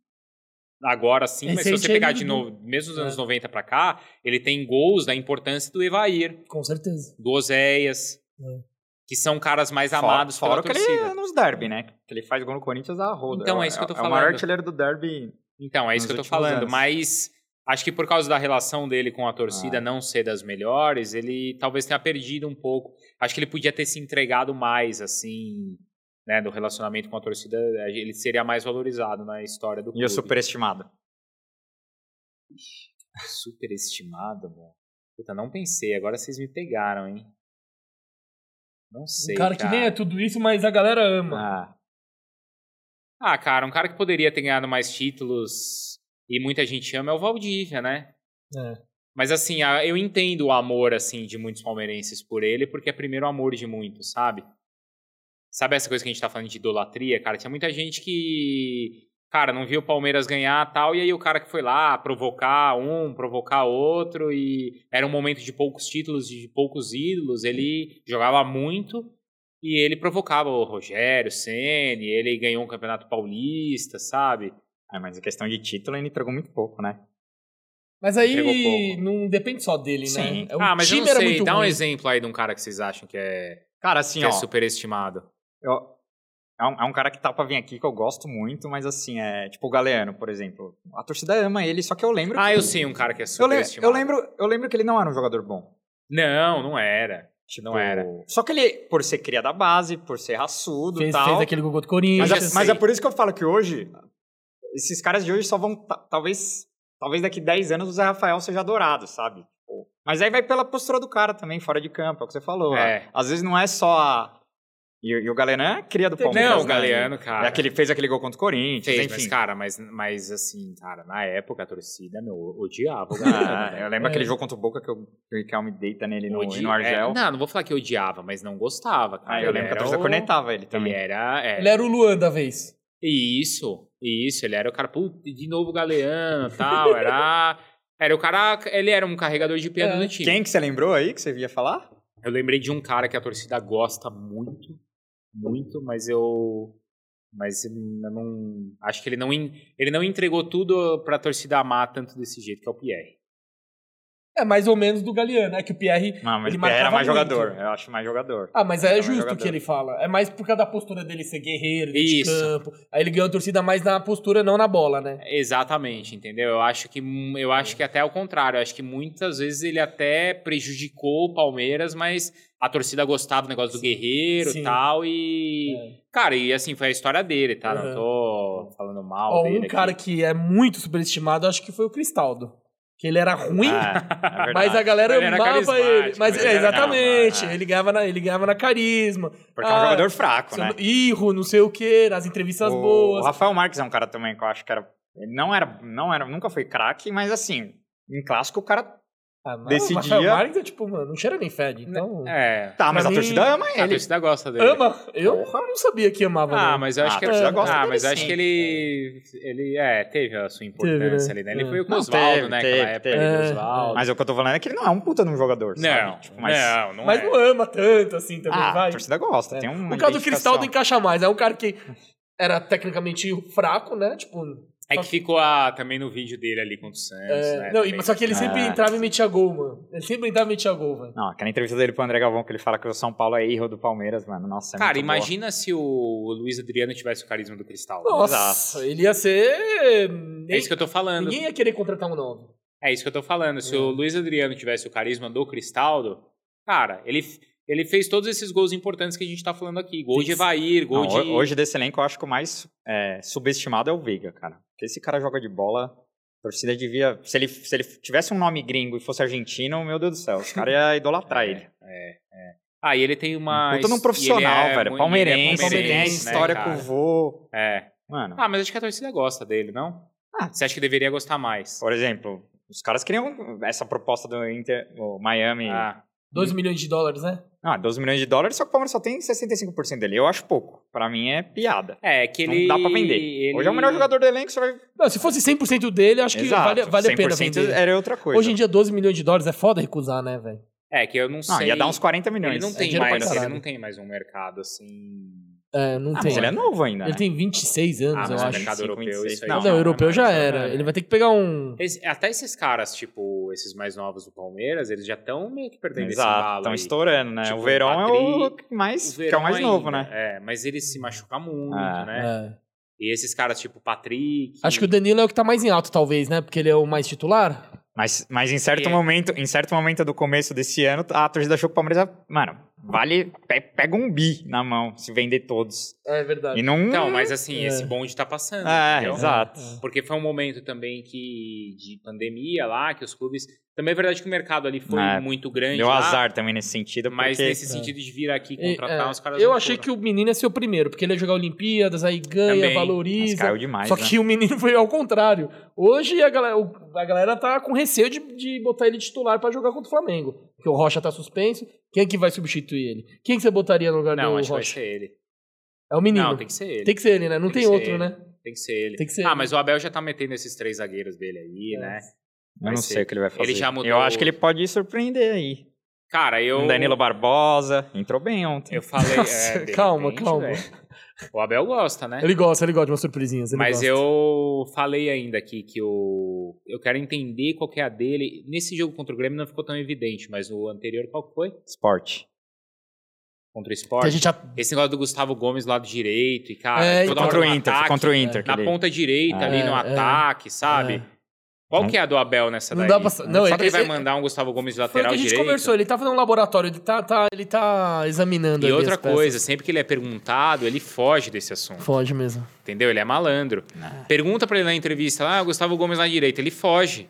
[SPEAKER 3] agora sim, mas se
[SPEAKER 2] Recente
[SPEAKER 3] você
[SPEAKER 2] ele
[SPEAKER 3] pegar
[SPEAKER 2] do-
[SPEAKER 3] de novo, mesmo dos
[SPEAKER 2] É.
[SPEAKER 3] anos 90 pra cá, ele tem gols da importância do Evair.
[SPEAKER 2] Com certeza.
[SPEAKER 3] do Oséias,
[SPEAKER 2] É.
[SPEAKER 3] que são caras mais
[SPEAKER 1] Fora-
[SPEAKER 3] amados
[SPEAKER 1] fora
[SPEAKER 3] fora,
[SPEAKER 1] o que é.
[SPEAKER 3] pela torcida.
[SPEAKER 1] ele é nos derby, né? Que ele faz gol no Corinthians a roda.
[SPEAKER 3] Então, é isso que eu tô
[SPEAKER 1] É o maior
[SPEAKER 3] falando.
[SPEAKER 1] artilheiro do derby
[SPEAKER 3] Então, é isso
[SPEAKER 6] Nos
[SPEAKER 3] que eu tô
[SPEAKER 6] últimos
[SPEAKER 3] falando.
[SPEAKER 6] anos.
[SPEAKER 3] Mas acho que por causa da relação dele com a torcida
[SPEAKER 1] Ah.
[SPEAKER 3] não ser das melhores, ele talvez tenha perdido um pouco. Acho que ele podia ter se entregado mais, assim, né? Do relacionamento com a torcida, é, ele seria mais valorizado na história do clube.
[SPEAKER 1] E o superestimado.
[SPEAKER 3] Superestimado, mano. Puta, não pensei. Agora vocês me pegaram, hein? Não sei,
[SPEAKER 2] um cara, que nem é tudo isso, mas a galera ama.
[SPEAKER 3] Ah. Ah, cara, um cara que poderia ter ganhado mais títulos e muita gente ama é o Valdívia, né?
[SPEAKER 2] É.
[SPEAKER 3] Mas assim, a- eu entendo o amor assim de muitos palmeirenses por ele, porque é primeiro amor de muitos, sabe? Sabe essa coisa que a gente tá falando de idolatria, cara? Tinha muita gente que, cara, não viu o Palmeiras ganhar tal, e aí o cara que foi lá provocar um, provocar outro, e era um momento de poucos títulos, de poucos ídolos, ele jogava muito, e ele provocava o Rogério, Ceni, ele ganhou um campeonato paulista, sabe?
[SPEAKER 1] É, mas em questão de título, ele entregou muito pouco, né?
[SPEAKER 2] Mas
[SPEAKER 3] Entregou
[SPEAKER 2] aí
[SPEAKER 3] pouco.
[SPEAKER 2] não depende só dele,
[SPEAKER 1] Sim.
[SPEAKER 2] né? É, O
[SPEAKER 3] ah, mas
[SPEAKER 2] time
[SPEAKER 3] eu não
[SPEAKER 2] era
[SPEAKER 3] sei,
[SPEAKER 2] muito
[SPEAKER 3] dá um
[SPEAKER 2] ruim.
[SPEAKER 3] exemplo aí de um cara que vocês acham que é,
[SPEAKER 1] Cara,
[SPEAKER 3] que
[SPEAKER 1] assim,
[SPEAKER 3] é
[SPEAKER 1] ó.
[SPEAKER 3] superestimado.
[SPEAKER 1] eu- é, um, é um cara que tá pra vir aqui que eu gosto muito, mas assim, é tipo o Galeano, por exemplo. A torcida ama ele, só que eu lembro.
[SPEAKER 3] Ah,
[SPEAKER 1] que,
[SPEAKER 3] eu sei um cara que é
[SPEAKER 1] eu, le-
[SPEAKER 3] superestimado.
[SPEAKER 1] eu lembro, eu lembro que ele não era um jogador bom.
[SPEAKER 3] Não, não era.
[SPEAKER 1] Tipo,
[SPEAKER 3] Não era.
[SPEAKER 1] Só que ele, por ser cria da base, por ser raçudo e
[SPEAKER 2] Fez,
[SPEAKER 1] tal.
[SPEAKER 2] fez aquele gol contra o
[SPEAKER 1] Mas,
[SPEAKER 2] Corinthians.
[SPEAKER 3] Eu
[SPEAKER 1] é,
[SPEAKER 3] já
[SPEAKER 1] mas
[SPEAKER 3] sei.
[SPEAKER 1] é por isso que eu falo que hoje, esses caras de hoje só vão. ta- Talvez talvez daqui 10 anos o Zé Rafael seja dourado, sabe? Tipo, Mas aí vai pela postura do cara também, fora de campo, é o que você falou.
[SPEAKER 3] É.
[SPEAKER 1] Às vezes não é só a. E, e o Galeano é cria do Palmeiras.
[SPEAKER 3] Não, o
[SPEAKER 1] né?
[SPEAKER 3] Galeano, cara.
[SPEAKER 1] É aquele, fez aquele gol contra o Corinthians,
[SPEAKER 3] Fez, mas,
[SPEAKER 1] enfim.
[SPEAKER 3] cara, mas, mas assim, cara, na época a torcida, meu, odiava
[SPEAKER 1] Ah,
[SPEAKER 3] o Galeano.
[SPEAKER 1] eu lembro
[SPEAKER 2] É.
[SPEAKER 1] aquele jogo contra o Boca que o que o Riquelme deita nele no,
[SPEAKER 3] Odi-
[SPEAKER 1] no Argel.
[SPEAKER 3] é, não, não vou falar que odiava, mas não gostava, cara.
[SPEAKER 1] Aí Ah, eu
[SPEAKER 3] Ele
[SPEAKER 1] lembro que a
[SPEAKER 3] era
[SPEAKER 1] torcida
[SPEAKER 3] o-
[SPEAKER 1] cornetava ele também.
[SPEAKER 3] Ele era, é,
[SPEAKER 2] Ele era o Luan da vez.
[SPEAKER 3] Isso, isso, ele era o cara, puta, de novo o Galeano tal, era. Era o cara. Ele era um carregador de piano
[SPEAKER 2] É.
[SPEAKER 3] do time.
[SPEAKER 1] Quem que você lembrou aí que você ia falar?
[SPEAKER 3] Eu lembrei de um cara que a torcida gosta muito, muito, mas eu. Mas eu não. Acho que ele não, en- ele não entregou tudo pra torcida amar tanto desse jeito, que é o Pierre.
[SPEAKER 2] É mais ou menos do Galeano, é que o Pierre.
[SPEAKER 1] Não, mas
[SPEAKER 2] Ele
[SPEAKER 1] ele era
[SPEAKER 2] marcava
[SPEAKER 1] mais
[SPEAKER 2] muito.
[SPEAKER 1] jogador. Eu acho mais jogador.
[SPEAKER 2] Ah, mas aí é
[SPEAKER 1] Ele é um
[SPEAKER 2] justo o
[SPEAKER 1] jogador.
[SPEAKER 2] que ele fala. É mais por causa da postura dele ser guerreiro, de
[SPEAKER 3] Isso.
[SPEAKER 2] campo. Aí ele ganhou a torcida mais na postura, não na bola, né?
[SPEAKER 3] Exatamente, entendeu? Eu acho que mu- eu acho que até ao contrário, eu acho que muitas vezes ele até prejudicou o Palmeiras, mas a torcida gostava do negócio do guerreiro
[SPEAKER 2] Sim.
[SPEAKER 3] e tal e cara, e assim foi a história dele, tá?
[SPEAKER 2] Uhum.
[SPEAKER 3] Não tô falando mal
[SPEAKER 2] Ó,
[SPEAKER 3] dele.
[SPEAKER 2] um
[SPEAKER 3] aqui.
[SPEAKER 2] cara que é muito superestimado, acho que foi o Cristaldo. Que ele era ruim,
[SPEAKER 1] É, é verdade.
[SPEAKER 2] mas a galera
[SPEAKER 3] Ah, Ele era
[SPEAKER 2] amava ele.
[SPEAKER 3] carismático,
[SPEAKER 2] Mas
[SPEAKER 3] ele
[SPEAKER 2] é,
[SPEAKER 3] era- Né?
[SPEAKER 2] exatamente,
[SPEAKER 1] Não, é.
[SPEAKER 2] ele ganhava na, ele ganhava na carisma.
[SPEAKER 1] Porque é
[SPEAKER 2] Ah,
[SPEAKER 1] um jogador fraco,
[SPEAKER 2] seu-
[SPEAKER 1] né?
[SPEAKER 2] Irro, não sei o quê, nas entrevistas
[SPEAKER 1] o, o
[SPEAKER 2] boas.
[SPEAKER 1] Rafael Marques é um cara também que eu acho que era. Ele não era. Não era nunca foi craque, mas assim, em clássico o cara.
[SPEAKER 2] Ah, mas
[SPEAKER 1] desse
[SPEAKER 2] o Rafael
[SPEAKER 1] dia-
[SPEAKER 2] Marques é tipo, mano, não cheira nem fede. Então.
[SPEAKER 3] É.
[SPEAKER 1] Tá, mas
[SPEAKER 2] Pra
[SPEAKER 1] a
[SPEAKER 2] mim,
[SPEAKER 1] torcida ama
[SPEAKER 3] A
[SPEAKER 1] ele.
[SPEAKER 3] torcida gosta dele.
[SPEAKER 2] Ama? Eu não sabia que amava. né?
[SPEAKER 3] Ah,
[SPEAKER 2] não.
[SPEAKER 3] mas eu acho
[SPEAKER 1] Ah,
[SPEAKER 3] que
[SPEAKER 1] a torcida
[SPEAKER 3] ah,
[SPEAKER 1] gosta dele
[SPEAKER 3] mas eu acho
[SPEAKER 1] sim.
[SPEAKER 3] que ele ele é, teve a sua importância
[SPEAKER 2] Teve, né?
[SPEAKER 3] ali, né?
[SPEAKER 2] É.
[SPEAKER 3] Ele foi com o
[SPEAKER 1] Não,
[SPEAKER 3] Oswaldo,
[SPEAKER 1] teve,
[SPEAKER 3] né?
[SPEAKER 1] teve,
[SPEAKER 3] Aquela época
[SPEAKER 1] teve.
[SPEAKER 3] ali do
[SPEAKER 2] É.
[SPEAKER 3] Oswaldo.
[SPEAKER 1] Mas o que eu tô falando é que ele não é um puta de um jogador.
[SPEAKER 3] não,
[SPEAKER 1] sabe? Tipo, mas.
[SPEAKER 3] não, não
[SPEAKER 2] Mas
[SPEAKER 3] é.
[SPEAKER 2] não ama tanto assim também,
[SPEAKER 1] Ah, a
[SPEAKER 2] vai.
[SPEAKER 1] torcida gosta. Tem um.
[SPEAKER 2] O caso do Cristaldo encaixa mais. É um cara que era tecnicamente fraco, né? Tipo.
[SPEAKER 3] É
[SPEAKER 2] só
[SPEAKER 3] que ficou a, também no vídeo dele ali contra o Santos,
[SPEAKER 2] é,
[SPEAKER 3] né?
[SPEAKER 2] não,
[SPEAKER 3] também.
[SPEAKER 2] e- só que ele sempre
[SPEAKER 1] Ah.
[SPEAKER 2] entrava e metia gol, mano. Ele sempre entrava e metia gol, velho.
[SPEAKER 1] Não, aquela entrevista dele pro André Galvão que ele fala que o São Paulo é erro do Palmeiras, mano. Nossa, é
[SPEAKER 3] Cara,
[SPEAKER 1] muito boa.
[SPEAKER 3] imagina se o Luiz Adriano tivesse o carisma do Cristal.
[SPEAKER 2] Nossa, ele ia ser.
[SPEAKER 3] É isso que eu tô falando.
[SPEAKER 2] Ninguém ia querer contratar um novo.
[SPEAKER 3] É isso que eu tô falando. Se
[SPEAKER 2] É.
[SPEAKER 3] o Luiz Adriano tivesse o carisma do Cristaldo, cara, ele, ele fez todos esses gols importantes que a gente tá falando aqui. Gol de Evair, gol
[SPEAKER 1] Não,
[SPEAKER 3] de.
[SPEAKER 1] ho- Hoje desse elenco eu acho que o mais é, subestimado é o Veiga, cara. Porque esse cara joga de bola, a torcida devia. Se ele, se ele tivesse um nome gringo e fosse argentino, meu Deus do céu, os caras iam idolatrar ele.
[SPEAKER 3] Ah, e É, ele tem uma.
[SPEAKER 1] Eu tô num
[SPEAKER 3] e
[SPEAKER 1] profissional,
[SPEAKER 3] ele é
[SPEAKER 1] velho.
[SPEAKER 3] muito-
[SPEAKER 1] palmeirense,
[SPEAKER 3] ele é
[SPEAKER 1] palmeirense, tem
[SPEAKER 3] palmeirense, né,
[SPEAKER 1] história
[SPEAKER 3] cara?
[SPEAKER 1] com o vô.
[SPEAKER 3] É.
[SPEAKER 1] Mano,
[SPEAKER 3] Ah, mas acho que a torcida gosta dele, não?
[SPEAKER 1] Ah.
[SPEAKER 3] Você acha que deveria gostar mais?
[SPEAKER 1] por exemplo, os caras queriam essa proposta do Inter, o Miami.
[SPEAKER 3] Ah,
[SPEAKER 2] 2 milhões de dólares, né?
[SPEAKER 1] Ah, 12 milhões de dólares, só que o Palmeiras só tem 65% dele. Eu acho pouco. Pra mim é piada.
[SPEAKER 3] é que
[SPEAKER 1] Não
[SPEAKER 3] ele.
[SPEAKER 1] dá pra vender.
[SPEAKER 3] ele-
[SPEAKER 1] Hoje é o melhor jogador do elenco, você vai.
[SPEAKER 2] Não, se fosse 100% dele, acho que
[SPEAKER 1] Exato,
[SPEAKER 2] vale, vale a pena
[SPEAKER 1] 100%
[SPEAKER 2] vender.
[SPEAKER 1] Era outra é coisa.
[SPEAKER 2] Hoje em dia, 12 milhões de dólares é foda recusar, né, velho?
[SPEAKER 3] É que eu não,
[SPEAKER 1] Não,
[SPEAKER 3] sei.
[SPEAKER 1] ia dar uns 40 milhões.
[SPEAKER 3] Ele não
[SPEAKER 1] É
[SPEAKER 3] tem
[SPEAKER 2] dinheiro pra
[SPEAKER 3] mais, ele
[SPEAKER 2] caralho.
[SPEAKER 3] não tem mais um mercado assim.
[SPEAKER 2] É, não
[SPEAKER 1] Ah,
[SPEAKER 2] tem.
[SPEAKER 1] mas ele é novo ainda.
[SPEAKER 2] Ele
[SPEAKER 1] né?
[SPEAKER 2] tem 26 anos,
[SPEAKER 3] Ah, mas
[SPEAKER 2] eu
[SPEAKER 3] o
[SPEAKER 2] acho.
[SPEAKER 3] mercado
[SPEAKER 1] 25,
[SPEAKER 3] europeu,
[SPEAKER 1] 26.
[SPEAKER 3] isso aí.
[SPEAKER 1] é Não,
[SPEAKER 2] Não, o europeu
[SPEAKER 3] mas-
[SPEAKER 2] já era. Ele vai ter que pegar um.
[SPEAKER 3] Esse- até esses caras, tipo, esses mais novos do Palmeiras, eles já estão meio que perdendo esse
[SPEAKER 1] Exato,
[SPEAKER 3] embalo
[SPEAKER 1] estão
[SPEAKER 3] aí.
[SPEAKER 1] estourando, né?
[SPEAKER 3] Tipo,
[SPEAKER 1] o Verão é o
[SPEAKER 3] Patrick,
[SPEAKER 1] que mais,
[SPEAKER 3] O
[SPEAKER 1] que é o mais
[SPEAKER 3] Verão
[SPEAKER 1] novo,
[SPEAKER 3] ainda,
[SPEAKER 1] né?
[SPEAKER 3] É, mas ele se machuca muito,
[SPEAKER 1] Ah,
[SPEAKER 3] né?
[SPEAKER 2] É.
[SPEAKER 3] E esses caras, tipo Patrick.
[SPEAKER 2] Acho que o Danilo é o que tá mais em alto, talvez, né? Porque ele é o mais titular.
[SPEAKER 1] Mas, mas em, certo
[SPEAKER 3] É.
[SPEAKER 1] momento, em certo momento do começo desse ano, a torcida achou que o Palmeiras, ia- mano, vale, pe- pega um bi na mão se vender todos.
[SPEAKER 2] É verdade.
[SPEAKER 1] E não.
[SPEAKER 3] Então, mas assim,
[SPEAKER 2] É.
[SPEAKER 3] esse bonde tá passando.
[SPEAKER 1] É,
[SPEAKER 3] entendeu?
[SPEAKER 1] exato.
[SPEAKER 3] Porque foi um momento também que de pandemia lá, que os clubes. Também é verdade que o mercado ali foi
[SPEAKER 1] É,
[SPEAKER 3] muito grande.
[SPEAKER 1] Deu
[SPEAKER 3] lá,
[SPEAKER 1] azar também nesse sentido,
[SPEAKER 3] Mas
[SPEAKER 1] porque
[SPEAKER 3] nesse sentido de vir aqui
[SPEAKER 2] É. E,
[SPEAKER 3] contratar,
[SPEAKER 2] é,
[SPEAKER 3] os caras.
[SPEAKER 2] eu
[SPEAKER 3] não
[SPEAKER 2] achei
[SPEAKER 3] foram.
[SPEAKER 2] que o menino ia ser o primeiro, porque ele ia jogar Olimpíadas, aí ganha,
[SPEAKER 1] mas
[SPEAKER 3] Também,
[SPEAKER 2] valoriza.
[SPEAKER 1] caiu demais.
[SPEAKER 2] Só
[SPEAKER 1] né?
[SPEAKER 2] que o menino foi ao contrário. Hoje a galera, o- a galera tá com receio de, de botar ele titular pra jogar contra o Flamengo. Porque o Rocha tá suspenso. Quem é que vai substituir ele? Quem é que você botaria no lugar
[SPEAKER 3] Não,
[SPEAKER 2] do
[SPEAKER 3] acho que vai
[SPEAKER 2] Rocha?
[SPEAKER 3] ser ele.
[SPEAKER 2] É o menino.
[SPEAKER 3] Não, tem
[SPEAKER 2] tem,
[SPEAKER 3] que ser ele.
[SPEAKER 2] que... ser ele, né? Não tem,
[SPEAKER 3] tem que ser
[SPEAKER 2] outro,
[SPEAKER 3] ele.
[SPEAKER 2] né?
[SPEAKER 3] Tem que ser ele.
[SPEAKER 2] Tem que ser
[SPEAKER 3] Ah,
[SPEAKER 2] ele.
[SPEAKER 3] mas o Abel já tá metendo esses três zagueiros dele aí,
[SPEAKER 2] É.
[SPEAKER 3] né?
[SPEAKER 1] Eu
[SPEAKER 3] vai
[SPEAKER 1] não
[SPEAKER 3] ser.
[SPEAKER 1] sei o que ele vai fazer.
[SPEAKER 3] Ele já mudou-
[SPEAKER 1] Eu acho que ele pode surpreender aí.
[SPEAKER 3] Cara, eu.
[SPEAKER 1] Um Danilo Barbosa, entrou bem ontem.
[SPEAKER 3] Eu falei.
[SPEAKER 2] Nossa,
[SPEAKER 3] é, de
[SPEAKER 2] calma,
[SPEAKER 3] repente,
[SPEAKER 2] calma.
[SPEAKER 3] velho. O Abel gosta, né?
[SPEAKER 2] Ele gosta, ele gosta de umas surpresinhas. ele
[SPEAKER 3] Mas
[SPEAKER 2] gosta.
[SPEAKER 3] eu falei ainda aqui que o eu quero entender qual que é a dele. Nesse jogo contra o Grêmio não ficou tão evidente, mas o anterior qual que foi?
[SPEAKER 1] Esporte.
[SPEAKER 3] Contra o
[SPEAKER 2] Que a
[SPEAKER 3] Sport.
[SPEAKER 2] gente já...
[SPEAKER 3] Esse negócio do Gustavo Gomes lado direito e cara,
[SPEAKER 2] É,
[SPEAKER 3] toda
[SPEAKER 1] Contra o
[SPEAKER 3] hora no
[SPEAKER 1] Inter,
[SPEAKER 3] ataque, né?
[SPEAKER 1] contra o Inter.
[SPEAKER 3] na
[SPEAKER 1] aquele-
[SPEAKER 3] ponta direita
[SPEAKER 1] É,
[SPEAKER 3] ali no
[SPEAKER 2] é,
[SPEAKER 3] ataque, sabe?
[SPEAKER 2] é.
[SPEAKER 3] Qual que é a do Abel nessa
[SPEAKER 2] Não
[SPEAKER 3] daí?
[SPEAKER 2] dá pra sa- não,
[SPEAKER 3] Só
[SPEAKER 2] ele-
[SPEAKER 3] que ele vai
[SPEAKER 2] ele-
[SPEAKER 3] mandar um Gustavo Gomes de
[SPEAKER 2] Foi o
[SPEAKER 3] lateral
[SPEAKER 2] que a gente
[SPEAKER 3] direito.
[SPEAKER 2] conversou, ele tá fazendo um laboratório, ele tá, tá- ele tá examinando
[SPEAKER 3] E
[SPEAKER 2] ali
[SPEAKER 3] outra
[SPEAKER 2] as peças.
[SPEAKER 3] coisa, sempre que ele é perguntado, ele foge desse assunto.
[SPEAKER 2] Foge mesmo.
[SPEAKER 3] Entendeu? Ele é malandro.
[SPEAKER 1] Ah.
[SPEAKER 3] Pergunta pra ele na entrevista, ah, Gustavo Gomes na direita, ele foge.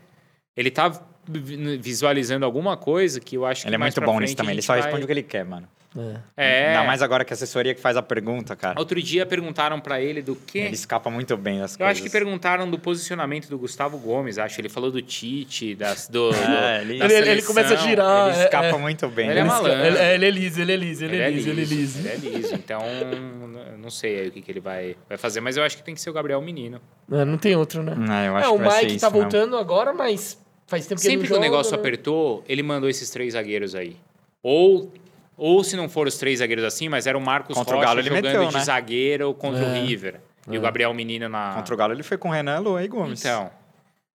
[SPEAKER 3] Ele tá vi- visualizando alguma coisa que eu acho que
[SPEAKER 1] Ele é
[SPEAKER 3] mais
[SPEAKER 1] muito
[SPEAKER 3] pra
[SPEAKER 1] bom
[SPEAKER 3] frente
[SPEAKER 1] nisso também.
[SPEAKER 3] a
[SPEAKER 1] Ele
[SPEAKER 3] gente
[SPEAKER 1] só
[SPEAKER 3] vai-
[SPEAKER 1] responde o que ele quer, mano.
[SPEAKER 2] É.
[SPEAKER 3] É.
[SPEAKER 1] Ainda mais agora que a assessoria que faz a pergunta, cara.
[SPEAKER 3] Outro dia perguntaram pra ele do quê?
[SPEAKER 1] Ele escapa muito bem das
[SPEAKER 3] Eu
[SPEAKER 1] coisas.
[SPEAKER 3] acho que perguntaram do posicionamento do Gustavo Gomes, acho. Ele falou do Tite, das, do,
[SPEAKER 1] É,
[SPEAKER 3] do-
[SPEAKER 1] ele-
[SPEAKER 3] da
[SPEAKER 2] Ele, ele
[SPEAKER 3] seleção.
[SPEAKER 2] começa a girar.
[SPEAKER 1] Ele
[SPEAKER 2] é,
[SPEAKER 1] escapa
[SPEAKER 2] é.
[SPEAKER 1] muito bem.
[SPEAKER 3] Ele é
[SPEAKER 1] né?
[SPEAKER 3] maluco. malandro.
[SPEAKER 2] Ele, é, ele é liso, ele é liso, ele,
[SPEAKER 3] Ele
[SPEAKER 2] é liso, ele é liso.
[SPEAKER 3] Ele é liso. Então, n- não sei aí o que, que ele vai, vai fazer, mas eu acho que tem que ser o Gabriel Menino.
[SPEAKER 2] É, não tem outro, né?
[SPEAKER 1] É, eu acho
[SPEAKER 2] É, o
[SPEAKER 1] que vai ser
[SPEAKER 2] Mike tá
[SPEAKER 1] isso mesmo.
[SPEAKER 2] voltando agora, mas faz tempo que ele
[SPEAKER 3] Sempre
[SPEAKER 2] não
[SPEAKER 3] que o
[SPEAKER 2] joga,
[SPEAKER 3] negócio
[SPEAKER 2] né?
[SPEAKER 3] apertou, ele mandou esses três zagueiros aí. Ou, ou se não foram os três zagueiros assim, mas era o Marcos
[SPEAKER 1] Contra o
[SPEAKER 3] Rocha
[SPEAKER 1] Galo ele
[SPEAKER 3] jogando
[SPEAKER 1] meteu,
[SPEAKER 3] de
[SPEAKER 1] né?
[SPEAKER 3] zagueiro contra
[SPEAKER 2] É,
[SPEAKER 3] o River. E o Gabriel Menino na...
[SPEAKER 1] Ah. Contra o Galo, ele foi com o Renan, Luan e Gomes.
[SPEAKER 3] Então,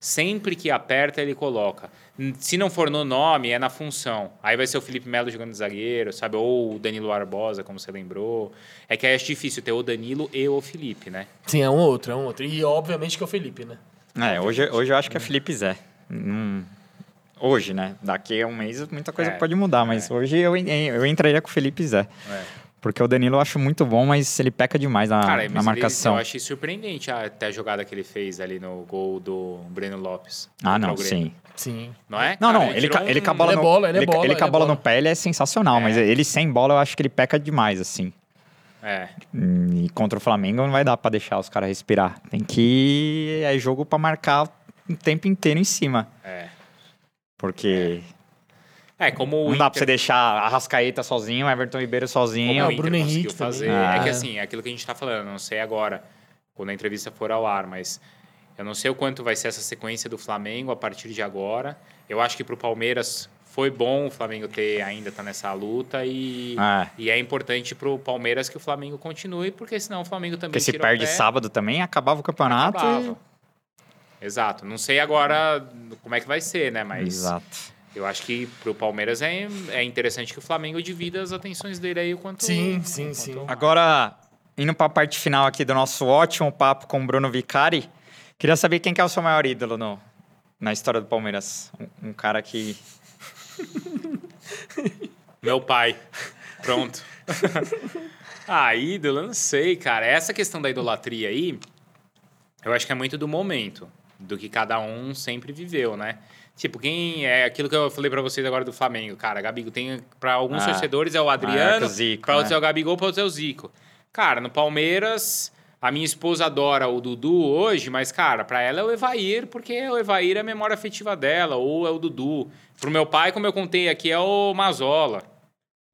[SPEAKER 3] sempre que aperta, ele coloca. N- Se não for no nome, é na função. Aí vai ser o Felipe Melo jogando de zagueiro, sabe? Ou o Danilo Barbosa, como você lembrou. É que aí é difícil ter o Danilo e o Felipe, né?
[SPEAKER 2] Sim, é um outro, é um outro. E obviamente que é o Felipe, né?
[SPEAKER 1] É, hoje, hoje eu acho que é Felipe Zé. Hum, hoje, né? Daqui a um mês muita coisa
[SPEAKER 3] É,
[SPEAKER 1] pode mudar, mas hoje eu, en- eu entraria com o Felipe Zé.
[SPEAKER 3] É.
[SPEAKER 1] Porque o Danilo eu acho muito bom, mas ele peca demais na,
[SPEAKER 3] Cara,
[SPEAKER 1] Ah, na
[SPEAKER 3] mas ele-
[SPEAKER 1] marcação.
[SPEAKER 3] eu achei surpreendente a- até a jogada que ele fez ali no gol do Breno Lopes.
[SPEAKER 1] Ah,
[SPEAKER 3] contra
[SPEAKER 1] não,
[SPEAKER 3] o Grêmio.
[SPEAKER 1] sim.
[SPEAKER 2] Sim.
[SPEAKER 3] Não é?
[SPEAKER 1] Não,
[SPEAKER 3] Cara,
[SPEAKER 1] não, ele,
[SPEAKER 3] tirou
[SPEAKER 1] ca-
[SPEAKER 3] um-
[SPEAKER 1] ele com a bola
[SPEAKER 2] Ele é
[SPEAKER 1] no,
[SPEAKER 2] bola, ele é
[SPEAKER 1] ele ca-
[SPEAKER 2] bola,
[SPEAKER 1] ele com a
[SPEAKER 2] ele é
[SPEAKER 1] bola no
[SPEAKER 2] bola.
[SPEAKER 1] pé, ele é sensacional, mas ele sem bola eu acho que ele peca demais, assim.
[SPEAKER 3] É.
[SPEAKER 1] Hum, E contra o Flamengo não vai dar pra deixar os caras respirar. Tem que. É jogo pra marcar o tempo inteiro em cima.
[SPEAKER 3] É.
[SPEAKER 1] Porque
[SPEAKER 3] É, como o
[SPEAKER 1] não dá pra né?
[SPEAKER 3] Inter-
[SPEAKER 1] você deixar a Rascaeta sozinho, o Everton Ribeiro
[SPEAKER 3] como
[SPEAKER 1] sozinho.
[SPEAKER 2] Não,
[SPEAKER 3] o
[SPEAKER 2] o
[SPEAKER 3] Inter
[SPEAKER 2] Bruno
[SPEAKER 3] conseguiu
[SPEAKER 2] Henrique também.
[SPEAKER 3] fazer.
[SPEAKER 1] Ah.
[SPEAKER 3] É que assim, é aquilo que a gente tá falando, não sei agora, quando a entrevista for ao ar, mas eu não sei o quanto vai ser essa sequência do Flamengo a partir de agora. Eu acho que pro Palmeiras foi bom o Flamengo ter ainda tá nessa luta e
[SPEAKER 1] É.
[SPEAKER 3] e é importante pro Palmeiras que o Flamengo continue, porque senão o Flamengo também
[SPEAKER 1] Porque se
[SPEAKER 3] tira o
[SPEAKER 1] perde
[SPEAKER 3] pé,
[SPEAKER 1] sábado também, acabava o campeonato.
[SPEAKER 3] é. acabava. Exato. Não sei agora como é que vai ser, né?
[SPEAKER 1] e-
[SPEAKER 3] Mas
[SPEAKER 1] Exato.
[SPEAKER 3] eu acho que pro Palmeiras é, é interessante que o Flamengo divida as atenções dele aí o quanto.
[SPEAKER 2] Sim, sim,
[SPEAKER 3] o
[SPEAKER 2] sim.
[SPEAKER 3] quanto-
[SPEAKER 1] Agora, indo pra parte final aqui do nosso ótimo papo com o Bruno Vicari, queria saber quem que é o seu maior ídolo no- na história do Palmeiras. Um, um cara que.
[SPEAKER 3] Meu pai. Pronto. ah, ídolo, eu não sei, cara. Essa questão da idolatria aí, eu acho que é muito do momento, do que cada um sempre viveu, né? Tipo, quem é aquilo que eu falei pra vocês agora do Flamengo, cara, Gabigol tem para alguns
[SPEAKER 1] Ah,
[SPEAKER 3] torcedores é o
[SPEAKER 1] maior que
[SPEAKER 3] Adriano,
[SPEAKER 1] o Zico,
[SPEAKER 3] pra outros
[SPEAKER 1] né?
[SPEAKER 3] é o Gabigol, pra outros é o Zico. Cara, no Palmeiras, a minha esposa adora o Dudu hoje, mas cara, pra ela é o Evair, porque o Evair é a memória afetiva dela, ou é o Dudu. Pro meu pai, como eu contei aqui, é o Mazola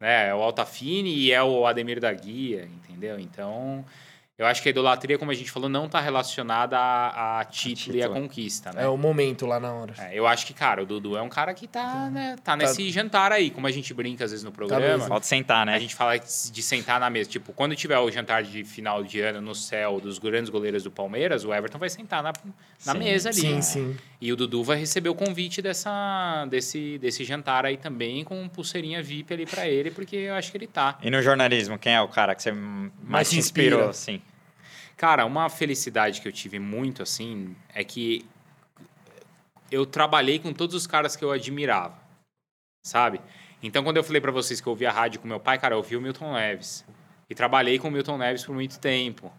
[SPEAKER 3] né? É o Altafine e é o Ademir da Guia, entendeu? Então, eu acho que a idolatria, como a gente falou, não está relacionada a, a título e a
[SPEAKER 1] título.
[SPEAKER 3] conquista, né?
[SPEAKER 2] É o momento lá na hora.
[SPEAKER 3] É, eu acho que, cara, o Dudu é um cara que tá, né, tá nesse jantar aí, como a gente brinca às vezes no programa.
[SPEAKER 2] mesmo.
[SPEAKER 1] Pode sentar,
[SPEAKER 3] a
[SPEAKER 1] né?
[SPEAKER 3] gente fala de sentar na mesa. Tipo, quando tiver o jantar de final de ano no céu dos grandes goleiros do Palmeiras, o Everton vai sentar na, na
[SPEAKER 1] Sim.
[SPEAKER 3] mesa ali.
[SPEAKER 2] Sim,
[SPEAKER 3] né?
[SPEAKER 2] sim.
[SPEAKER 3] E o Dudu vai receber o convite dessa, desse, desse jantar aí também, com um pulseirinha VIP ali pra ele, porque eu acho que ele tá.
[SPEAKER 1] E no jornalismo, quem é o cara que você mais,
[SPEAKER 2] Mais
[SPEAKER 1] te
[SPEAKER 2] te inspira.
[SPEAKER 1] inspirou, assim?
[SPEAKER 3] Cara, uma felicidade que eu tive muito, assim, é que eu trabalhei com todos os caras que eu admirava, sabe? Então, quando eu falei para vocês que eu ouvia rádio com meu pai, cara, eu ouvi o Milton Neves. E trabalhei com o Milton Neves por muito tempo.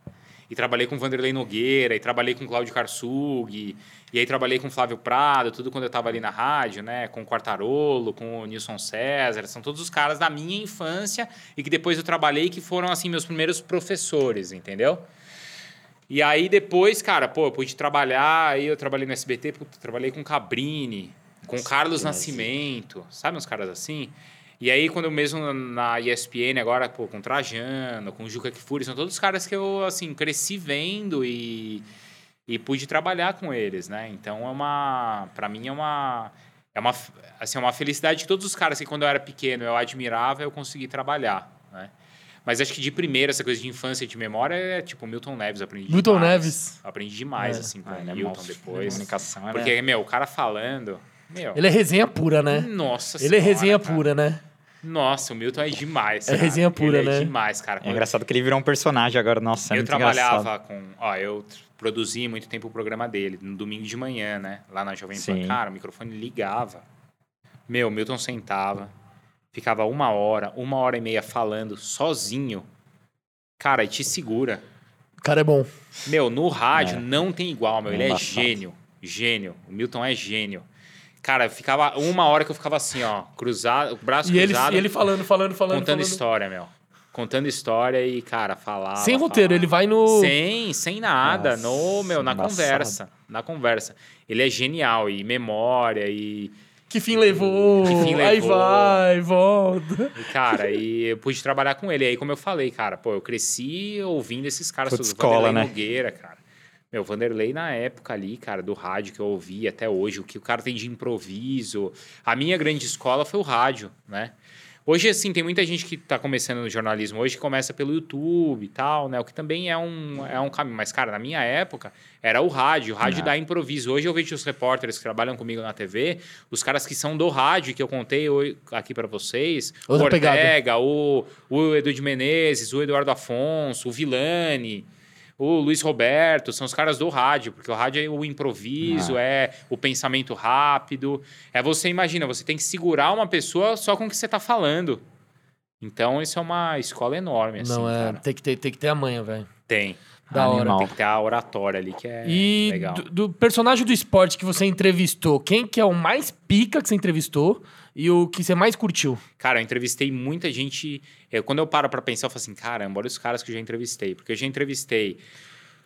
[SPEAKER 3] E trabalhei com Vanderlei Nogueira, e trabalhei com Cláudio Karsug, e aí trabalhei com Flávio Prado, tudo quando eu tava ali na rádio, né? Com o Quartarolo, com o Nilson César, são todos os caras da minha infância e que depois eu trabalhei que foram, assim, meus primeiros professores, entendeu? E aí depois, cara, pô, eu pude trabalhar, aí eu trabalhei no SBT, puta, trabalhei com Cabrini, com Carlos Nascimento, sabe uns caras assim? E aí, quando eu mesmo na ESPN agora, pô, com Trajano, com Juca Kfouri, são todos os caras que eu, assim, cresci vendo e, e pude trabalhar com eles, né? Então, é uma... para mim, é uma... É uma, assim, é uma felicidade que todos os caras que quando eu era pequeno eu admirava, eu consegui trabalhar, né? Mas acho que de primeira, essa coisa de infância e de memória é tipo Milton Neves, aprendi
[SPEAKER 2] Milton
[SPEAKER 3] demais.
[SPEAKER 2] Neves.
[SPEAKER 3] Aprendi demais,
[SPEAKER 2] É.
[SPEAKER 3] assim, com
[SPEAKER 1] Ah, ele é
[SPEAKER 3] o Milton
[SPEAKER 1] monstro.
[SPEAKER 3] depois.
[SPEAKER 1] Comunicação, né?
[SPEAKER 3] Porque, meu, o cara falando... Meu,
[SPEAKER 2] Ele é resenha pura, né?
[SPEAKER 3] nossa
[SPEAKER 2] Ele é
[SPEAKER 3] senhora,
[SPEAKER 2] resenha
[SPEAKER 3] cara.
[SPEAKER 2] pura, né?
[SPEAKER 3] Nossa, o Milton é demais.
[SPEAKER 2] É
[SPEAKER 3] cara.
[SPEAKER 2] resenha
[SPEAKER 3] Ele
[SPEAKER 2] pura,
[SPEAKER 3] é
[SPEAKER 2] né?
[SPEAKER 3] demais, cara.
[SPEAKER 1] É
[SPEAKER 3] Quando
[SPEAKER 1] engraçado que ele virou um personagem agora, nossa, é
[SPEAKER 3] eu
[SPEAKER 1] muito engraçado.
[SPEAKER 3] trabalhava com. Ó, eu tr- produzi muito tempo o programa dele, no domingo de manhã, né? Lá na Jovem Pan.
[SPEAKER 1] Sim.
[SPEAKER 3] Cara, o microfone ligava. Meu, o Milton sentava, ficava uma hora, uma hora e meia falando, sozinho. Cara, e te segura.
[SPEAKER 2] O cara é bom.
[SPEAKER 3] Meu, no rádio não tem igual, meu.
[SPEAKER 1] É
[SPEAKER 3] Ele é
[SPEAKER 1] embaçado.
[SPEAKER 3] gênio. Gênio. O Milton é gênio. Cara, ficava uma hora que eu ficava assim, ó, cruzado, o braço
[SPEAKER 2] E ele,
[SPEAKER 3] cruzado.
[SPEAKER 2] e ele falando, falando, falando.
[SPEAKER 3] Contando
[SPEAKER 2] falando.
[SPEAKER 3] história, meu. Contando história e, cara, falar.
[SPEAKER 2] Sem roteiro, ele vai no.
[SPEAKER 3] Sem, sem nada.
[SPEAKER 1] Nossa,
[SPEAKER 3] no, meu, na
[SPEAKER 1] embaçado.
[SPEAKER 3] conversa. Na conversa. Ele é genial. E memória, e.
[SPEAKER 2] Que fim levou?
[SPEAKER 3] Que fim
[SPEAKER 2] Aí
[SPEAKER 3] levou?
[SPEAKER 2] vai, volta.
[SPEAKER 3] e, cara, e eu pude trabalhar com ele. Aí, como eu falei, cara, pô, eu cresci ouvindo esses caras
[SPEAKER 1] Foi
[SPEAKER 3] todos.
[SPEAKER 1] de escola,
[SPEAKER 3] Vanderlei
[SPEAKER 1] né?
[SPEAKER 3] Nogueira, cara. Meu, Vanderlei na época ali, cara, do rádio que eu ouvi até hoje, o que o cara tem de improviso. A minha grande escola foi o rádio, né? Hoje, assim, tem muita gente que tá começando no jornalismo hoje que começa pelo YouTube e tal, né? O que também é um, é um caminho. Mas, cara, na minha época, era o rádio. O
[SPEAKER 2] É.
[SPEAKER 3] rádio dá improviso. Hoje eu vejo os repórteres que trabalham comigo na TV, os caras que são do rádio, que eu contei hoje aqui pra vocês.
[SPEAKER 2] Outra
[SPEAKER 3] o
[SPEAKER 2] pegada.
[SPEAKER 3] Ortega, o, o Edu de Menezes, o Eduardo Afonso, o Vilani, o Luiz Roberto, são os caras do rádio, porque o rádio é o improviso, é o pensamento rápido. É você, imagina, você tem que segurar uma pessoa só com o que você tá falando. Então, isso é uma escola enorme, assim,
[SPEAKER 2] Não, é.
[SPEAKER 3] cara.
[SPEAKER 2] Tem que, ter, tem que ter amanhã, velho.
[SPEAKER 3] Tem.
[SPEAKER 2] Da hora.
[SPEAKER 1] Animal.
[SPEAKER 3] Tem que ter a oratória ali, que é
[SPEAKER 2] E
[SPEAKER 3] legal.
[SPEAKER 2] do, do personagem do esporte que você entrevistou, quem que é o mais pica que você entrevistou e o que você mais curtiu?
[SPEAKER 3] Cara, eu entrevistei muita gente. Eu, quando eu paro pra pensar, eu falo assim, caramba, olha os caras que eu já entrevistei. Porque eu já entrevistei,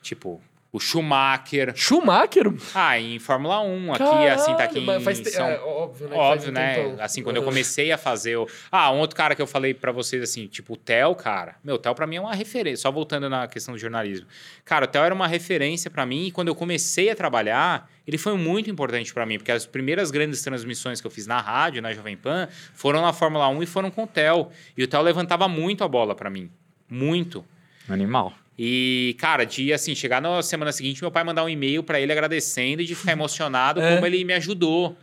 [SPEAKER 3] tipo, o Schumacher.
[SPEAKER 2] Schumacher?
[SPEAKER 3] Ah, em Fórmula 1, aqui,
[SPEAKER 2] Caralho,
[SPEAKER 3] assim, tá aqui
[SPEAKER 2] mas faz
[SPEAKER 3] em
[SPEAKER 2] te-
[SPEAKER 3] São
[SPEAKER 2] é, óbvio, né? que faz
[SPEAKER 3] Óbvio,
[SPEAKER 2] um
[SPEAKER 3] né?
[SPEAKER 2] tempão.
[SPEAKER 3] Assim, quando eu
[SPEAKER 2] Uhum.
[SPEAKER 3] comecei a fazer. o- Ah, um outro cara que eu falei pra vocês, assim, tipo, o Theo, cara. Meu, o Theo pra mim é uma referência. Só voltando na questão do jornalismo. Cara, o Theo era uma referência pra mim e quando eu comecei a trabalhar, ele foi muito importante pra mim, porque as primeiras grandes transmissões que eu fiz na rádio, na Jovem Pan, foram na Fórmula 1 e foram com o Theo. E o Theo levantava muito a bola pra mim. Muito.
[SPEAKER 1] Animal.
[SPEAKER 3] E, cara, de assim, chegar na semana seguinte, meu pai mandar um e-mail pra ele agradecendo e de ficar emocionado
[SPEAKER 2] É.
[SPEAKER 3] como ele me ajudou.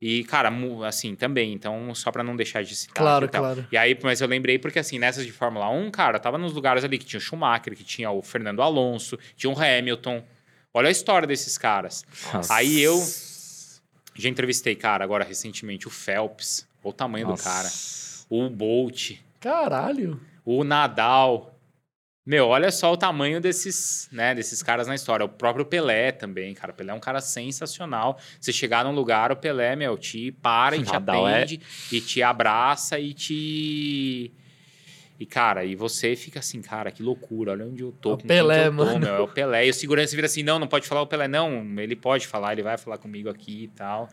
[SPEAKER 3] E, cara, mu- assim, também. Então, só pra não deixar de citar.
[SPEAKER 2] Claro,
[SPEAKER 3] e tal.
[SPEAKER 2] claro.
[SPEAKER 3] E aí, mas eu lembrei porque, assim, nessas de Fórmula 1, cara, eu tava nos lugares ali que tinha o Schumacher, que tinha o Fernando Alonso, tinha o Hamilton. Olha a história desses caras.
[SPEAKER 1] Nossa.
[SPEAKER 3] Aí eu já entrevistei, cara, agora recentemente, o Phelps. Olha o tamanho
[SPEAKER 1] Nossa.
[SPEAKER 3] do cara. O Bolt
[SPEAKER 2] Caralho.
[SPEAKER 3] o Nadal. Meu, olha só o tamanho desses, né, desses caras na história. O próprio Pelé também, cara. O Pelé é um cara sensacional. Você chegar num lugar, o Pelé, meu, te para e te
[SPEAKER 1] Nadal é-
[SPEAKER 3] atende e te abraça e te e cara, e você fica assim, cara, que loucura, olha onde eu tô.
[SPEAKER 2] É o
[SPEAKER 3] com quem que
[SPEAKER 2] Pelé,
[SPEAKER 3] eu tô,
[SPEAKER 2] mano.
[SPEAKER 3] meu, é o Pelé. E o segurança vira assim, não, não pode falar o Pelé, não. Ele pode falar, ele vai falar comigo aqui e tal.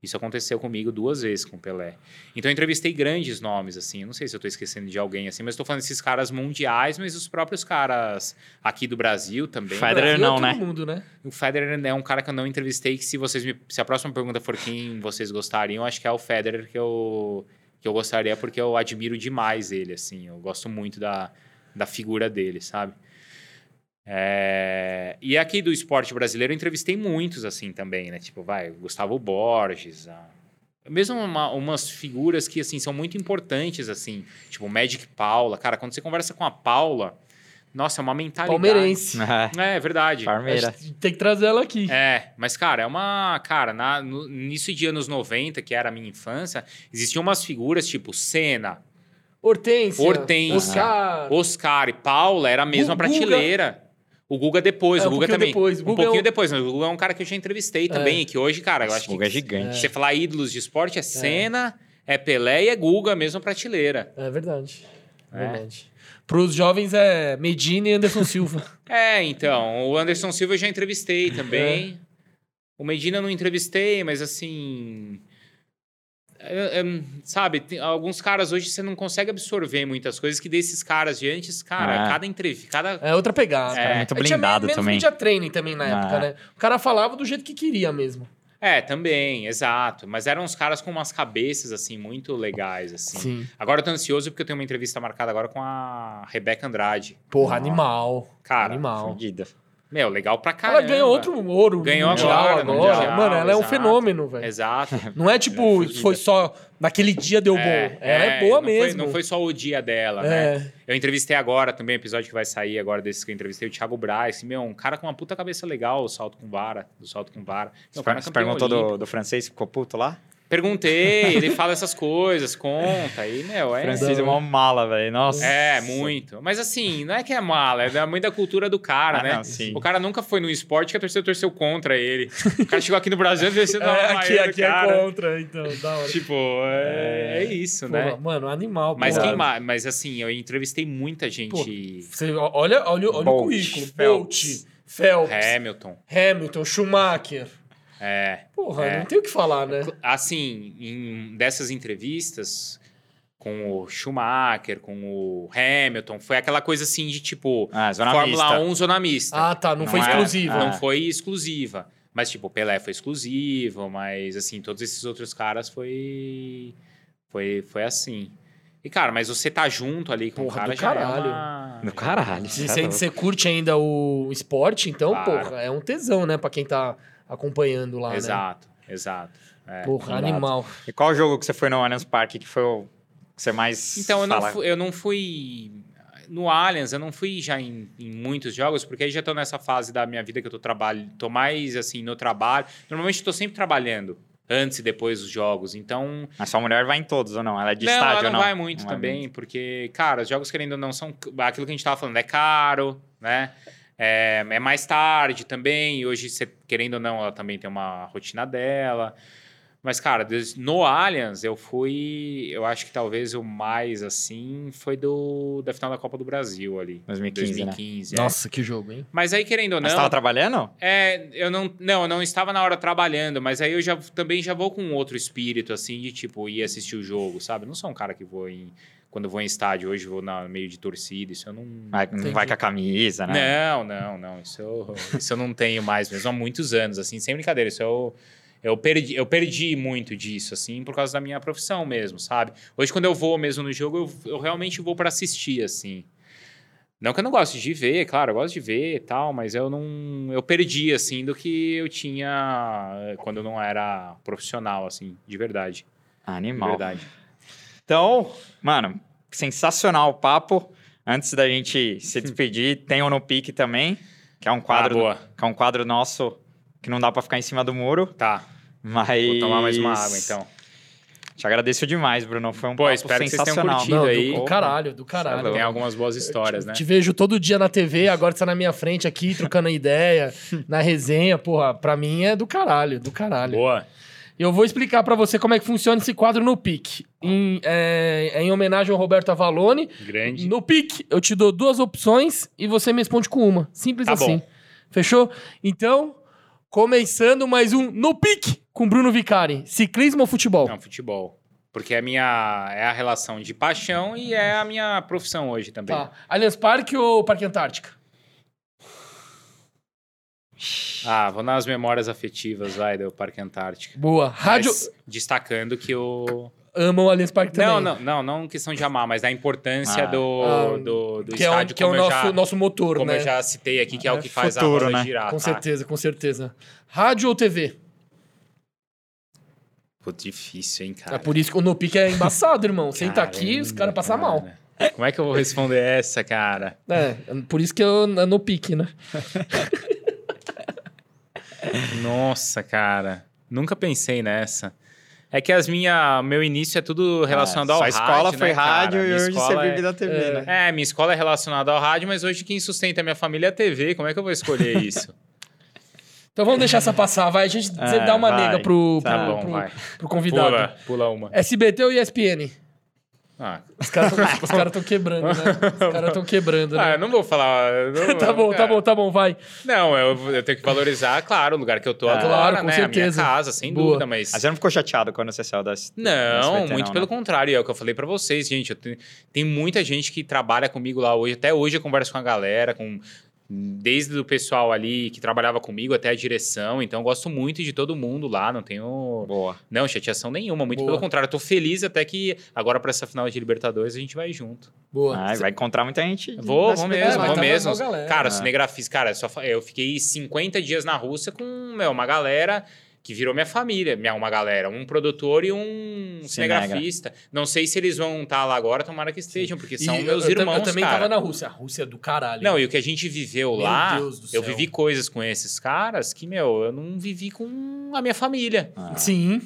[SPEAKER 3] Isso aconteceu comigo duas vezes com o Pelé. Então eu entrevistei grandes nomes, assim. Eu não sei se eu tô esquecendo de alguém, assim, mas eu tô falando desses caras mundiais, mas os próprios caras aqui do Brasil também.
[SPEAKER 1] Federer
[SPEAKER 2] Brasil é
[SPEAKER 1] não,
[SPEAKER 2] todo
[SPEAKER 1] né?
[SPEAKER 2] mundo, né?
[SPEAKER 3] O Federer é um cara que eu não entrevistei, que se vocês me- se a próxima pergunta for quem vocês gostariam, acho que é o Federer que eu, que eu gostaria, porque eu admiro demais ele, assim. Eu gosto muito da, da figura dele, sabe? É, E aqui do esporte brasileiro eu entrevistei muitos, assim, também, né? Tipo, vai, o Gustavo Borges, a- mesmo uma- umas figuras que, assim, são muito importantes, assim. Tipo, o Magic Paula. Cara, quando você conversa com a Paula Nossa, é uma mentalidade.
[SPEAKER 2] Palmeirense.
[SPEAKER 3] É, é verdade.
[SPEAKER 2] A
[SPEAKER 1] Palmeira.
[SPEAKER 2] gente Tem que trazer ela aqui.
[SPEAKER 3] É, mas, cara, é uma. Cara, na, no, nisso de anos 90, que era a minha infância, existiam umas figuras tipo Senna,
[SPEAKER 2] Hortência.
[SPEAKER 3] Hortência.
[SPEAKER 2] Oscar.
[SPEAKER 3] Oscar e Paula, era a mesma
[SPEAKER 2] Gu- Guga.
[SPEAKER 3] prateleira. O Guga depois,
[SPEAKER 2] É,
[SPEAKER 3] o
[SPEAKER 2] um
[SPEAKER 3] Guga
[SPEAKER 2] pouquinho
[SPEAKER 3] também.
[SPEAKER 2] depois.
[SPEAKER 3] Um
[SPEAKER 2] Guga é
[SPEAKER 3] pouquinho
[SPEAKER 2] um-
[SPEAKER 3] depois, mas o Guga é um cara que eu já entrevistei também, e que hoje, cara, eu acho
[SPEAKER 5] Guga é
[SPEAKER 3] que.
[SPEAKER 5] gigante.
[SPEAKER 3] Se você falar ídolos de esporte, é Senna, é Pelé e é Guga, a mesma prateleira.
[SPEAKER 2] É verdade. É. Verdade. Pros jovens é Medina e Anderson Silva.
[SPEAKER 3] É, então, o Anderson Silva eu já entrevistei também.
[SPEAKER 2] É.
[SPEAKER 3] O Medina eu não entrevistei, mas assim. é- é, sabe, tem alguns caras hoje você não consegue absorver muitas coisas que desses caras de antes, cara,
[SPEAKER 1] Ah.
[SPEAKER 3] cada entrevista, cada.
[SPEAKER 2] É outra pegada.
[SPEAKER 3] É,
[SPEAKER 1] muito
[SPEAKER 2] A gente tinha
[SPEAKER 1] blindado
[SPEAKER 2] menos
[SPEAKER 1] também.
[SPEAKER 2] media training também na
[SPEAKER 1] Ah.
[SPEAKER 2] época, né? O cara falava do jeito que queria mesmo.
[SPEAKER 3] É, também, exato. Mas eram uns caras com umas cabeças, assim, muito legais, assim. Agora eu tô ansioso porque eu tenho uma entrevista marcada agora com a Rebeca Andrade.
[SPEAKER 2] Porra, animal.
[SPEAKER 3] Cara,
[SPEAKER 2] animal.
[SPEAKER 3] meu, legal pra caramba.
[SPEAKER 2] Ela ganhou outro ouro
[SPEAKER 3] Ganhou
[SPEAKER 2] mundial
[SPEAKER 3] agora,
[SPEAKER 2] agora.
[SPEAKER 3] mundial,
[SPEAKER 2] Mano, ela é um
[SPEAKER 3] exato.
[SPEAKER 2] fenômeno, velho.
[SPEAKER 3] Exato.
[SPEAKER 2] Não é tipo,
[SPEAKER 3] fodida.
[SPEAKER 2] foi só naquele dia deu bom. Ela é, boa
[SPEAKER 3] não foi-
[SPEAKER 2] mesmo.
[SPEAKER 3] não foi só o dia dela, né?
[SPEAKER 2] é.
[SPEAKER 3] Eu entrevistei agora também, episódio que vai sair agora desse que eu entrevistei, o Thiago Braz. Meu, um cara com uma puta cabeça legal, o salto com vara, do salto com vara. Meu, o cara é
[SPEAKER 1] Você
[SPEAKER 3] campeão
[SPEAKER 1] perguntou
[SPEAKER 3] olímpico.
[SPEAKER 1] do, do francês, ficou puto lá?
[SPEAKER 3] Perguntei, ele fala essas coisas, conta, aí, meu, é...
[SPEAKER 1] francês é uma mala, velho. Nossa.
[SPEAKER 3] É, muito. Mas assim, não é que é mala, é da mãe da cultura do cara,
[SPEAKER 1] Ah,
[SPEAKER 3] né?
[SPEAKER 1] não, sim.
[SPEAKER 3] O cara nunca foi num esporte que a torcida torceu contra ele. O cara chegou aqui no Brasil e venceu na
[SPEAKER 2] É, aqui,
[SPEAKER 3] hora um maior do
[SPEAKER 2] aqui é
[SPEAKER 3] cara.
[SPEAKER 2] contra, então, da hora.
[SPEAKER 3] Tipo, é, é isso, né?
[SPEAKER 2] Porra, Mano, animal.
[SPEAKER 3] Mas,
[SPEAKER 2] porra.
[SPEAKER 3] quem mais? mas assim, eu entrevistei muita gente.
[SPEAKER 2] Você olha, olha, olha o
[SPEAKER 1] Bolt,
[SPEAKER 2] currículo.
[SPEAKER 1] Phelps.
[SPEAKER 2] Bolt, Phelps,
[SPEAKER 3] Hamilton.
[SPEAKER 2] Hamilton, Schumacher.
[SPEAKER 3] É.
[SPEAKER 2] Porra,
[SPEAKER 3] É.
[SPEAKER 2] não tem o que falar, né?
[SPEAKER 3] Assim, em dessas entrevistas com o Schumacher, com o Hamilton, foi aquela coisa assim de tipo
[SPEAKER 1] Ah, zona
[SPEAKER 3] Fórmula
[SPEAKER 1] mista.
[SPEAKER 3] 1 zona mista.
[SPEAKER 2] Ah, tá, não, foi
[SPEAKER 3] é-
[SPEAKER 2] exclusivo.
[SPEAKER 3] Não
[SPEAKER 1] Ah.
[SPEAKER 3] foi exclusiva. Mas, tipo, Pelé foi exclusivo, mas, assim, todos esses outros caras foi. Foi, foi assim. E, cara, mas você tá junto ali com
[SPEAKER 2] Porra,
[SPEAKER 3] o cara
[SPEAKER 2] do
[SPEAKER 3] já é
[SPEAKER 2] caralho.
[SPEAKER 3] uma-
[SPEAKER 1] Do caralho.
[SPEAKER 2] Se
[SPEAKER 1] tá
[SPEAKER 2] você,
[SPEAKER 1] louco.
[SPEAKER 2] você curte ainda o esporte, então,
[SPEAKER 3] Claro.
[SPEAKER 2] porra, é um tesão, né? Pra quem tá acompanhando lá,
[SPEAKER 3] Exato, exato.
[SPEAKER 2] né?
[SPEAKER 3] é.
[SPEAKER 2] Porra,
[SPEAKER 1] Exato.
[SPEAKER 2] animal.
[SPEAKER 1] E qual jogo que você foi no Allianz Parque que foi o que você mais.
[SPEAKER 3] Então, eu não,
[SPEAKER 1] fala?
[SPEAKER 3] fui, eu não fui. No Allianz, eu não fui já em, em muitos jogos, porque aí já tô nessa fase da minha vida que eu tô trabalho, tô mais assim no trabalho. Normalmente eu tô sempre trabalhando antes e depois dos jogos. Então,
[SPEAKER 1] Mas sua mulher vai em todos ou não? Ela é de
[SPEAKER 3] não,
[SPEAKER 1] estádio
[SPEAKER 3] ela
[SPEAKER 1] ou
[SPEAKER 3] não
[SPEAKER 1] não?
[SPEAKER 3] vai muito
[SPEAKER 1] Não vai
[SPEAKER 3] também,
[SPEAKER 1] muito.
[SPEAKER 3] porque, cara, os jogos querendo ou não são aquilo que a gente tava falando, é caro, né? É, é mais tarde também, e hoje, você- querendo ou não, ela também tem uma rotina dela. Mas, cara, des- no Allianz eu fui. Eu acho que talvez o mais assim foi do da final da Copa do Brasil ali.
[SPEAKER 1] 2015, né?
[SPEAKER 3] 2015 é.
[SPEAKER 2] Nossa, que jogo, hein?
[SPEAKER 3] Mas aí, querendo ou
[SPEAKER 1] Mas
[SPEAKER 3] não.
[SPEAKER 1] você tava trabalhando?
[SPEAKER 3] É, eu não, não, eu não estava na hora trabalhando, mas aí eu já também já vou com um outro espírito assim de tipo ir assistir o jogo, sabe? Eu Não sou um cara que vou em quando vou em estádio hoje vou na meio de torcida, isso eu não
[SPEAKER 1] Vai- Não vai com a camisa, né?
[SPEAKER 3] Não, não, não, isso eu, isso eu não tenho mais mesmo há muitos anos assim, sem brincadeira, isso eu eu perdi, eu perdi muito disso assim por causa da minha profissão mesmo, sabe? Hoje quando eu vou mesmo no jogo, eu, eu realmente vou pra assistir assim. Não que eu não gosto de ver, claro, eu gosto de ver e tal, mas eu não. Eu perdi, assim, do que eu tinha eh, quando eu não era profissional, assim, de verdade. Ah, De
[SPEAKER 1] Animal.
[SPEAKER 3] verdade.
[SPEAKER 1] Então, mano, sensacional o papo. Antes da gente se despedir, tem o No Pique também, que é um
[SPEAKER 3] Hum. Ah,
[SPEAKER 1] quadro,
[SPEAKER 3] boa.
[SPEAKER 1] que é um quadro nosso que não dá pra ficar em cima do muro,
[SPEAKER 3] Tá.
[SPEAKER 1] mas
[SPEAKER 3] Vou tomar mais uma água, então.
[SPEAKER 1] Te agradeço demais, Bruno. Foi um
[SPEAKER 3] Pô,
[SPEAKER 1] papo
[SPEAKER 3] espero que vocês tenham
[SPEAKER 1] sensacional.
[SPEAKER 3] curtido né? Não, aí.
[SPEAKER 2] do
[SPEAKER 1] Opa.
[SPEAKER 2] caralho, do caralho.
[SPEAKER 3] Tem algumas boas histórias, né?
[SPEAKER 2] Te vejo todo dia na TV, agora você tá na minha frente aqui, trocando ideia, na resenha, porra, pra mim é do caralho, do caralho.
[SPEAKER 3] Boa.
[SPEAKER 2] Eu vou explicar pra você como é que funciona esse quadro no PIC. Em, é, em homenagem ao Roberto Avalone,
[SPEAKER 3] Grande.
[SPEAKER 2] no PIC eu te dou duas opções e você me responde com uma. Simples
[SPEAKER 3] Tá
[SPEAKER 2] assim.
[SPEAKER 3] bom.
[SPEAKER 2] Fechou? Então, começando mais um No PIC com Bruno Vicari. Ciclismo ou futebol?
[SPEAKER 3] Não, futebol. Porque é a minha. É a relação de paixão e é a minha profissão hoje também.
[SPEAKER 2] Tá. Allianz Parque ou Parque Antártica?
[SPEAKER 3] Ah, vou nas memórias afetivas, vai, do Parque Antártico.
[SPEAKER 2] Boa. Rádio.
[SPEAKER 3] Mas destacando que o.
[SPEAKER 2] Amam o Allianz Parque também.
[SPEAKER 3] Não, não, não, não questão de amar, mas da importância
[SPEAKER 1] Ah.
[SPEAKER 3] do,
[SPEAKER 2] Ah,
[SPEAKER 3] do, do
[SPEAKER 2] que é, um,
[SPEAKER 3] estádio
[SPEAKER 2] que é o
[SPEAKER 3] como eu
[SPEAKER 2] nosso,
[SPEAKER 3] já-
[SPEAKER 2] nosso motor,
[SPEAKER 3] Como
[SPEAKER 2] né?
[SPEAKER 3] eu já citei aqui, que é, o que faz
[SPEAKER 1] futuro,
[SPEAKER 3] a bola
[SPEAKER 1] né?
[SPEAKER 3] girar.
[SPEAKER 2] com
[SPEAKER 3] tá?
[SPEAKER 2] certeza, com certeza. Rádio ou TV?
[SPEAKER 3] Pô, difícil, hein, cara. Tá.
[SPEAKER 2] É por isso que o No Pique é embaçado, irmão. Senta aqui, os caras passam mal.
[SPEAKER 3] Caramba, cara. Como é que eu vou responder essa, cara?
[SPEAKER 2] É, por isso que eu eu no pique, né?
[SPEAKER 3] Nossa, cara. Nunca pensei nessa. É que as minha, meu início é tudo relacionado ao
[SPEAKER 5] Sua
[SPEAKER 3] rádio.
[SPEAKER 5] escola foi
[SPEAKER 3] né, cara?
[SPEAKER 5] rádio e
[SPEAKER 3] Minha
[SPEAKER 5] hoje você
[SPEAKER 3] escola é-
[SPEAKER 5] vive da TV, né?
[SPEAKER 3] É, minha escola é relacionada ao rádio, mas hoje quem sustenta a minha família é a TV. Como é que eu vou escolher isso?
[SPEAKER 2] Então vamos deixar essa passar, vai. A gente você
[SPEAKER 5] É,
[SPEAKER 2] dá uma
[SPEAKER 5] vai.
[SPEAKER 2] nega pro,
[SPEAKER 3] Tá
[SPEAKER 2] pro-
[SPEAKER 3] bom,
[SPEAKER 2] pro-
[SPEAKER 3] vai.
[SPEAKER 2] pro convidado.
[SPEAKER 3] Pula, pula uma.
[SPEAKER 2] SBT ou ESPN?
[SPEAKER 3] Ah,
[SPEAKER 2] Os caras estão quebrando, né? Os caras estão quebrando,
[SPEAKER 3] Ah,
[SPEAKER 2] né?
[SPEAKER 3] eu não vou falar. eu não-
[SPEAKER 2] tá bom, tá
[SPEAKER 3] cara.
[SPEAKER 2] bom, tá bom, vai.
[SPEAKER 3] Não, eu, eu tenho que valorizar, claro, o lugar que eu tô agora,
[SPEAKER 2] Claro,
[SPEAKER 3] né?
[SPEAKER 2] com
[SPEAKER 3] A minha
[SPEAKER 2] certeza.
[SPEAKER 3] casa, sem
[SPEAKER 2] Boa.
[SPEAKER 3] dúvida, mas.
[SPEAKER 5] Mas você não ficou chateado quando você saiu da
[SPEAKER 3] Não,
[SPEAKER 5] SBT,
[SPEAKER 3] muito
[SPEAKER 5] não,
[SPEAKER 3] pelo
[SPEAKER 5] né?
[SPEAKER 3] contrário, é o que eu falei pra vocês, gente. Eu tenho- tem muita gente que trabalha comigo lá hoje. Até hoje eu converso com a galera, com desde o pessoal ali que trabalhava comigo até a direção. Então eu gosto muito de todo mundo lá, não tenho
[SPEAKER 5] Boa.
[SPEAKER 3] não chateação nenhuma, muito
[SPEAKER 2] Boa.
[SPEAKER 3] pelo contrário, eu tô feliz até que agora pra essa final de Libertadores a gente vai junto.
[SPEAKER 2] Boa.
[SPEAKER 5] Ah, vai encontrar muita gente.
[SPEAKER 3] Vou,
[SPEAKER 5] da
[SPEAKER 3] vou
[SPEAKER 5] SBT,
[SPEAKER 3] mesmo,
[SPEAKER 5] né?
[SPEAKER 2] vai
[SPEAKER 3] vou
[SPEAKER 2] tá
[SPEAKER 3] mesmo.
[SPEAKER 2] uma galera.
[SPEAKER 3] Cara,
[SPEAKER 5] Ah.
[SPEAKER 3] cinegrafista, cara, só, fa- eu fiquei 50 dias na Rússia com meu, uma galera que virou minha família, minha uma galera, um produtor e um
[SPEAKER 5] Cinegra.
[SPEAKER 3] cinegrafista. Não sei se eles vão estar lá agora, tomara que estejam, porque são
[SPEAKER 2] E
[SPEAKER 3] meus
[SPEAKER 2] eu, eu tam-
[SPEAKER 3] irmãos,
[SPEAKER 2] Eu também
[SPEAKER 3] cara.
[SPEAKER 2] tava na Rússia. A Rússia é do caralho.
[SPEAKER 3] Não, e o que a gente viveu
[SPEAKER 2] Meu
[SPEAKER 3] lá,
[SPEAKER 2] Deus do céu.
[SPEAKER 3] eu vivi coisas com esses caras que, meu, eu não vivi com a minha família,
[SPEAKER 2] Sim.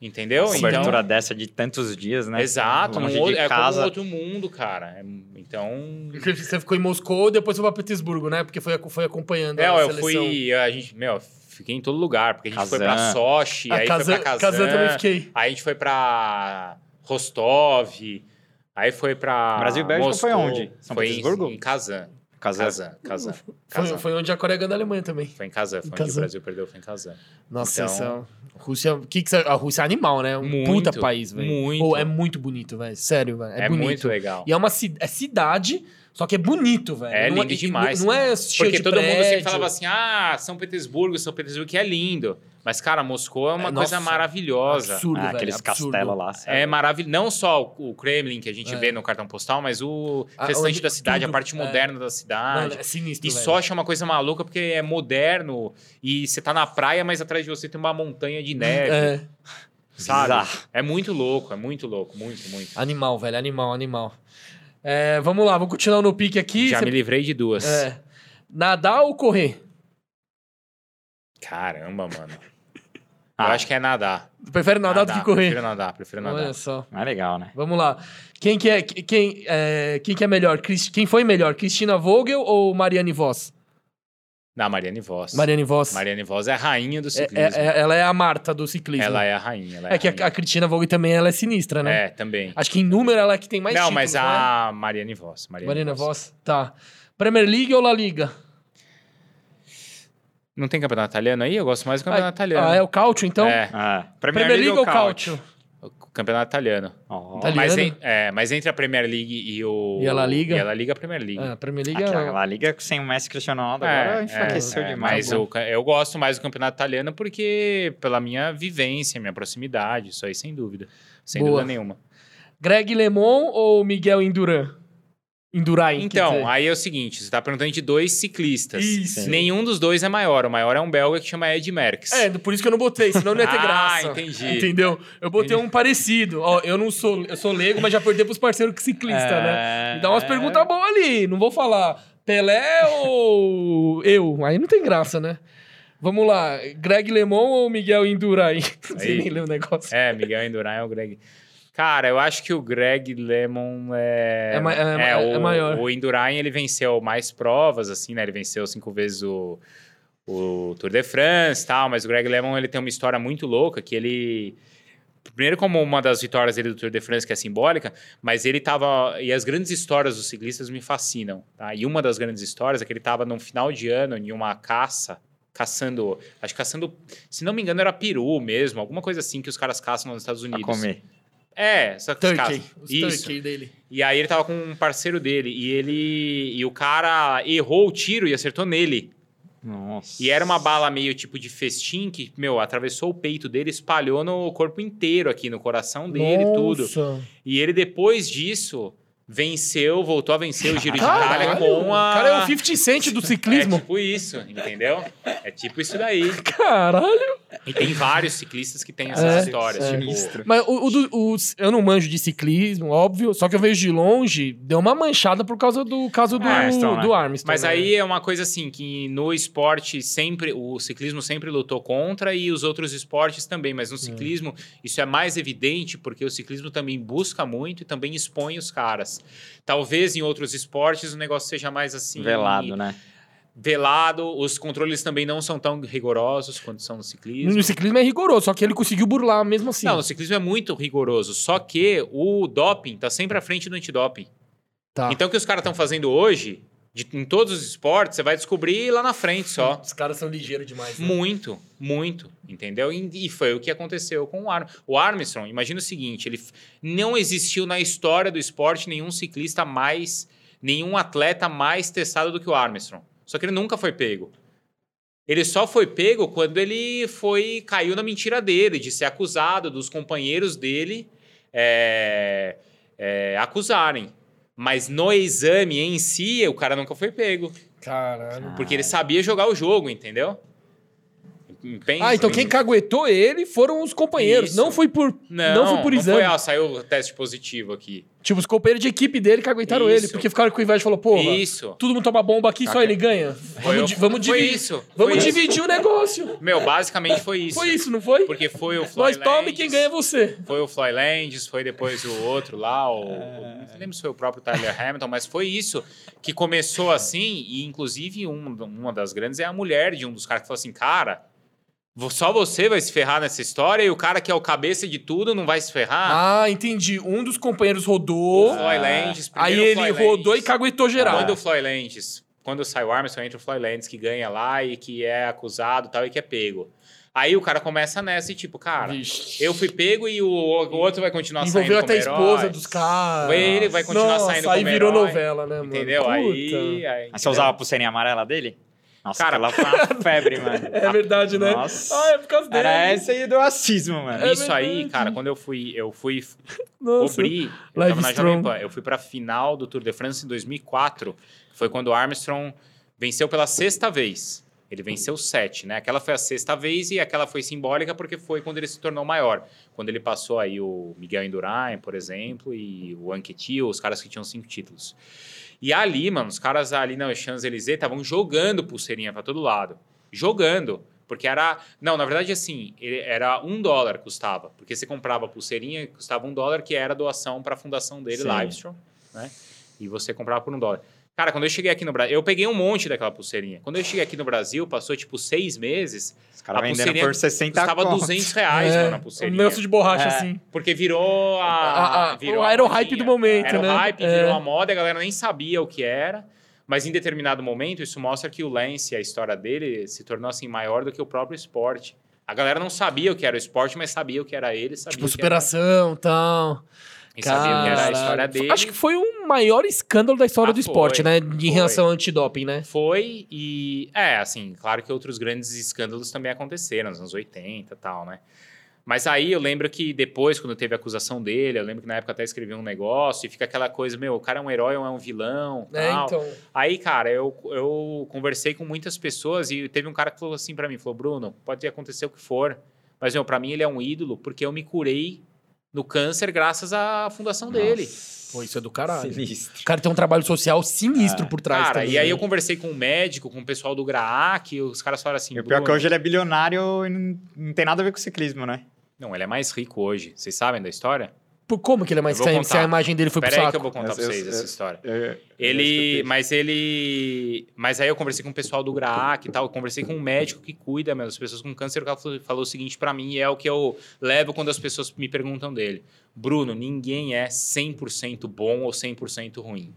[SPEAKER 3] entendeu? Então,
[SPEAKER 5] Uma Ah, cobertura dessa de tantos dias, né?
[SPEAKER 3] exato, um
[SPEAKER 5] Longe
[SPEAKER 3] outro-
[SPEAKER 5] de
[SPEAKER 3] é como um
[SPEAKER 5] casa.
[SPEAKER 3] outro mundo, cara. É- Então,
[SPEAKER 2] Você ficou em Moscou e depois foi pra Petersburgo, né? Porque foi, foi acompanhando
[SPEAKER 3] É,
[SPEAKER 2] a
[SPEAKER 3] eu
[SPEAKER 2] seleção.
[SPEAKER 3] fui. A gente, meu, fiquei em todo lugar, porque a gente foi
[SPEAKER 5] Kazan.
[SPEAKER 3] pra Sochi,
[SPEAKER 2] A
[SPEAKER 3] aí
[SPEAKER 2] Kazan,
[SPEAKER 3] foi pra Kazan,
[SPEAKER 2] Kazan também fiquei.
[SPEAKER 3] Aí a gente foi pra Rostov, aí foi pra.
[SPEAKER 5] Brasil e Bélgica
[SPEAKER 3] Moscou,
[SPEAKER 5] foi onde? São
[SPEAKER 3] foi em-
[SPEAKER 5] Petersburgo?
[SPEAKER 3] Em Kazan.
[SPEAKER 5] Casa-
[SPEAKER 3] Kazan, Kazan. Kazan.
[SPEAKER 2] Foi, foi onde a Coreia ganhou da Alemanha também.
[SPEAKER 3] Foi em Kazan, foi onde
[SPEAKER 2] Kazan.
[SPEAKER 3] o Brasil perdeu, foi em Kazan.
[SPEAKER 2] Nossa,
[SPEAKER 3] Então-
[SPEAKER 2] essa Rússia, que que você- a Rússia é animal, né? Um
[SPEAKER 3] Muito,
[SPEAKER 2] puta país, velho.
[SPEAKER 3] muito.
[SPEAKER 2] Ou é muito bonito, velho. Sério, velho. É,
[SPEAKER 3] É,
[SPEAKER 2] bonito.
[SPEAKER 3] muito legal.
[SPEAKER 2] E é uma ci- é cidade, só que é bonito, velho.
[SPEAKER 3] É
[SPEAKER 2] Não
[SPEAKER 3] lindo
[SPEAKER 2] e- e
[SPEAKER 3] demais. né?
[SPEAKER 2] Não, não é cheio
[SPEAKER 3] Porque
[SPEAKER 2] de
[SPEAKER 3] todo mundo sempre
[SPEAKER 2] prédio.
[SPEAKER 3] falava assim: ah, São Petersburgo, São Petersburgo que é lindo. Mas, cara, Moscou é uma
[SPEAKER 2] É,
[SPEAKER 3] coisa
[SPEAKER 2] nossa,
[SPEAKER 3] maravilhosa.
[SPEAKER 2] Absurdo,
[SPEAKER 5] Ah,
[SPEAKER 2] velho.
[SPEAKER 5] aqueles
[SPEAKER 2] absurdo.
[SPEAKER 5] castelos lá. sabe?
[SPEAKER 3] É maravilhoso. Não só o o Kremlin que a gente
[SPEAKER 2] É.
[SPEAKER 3] vê no cartão postal, mas o
[SPEAKER 2] A-
[SPEAKER 3] restante
[SPEAKER 2] onde
[SPEAKER 3] da cidade,
[SPEAKER 2] tudo-
[SPEAKER 3] a parte
[SPEAKER 2] é.
[SPEAKER 3] moderna da
[SPEAKER 2] Mano,
[SPEAKER 3] cidade.
[SPEAKER 2] é sinistro,
[SPEAKER 3] E
[SPEAKER 2] velho.
[SPEAKER 3] Sochi é uma coisa maluca porque é moderno e você tá na praia, mas atrás de você tem uma montanha de neve,
[SPEAKER 2] É,
[SPEAKER 3] sabe?
[SPEAKER 5] Bizarro.
[SPEAKER 3] É muito louco, é muito louco, muito, muito.
[SPEAKER 2] animal, velho. Animal, animal. É, vamos lá, vou continuar no pique aqui.
[SPEAKER 3] Já
[SPEAKER 2] Cê-
[SPEAKER 3] me livrei de duas.
[SPEAKER 2] é. Nadar ou correr?
[SPEAKER 3] Caramba, mano.
[SPEAKER 5] Ah.
[SPEAKER 3] Eu acho que é nadar.
[SPEAKER 2] Prefere nadar, do que correr?
[SPEAKER 3] Prefiro nadar, prefiro nadar.
[SPEAKER 2] Olha só.
[SPEAKER 5] Mas é legal, né?
[SPEAKER 2] Vamos lá. Quem que é, quem, é, quem que é melhor? Cris- Quem foi melhor? Cristina Vogel ou Mariane Voss?
[SPEAKER 3] Na Mariane Voss.
[SPEAKER 2] Mariane Voss.
[SPEAKER 3] Mariane Voss é a rainha do
[SPEAKER 2] É-
[SPEAKER 3] ciclismo.
[SPEAKER 2] é- é- ela é a Marta do ciclismo.
[SPEAKER 3] Ela é a rainha. Ela é,
[SPEAKER 2] É que a, a Cristina Vogel também ela é sinistra, né?
[SPEAKER 3] É, também.
[SPEAKER 2] Acho que em número ela é que tem mais
[SPEAKER 3] não,
[SPEAKER 2] títulos,
[SPEAKER 3] mas
[SPEAKER 2] né?
[SPEAKER 3] a Mariane Voss. Mariane,
[SPEAKER 2] Mariana
[SPEAKER 3] Voss.
[SPEAKER 2] Voss. Tá. Premier League ou La Liga?
[SPEAKER 3] Não tem campeonato italiano aí? Eu gosto mais do
[SPEAKER 2] Ah,
[SPEAKER 3] campeonato italiano.
[SPEAKER 2] Ah, é o Cautio, então?
[SPEAKER 3] É,
[SPEAKER 5] Ah,
[SPEAKER 2] Premier, League ou Cautio?
[SPEAKER 3] o campeonato italiano.
[SPEAKER 5] Ó,
[SPEAKER 2] Italiano.
[SPEAKER 3] Mas, en- é, mas entre a Premier League e o...
[SPEAKER 2] E a La Liga?
[SPEAKER 3] E a La Liga, a Premier League.
[SPEAKER 2] Ah, Premier League
[SPEAKER 5] aquela
[SPEAKER 2] é...
[SPEAKER 5] lá, liga sem o Messi e Cristiano Ronaldo
[SPEAKER 3] É,
[SPEAKER 5] agora enfraqueceu
[SPEAKER 3] é,
[SPEAKER 5] demais. né?
[SPEAKER 3] Mas o ca- eu gosto mais do campeonato italiano porque pela minha vivência, minha proximidade, isso aí sem dúvida. Sem
[SPEAKER 2] Boa.
[SPEAKER 3] dúvida nenhuma.
[SPEAKER 2] Greg LeMond ou Miguel Indurain? Indurain, quer dizer.
[SPEAKER 3] Então, aí é o seguinte, você tá perguntando de dois ciclistas.
[SPEAKER 2] Isso.
[SPEAKER 3] Nenhum dos dois é maior. O maior é um belga que chama Ed Merckx.
[SPEAKER 2] É, por isso que eu não botei, senão não ia ter
[SPEAKER 3] Ah,
[SPEAKER 2] graça.
[SPEAKER 3] entendi.
[SPEAKER 2] Entendeu? Eu botei um parecido. Ó, eu não sou, eu sou leigo, mas já perguntei pros parceiros que
[SPEAKER 5] É,
[SPEAKER 2] ciclista,
[SPEAKER 3] É.
[SPEAKER 2] né? Me dá umas perguntas boas ali, não vou falar Pelé ou eu. Aí não tem graça, né? Vamos lá, Greg LeMond ou Miguel Indurain? Não sei
[SPEAKER 3] Aí.
[SPEAKER 2] nem ler o negócio.
[SPEAKER 3] É, Miguel Indurain é o Greg. Cara, eu acho que o Greg Lemon é.
[SPEAKER 2] É ma- é ma- é
[SPEAKER 3] o,
[SPEAKER 2] maior.
[SPEAKER 3] O Indurain ele venceu mais provas, assim, né? Ele venceu cinco vezes o, o Tour de France e tal, mas o Greg Lemon ele tem uma história muito louca que ele. Primeiro, como uma das vitórias dele do Tour de France, que é simbólica, mas ele tava. E as grandes histórias dos ciclistas me fascinam, tá? E uma das grandes histórias é que ele tava num final de ano em uma caça, caçando. Acho que caçando. Se não me engano, era peru mesmo, alguma coisa assim que os caras caçam nos Estados
[SPEAKER 5] a
[SPEAKER 3] Unidos.
[SPEAKER 5] comer.
[SPEAKER 3] É, só que os caras.
[SPEAKER 2] Turkey, os
[SPEAKER 3] Isso.
[SPEAKER 2] Turkey dele.
[SPEAKER 3] E aí ele tava com um parceiro dele e ele e o cara errou o tiro e acertou nele.
[SPEAKER 5] Nossa.
[SPEAKER 3] E era uma bala meio tipo de festim que, meu, atravessou o peito dele, espalhou no corpo inteiro aqui, no coração dele, tudo.
[SPEAKER 2] Nossa.
[SPEAKER 3] E ele depois disso venceu, voltou a vencer o Giro de Itália
[SPEAKER 2] Caralho,
[SPEAKER 3] um com a
[SPEAKER 2] O cara é o 50 Cent do
[SPEAKER 3] É
[SPEAKER 2] ciclismo.
[SPEAKER 3] tipo isso, entendeu? É tipo isso daí.
[SPEAKER 2] Caralho.
[SPEAKER 3] E tem vários ciclistas que têm essas
[SPEAKER 2] É,
[SPEAKER 3] histórias.
[SPEAKER 2] é.
[SPEAKER 3] Tipo,
[SPEAKER 2] Mas o, o do- o- eu não manjo de ciclismo, óbvio. Só que eu vejo de longe, deu uma manchada por causa do caso do,
[SPEAKER 3] É,
[SPEAKER 1] Armstrong, né?
[SPEAKER 2] do Armstrong.
[SPEAKER 3] mas
[SPEAKER 2] né?
[SPEAKER 3] aí é uma coisa assim que no esporte sempre o ciclismo sempre lutou contra e os outros esportes também,
[SPEAKER 2] Hum.
[SPEAKER 3] mas no ciclismo isso é mais evidente porque o ciclismo também busca muito e também expõe os caras. Talvez em outros esportes o negócio seja mais assim
[SPEAKER 1] Velado, né?
[SPEAKER 3] velado, os controles também não são tão rigorosos quanto são no ciclismo.
[SPEAKER 2] No ciclismo é rigoroso, só que ele conseguiu burlar mesmo assim.
[SPEAKER 3] Não, o ciclismo é muito rigoroso, só que o doping tá sempre à frente do antidoping.
[SPEAKER 2] tá.
[SPEAKER 3] Então, o que os caras estão fazendo hoje, de- em todos os esportes, você vai descobrir lá na frente só.
[SPEAKER 2] Os caras são ligeiros demais. né?
[SPEAKER 3] Muito, muito, entendeu? E, e foi o que aconteceu com o Armstrong. O Armstrong, imagina o seguinte, ele f- não existiu na história do esporte nenhum ciclista mais, nenhum atleta mais testado do que o Armstrong. Só que ele nunca foi pego. Ele só foi pego quando ele foi caiu na mentira dele, de ser acusado dos companheiros dele é, é, acusarem. Mas no exame em si, o cara nunca foi pego.
[SPEAKER 2] Caralho.
[SPEAKER 3] Porque ele sabia jogar o jogo, entendeu? Pensa.
[SPEAKER 2] Ah, então quem caguetou ele foram os companheiros.
[SPEAKER 3] Isso.
[SPEAKER 2] Não foi por. Não,
[SPEAKER 3] Não,
[SPEAKER 2] foi por
[SPEAKER 3] não
[SPEAKER 2] exame.
[SPEAKER 3] Foi, ah, saiu o teste positivo aqui.
[SPEAKER 2] Tipo, os companheiros de equipe dele caguetaram ele,
[SPEAKER 3] Isso.
[SPEAKER 2] porque ficaram com inveja e falou, porra,
[SPEAKER 3] Isso.
[SPEAKER 2] todo mundo toma bomba aqui, só
[SPEAKER 3] Caca.
[SPEAKER 2] ele ganha.
[SPEAKER 3] Foi
[SPEAKER 2] vamos
[SPEAKER 3] o-
[SPEAKER 2] di- vamos
[SPEAKER 3] foi
[SPEAKER 2] dividir.
[SPEAKER 3] isso,
[SPEAKER 2] Vamos
[SPEAKER 3] foi isso.
[SPEAKER 2] dividir o negócio.
[SPEAKER 3] Meu, basicamente foi isso.
[SPEAKER 2] Foi isso, não foi?
[SPEAKER 3] Porque foi o Floyd
[SPEAKER 2] Nós toma e quem ganha é você.
[SPEAKER 3] Foi o Floyd Landis, foi depois o outro lá, o, o- não lembro se foi o próprio Tyler Hamilton, mas foi isso que começou assim, e inclusive um- uma das grandes é a mulher de um dos caras que falou assim, cara, vo- só você vai se ferrar nessa história e o cara que é o cabeça de tudo não vai se ferrar?
[SPEAKER 2] Ah, entendi. Um dos companheiros
[SPEAKER 3] o
[SPEAKER 2] rodou,
[SPEAKER 3] Floyd Landis,
[SPEAKER 2] Ah, aí
[SPEAKER 3] primeiro o
[SPEAKER 2] ele
[SPEAKER 3] Floyd
[SPEAKER 2] rodou e
[SPEAKER 3] Landis.
[SPEAKER 2] caguetou geral.
[SPEAKER 3] Quando o Floyd Landis, quando sai o Armstrong, entra o Floyd Landis que ganha lá e que é acusado e tal e que é pego. Aí o cara começa nessa e tipo, cara,
[SPEAKER 2] Vixe.
[SPEAKER 3] eu fui pego e o, o outro vai continuar
[SPEAKER 2] Envolveu
[SPEAKER 3] saindo
[SPEAKER 2] até a
[SPEAKER 3] como
[SPEAKER 2] esposa
[SPEAKER 3] herói.
[SPEAKER 2] dos caras.
[SPEAKER 3] Ele vai continuar
[SPEAKER 2] Nossa,
[SPEAKER 3] saindo
[SPEAKER 2] aí
[SPEAKER 3] como
[SPEAKER 2] virou
[SPEAKER 3] herói,
[SPEAKER 2] novela, né, mano?
[SPEAKER 3] Entendeu?
[SPEAKER 2] Puta.
[SPEAKER 3] Aí, aí,
[SPEAKER 1] Mas você usava a pulseirinha amarela dele? Nossa,
[SPEAKER 3] Cara,
[SPEAKER 1] cara, foi uma febre, mano.
[SPEAKER 2] É verdade, né?
[SPEAKER 1] Nossa.
[SPEAKER 2] Ah, é por causa dele.
[SPEAKER 1] Era essa e do racismo, mano.
[SPEAKER 2] É
[SPEAKER 3] Isso aí,
[SPEAKER 2] verdade.
[SPEAKER 3] cara, quando eu fui, eu fui
[SPEAKER 2] Nossa.
[SPEAKER 3] cobrir, eu
[SPEAKER 2] Live
[SPEAKER 3] tava na
[SPEAKER 2] strong.
[SPEAKER 3] Jovem Pan, eu fui pra final do Tour de France em 2004, que foi quando o Armstrong venceu pela sexta vez. Ele venceu sete, né? Aquela foi a sexta vez e aquela foi simbólica porque foi quando ele se tornou maior. Quando ele passou aí o Miguel Indurain, por exemplo, e o Anquetil, os caras que tinham cinco títulos. E ali, mano, os caras ali na Champs-Élysées estavam jogando pulseirinha pra todo lado. Jogando. Porque era. Não, na verdade, assim, ele- era um dólar custava. Porque você comprava a pulseirinha, custava um dólar, que era a doação pra fundação dele,
[SPEAKER 1] Sim.
[SPEAKER 3] Livestrong, né? E você comprava por um dólar. Cara, quando eu cheguei aqui no Brasil, eu peguei um monte daquela pulseirinha. Quando eu cheguei aqui no Brasil, passou tipo seis meses,
[SPEAKER 1] Os caras
[SPEAKER 3] a
[SPEAKER 1] vendendo
[SPEAKER 3] pulseirinha
[SPEAKER 1] por 60
[SPEAKER 3] custava
[SPEAKER 1] conto.
[SPEAKER 3] 200 reais Ah, mano,
[SPEAKER 2] é,
[SPEAKER 3] na
[SPEAKER 2] um
[SPEAKER 3] pulseirinha.
[SPEAKER 2] lenço de borracha,
[SPEAKER 1] É.
[SPEAKER 2] assim.
[SPEAKER 3] Porque virou a.
[SPEAKER 2] A- a- o
[SPEAKER 3] a
[SPEAKER 2] era o hype
[SPEAKER 3] modinha.
[SPEAKER 2] do momento,
[SPEAKER 3] era
[SPEAKER 2] né?
[SPEAKER 3] o hype,
[SPEAKER 2] É.
[SPEAKER 3] virou a moda, a galera nem sabia o que era. Mas em determinado momento, isso mostra que o Lance, a história dele, se tornou assim maior do que o próprio esporte. A galera não sabia o que era o esporte, mas sabia o que era ele, sabia,
[SPEAKER 2] Tipo,
[SPEAKER 3] o, que era,
[SPEAKER 2] superação e tal.
[SPEAKER 3] e sabia o que era a história
[SPEAKER 2] Caralho.
[SPEAKER 3] dele.
[SPEAKER 2] Acho que foi o maior escândalo da história
[SPEAKER 3] Ah,
[SPEAKER 2] do esporte,
[SPEAKER 3] foi,
[SPEAKER 2] né? Em
[SPEAKER 3] foi.
[SPEAKER 2] relação ao antidoping, né?
[SPEAKER 3] Foi e. É, assim, claro que outros grandes escândalos também aconteceram, nos anos 80 e tal, né? Mas aí eu lembro que depois, quando teve a acusação dele, eu lembro que na época até escrevi um negócio e fica aquela coisa, meu, o cara é um herói ou é um vilão?
[SPEAKER 2] É,
[SPEAKER 3] tal.
[SPEAKER 2] então.
[SPEAKER 3] Aí, cara, eu, eu conversei com muitas pessoas e teve um cara que falou assim pra mim, falou, Bruno, pode acontecer o que for, mas, meu, pra mim ele é um ídolo porque eu me curei no câncer graças à fundação dele.
[SPEAKER 2] Pô, isso é do caralho.
[SPEAKER 1] Sinistro.
[SPEAKER 2] O cara tem um trabalho social sinistro por trás
[SPEAKER 3] É. Cara,
[SPEAKER 2] também,
[SPEAKER 3] e aí
[SPEAKER 2] né?
[SPEAKER 3] eu conversei com um médico, com o pessoal do GRAAC, e os caras falaram assim,
[SPEAKER 1] E o pior é que
[SPEAKER 3] "Bruno,
[SPEAKER 1] hoje ele é bilionário e não, não tem nada a ver com ciclismo, né?
[SPEAKER 3] Não, ele é mais rico hoje. Vocês sabem da história?
[SPEAKER 2] Por como que ele é mais
[SPEAKER 3] Eu vou
[SPEAKER 2] caindo se a
[SPEAKER 3] contar.
[SPEAKER 2] imagem dele foi pro
[SPEAKER 3] Pera aí
[SPEAKER 2] saco?
[SPEAKER 3] que eu vou contar
[SPEAKER 1] Eu-
[SPEAKER 3] pra
[SPEAKER 1] eu-
[SPEAKER 3] vocês
[SPEAKER 1] eu-
[SPEAKER 3] essa história.
[SPEAKER 1] É,
[SPEAKER 3] Ele, mas ele, mas aí eu conversei com o pessoal do GRAAC e tal, eu conversei com um médico que cuida, meu, das pessoas com câncer, o cara falou, falou o seguinte pra mim, e é o que eu levo quando as pessoas me perguntam dele. Bruno, ninguém é 100% bom ou 100% ruim.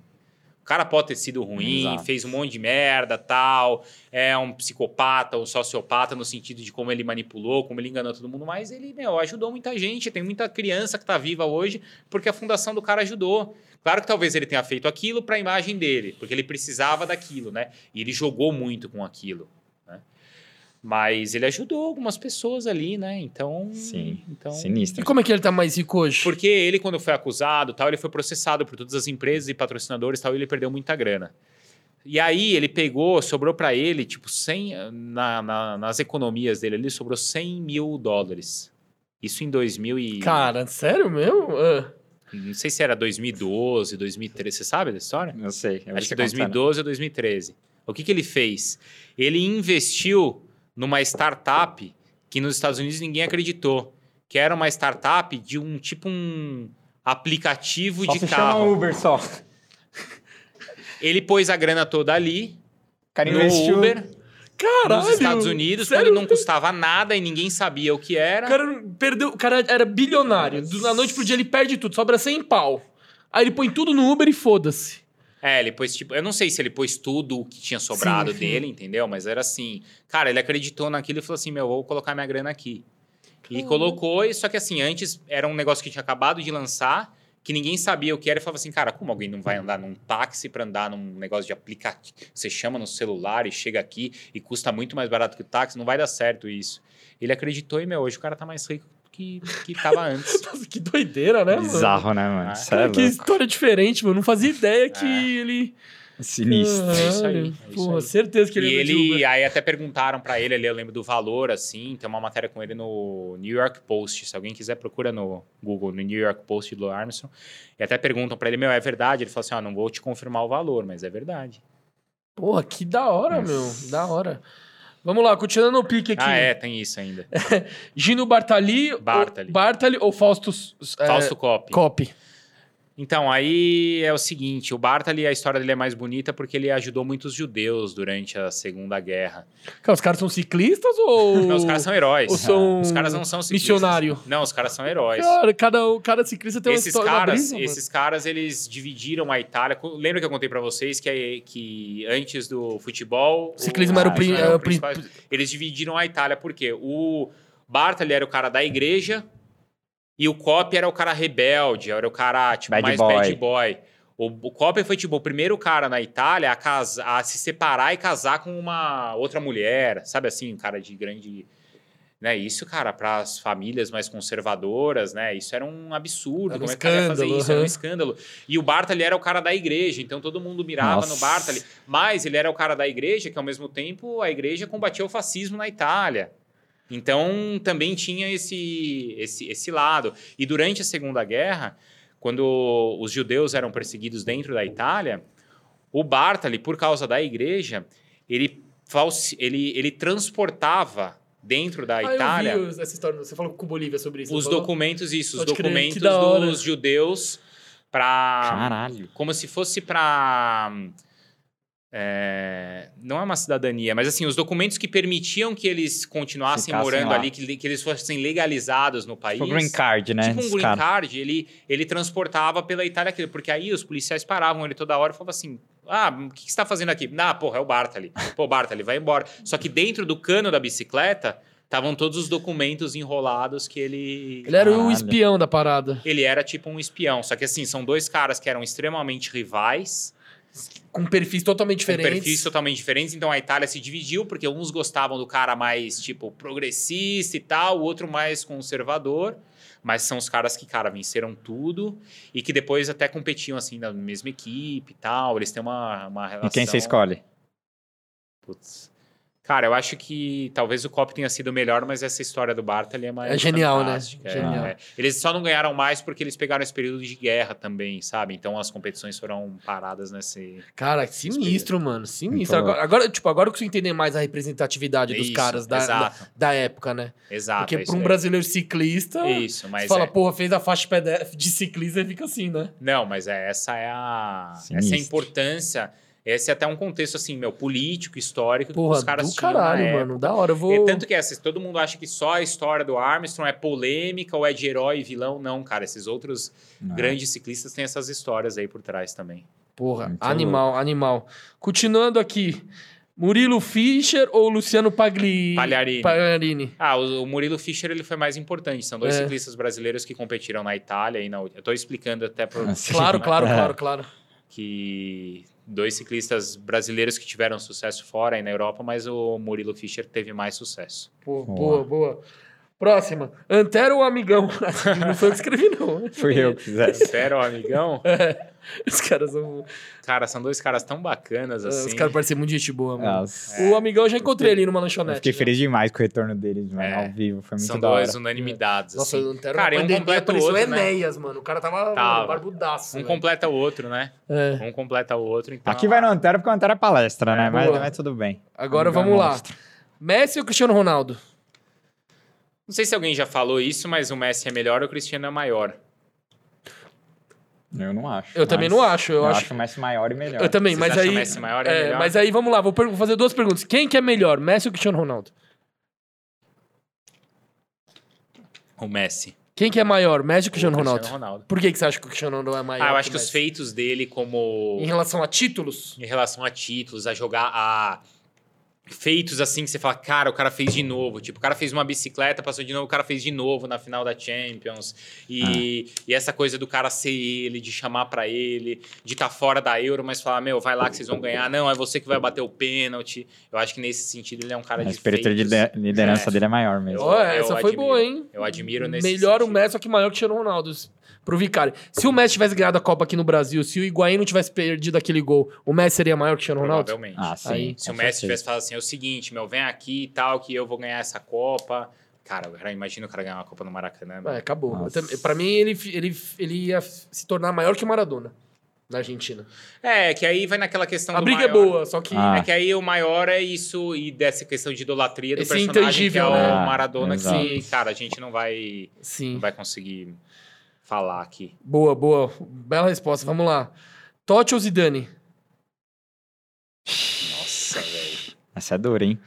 [SPEAKER 3] O cara pode ter sido ruim,
[SPEAKER 1] Exato.
[SPEAKER 3] fez um monte de merda, tal, é um psicopata, um sociopata no sentido de como ele manipulou, como ele enganou todo mundo, mas ele, meu, ajudou muita gente, tem muita criança que tá viva hoje porque a fundação do cara ajudou. Claro que talvez ele tenha feito aquilo para a imagem dele, porque ele precisava daquilo, né? E ele jogou muito com aquilo, né? Mas ele ajudou algumas pessoas ali, né? Então,
[SPEAKER 1] Sim,
[SPEAKER 3] então
[SPEAKER 2] E
[SPEAKER 1] Sinistro.
[SPEAKER 2] como é que ele tá mais rico hoje?
[SPEAKER 3] porque ele, quando foi acusado, tal, ele foi processado por todas as empresas e patrocinadores, tal, e ele perdeu muita grana. E aí ele pegou, sobrou pra ele, tipo, 100, na, na- nas economias dele ali, sobrou 100 mil dólares. Isso em 2000 e...
[SPEAKER 2] Cara, sério mesmo? Ah.
[SPEAKER 3] Não sei se era 2012, 2013, você sabe da história?
[SPEAKER 1] Eu sei. Eu
[SPEAKER 3] Acho que
[SPEAKER 1] sei quanto era.
[SPEAKER 3] 2012 ou 2013. O que, que ele fez? Ele investiu numa startup que nos Estados Unidos ninguém acreditou, que era uma startup de um tipo um aplicativo
[SPEAKER 1] Só
[SPEAKER 3] de
[SPEAKER 1] se
[SPEAKER 3] carro.
[SPEAKER 1] chama Uber só. O
[SPEAKER 3] Ele pôs a grana toda ali
[SPEAKER 1] cara
[SPEAKER 3] no
[SPEAKER 1] investiu.
[SPEAKER 3] Uber
[SPEAKER 2] Caralho!
[SPEAKER 3] nos Estados Unidos,
[SPEAKER 2] sério?
[SPEAKER 3] quando não custava nada e ninguém sabia o que
[SPEAKER 2] O
[SPEAKER 3] era.
[SPEAKER 2] cara perdeu. O cara era bilionário. Do- Da noite pro dia ele perde tudo, sobra 100 pau. Aí ele põe tudo no Uber e foda-se.
[SPEAKER 3] É, ele pôs, tipo, eu não sei se ele pôs tudo o que tinha sobrado
[SPEAKER 2] Sim, sim.
[SPEAKER 3] dele, entendeu? Mas era assim, cara, ele acreditou naquilo e falou assim, meu, vou colocar minha grana aqui. E colocou, e só que assim, antes era um negócio que tinha acabado de lançar, que ninguém sabia o que era, e falava assim, cara, como alguém não vai andar num táxi pra andar num negócio de aplicativo? Você chama no celular e chega aqui e custa muito mais barato que o táxi, não vai dar certo isso. Ele acreditou e, meu, hoje o cara tá mais rico que, que tava antes.
[SPEAKER 2] Nossa, que doideira, né, mano?
[SPEAKER 1] Bizarro, né, mano?
[SPEAKER 3] Ah,
[SPEAKER 1] Cê é
[SPEAKER 2] Cara, que
[SPEAKER 1] louco.
[SPEAKER 2] história diferente, mano. Não fazia ideia que
[SPEAKER 3] É.
[SPEAKER 2] ele. Ah,
[SPEAKER 1] Sinistro.
[SPEAKER 3] É isso aí, é isso
[SPEAKER 2] Porra,
[SPEAKER 3] aí.
[SPEAKER 2] certeza que ele
[SPEAKER 3] E
[SPEAKER 2] ia de
[SPEAKER 3] ele,
[SPEAKER 2] Uber.
[SPEAKER 3] aí até perguntaram pra ele, ali eu lembro do valor, assim, tem uma matéria com ele no New York Post, se alguém quiser procura no Google, no New York Post do Armstrong, e até perguntam pra ele, meu, é verdade? Ele falou assim, ó, não vou te confirmar o valor, mas é verdade.
[SPEAKER 2] Porra, que da hora, meu. Da hora. Vamos lá, continuando o pique aqui.
[SPEAKER 3] Ah, é, tem isso ainda.
[SPEAKER 2] Gino Bartali.
[SPEAKER 3] Bartali.
[SPEAKER 2] Ou, Bartali ou Fausto. é,
[SPEAKER 3] Fausto Coppi.
[SPEAKER 2] Coppi.
[SPEAKER 3] Então, aí é o seguinte, o Bartali, a história dele é mais bonita porque ele ajudou muitos judeus durante a Segunda Guerra.
[SPEAKER 2] Cara, os caras são ciclistas ou.
[SPEAKER 3] Não, os caras são heróis.
[SPEAKER 2] ou são
[SPEAKER 3] Os caras não são ciclistas.
[SPEAKER 2] missionário? Ah,
[SPEAKER 3] Não, os caras são heróis.
[SPEAKER 2] Cara, cada, um, cada ciclista tem uma
[SPEAKER 3] esses
[SPEAKER 2] história. uma
[SPEAKER 3] caras,
[SPEAKER 2] brisa, mano.
[SPEAKER 3] esses caras, eles dividiram a Itália. Co- Lembra que eu contei pra vocês que, que antes do futebol,
[SPEAKER 2] O ciclismo era o prin-
[SPEAKER 3] era
[SPEAKER 2] é
[SPEAKER 3] o
[SPEAKER 2] o prin-
[SPEAKER 3] principal. Eles dividiram a Itália porque o Bartali era o cara da igreja e o Coppi era o cara rebelde, era o cara tipo
[SPEAKER 1] Bad
[SPEAKER 3] mais
[SPEAKER 1] boy.
[SPEAKER 3] bad boy. O, o Coppi foi tipo o primeiro cara na Itália a, casa, a se separar e casar com uma outra mulher, sabe assim, um cara de grande né? Isso, cara, para as famílias mais conservadoras, né? Isso era um absurdo.
[SPEAKER 2] Era um
[SPEAKER 3] Como é que o cara ia fazer
[SPEAKER 2] escândalo,
[SPEAKER 3] isso? Era um
[SPEAKER 2] aham.
[SPEAKER 3] escândalo. E o Bartali era o cara da igreja, então todo mundo mirava no
[SPEAKER 1] Nossa.
[SPEAKER 3] Bartali. Mas ele era o cara da igreja, que ao mesmo tempo a igreja combatia o fascismo na Itália. Então também tinha esse, esse, esse lado. E durante a Segunda Guerra, quando os judeus eram perseguidos dentro da Itália, o Bartali, por causa da igreja, ele, falsi- ele, ele transportava dentro da
[SPEAKER 2] Ah,
[SPEAKER 3] Itália
[SPEAKER 2] eu vi essa história. Você falou com o Bolívia sobre isso.
[SPEAKER 3] os
[SPEAKER 2] não falou?
[SPEAKER 3] documentos, isso, os
[SPEAKER 2] Pode crer,
[SPEAKER 3] documentos
[SPEAKER 2] que da hora.
[SPEAKER 3] dos judeus para
[SPEAKER 1] Caralho.
[SPEAKER 3] como se fosse para não é uma cidadania, mas assim, os documentos que permitiam que eles continuassem
[SPEAKER 1] Ficassem
[SPEAKER 3] morando
[SPEAKER 1] lá.
[SPEAKER 3] ali, que, li- que eles fossem legalizados no país.
[SPEAKER 1] Tipo green card, né?
[SPEAKER 3] É Tipo um
[SPEAKER 1] dos
[SPEAKER 3] green
[SPEAKER 1] caras.
[SPEAKER 3] card, ele, ele transportava pela Itália aquilo, porque aí os policiais paravam ele toda hora e falavam assim: ah, o que, que você está fazendo aqui? Ah, porra, é o Bartali. Pô, Bartali, vai embora. Só que dentro do cano da bicicleta estavam todos os documentos enrolados que ele.
[SPEAKER 2] Ele era o
[SPEAKER 1] Caralho.
[SPEAKER 2] espião da parada.
[SPEAKER 3] Ele era tipo um espião. Só que assim, são dois caras que eram extremamente rivais,
[SPEAKER 2] Com perfis totalmente diferentes.
[SPEAKER 3] com perfis totalmente diferentes. Então a Itália se dividiu, porque uns gostavam do cara mais, tipo, progressista e tal, o outro mais conservador. Mas são os caras que, cara, venceram tudo e que depois até competiam, assim, na mesma equipe e tal. Eles têm uma, uma relação.
[SPEAKER 1] E quem você escolhe?
[SPEAKER 3] Putz. Cara, eu acho que talvez o Cop tenha sido melhor, mas essa história do Bartali é mais.
[SPEAKER 2] É genial, né?
[SPEAKER 3] fantástica, é,
[SPEAKER 2] Genial.
[SPEAKER 3] é. Eles só não ganharam mais porque eles pegaram esse período de guerra também, sabe? Então as competições foram paradas nesse.
[SPEAKER 2] Cara, sinistro, mano.
[SPEAKER 1] Então-
[SPEAKER 2] Sinistro. Agora, agora, tipo, agora eu consigo entender mais a representatividade dos
[SPEAKER 3] É Isso,
[SPEAKER 2] caras da, da,
[SPEAKER 3] Exato,
[SPEAKER 2] da época, né?
[SPEAKER 3] exato.
[SPEAKER 2] Porque
[SPEAKER 3] é isso
[SPEAKER 2] pra um
[SPEAKER 3] aí.
[SPEAKER 2] brasileiro ciclista,
[SPEAKER 3] Isso, mas.
[SPEAKER 2] Então, você fala,
[SPEAKER 3] é-
[SPEAKER 2] porra, fez a faixa de PDF de ciclista e fica assim, né?
[SPEAKER 3] Não, mas é, essa é a. Essa é
[SPEAKER 1] Sinistro.
[SPEAKER 3] a importância. Esse é até um contexto, assim, meu, político, histórico, que
[SPEAKER 2] Porra,
[SPEAKER 3] os caras
[SPEAKER 2] do
[SPEAKER 3] tinham na
[SPEAKER 2] caralho,
[SPEAKER 3] época.
[SPEAKER 2] mano. Da hora, eu vou...
[SPEAKER 3] É tanto que essa, todo mundo acha que só a história do Armstrong é polêmica ou é de herói e vilão. Não, cara, esses outros
[SPEAKER 1] Não.
[SPEAKER 3] grandes ciclistas têm essas histórias aí por trás também.
[SPEAKER 2] Porra,
[SPEAKER 1] Muito
[SPEAKER 2] animal, animal. Continuando aqui. Murilo Fischer ou Luciano Pagli...
[SPEAKER 3] Pagliarini.
[SPEAKER 2] Pagliarini.
[SPEAKER 3] Ah, o, o Murilo Fischer ele foi mais importante. São dois
[SPEAKER 2] É.
[SPEAKER 3] ciclistas brasileiros que competiram na Itália e na. Eu tô explicando até pro,
[SPEAKER 1] Nossa.
[SPEAKER 2] Claro,
[SPEAKER 3] Sim.
[SPEAKER 2] claro,
[SPEAKER 1] É.
[SPEAKER 2] claro, claro.
[SPEAKER 3] que dois ciclistas brasileiros que tiveram sucesso fora e na Europa, mas o Murilo Fischer teve mais sucesso.
[SPEAKER 2] Boa, boa,
[SPEAKER 1] Boa.
[SPEAKER 2] boa. Próxima. Antero ou amigão? não foi eu que escrevi, não.
[SPEAKER 1] Fui eu que fizesse.
[SPEAKER 3] Sério, amigão?
[SPEAKER 2] Os caras são. é,
[SPEAKER 3] Cara, são dois caras tão bacanas assim. Ah, é.
[SPEAKER 2] Os caras parecem muito gente boa, mano.
[SPEAKER 1] Nossa.
[SPEAKER 2] O amigão eu já encontrei ali numa
[SPEAKER 1] Eu
[SPEAKER 2] lanchonete.
[SPEAKER 1] fiquei
[SPEAKER 2] já.
[SPEAKER 1] feliz demais com o retorno deles, mano,
[SPEAKER 3] né, É.
[SPEAKER 1] ao vivo. Foi muito
[SPEAKER 3] São
[SPEAKER 1] da hora.
[SPEAKER 3] dois um unanimidades.
[SPEAKER 2] Nossa,
[SPEAKER 3] assim.
[SPEAKER 2] o Antero
[SPEAKER 3] Cara, e
[SPEAKER 2] na
[SPEAKER 3] um
[SPEAKER 2] pandemia é
[SPEAKER 3] completa o
[SPEAKER 2] parecia o
[SPEAKER 3] outro, né?
[SPEAKER 2] Enéas, mano. O cara tava, mano,
[SPEAKER 3] Tava.
[SPEAKER 2] barbudaço.
[SPEAKER 3] Um
[SPEAKER 2] velho.
[SPEAKER 3] completa o outro, né?
[SPEAKER 2] É.
[SPEAKER 3] Um completa o outro. Então,
[SPEAKER 1] Aqui vai no Antero, porque o Antero é palestra, né? Mas,
[SPEAKER 2] boa.
[SPEAKER 1] mas tudo bem.
[SPEAKER 3] Um
[SPEAKER 2] Agora
[SPEAKER 1] Amigão
[SPEAKER 2] vamos
[SPEAKER 1] é
[SPEAKER 2] lá.
[SPEAKER 1] monstro.
[SPEAKER 2] Messi ou Cristiano Ronaldo?
[SPEAKER 3] Não sei se alguém já falou isso, mas o Messi é melhor ou o Cristiano é maior.
[SPEAKER 1] Eu não acho.
[SPEAKER 2] Eu também não acho, eu acho-
[SPEAKER 1] acho o Messi maior e melhor.
[SPEAKER 2] Eu também,
[SPEAKER 3] Vocês
[SPEAKER 2] mas
[SPEAKER 3] acham
[SPEAKER 2] aí.
[SPEAKER 3] o Messi maior, é
[SPEAKER 2] é,
[SPEAKER 3] melhor?
[SPEAKER 2] mas aí vamos lá, vou, per- vou fazer duas perguntas. Quem que é melhor, Messi ou Cristiano Ronaldo?
[SPEAKER 3] O Messi.
[SPEAKER 2] Quem que é maior, Messi ou Cristiano
[SPEAKER 3] O
[SPEAKER 2] Ronaldo?
[SPEAKER 3] Ronaldo.
[SPEAKER 2] Por que, que você acha que o Cristiano Ronaldo é maior?
[SPEAKER 3] Ah, eu acho que
[SPEAKER 2] o
[SPEAKER 3] os
[SPEAKER 2] Messi?
[SPEAKER 3] feitos dele como
[SPEAKER 2] Em relação a títulos?
[SPEAKER 3] em relação a títulos, a jogar a feitos assim que você fala, cara, o cara fez de novo, tipo, o cara fez uma bicicleta, passou de novo, o cara fez de novo na final da Champions. E,
[SPEAKER 1] Ah.
[SPEAKER 3] e essa coisa do cara ser ele, de chamar pra ele, de estar fora da Euro, mas falar, meu, vai lá que vocês vão ganhar. Não, é você que vai bater o pênalti. Eu acho que nesse sentido ele é um cara
[SPEAKER 1] A
[SPEAKER 3] de
[SPEAKER 1] espírito de
[SPEAKER 3] feitos.
[SPEAKER 1] lider- liderança
[SPEAKER 3] É.
[SPEAKER 1] dele é maior mesmo.
[SPEAKER 3] Eu-
[SPEAKER 2] Ó, essa foi
[SPEAKER 3] admiro.
[SPEAKER 2] boa, hein?
[SPEAKER 3] Eu admiro nesse
[SPEAKER 2] Melhor o
[SPEAKER 3] sentido.
[SPEAKER 2] Messi, só que maior que o Cristiano Ronaldo. Pro Vicari. Se o Messi tivesse ganhado a Copa aqui no Brasil, se o Higuaín não tivesse perdido aquele gol, o Messi seria maior que o Cristiano Ronaldo?
[SPEAKER 3] Provavelmente.
[SPEAKER 1] Ah, sim.
[SPEAKER 2] Aí,
[SPEAKER 3] Se o
[SPEAKER 1] com
[SPEAKER 3] Messi
[SPEAKER 1] certeza.
[SPEAKER 3] tivesse falado assim, é o seguinte, meu, vem aqui e tal, que eu vou ganhar essa Copa. Cara, o cara- imagina o cara ganhar uma Copa no Maracanã. né?
[SPEAKER 2] É,
[SPEAKER 3] mano.
[SPEAKER 2] acabou. Eu
[SPEAKER 1] Nossa.
[SPEAKER 2] tam- Pra mim, ele, fi- ele, fi- ele ia se tornar maior que o Maradona na Argentina.
[SPEAKER 3] É, que aí vai naquela questão
[SPEAKER 2] a
[SPEAKER 3] do
[SPEAKER 2] briga é
[SPEAKER 3] maior.
[SPEAKER 2] boa, só que.
[SPEAKER 1] Ah.
[SPEAKER 3] É que aí o maior é isso, e dessa questão de idolatria do
[SPEAKER 2] Esse
[SPEAKER 3] personagem, que é
[SPEAKER 2] intangível,
[SPEAKER 3] o
[SPEAKER 2] né?
[SPEAKER 3] Maradona,
[SPEAKER 1] Ah,
[SPEAKER 3] que, cara, a gente não vai,
[SPEAKER 2] Sim.
[SPEAKER 3] não vai conseguir falar aqui.
[SPEAKER 2] Boa, boa. Bela resposta. Vamos lá. Totti ou Zidane?
[SPEAKER 3] Nossa, velho.
[SPEAKER 1] Essa é dura, hein?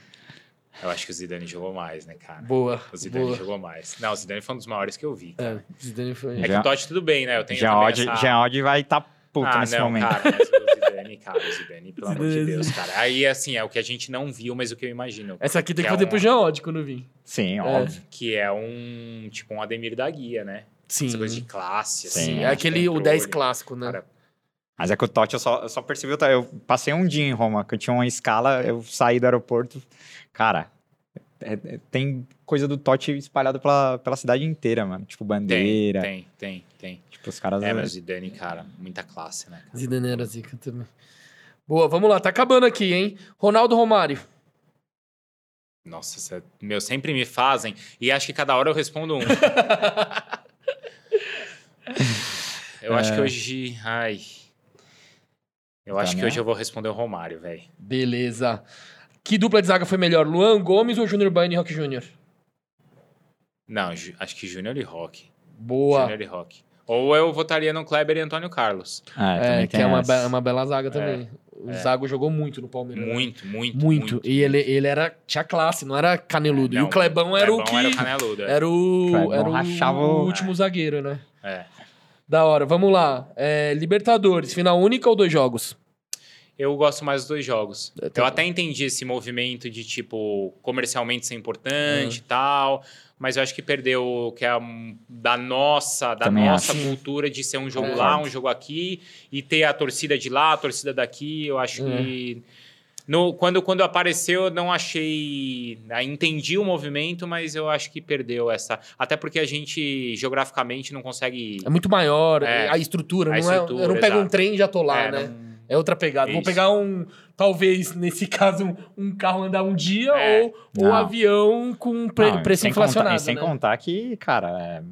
[SPEAKER 3] Eu acho que o Zidane jogou mais, né, cara?
[SPEAKER 2] Boa.
[SPEAKER 3] O Zidane
[SPEAKER 2] boa.
[SPEAKER 3] jogou mais. Não, o Zidane foi um dos maiores que eu vi. cara.
[SPEAKER 2] É, Zidane foi.
[SPEAKER 3] É, que
[SPEAKER 1] Já-
[SPEAKER 3] o Totti tudo bem, né? Eu tenho
[SPEAKER 1] Já
[SPEAKER 3] também
[SPEAKER 1] Odd,
[SPEAKER 3] essa-
[SPEAKER 2] é
[SPEAKER 1] já Odd vai estar tá puto
[SPEAKER 3] ah,
[SPEAKER 1] nesse
[SPEAKER 3] não,
[SPEAKER 1] momento.
[SPEAKER 3] Cara, mas o Zidane, cara, o Zidane, pelo amor de Deus, cara. Aí, assim, é o que a gente não viu, mas o que eu imagino.
[SPEAKER 2] Essa aqui tem que
[SPEAKER 3] É
[SPEAKER 2] fazer
[SPEAKER 3] um-
[SPEAKER 2] pro Jean Odd quando vir.
[SPEAKER 1] Sim, óbvio.
[SPEAKER 3] Que é um, tipo, um Ademir da Guia, né?
[SPEAKER 2] Sim.
[SPEAKER 3] Essa coisa de
[SPEAKER 1] Sim,
[SPEAKER 3] classe, assim.
[SPEAKER 2] Sim,
[SPEAKER 3] de
[SPEAKER 2] é aquele, o
[SPEAKER 3] controle.
[SPEAKER 2] 10 clássico, né?
[SPEAKER 3] Cara,
[SPEAKER 1] Mas é que o Totti, eu só, eu só percebi... o Totti. Eu passei um dia em Roma, que eu tinha uma escala, eu saí do aeroporto... Cara, é- é- tem coisa do Totti espalhada pela, pela cidade inteira, mano. Tipo,
[SPEAKER 3] Tem,
[SPEAKER 1] bandeira,
[SPEAKER 3] tem, tem, tem.
[SPEAKER 1] tipo, os caras...
[SPEAKER 3] É, mas o Zidane, cara, muita classe, né? cara?
[SPEAKER 2] Zidane era zica também. Boa, vamos lá. Tá acabando aqui, hein? Ronaldo Romário.
[SPEAKER 3] Nossa, essa- meu, sempre me fazem. E acho que cada hora eu respondo um. eu acho
[SPEAKER 2] É.
[SPEAKER 3] que hoje... Ai... Eu
[SPEAKER 1] Tá,
[SPEAKER 3] acho que
[SPEAKER 1] né?
[SPEAKER 3] hoje eu vou responder o Romário, velho.
[SPEAKER 2] Beleza. Que dupla de zaga foi melhor? Luan Gomes ou Júnior Baiano e Rock Júnior?
[SPEAKER 3] Não, Ju- acho que Júnior e Rock.
[SPEAKER 2] Boa.
[SPEAKER 3] Junior e Rock. Ou eu votaria no Kleber e Antônio Carlos.
[SPEAKER 2] É, que é uma, be-
[SPEAKER 1] bela
[SPEAKER 2] uma bela zaga também. o Zago jogou muito no Palmeiras. né?
[SPEAKER 3] É, Muito, muito,
[SPEAKER 2] Muito. Então
[SPEAKER 3] muito. É,
[SPEAKER 2] E ele, ele era. Tinha classe, não era caneludo. e
[SPEAKER 3] Não,
[SPEAKER 2] o Clebão era o que.
[SPEAKER 3] Clebão era caneludo. é.
[SPEAKER 2] Era o.
[SPEAKER 1] Clebão
[SPEAKER 2] Era o,
[SPEAKER 1] rachava o-
[SPEAKER 2] último zagueiro, né?
[SPEAKER 3] É.
[SPEAKER 2] Da hora, vamos lá. É, Libertadores, final única ou dois jogos?
[SPEAKER 3] Eu gosto mais dos dois jogos.
[SPEAKER 2] Eu
[SPEAKER 3] Eu,
[SPEAKER 2] também.
[SPEAKER 3] até entendi esse movimento de, tipo, comercialmente ser
[SPEAKER 2] Uhum.
[SPEAKER 3] importante e tal. Mas eu acho que perdeu o que é um- da nossa, da
[SPEAKER 1] Também
[SPEAKER 3] nossa
[SPEAKER 2] acho.
[SPEAKER 3] cultura de ser um jogo
[SPEAKER 2] É.
[SPEAKER 3] lá, um jogo aqui, e ter a torcida de lá, a torcida daqui. Eu acho
[SPEAKER 2] É.
[SPEAKER 3] que. No, quando, quando apareceu, eu não achei. ah, Entendi o movimento, mas eu acho que perdeu essa. Até porque a gente, geograficamente, não consegue.
[SPEAKER 2] É muito maior,
[SPEAKER 3] É.
[SPEAKER 2] a estrutura.
[SPEAKER 3] A
[SPEAKER 2] não é- eu não
[SPEAKER 3] estrutura,
[SPEAKER 2] pego um
[SPEAKER 3] exato.
[SPEAKER 2] trem e já tô lá,
[SPEAKER 3] É,
[SPEAKER 2] né?
[SPEAKER 3] não-
[SPEAKER 2] É outra pegada. Vou
[SPEAKER 3] Isso.
[SPEAKER 2] pegar um. Talvez, nesse caso, um, um carro andar um dia
[SPEAKER 3] É.
[SPEAKER 2] ou ou um
[SPEAKER 1] Não.
[SPEAKER 2] avião com um pre-
[SPEAKER 1] Não, e
[SPEAKER 2] preço
[SPEAKER 1] sem contar-
[SPEAKER 2] inflacionado.
[SPEAKER 1] e sem
[SPEAKER 2] né?
[SPEAKER 1] contar que, cara, é,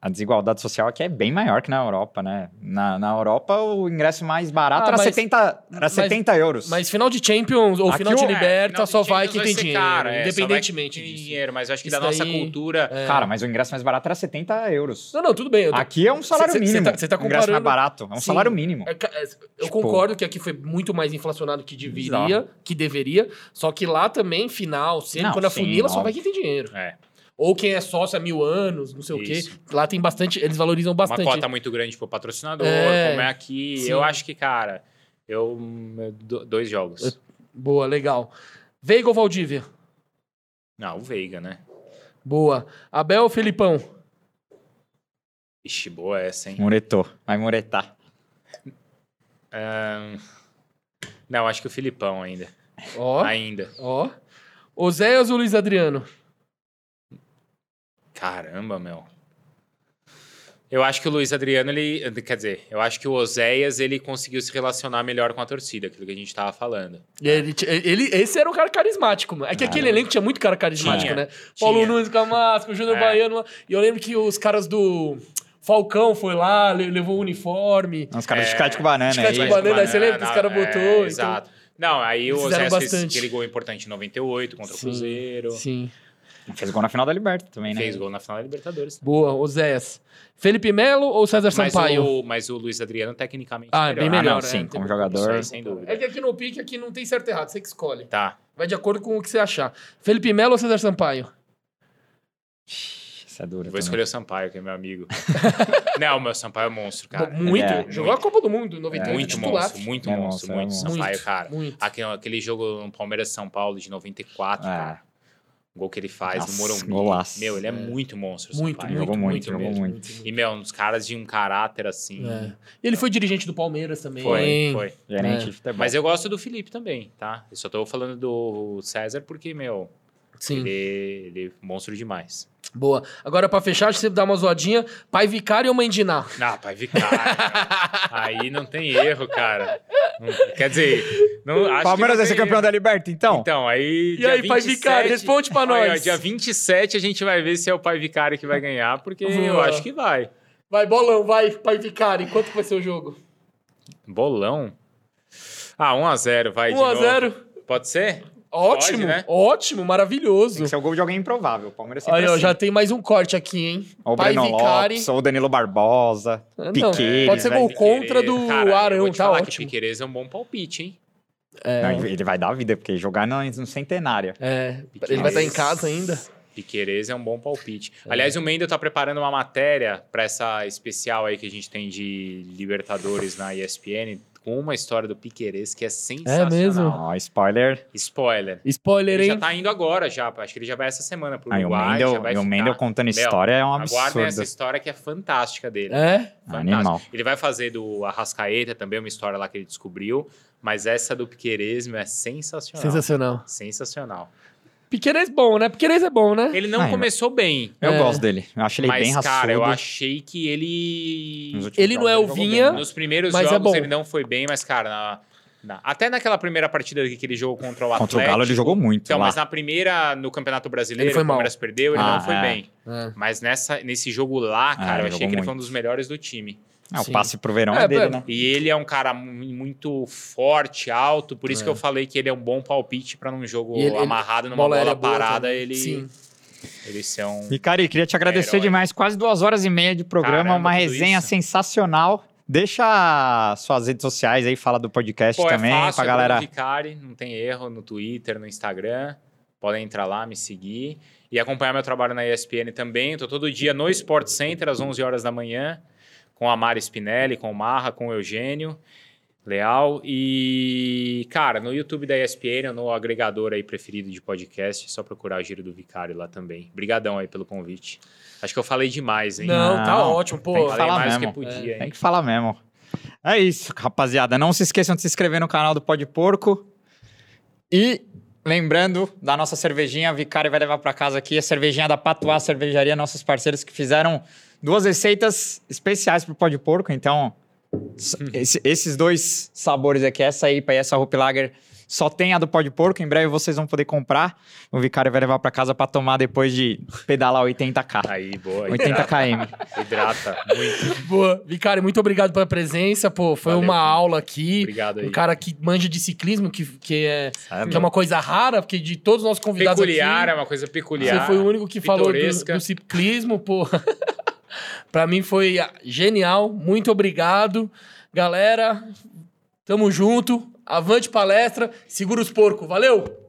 [SPEAKER 1] a desigualdade social aqui é bem maior que na Europa, né? Na, na Europa, o ingresso mais barato
[SPEAKER 2] Ah,
[SPEAKER 1] era,
[SPEAKER 2] mas-
[SPEAKER 1] 70, era
[SPEAKER 2] mas-
[SPEAKER 1] 70 euros.
[SPEAKER 2] Mas final de Champions ou
[SPEAKER 1] Aqui
[SPEAKER 2] final de
[SPEAKER 1] o-
[SPEAKER 3] É,
[SPEAKER 2] Liberta
[SPEAKER 3] final de
[SPEAKER 2] só vai
[SPEAKER 3] Champions
[SPEAKER 2] quem tem
[SPEAKER 3] ser
[SPEAKER 2] dinheiro,
[SPEAKER 3] caro, é, só vai quem
[SPEAKER 2] independentemente
[SPEAKER 3] tem
[SPEAKER 2] disso.
[SPEAKER 3] dinheiro, mas eu acho que
[SPEAKER 2] Isso
[SPEAKER 3] da nossa
[SPEAKER 2] daí-
[SPEAKER 3] cultura.
[SPEAKER 1] Cara, mas o ingresso mais barato era 70 euros.
[SPEAKER 2] é. Não, não, tudo bem. Eu tô-
[SPEAKER 1] Aqui é um salário
[SPEAKER 2] Cê- cê- cê
[SPEAKER 1] mínimo.
[SPEAKER 2] tá- cê tá
[SPEAKER 1] O ingresso mais
[SPEAKER 2] comparando-
[SPEAKER 1] barato. É um
[SPEAKER 2] Sim.
[SPEAKER 1] salário mínimo.
[SPEAKER 2] é ca- é, Eu
[SPEAKER 1] Tipo-
[SPEAKER 2] concordo que aqui foi muito mais inflacionado que deveria,
[SPEAKER 1] Bizarro.
[SPEAKER 2] que deveria, só que lá também, final, sempre,
[SPEAKER 1] Não,
[SPEAKER 2] quando a
[SPEAKER 1] sim,
[SPEAKER 2] funila, só
[SPEAKER 1] óbvio.
[SPEAKER 2] vai quem tem dinheiro.
[SPEAKER 3] É.
[SPEAKER 2] Ou quem é sócio há mil anos, não sei
[SPEAKER 3] Isso.
[SPEAKER 2] o quê. Lá tem bastante, eles valorizam bastante.
[SPEAKER 3] Uma cota muito grande pro patrocinador,
[SPEAKER 2] É,
[SPEAKER 3] como é aqui.
[SPEAKER 2] sim.
[SPEAKER 3] Eu acho que, cara, eu. hum, eu do- Dois jogos.
[SPEAKER 2] Eu- Boa, legal. Veiga ou Valdívia?
[SPEAKER 3] Não, o Veiga, né?
[SPEAKER 2] Boa. Abel ou Felipão?
[SPEAKER 3] Ixi, boa essa, hein?
[SPEAKER 1] Muretou. Vai muretar.
[SPEAKER 3] Ahn, Não, acho que o Filipão ainda.
[SPEAKER 2] Ó,
[SPEAKER 3] Ainda.
[SPEAKER 2] ó. Oséias ou Luiz Adriano?
[SPEAKER 3] Caramba, meu. Eu acho que o Luiz Adriano, ele. Quer dizer, eu acho que o Oséias ele conseguiu se relacionar melhor com a torcida, aquilo que a gente tava falando.
[SPEAKER 2] E Ele, ti- ele- esse era um cara carismático, mano. É que aquele elenco tinha muito cara carismático,
[SPEAKER 3] Ah, Tinha,
[SPEAKER 2] né? Paulo
[SPEAKER 3] tinha.
[SPEAKER 2] Nunes Camasco, Júnior
[SPEAKER 3] É.
[SPEAKER 2] Baiano. E eu lembro que os caras do Falcão foi lá, le- levou o uniforme.
[SPEAKER 3] Ah,
[SPEAKER 1] Os É caras de chiclete com banana
[SPEAKER 2] chiclete
[SPEAKER 1] aí.
[SPEAKER 2] com banana, Tá aí você lembra que os caras botou, então-
[SPEAKER 3] "É, exato. Não, aí
[SPEAKER 2] Eles
[SPEAKER 3] o Oséias
[SPEAKER 2] fizeram
[SPEAKER 3] fez
[SPEAKER 2] bastante.
[SPEAKER 3] aquele gol importante em 98 contra
[SPEAKER 2] Sim,
[SPEAKER 3] o Cruzeiro.
[SPEAKER 2] Sim.
[SPEAKER 1] Fez gol na final da Liberta também, né?
[SPEAKER 3] Fez gol na final da Libertadores. né?
[SPEAKER 2] Boa, Oséias. Felipe Melo ou César
[SPEAKER 3] Mas
[SPEAKER 2] Sampaio?
[SPEAKER 3] o, mas o Luiz Adriano, tecnicamente,
[SPEAKER 2] Ah, é bem
[SPEAKER 1] Ah,
[SPEAKER 2] melhor,
[SPEAKER 1] não,
[SPEAKER 2] né?
[SPEAKER 1] sim,
[SPEAKER 2] Tem
[SPEAKER 1] como
[SPEAKER 2] muito
[SPEAKER 3] Isso
[SPEAKER 1] jogador.
[SPEAKER 3] aí, sem dúvida.
[SPEAKER 2] É que aqui no pique aqui não tem certo e errado, você que escolhe.
[SPEAKER 3] Tá.
[SPEAKER 2] Vai de acordo com o que você achar. Felipe Melo ou César Sampaio?
[SPEAKER 1] Isso é duro.
[SPEAKER 3] Eu vou
[SPEAKER 1] também.
[SPEAKER 3] escolher o Sampaio, que é meu amigo. não, meu Sampaio é monstro, cara.
[SPEAKER 2] muito.
[SPEAKER 1] é,
[SPEAKER 2] Jogou a
[SPEAKER 3] muito.
[SPEAKER 2] Copa do Mundo, 98,
[SPEAKER 3] Muito
[SPEAKER 2] titular.
[SPEAKER 3] monstro, muito
[SPEAKER 1] É monstro,
[SPEAKER 3] monstro,
[SPEAKER 1] é
[SPEAKER 3] muito
[SPEAKER 1] monstro.
[SPEAKER 3] Sampaio,
[SPEAKER 2] Muito,
[SPEAKER 3] cara.
[SPEAKER 2] muito.
[SPEAKER 3] Aquele, aquele jogo no Palmeiras São Paulo de 94,
[SPEAKER 1] É,
[SPEAKER 3] cara. O gol que ele faz
[SPEAKER 1] Nossa,
[SPEAKER 3] no Morumbi.
[SPEAKER 1] golaço.
[SPEAKER 3] Meu, ele é,
[SPEAKER 1] É.
[SPEAKER 3] muito monstro.
[SPEAKER 2] Muito,
[SPEAKER 3] Sampaio.
[SPEAKER 1] Jogou muito,
[SPEAKER 2] muito
[SPEAKER 1] jogou
[SPEAKER 3] mesmo.
[SPEAKER 1] muito.
[SPEAKER 3] E, meu, uns caras de um caráter assim.
[SPEAKER 2] É. Ele foi dirigente do Palmeiras também.
[SPEAKER 3] Foi, foi.
[SPEAKER 1] Gerente
[SPEAKER 2] É.
[SPEAKER 1] de futebol.
[SPEAKER 3] Mas eu gosto do Felipe também, tá? Eu só tô falando do César porque, meu,
[SPEAKER 2] Sim.
[SPEAKER 3] ele, ele é monstro demais.
[SPEAKER 2] Boa. Agora, pra fechar, deixa eu dar uma zoadinha. Pai Vicário ou Mãe Diná?
[SPEAKER 3] Ah, pai, Vicário. Aí não tem erro, cara. Não- quer dizer, não, acho
[SPEAKER 1] Palmeiras vai
[SPEAKER 3] que não
[SPEAKER 1] ser
[SPEAKER 3] tem
[SPEAKER 1] campeão da Liberta, então?
[SPEAKER 3] erro. Então, aí.
[SPEAKER 2] E aí, pai Vicário, responde pra
[SPEAKER 3] Olha,
[SPEAKER 2] nós.
[SPEAKER 3] dia 27 a gente vai ver se é o pai Vicário que vai ganhar, porque eu
[SPEAKER 2] Boa.
[SPEAKER 3] acho que vai.
[SPEAKER 2] Vai, bolão, vai, Pai Vicário. Quanto que vai ser o jogo?
[SPEAKER 3] Bolão. Ah, 1x0, vai. de novo.
[SPEAKER 2] 1x0.
[SPEAKER 3] Pode ser?
[SPEAKER 2] Ótimo,
[SPEAKER 3] Pode, né?
[SPEAKER 2] ótimo, maravilhoso.
[SPEAKER 1] Esse é o gol de alguém improvável. O Palmeiras sempre
[SPEAKER 2] Aí, ó,
[SPEAKER 1] assim.
[SPEAKER 2] já tem mais um corte aqui, hein?
[SPEAKER 1] Ou o
[SPEAKER 2] pai
[SPEAKER 1] Breno
[SPEAKER 2] Vicari.
[SPEAKER 1] Lopes, ou o Danilo Barbosa,
[SPEAKER 2] Ah, não.
[SPEAKER 1] Piqueires.
[SPEAKER 2] Pode ser
[SPEAKER 1] né?
[SPEAKER 2] gol contra do
[SPEAKER 3] Cara, eu
[SPEAKER 2] Arão,
[SPEAKER 3] vou te
[SPEAKER 2] tá
[SPEAKER 3] falar Que
[SPEAKER 2] ótimo.
[SPEAKER 3] Piqueires é um bom palpite, hein?
[SPEAKER 1] Não, ele- ele vai dar vida, porque jogar no, no centenário.
[SPEAKER 2] É, ele vai estar em casa ainda.
[SPEAKER 3] Piqueires é um bom palpite. Aliás, o Mendel tá preparando uma matéria para essa especial aí que a gente tem de Libertadores na ESPN, com uma história do Piqueires que é sensacional.
[SPEAKER 2] mesmo?
[SPEAKER 1] Ó, spoiler.
[SPEAKER 3] Spoiler.
[SPEAKER 2] Spoiler,
[SPEAKER 3] Ele já
[SPEAKER 2] hein?
[SPEAKER 3] tá indo agora, já. Acho que ele já vai essa semana pro
[SPEAKER 1] Aí o
[SPEAKER 3] Uruguai. já
[SPEAKER 1] Mendel,
[SPEAKER 3] vai
[SPEAKER 1] e o
[SPEAKER 3] ficar.
[SPEAKER 1] Mendel contando
[SPEAKER 3] Meu,
[SPEAKER 1] história é um absurdo.
[SPEAKER 3] Aguardem essa história que é fantástica dele.
[SPEAKER 2] É?
[SPEAKER 3] Fantástico.
[SPEAKER 1] Animal.
[SPEAKER 3] Ele vai fazer do Arrascaeta também, uma história lá que ele descobriu. Mas essa do Piqueires meu, é sensacional.
[SPEAKER 2] Sensacional.
[SPEAKER 3] Sensacional.
[SPEAKER 2] Piqueires bom, né? Piqueires é bom, né?
[SPEAKER 3] Ele não
[SPEAKER 1] Ah, eu-
[SPEAKER 3] começou bem.
[SPEAKER 1] Eu
[SPEAKER 2] É.
[SPEAKER 1] gosto dele. Eu acho ele
[SPEAKER 3] Mas,
[SPEAKER 1] bem raçudo.
[SPEAKER 3] cara, eu achei que ele.
[SPEAKER 2] Ele não é o Vinha.
[SPEAKER 3] Nos primeiros
[SPEAKER 2] Mas é
[SPEAKER 3] jogos
[SPEAKER 2] bom.
[SPEAKER 3] ele não foi bem, mas, cara, na- na- até naquela primeira partida que ele jogou contra o Atlético.
[SPEAKER 1] Contra o Galo ele jogou muito
[SPEAKER 3] Então,
[SPEAKER 1] lá.
[SPEAKER 3] mas na primeira, no Campeonato Brasileiro,
[SPEAKER 2] Ele foi
[SPEAKER 3] o Palmeiras perdeu, ele
[SPEAKER 1] Ah,
[SPEAKER 3] não foi
[SPEAKER 1] é. Ah,
[SPEAKER 3] bem.
[SPEAKER 2] É.
[SPEAKER 3] Mas nessa, nesse jogo lá, cara, eu
[SPEAKER 1] ele
[SPEAKER 3] achei que
[SPEAKER 1] jogou
[SPEAKER 3] ele foi um
[SPEAKER 1] muito.
[SPEAKER 3] dos melhores do time.
[SPEAKER 1] Ah, o
[SPEAKER 2] Sim.
[SPEAKER 1] passe pro verão
[SPEAKER 2] É,
[SPEAKER 1] é dele,
[SPEAKER 2] pera-
[SPEAKER 1] né?
[SPEAKER 3] E ele é um cara mu- muito forte, alto, por isso
[SPEAKER 2] É.
[SPEAKER 3] que eu falei que ele é um bom palpite pra num jogo
[SPEAKER 2] E ele- ele-
[SPEAKER 3] amarrado numa bola,
[SPEAKER 2] aérea boa
[SPEAKER 3] parada,
[SPEAKER 2] também.
[SPEAKER 3] ele,
[SPEAKER 2] Sim.
[SPEAKER 3] ele ser um.
[SPEAKER 1] E, Cari, queria te agradecer
[SPEAKER 3] Herói.
[SPEAKER 1] demais. Quase duas horas e meia de programa,
[SPEAKER 3] Caramba,
[SPEAKER 1] uma
[SPEAKER 3] tudo
[SPEAKER 1] resenha
[SPEAKER 3] isso.
[SPEAKER 1] sensacional. Deixa suas redes sociais aí, fala do podcast
[SPEAKER 3] Pô,
[SPEAKER 1] também,
[SPEAKER 3] é fácil,
[SPEAKER 1] pra
[SPEAKER 3] é Bruno
[SPEAKER 1] galera.
[SPEAKER 3] Vicari, não tem erro no Twitter, no Instagram. Podem entrar lá, me seguir. E acompanhar meu trabalho na ESPN também. Tô todo dia no Sport Center, às 11 horas da manhã, com a Mari Spinelli, com o Marra, com o Eugênio Leal. E, cara, no YouTube da ESPN, no agregador aí preferido de podcast, é só procurar o Giro do Vicário lá também. Obrigadão aí pelo convite. Acho que eu falei demais, hein?
[SPEAKER 2] Não, tá
[SPEAKER 1] Não,
[SPEAKER 2] ótimo, pô.
[SPEAKER 1] tem que
[SPEAKER 3] Falei
[SPEAKER 1] falar
[SPEAKER 3] mais do que
[SPEAKER 1] mesmo.
[SPEAKER 3] podia,
[SPEAKER 1] Tem
[SPEAKER 3] hein?
[SPEAKER 1] que falar mesmo. É isso, rapaziada. Não se esqueçam de se inscrever no canal do Pode Porco. E lembrando da nossa cervejinha, a Vicari vai levar pra casa aqui a cervejinha da Patuá Cervejaria, nossos parceiros que fizeram duas receitas especiais pro Pode Porco. Então, s- esse- esses dois sabores aqui, essa IPA e essa Hoop Lager, só tem a do Pode Porco. Em breve vocês vão poder comprar. O Vicari vai levar pra casa pra tomar depois de pedalar 80k.
[SPEAKER 3] Aí, boa.
[SPEAKER 1] 80
[SPEAKER 3] Hidrata,
[SPEAKER 1] km.
[SPEAKER 3] hidrata muito.
[SPEAKER 2] Boa. Vicário, muito obrigado pela presença, pô. Foi
[SPEAKER 3] Valeu,
[SPEAKER 2] uma
[SPEAKER 3] cara.
[SPEAKER 2] aula aqui.
[SPEAKER 3] Obrigado aí.
[SPEAKER 2] Um cara que manja de ciclismo, que, que, é,
[SPEAKER 1] Sabe?
[SPEAKER 2] que é uma coisa rara, porque de todos os nossos convidados
[SPEAKER 3] peculiar,
[SPEAKER 2] aqui...
[SPEAKER 3] é uma coisa peculiar.
[SPEAKER 2] Você foi o único que falou do,
[SPEAKER 3] pitoresca.
[SPEAKER 2] do ciclismo, pô. pra mim foi genial. Muito obrigado. Galera, tamo junto. Avante palestra. Segura os porcos. Valeu!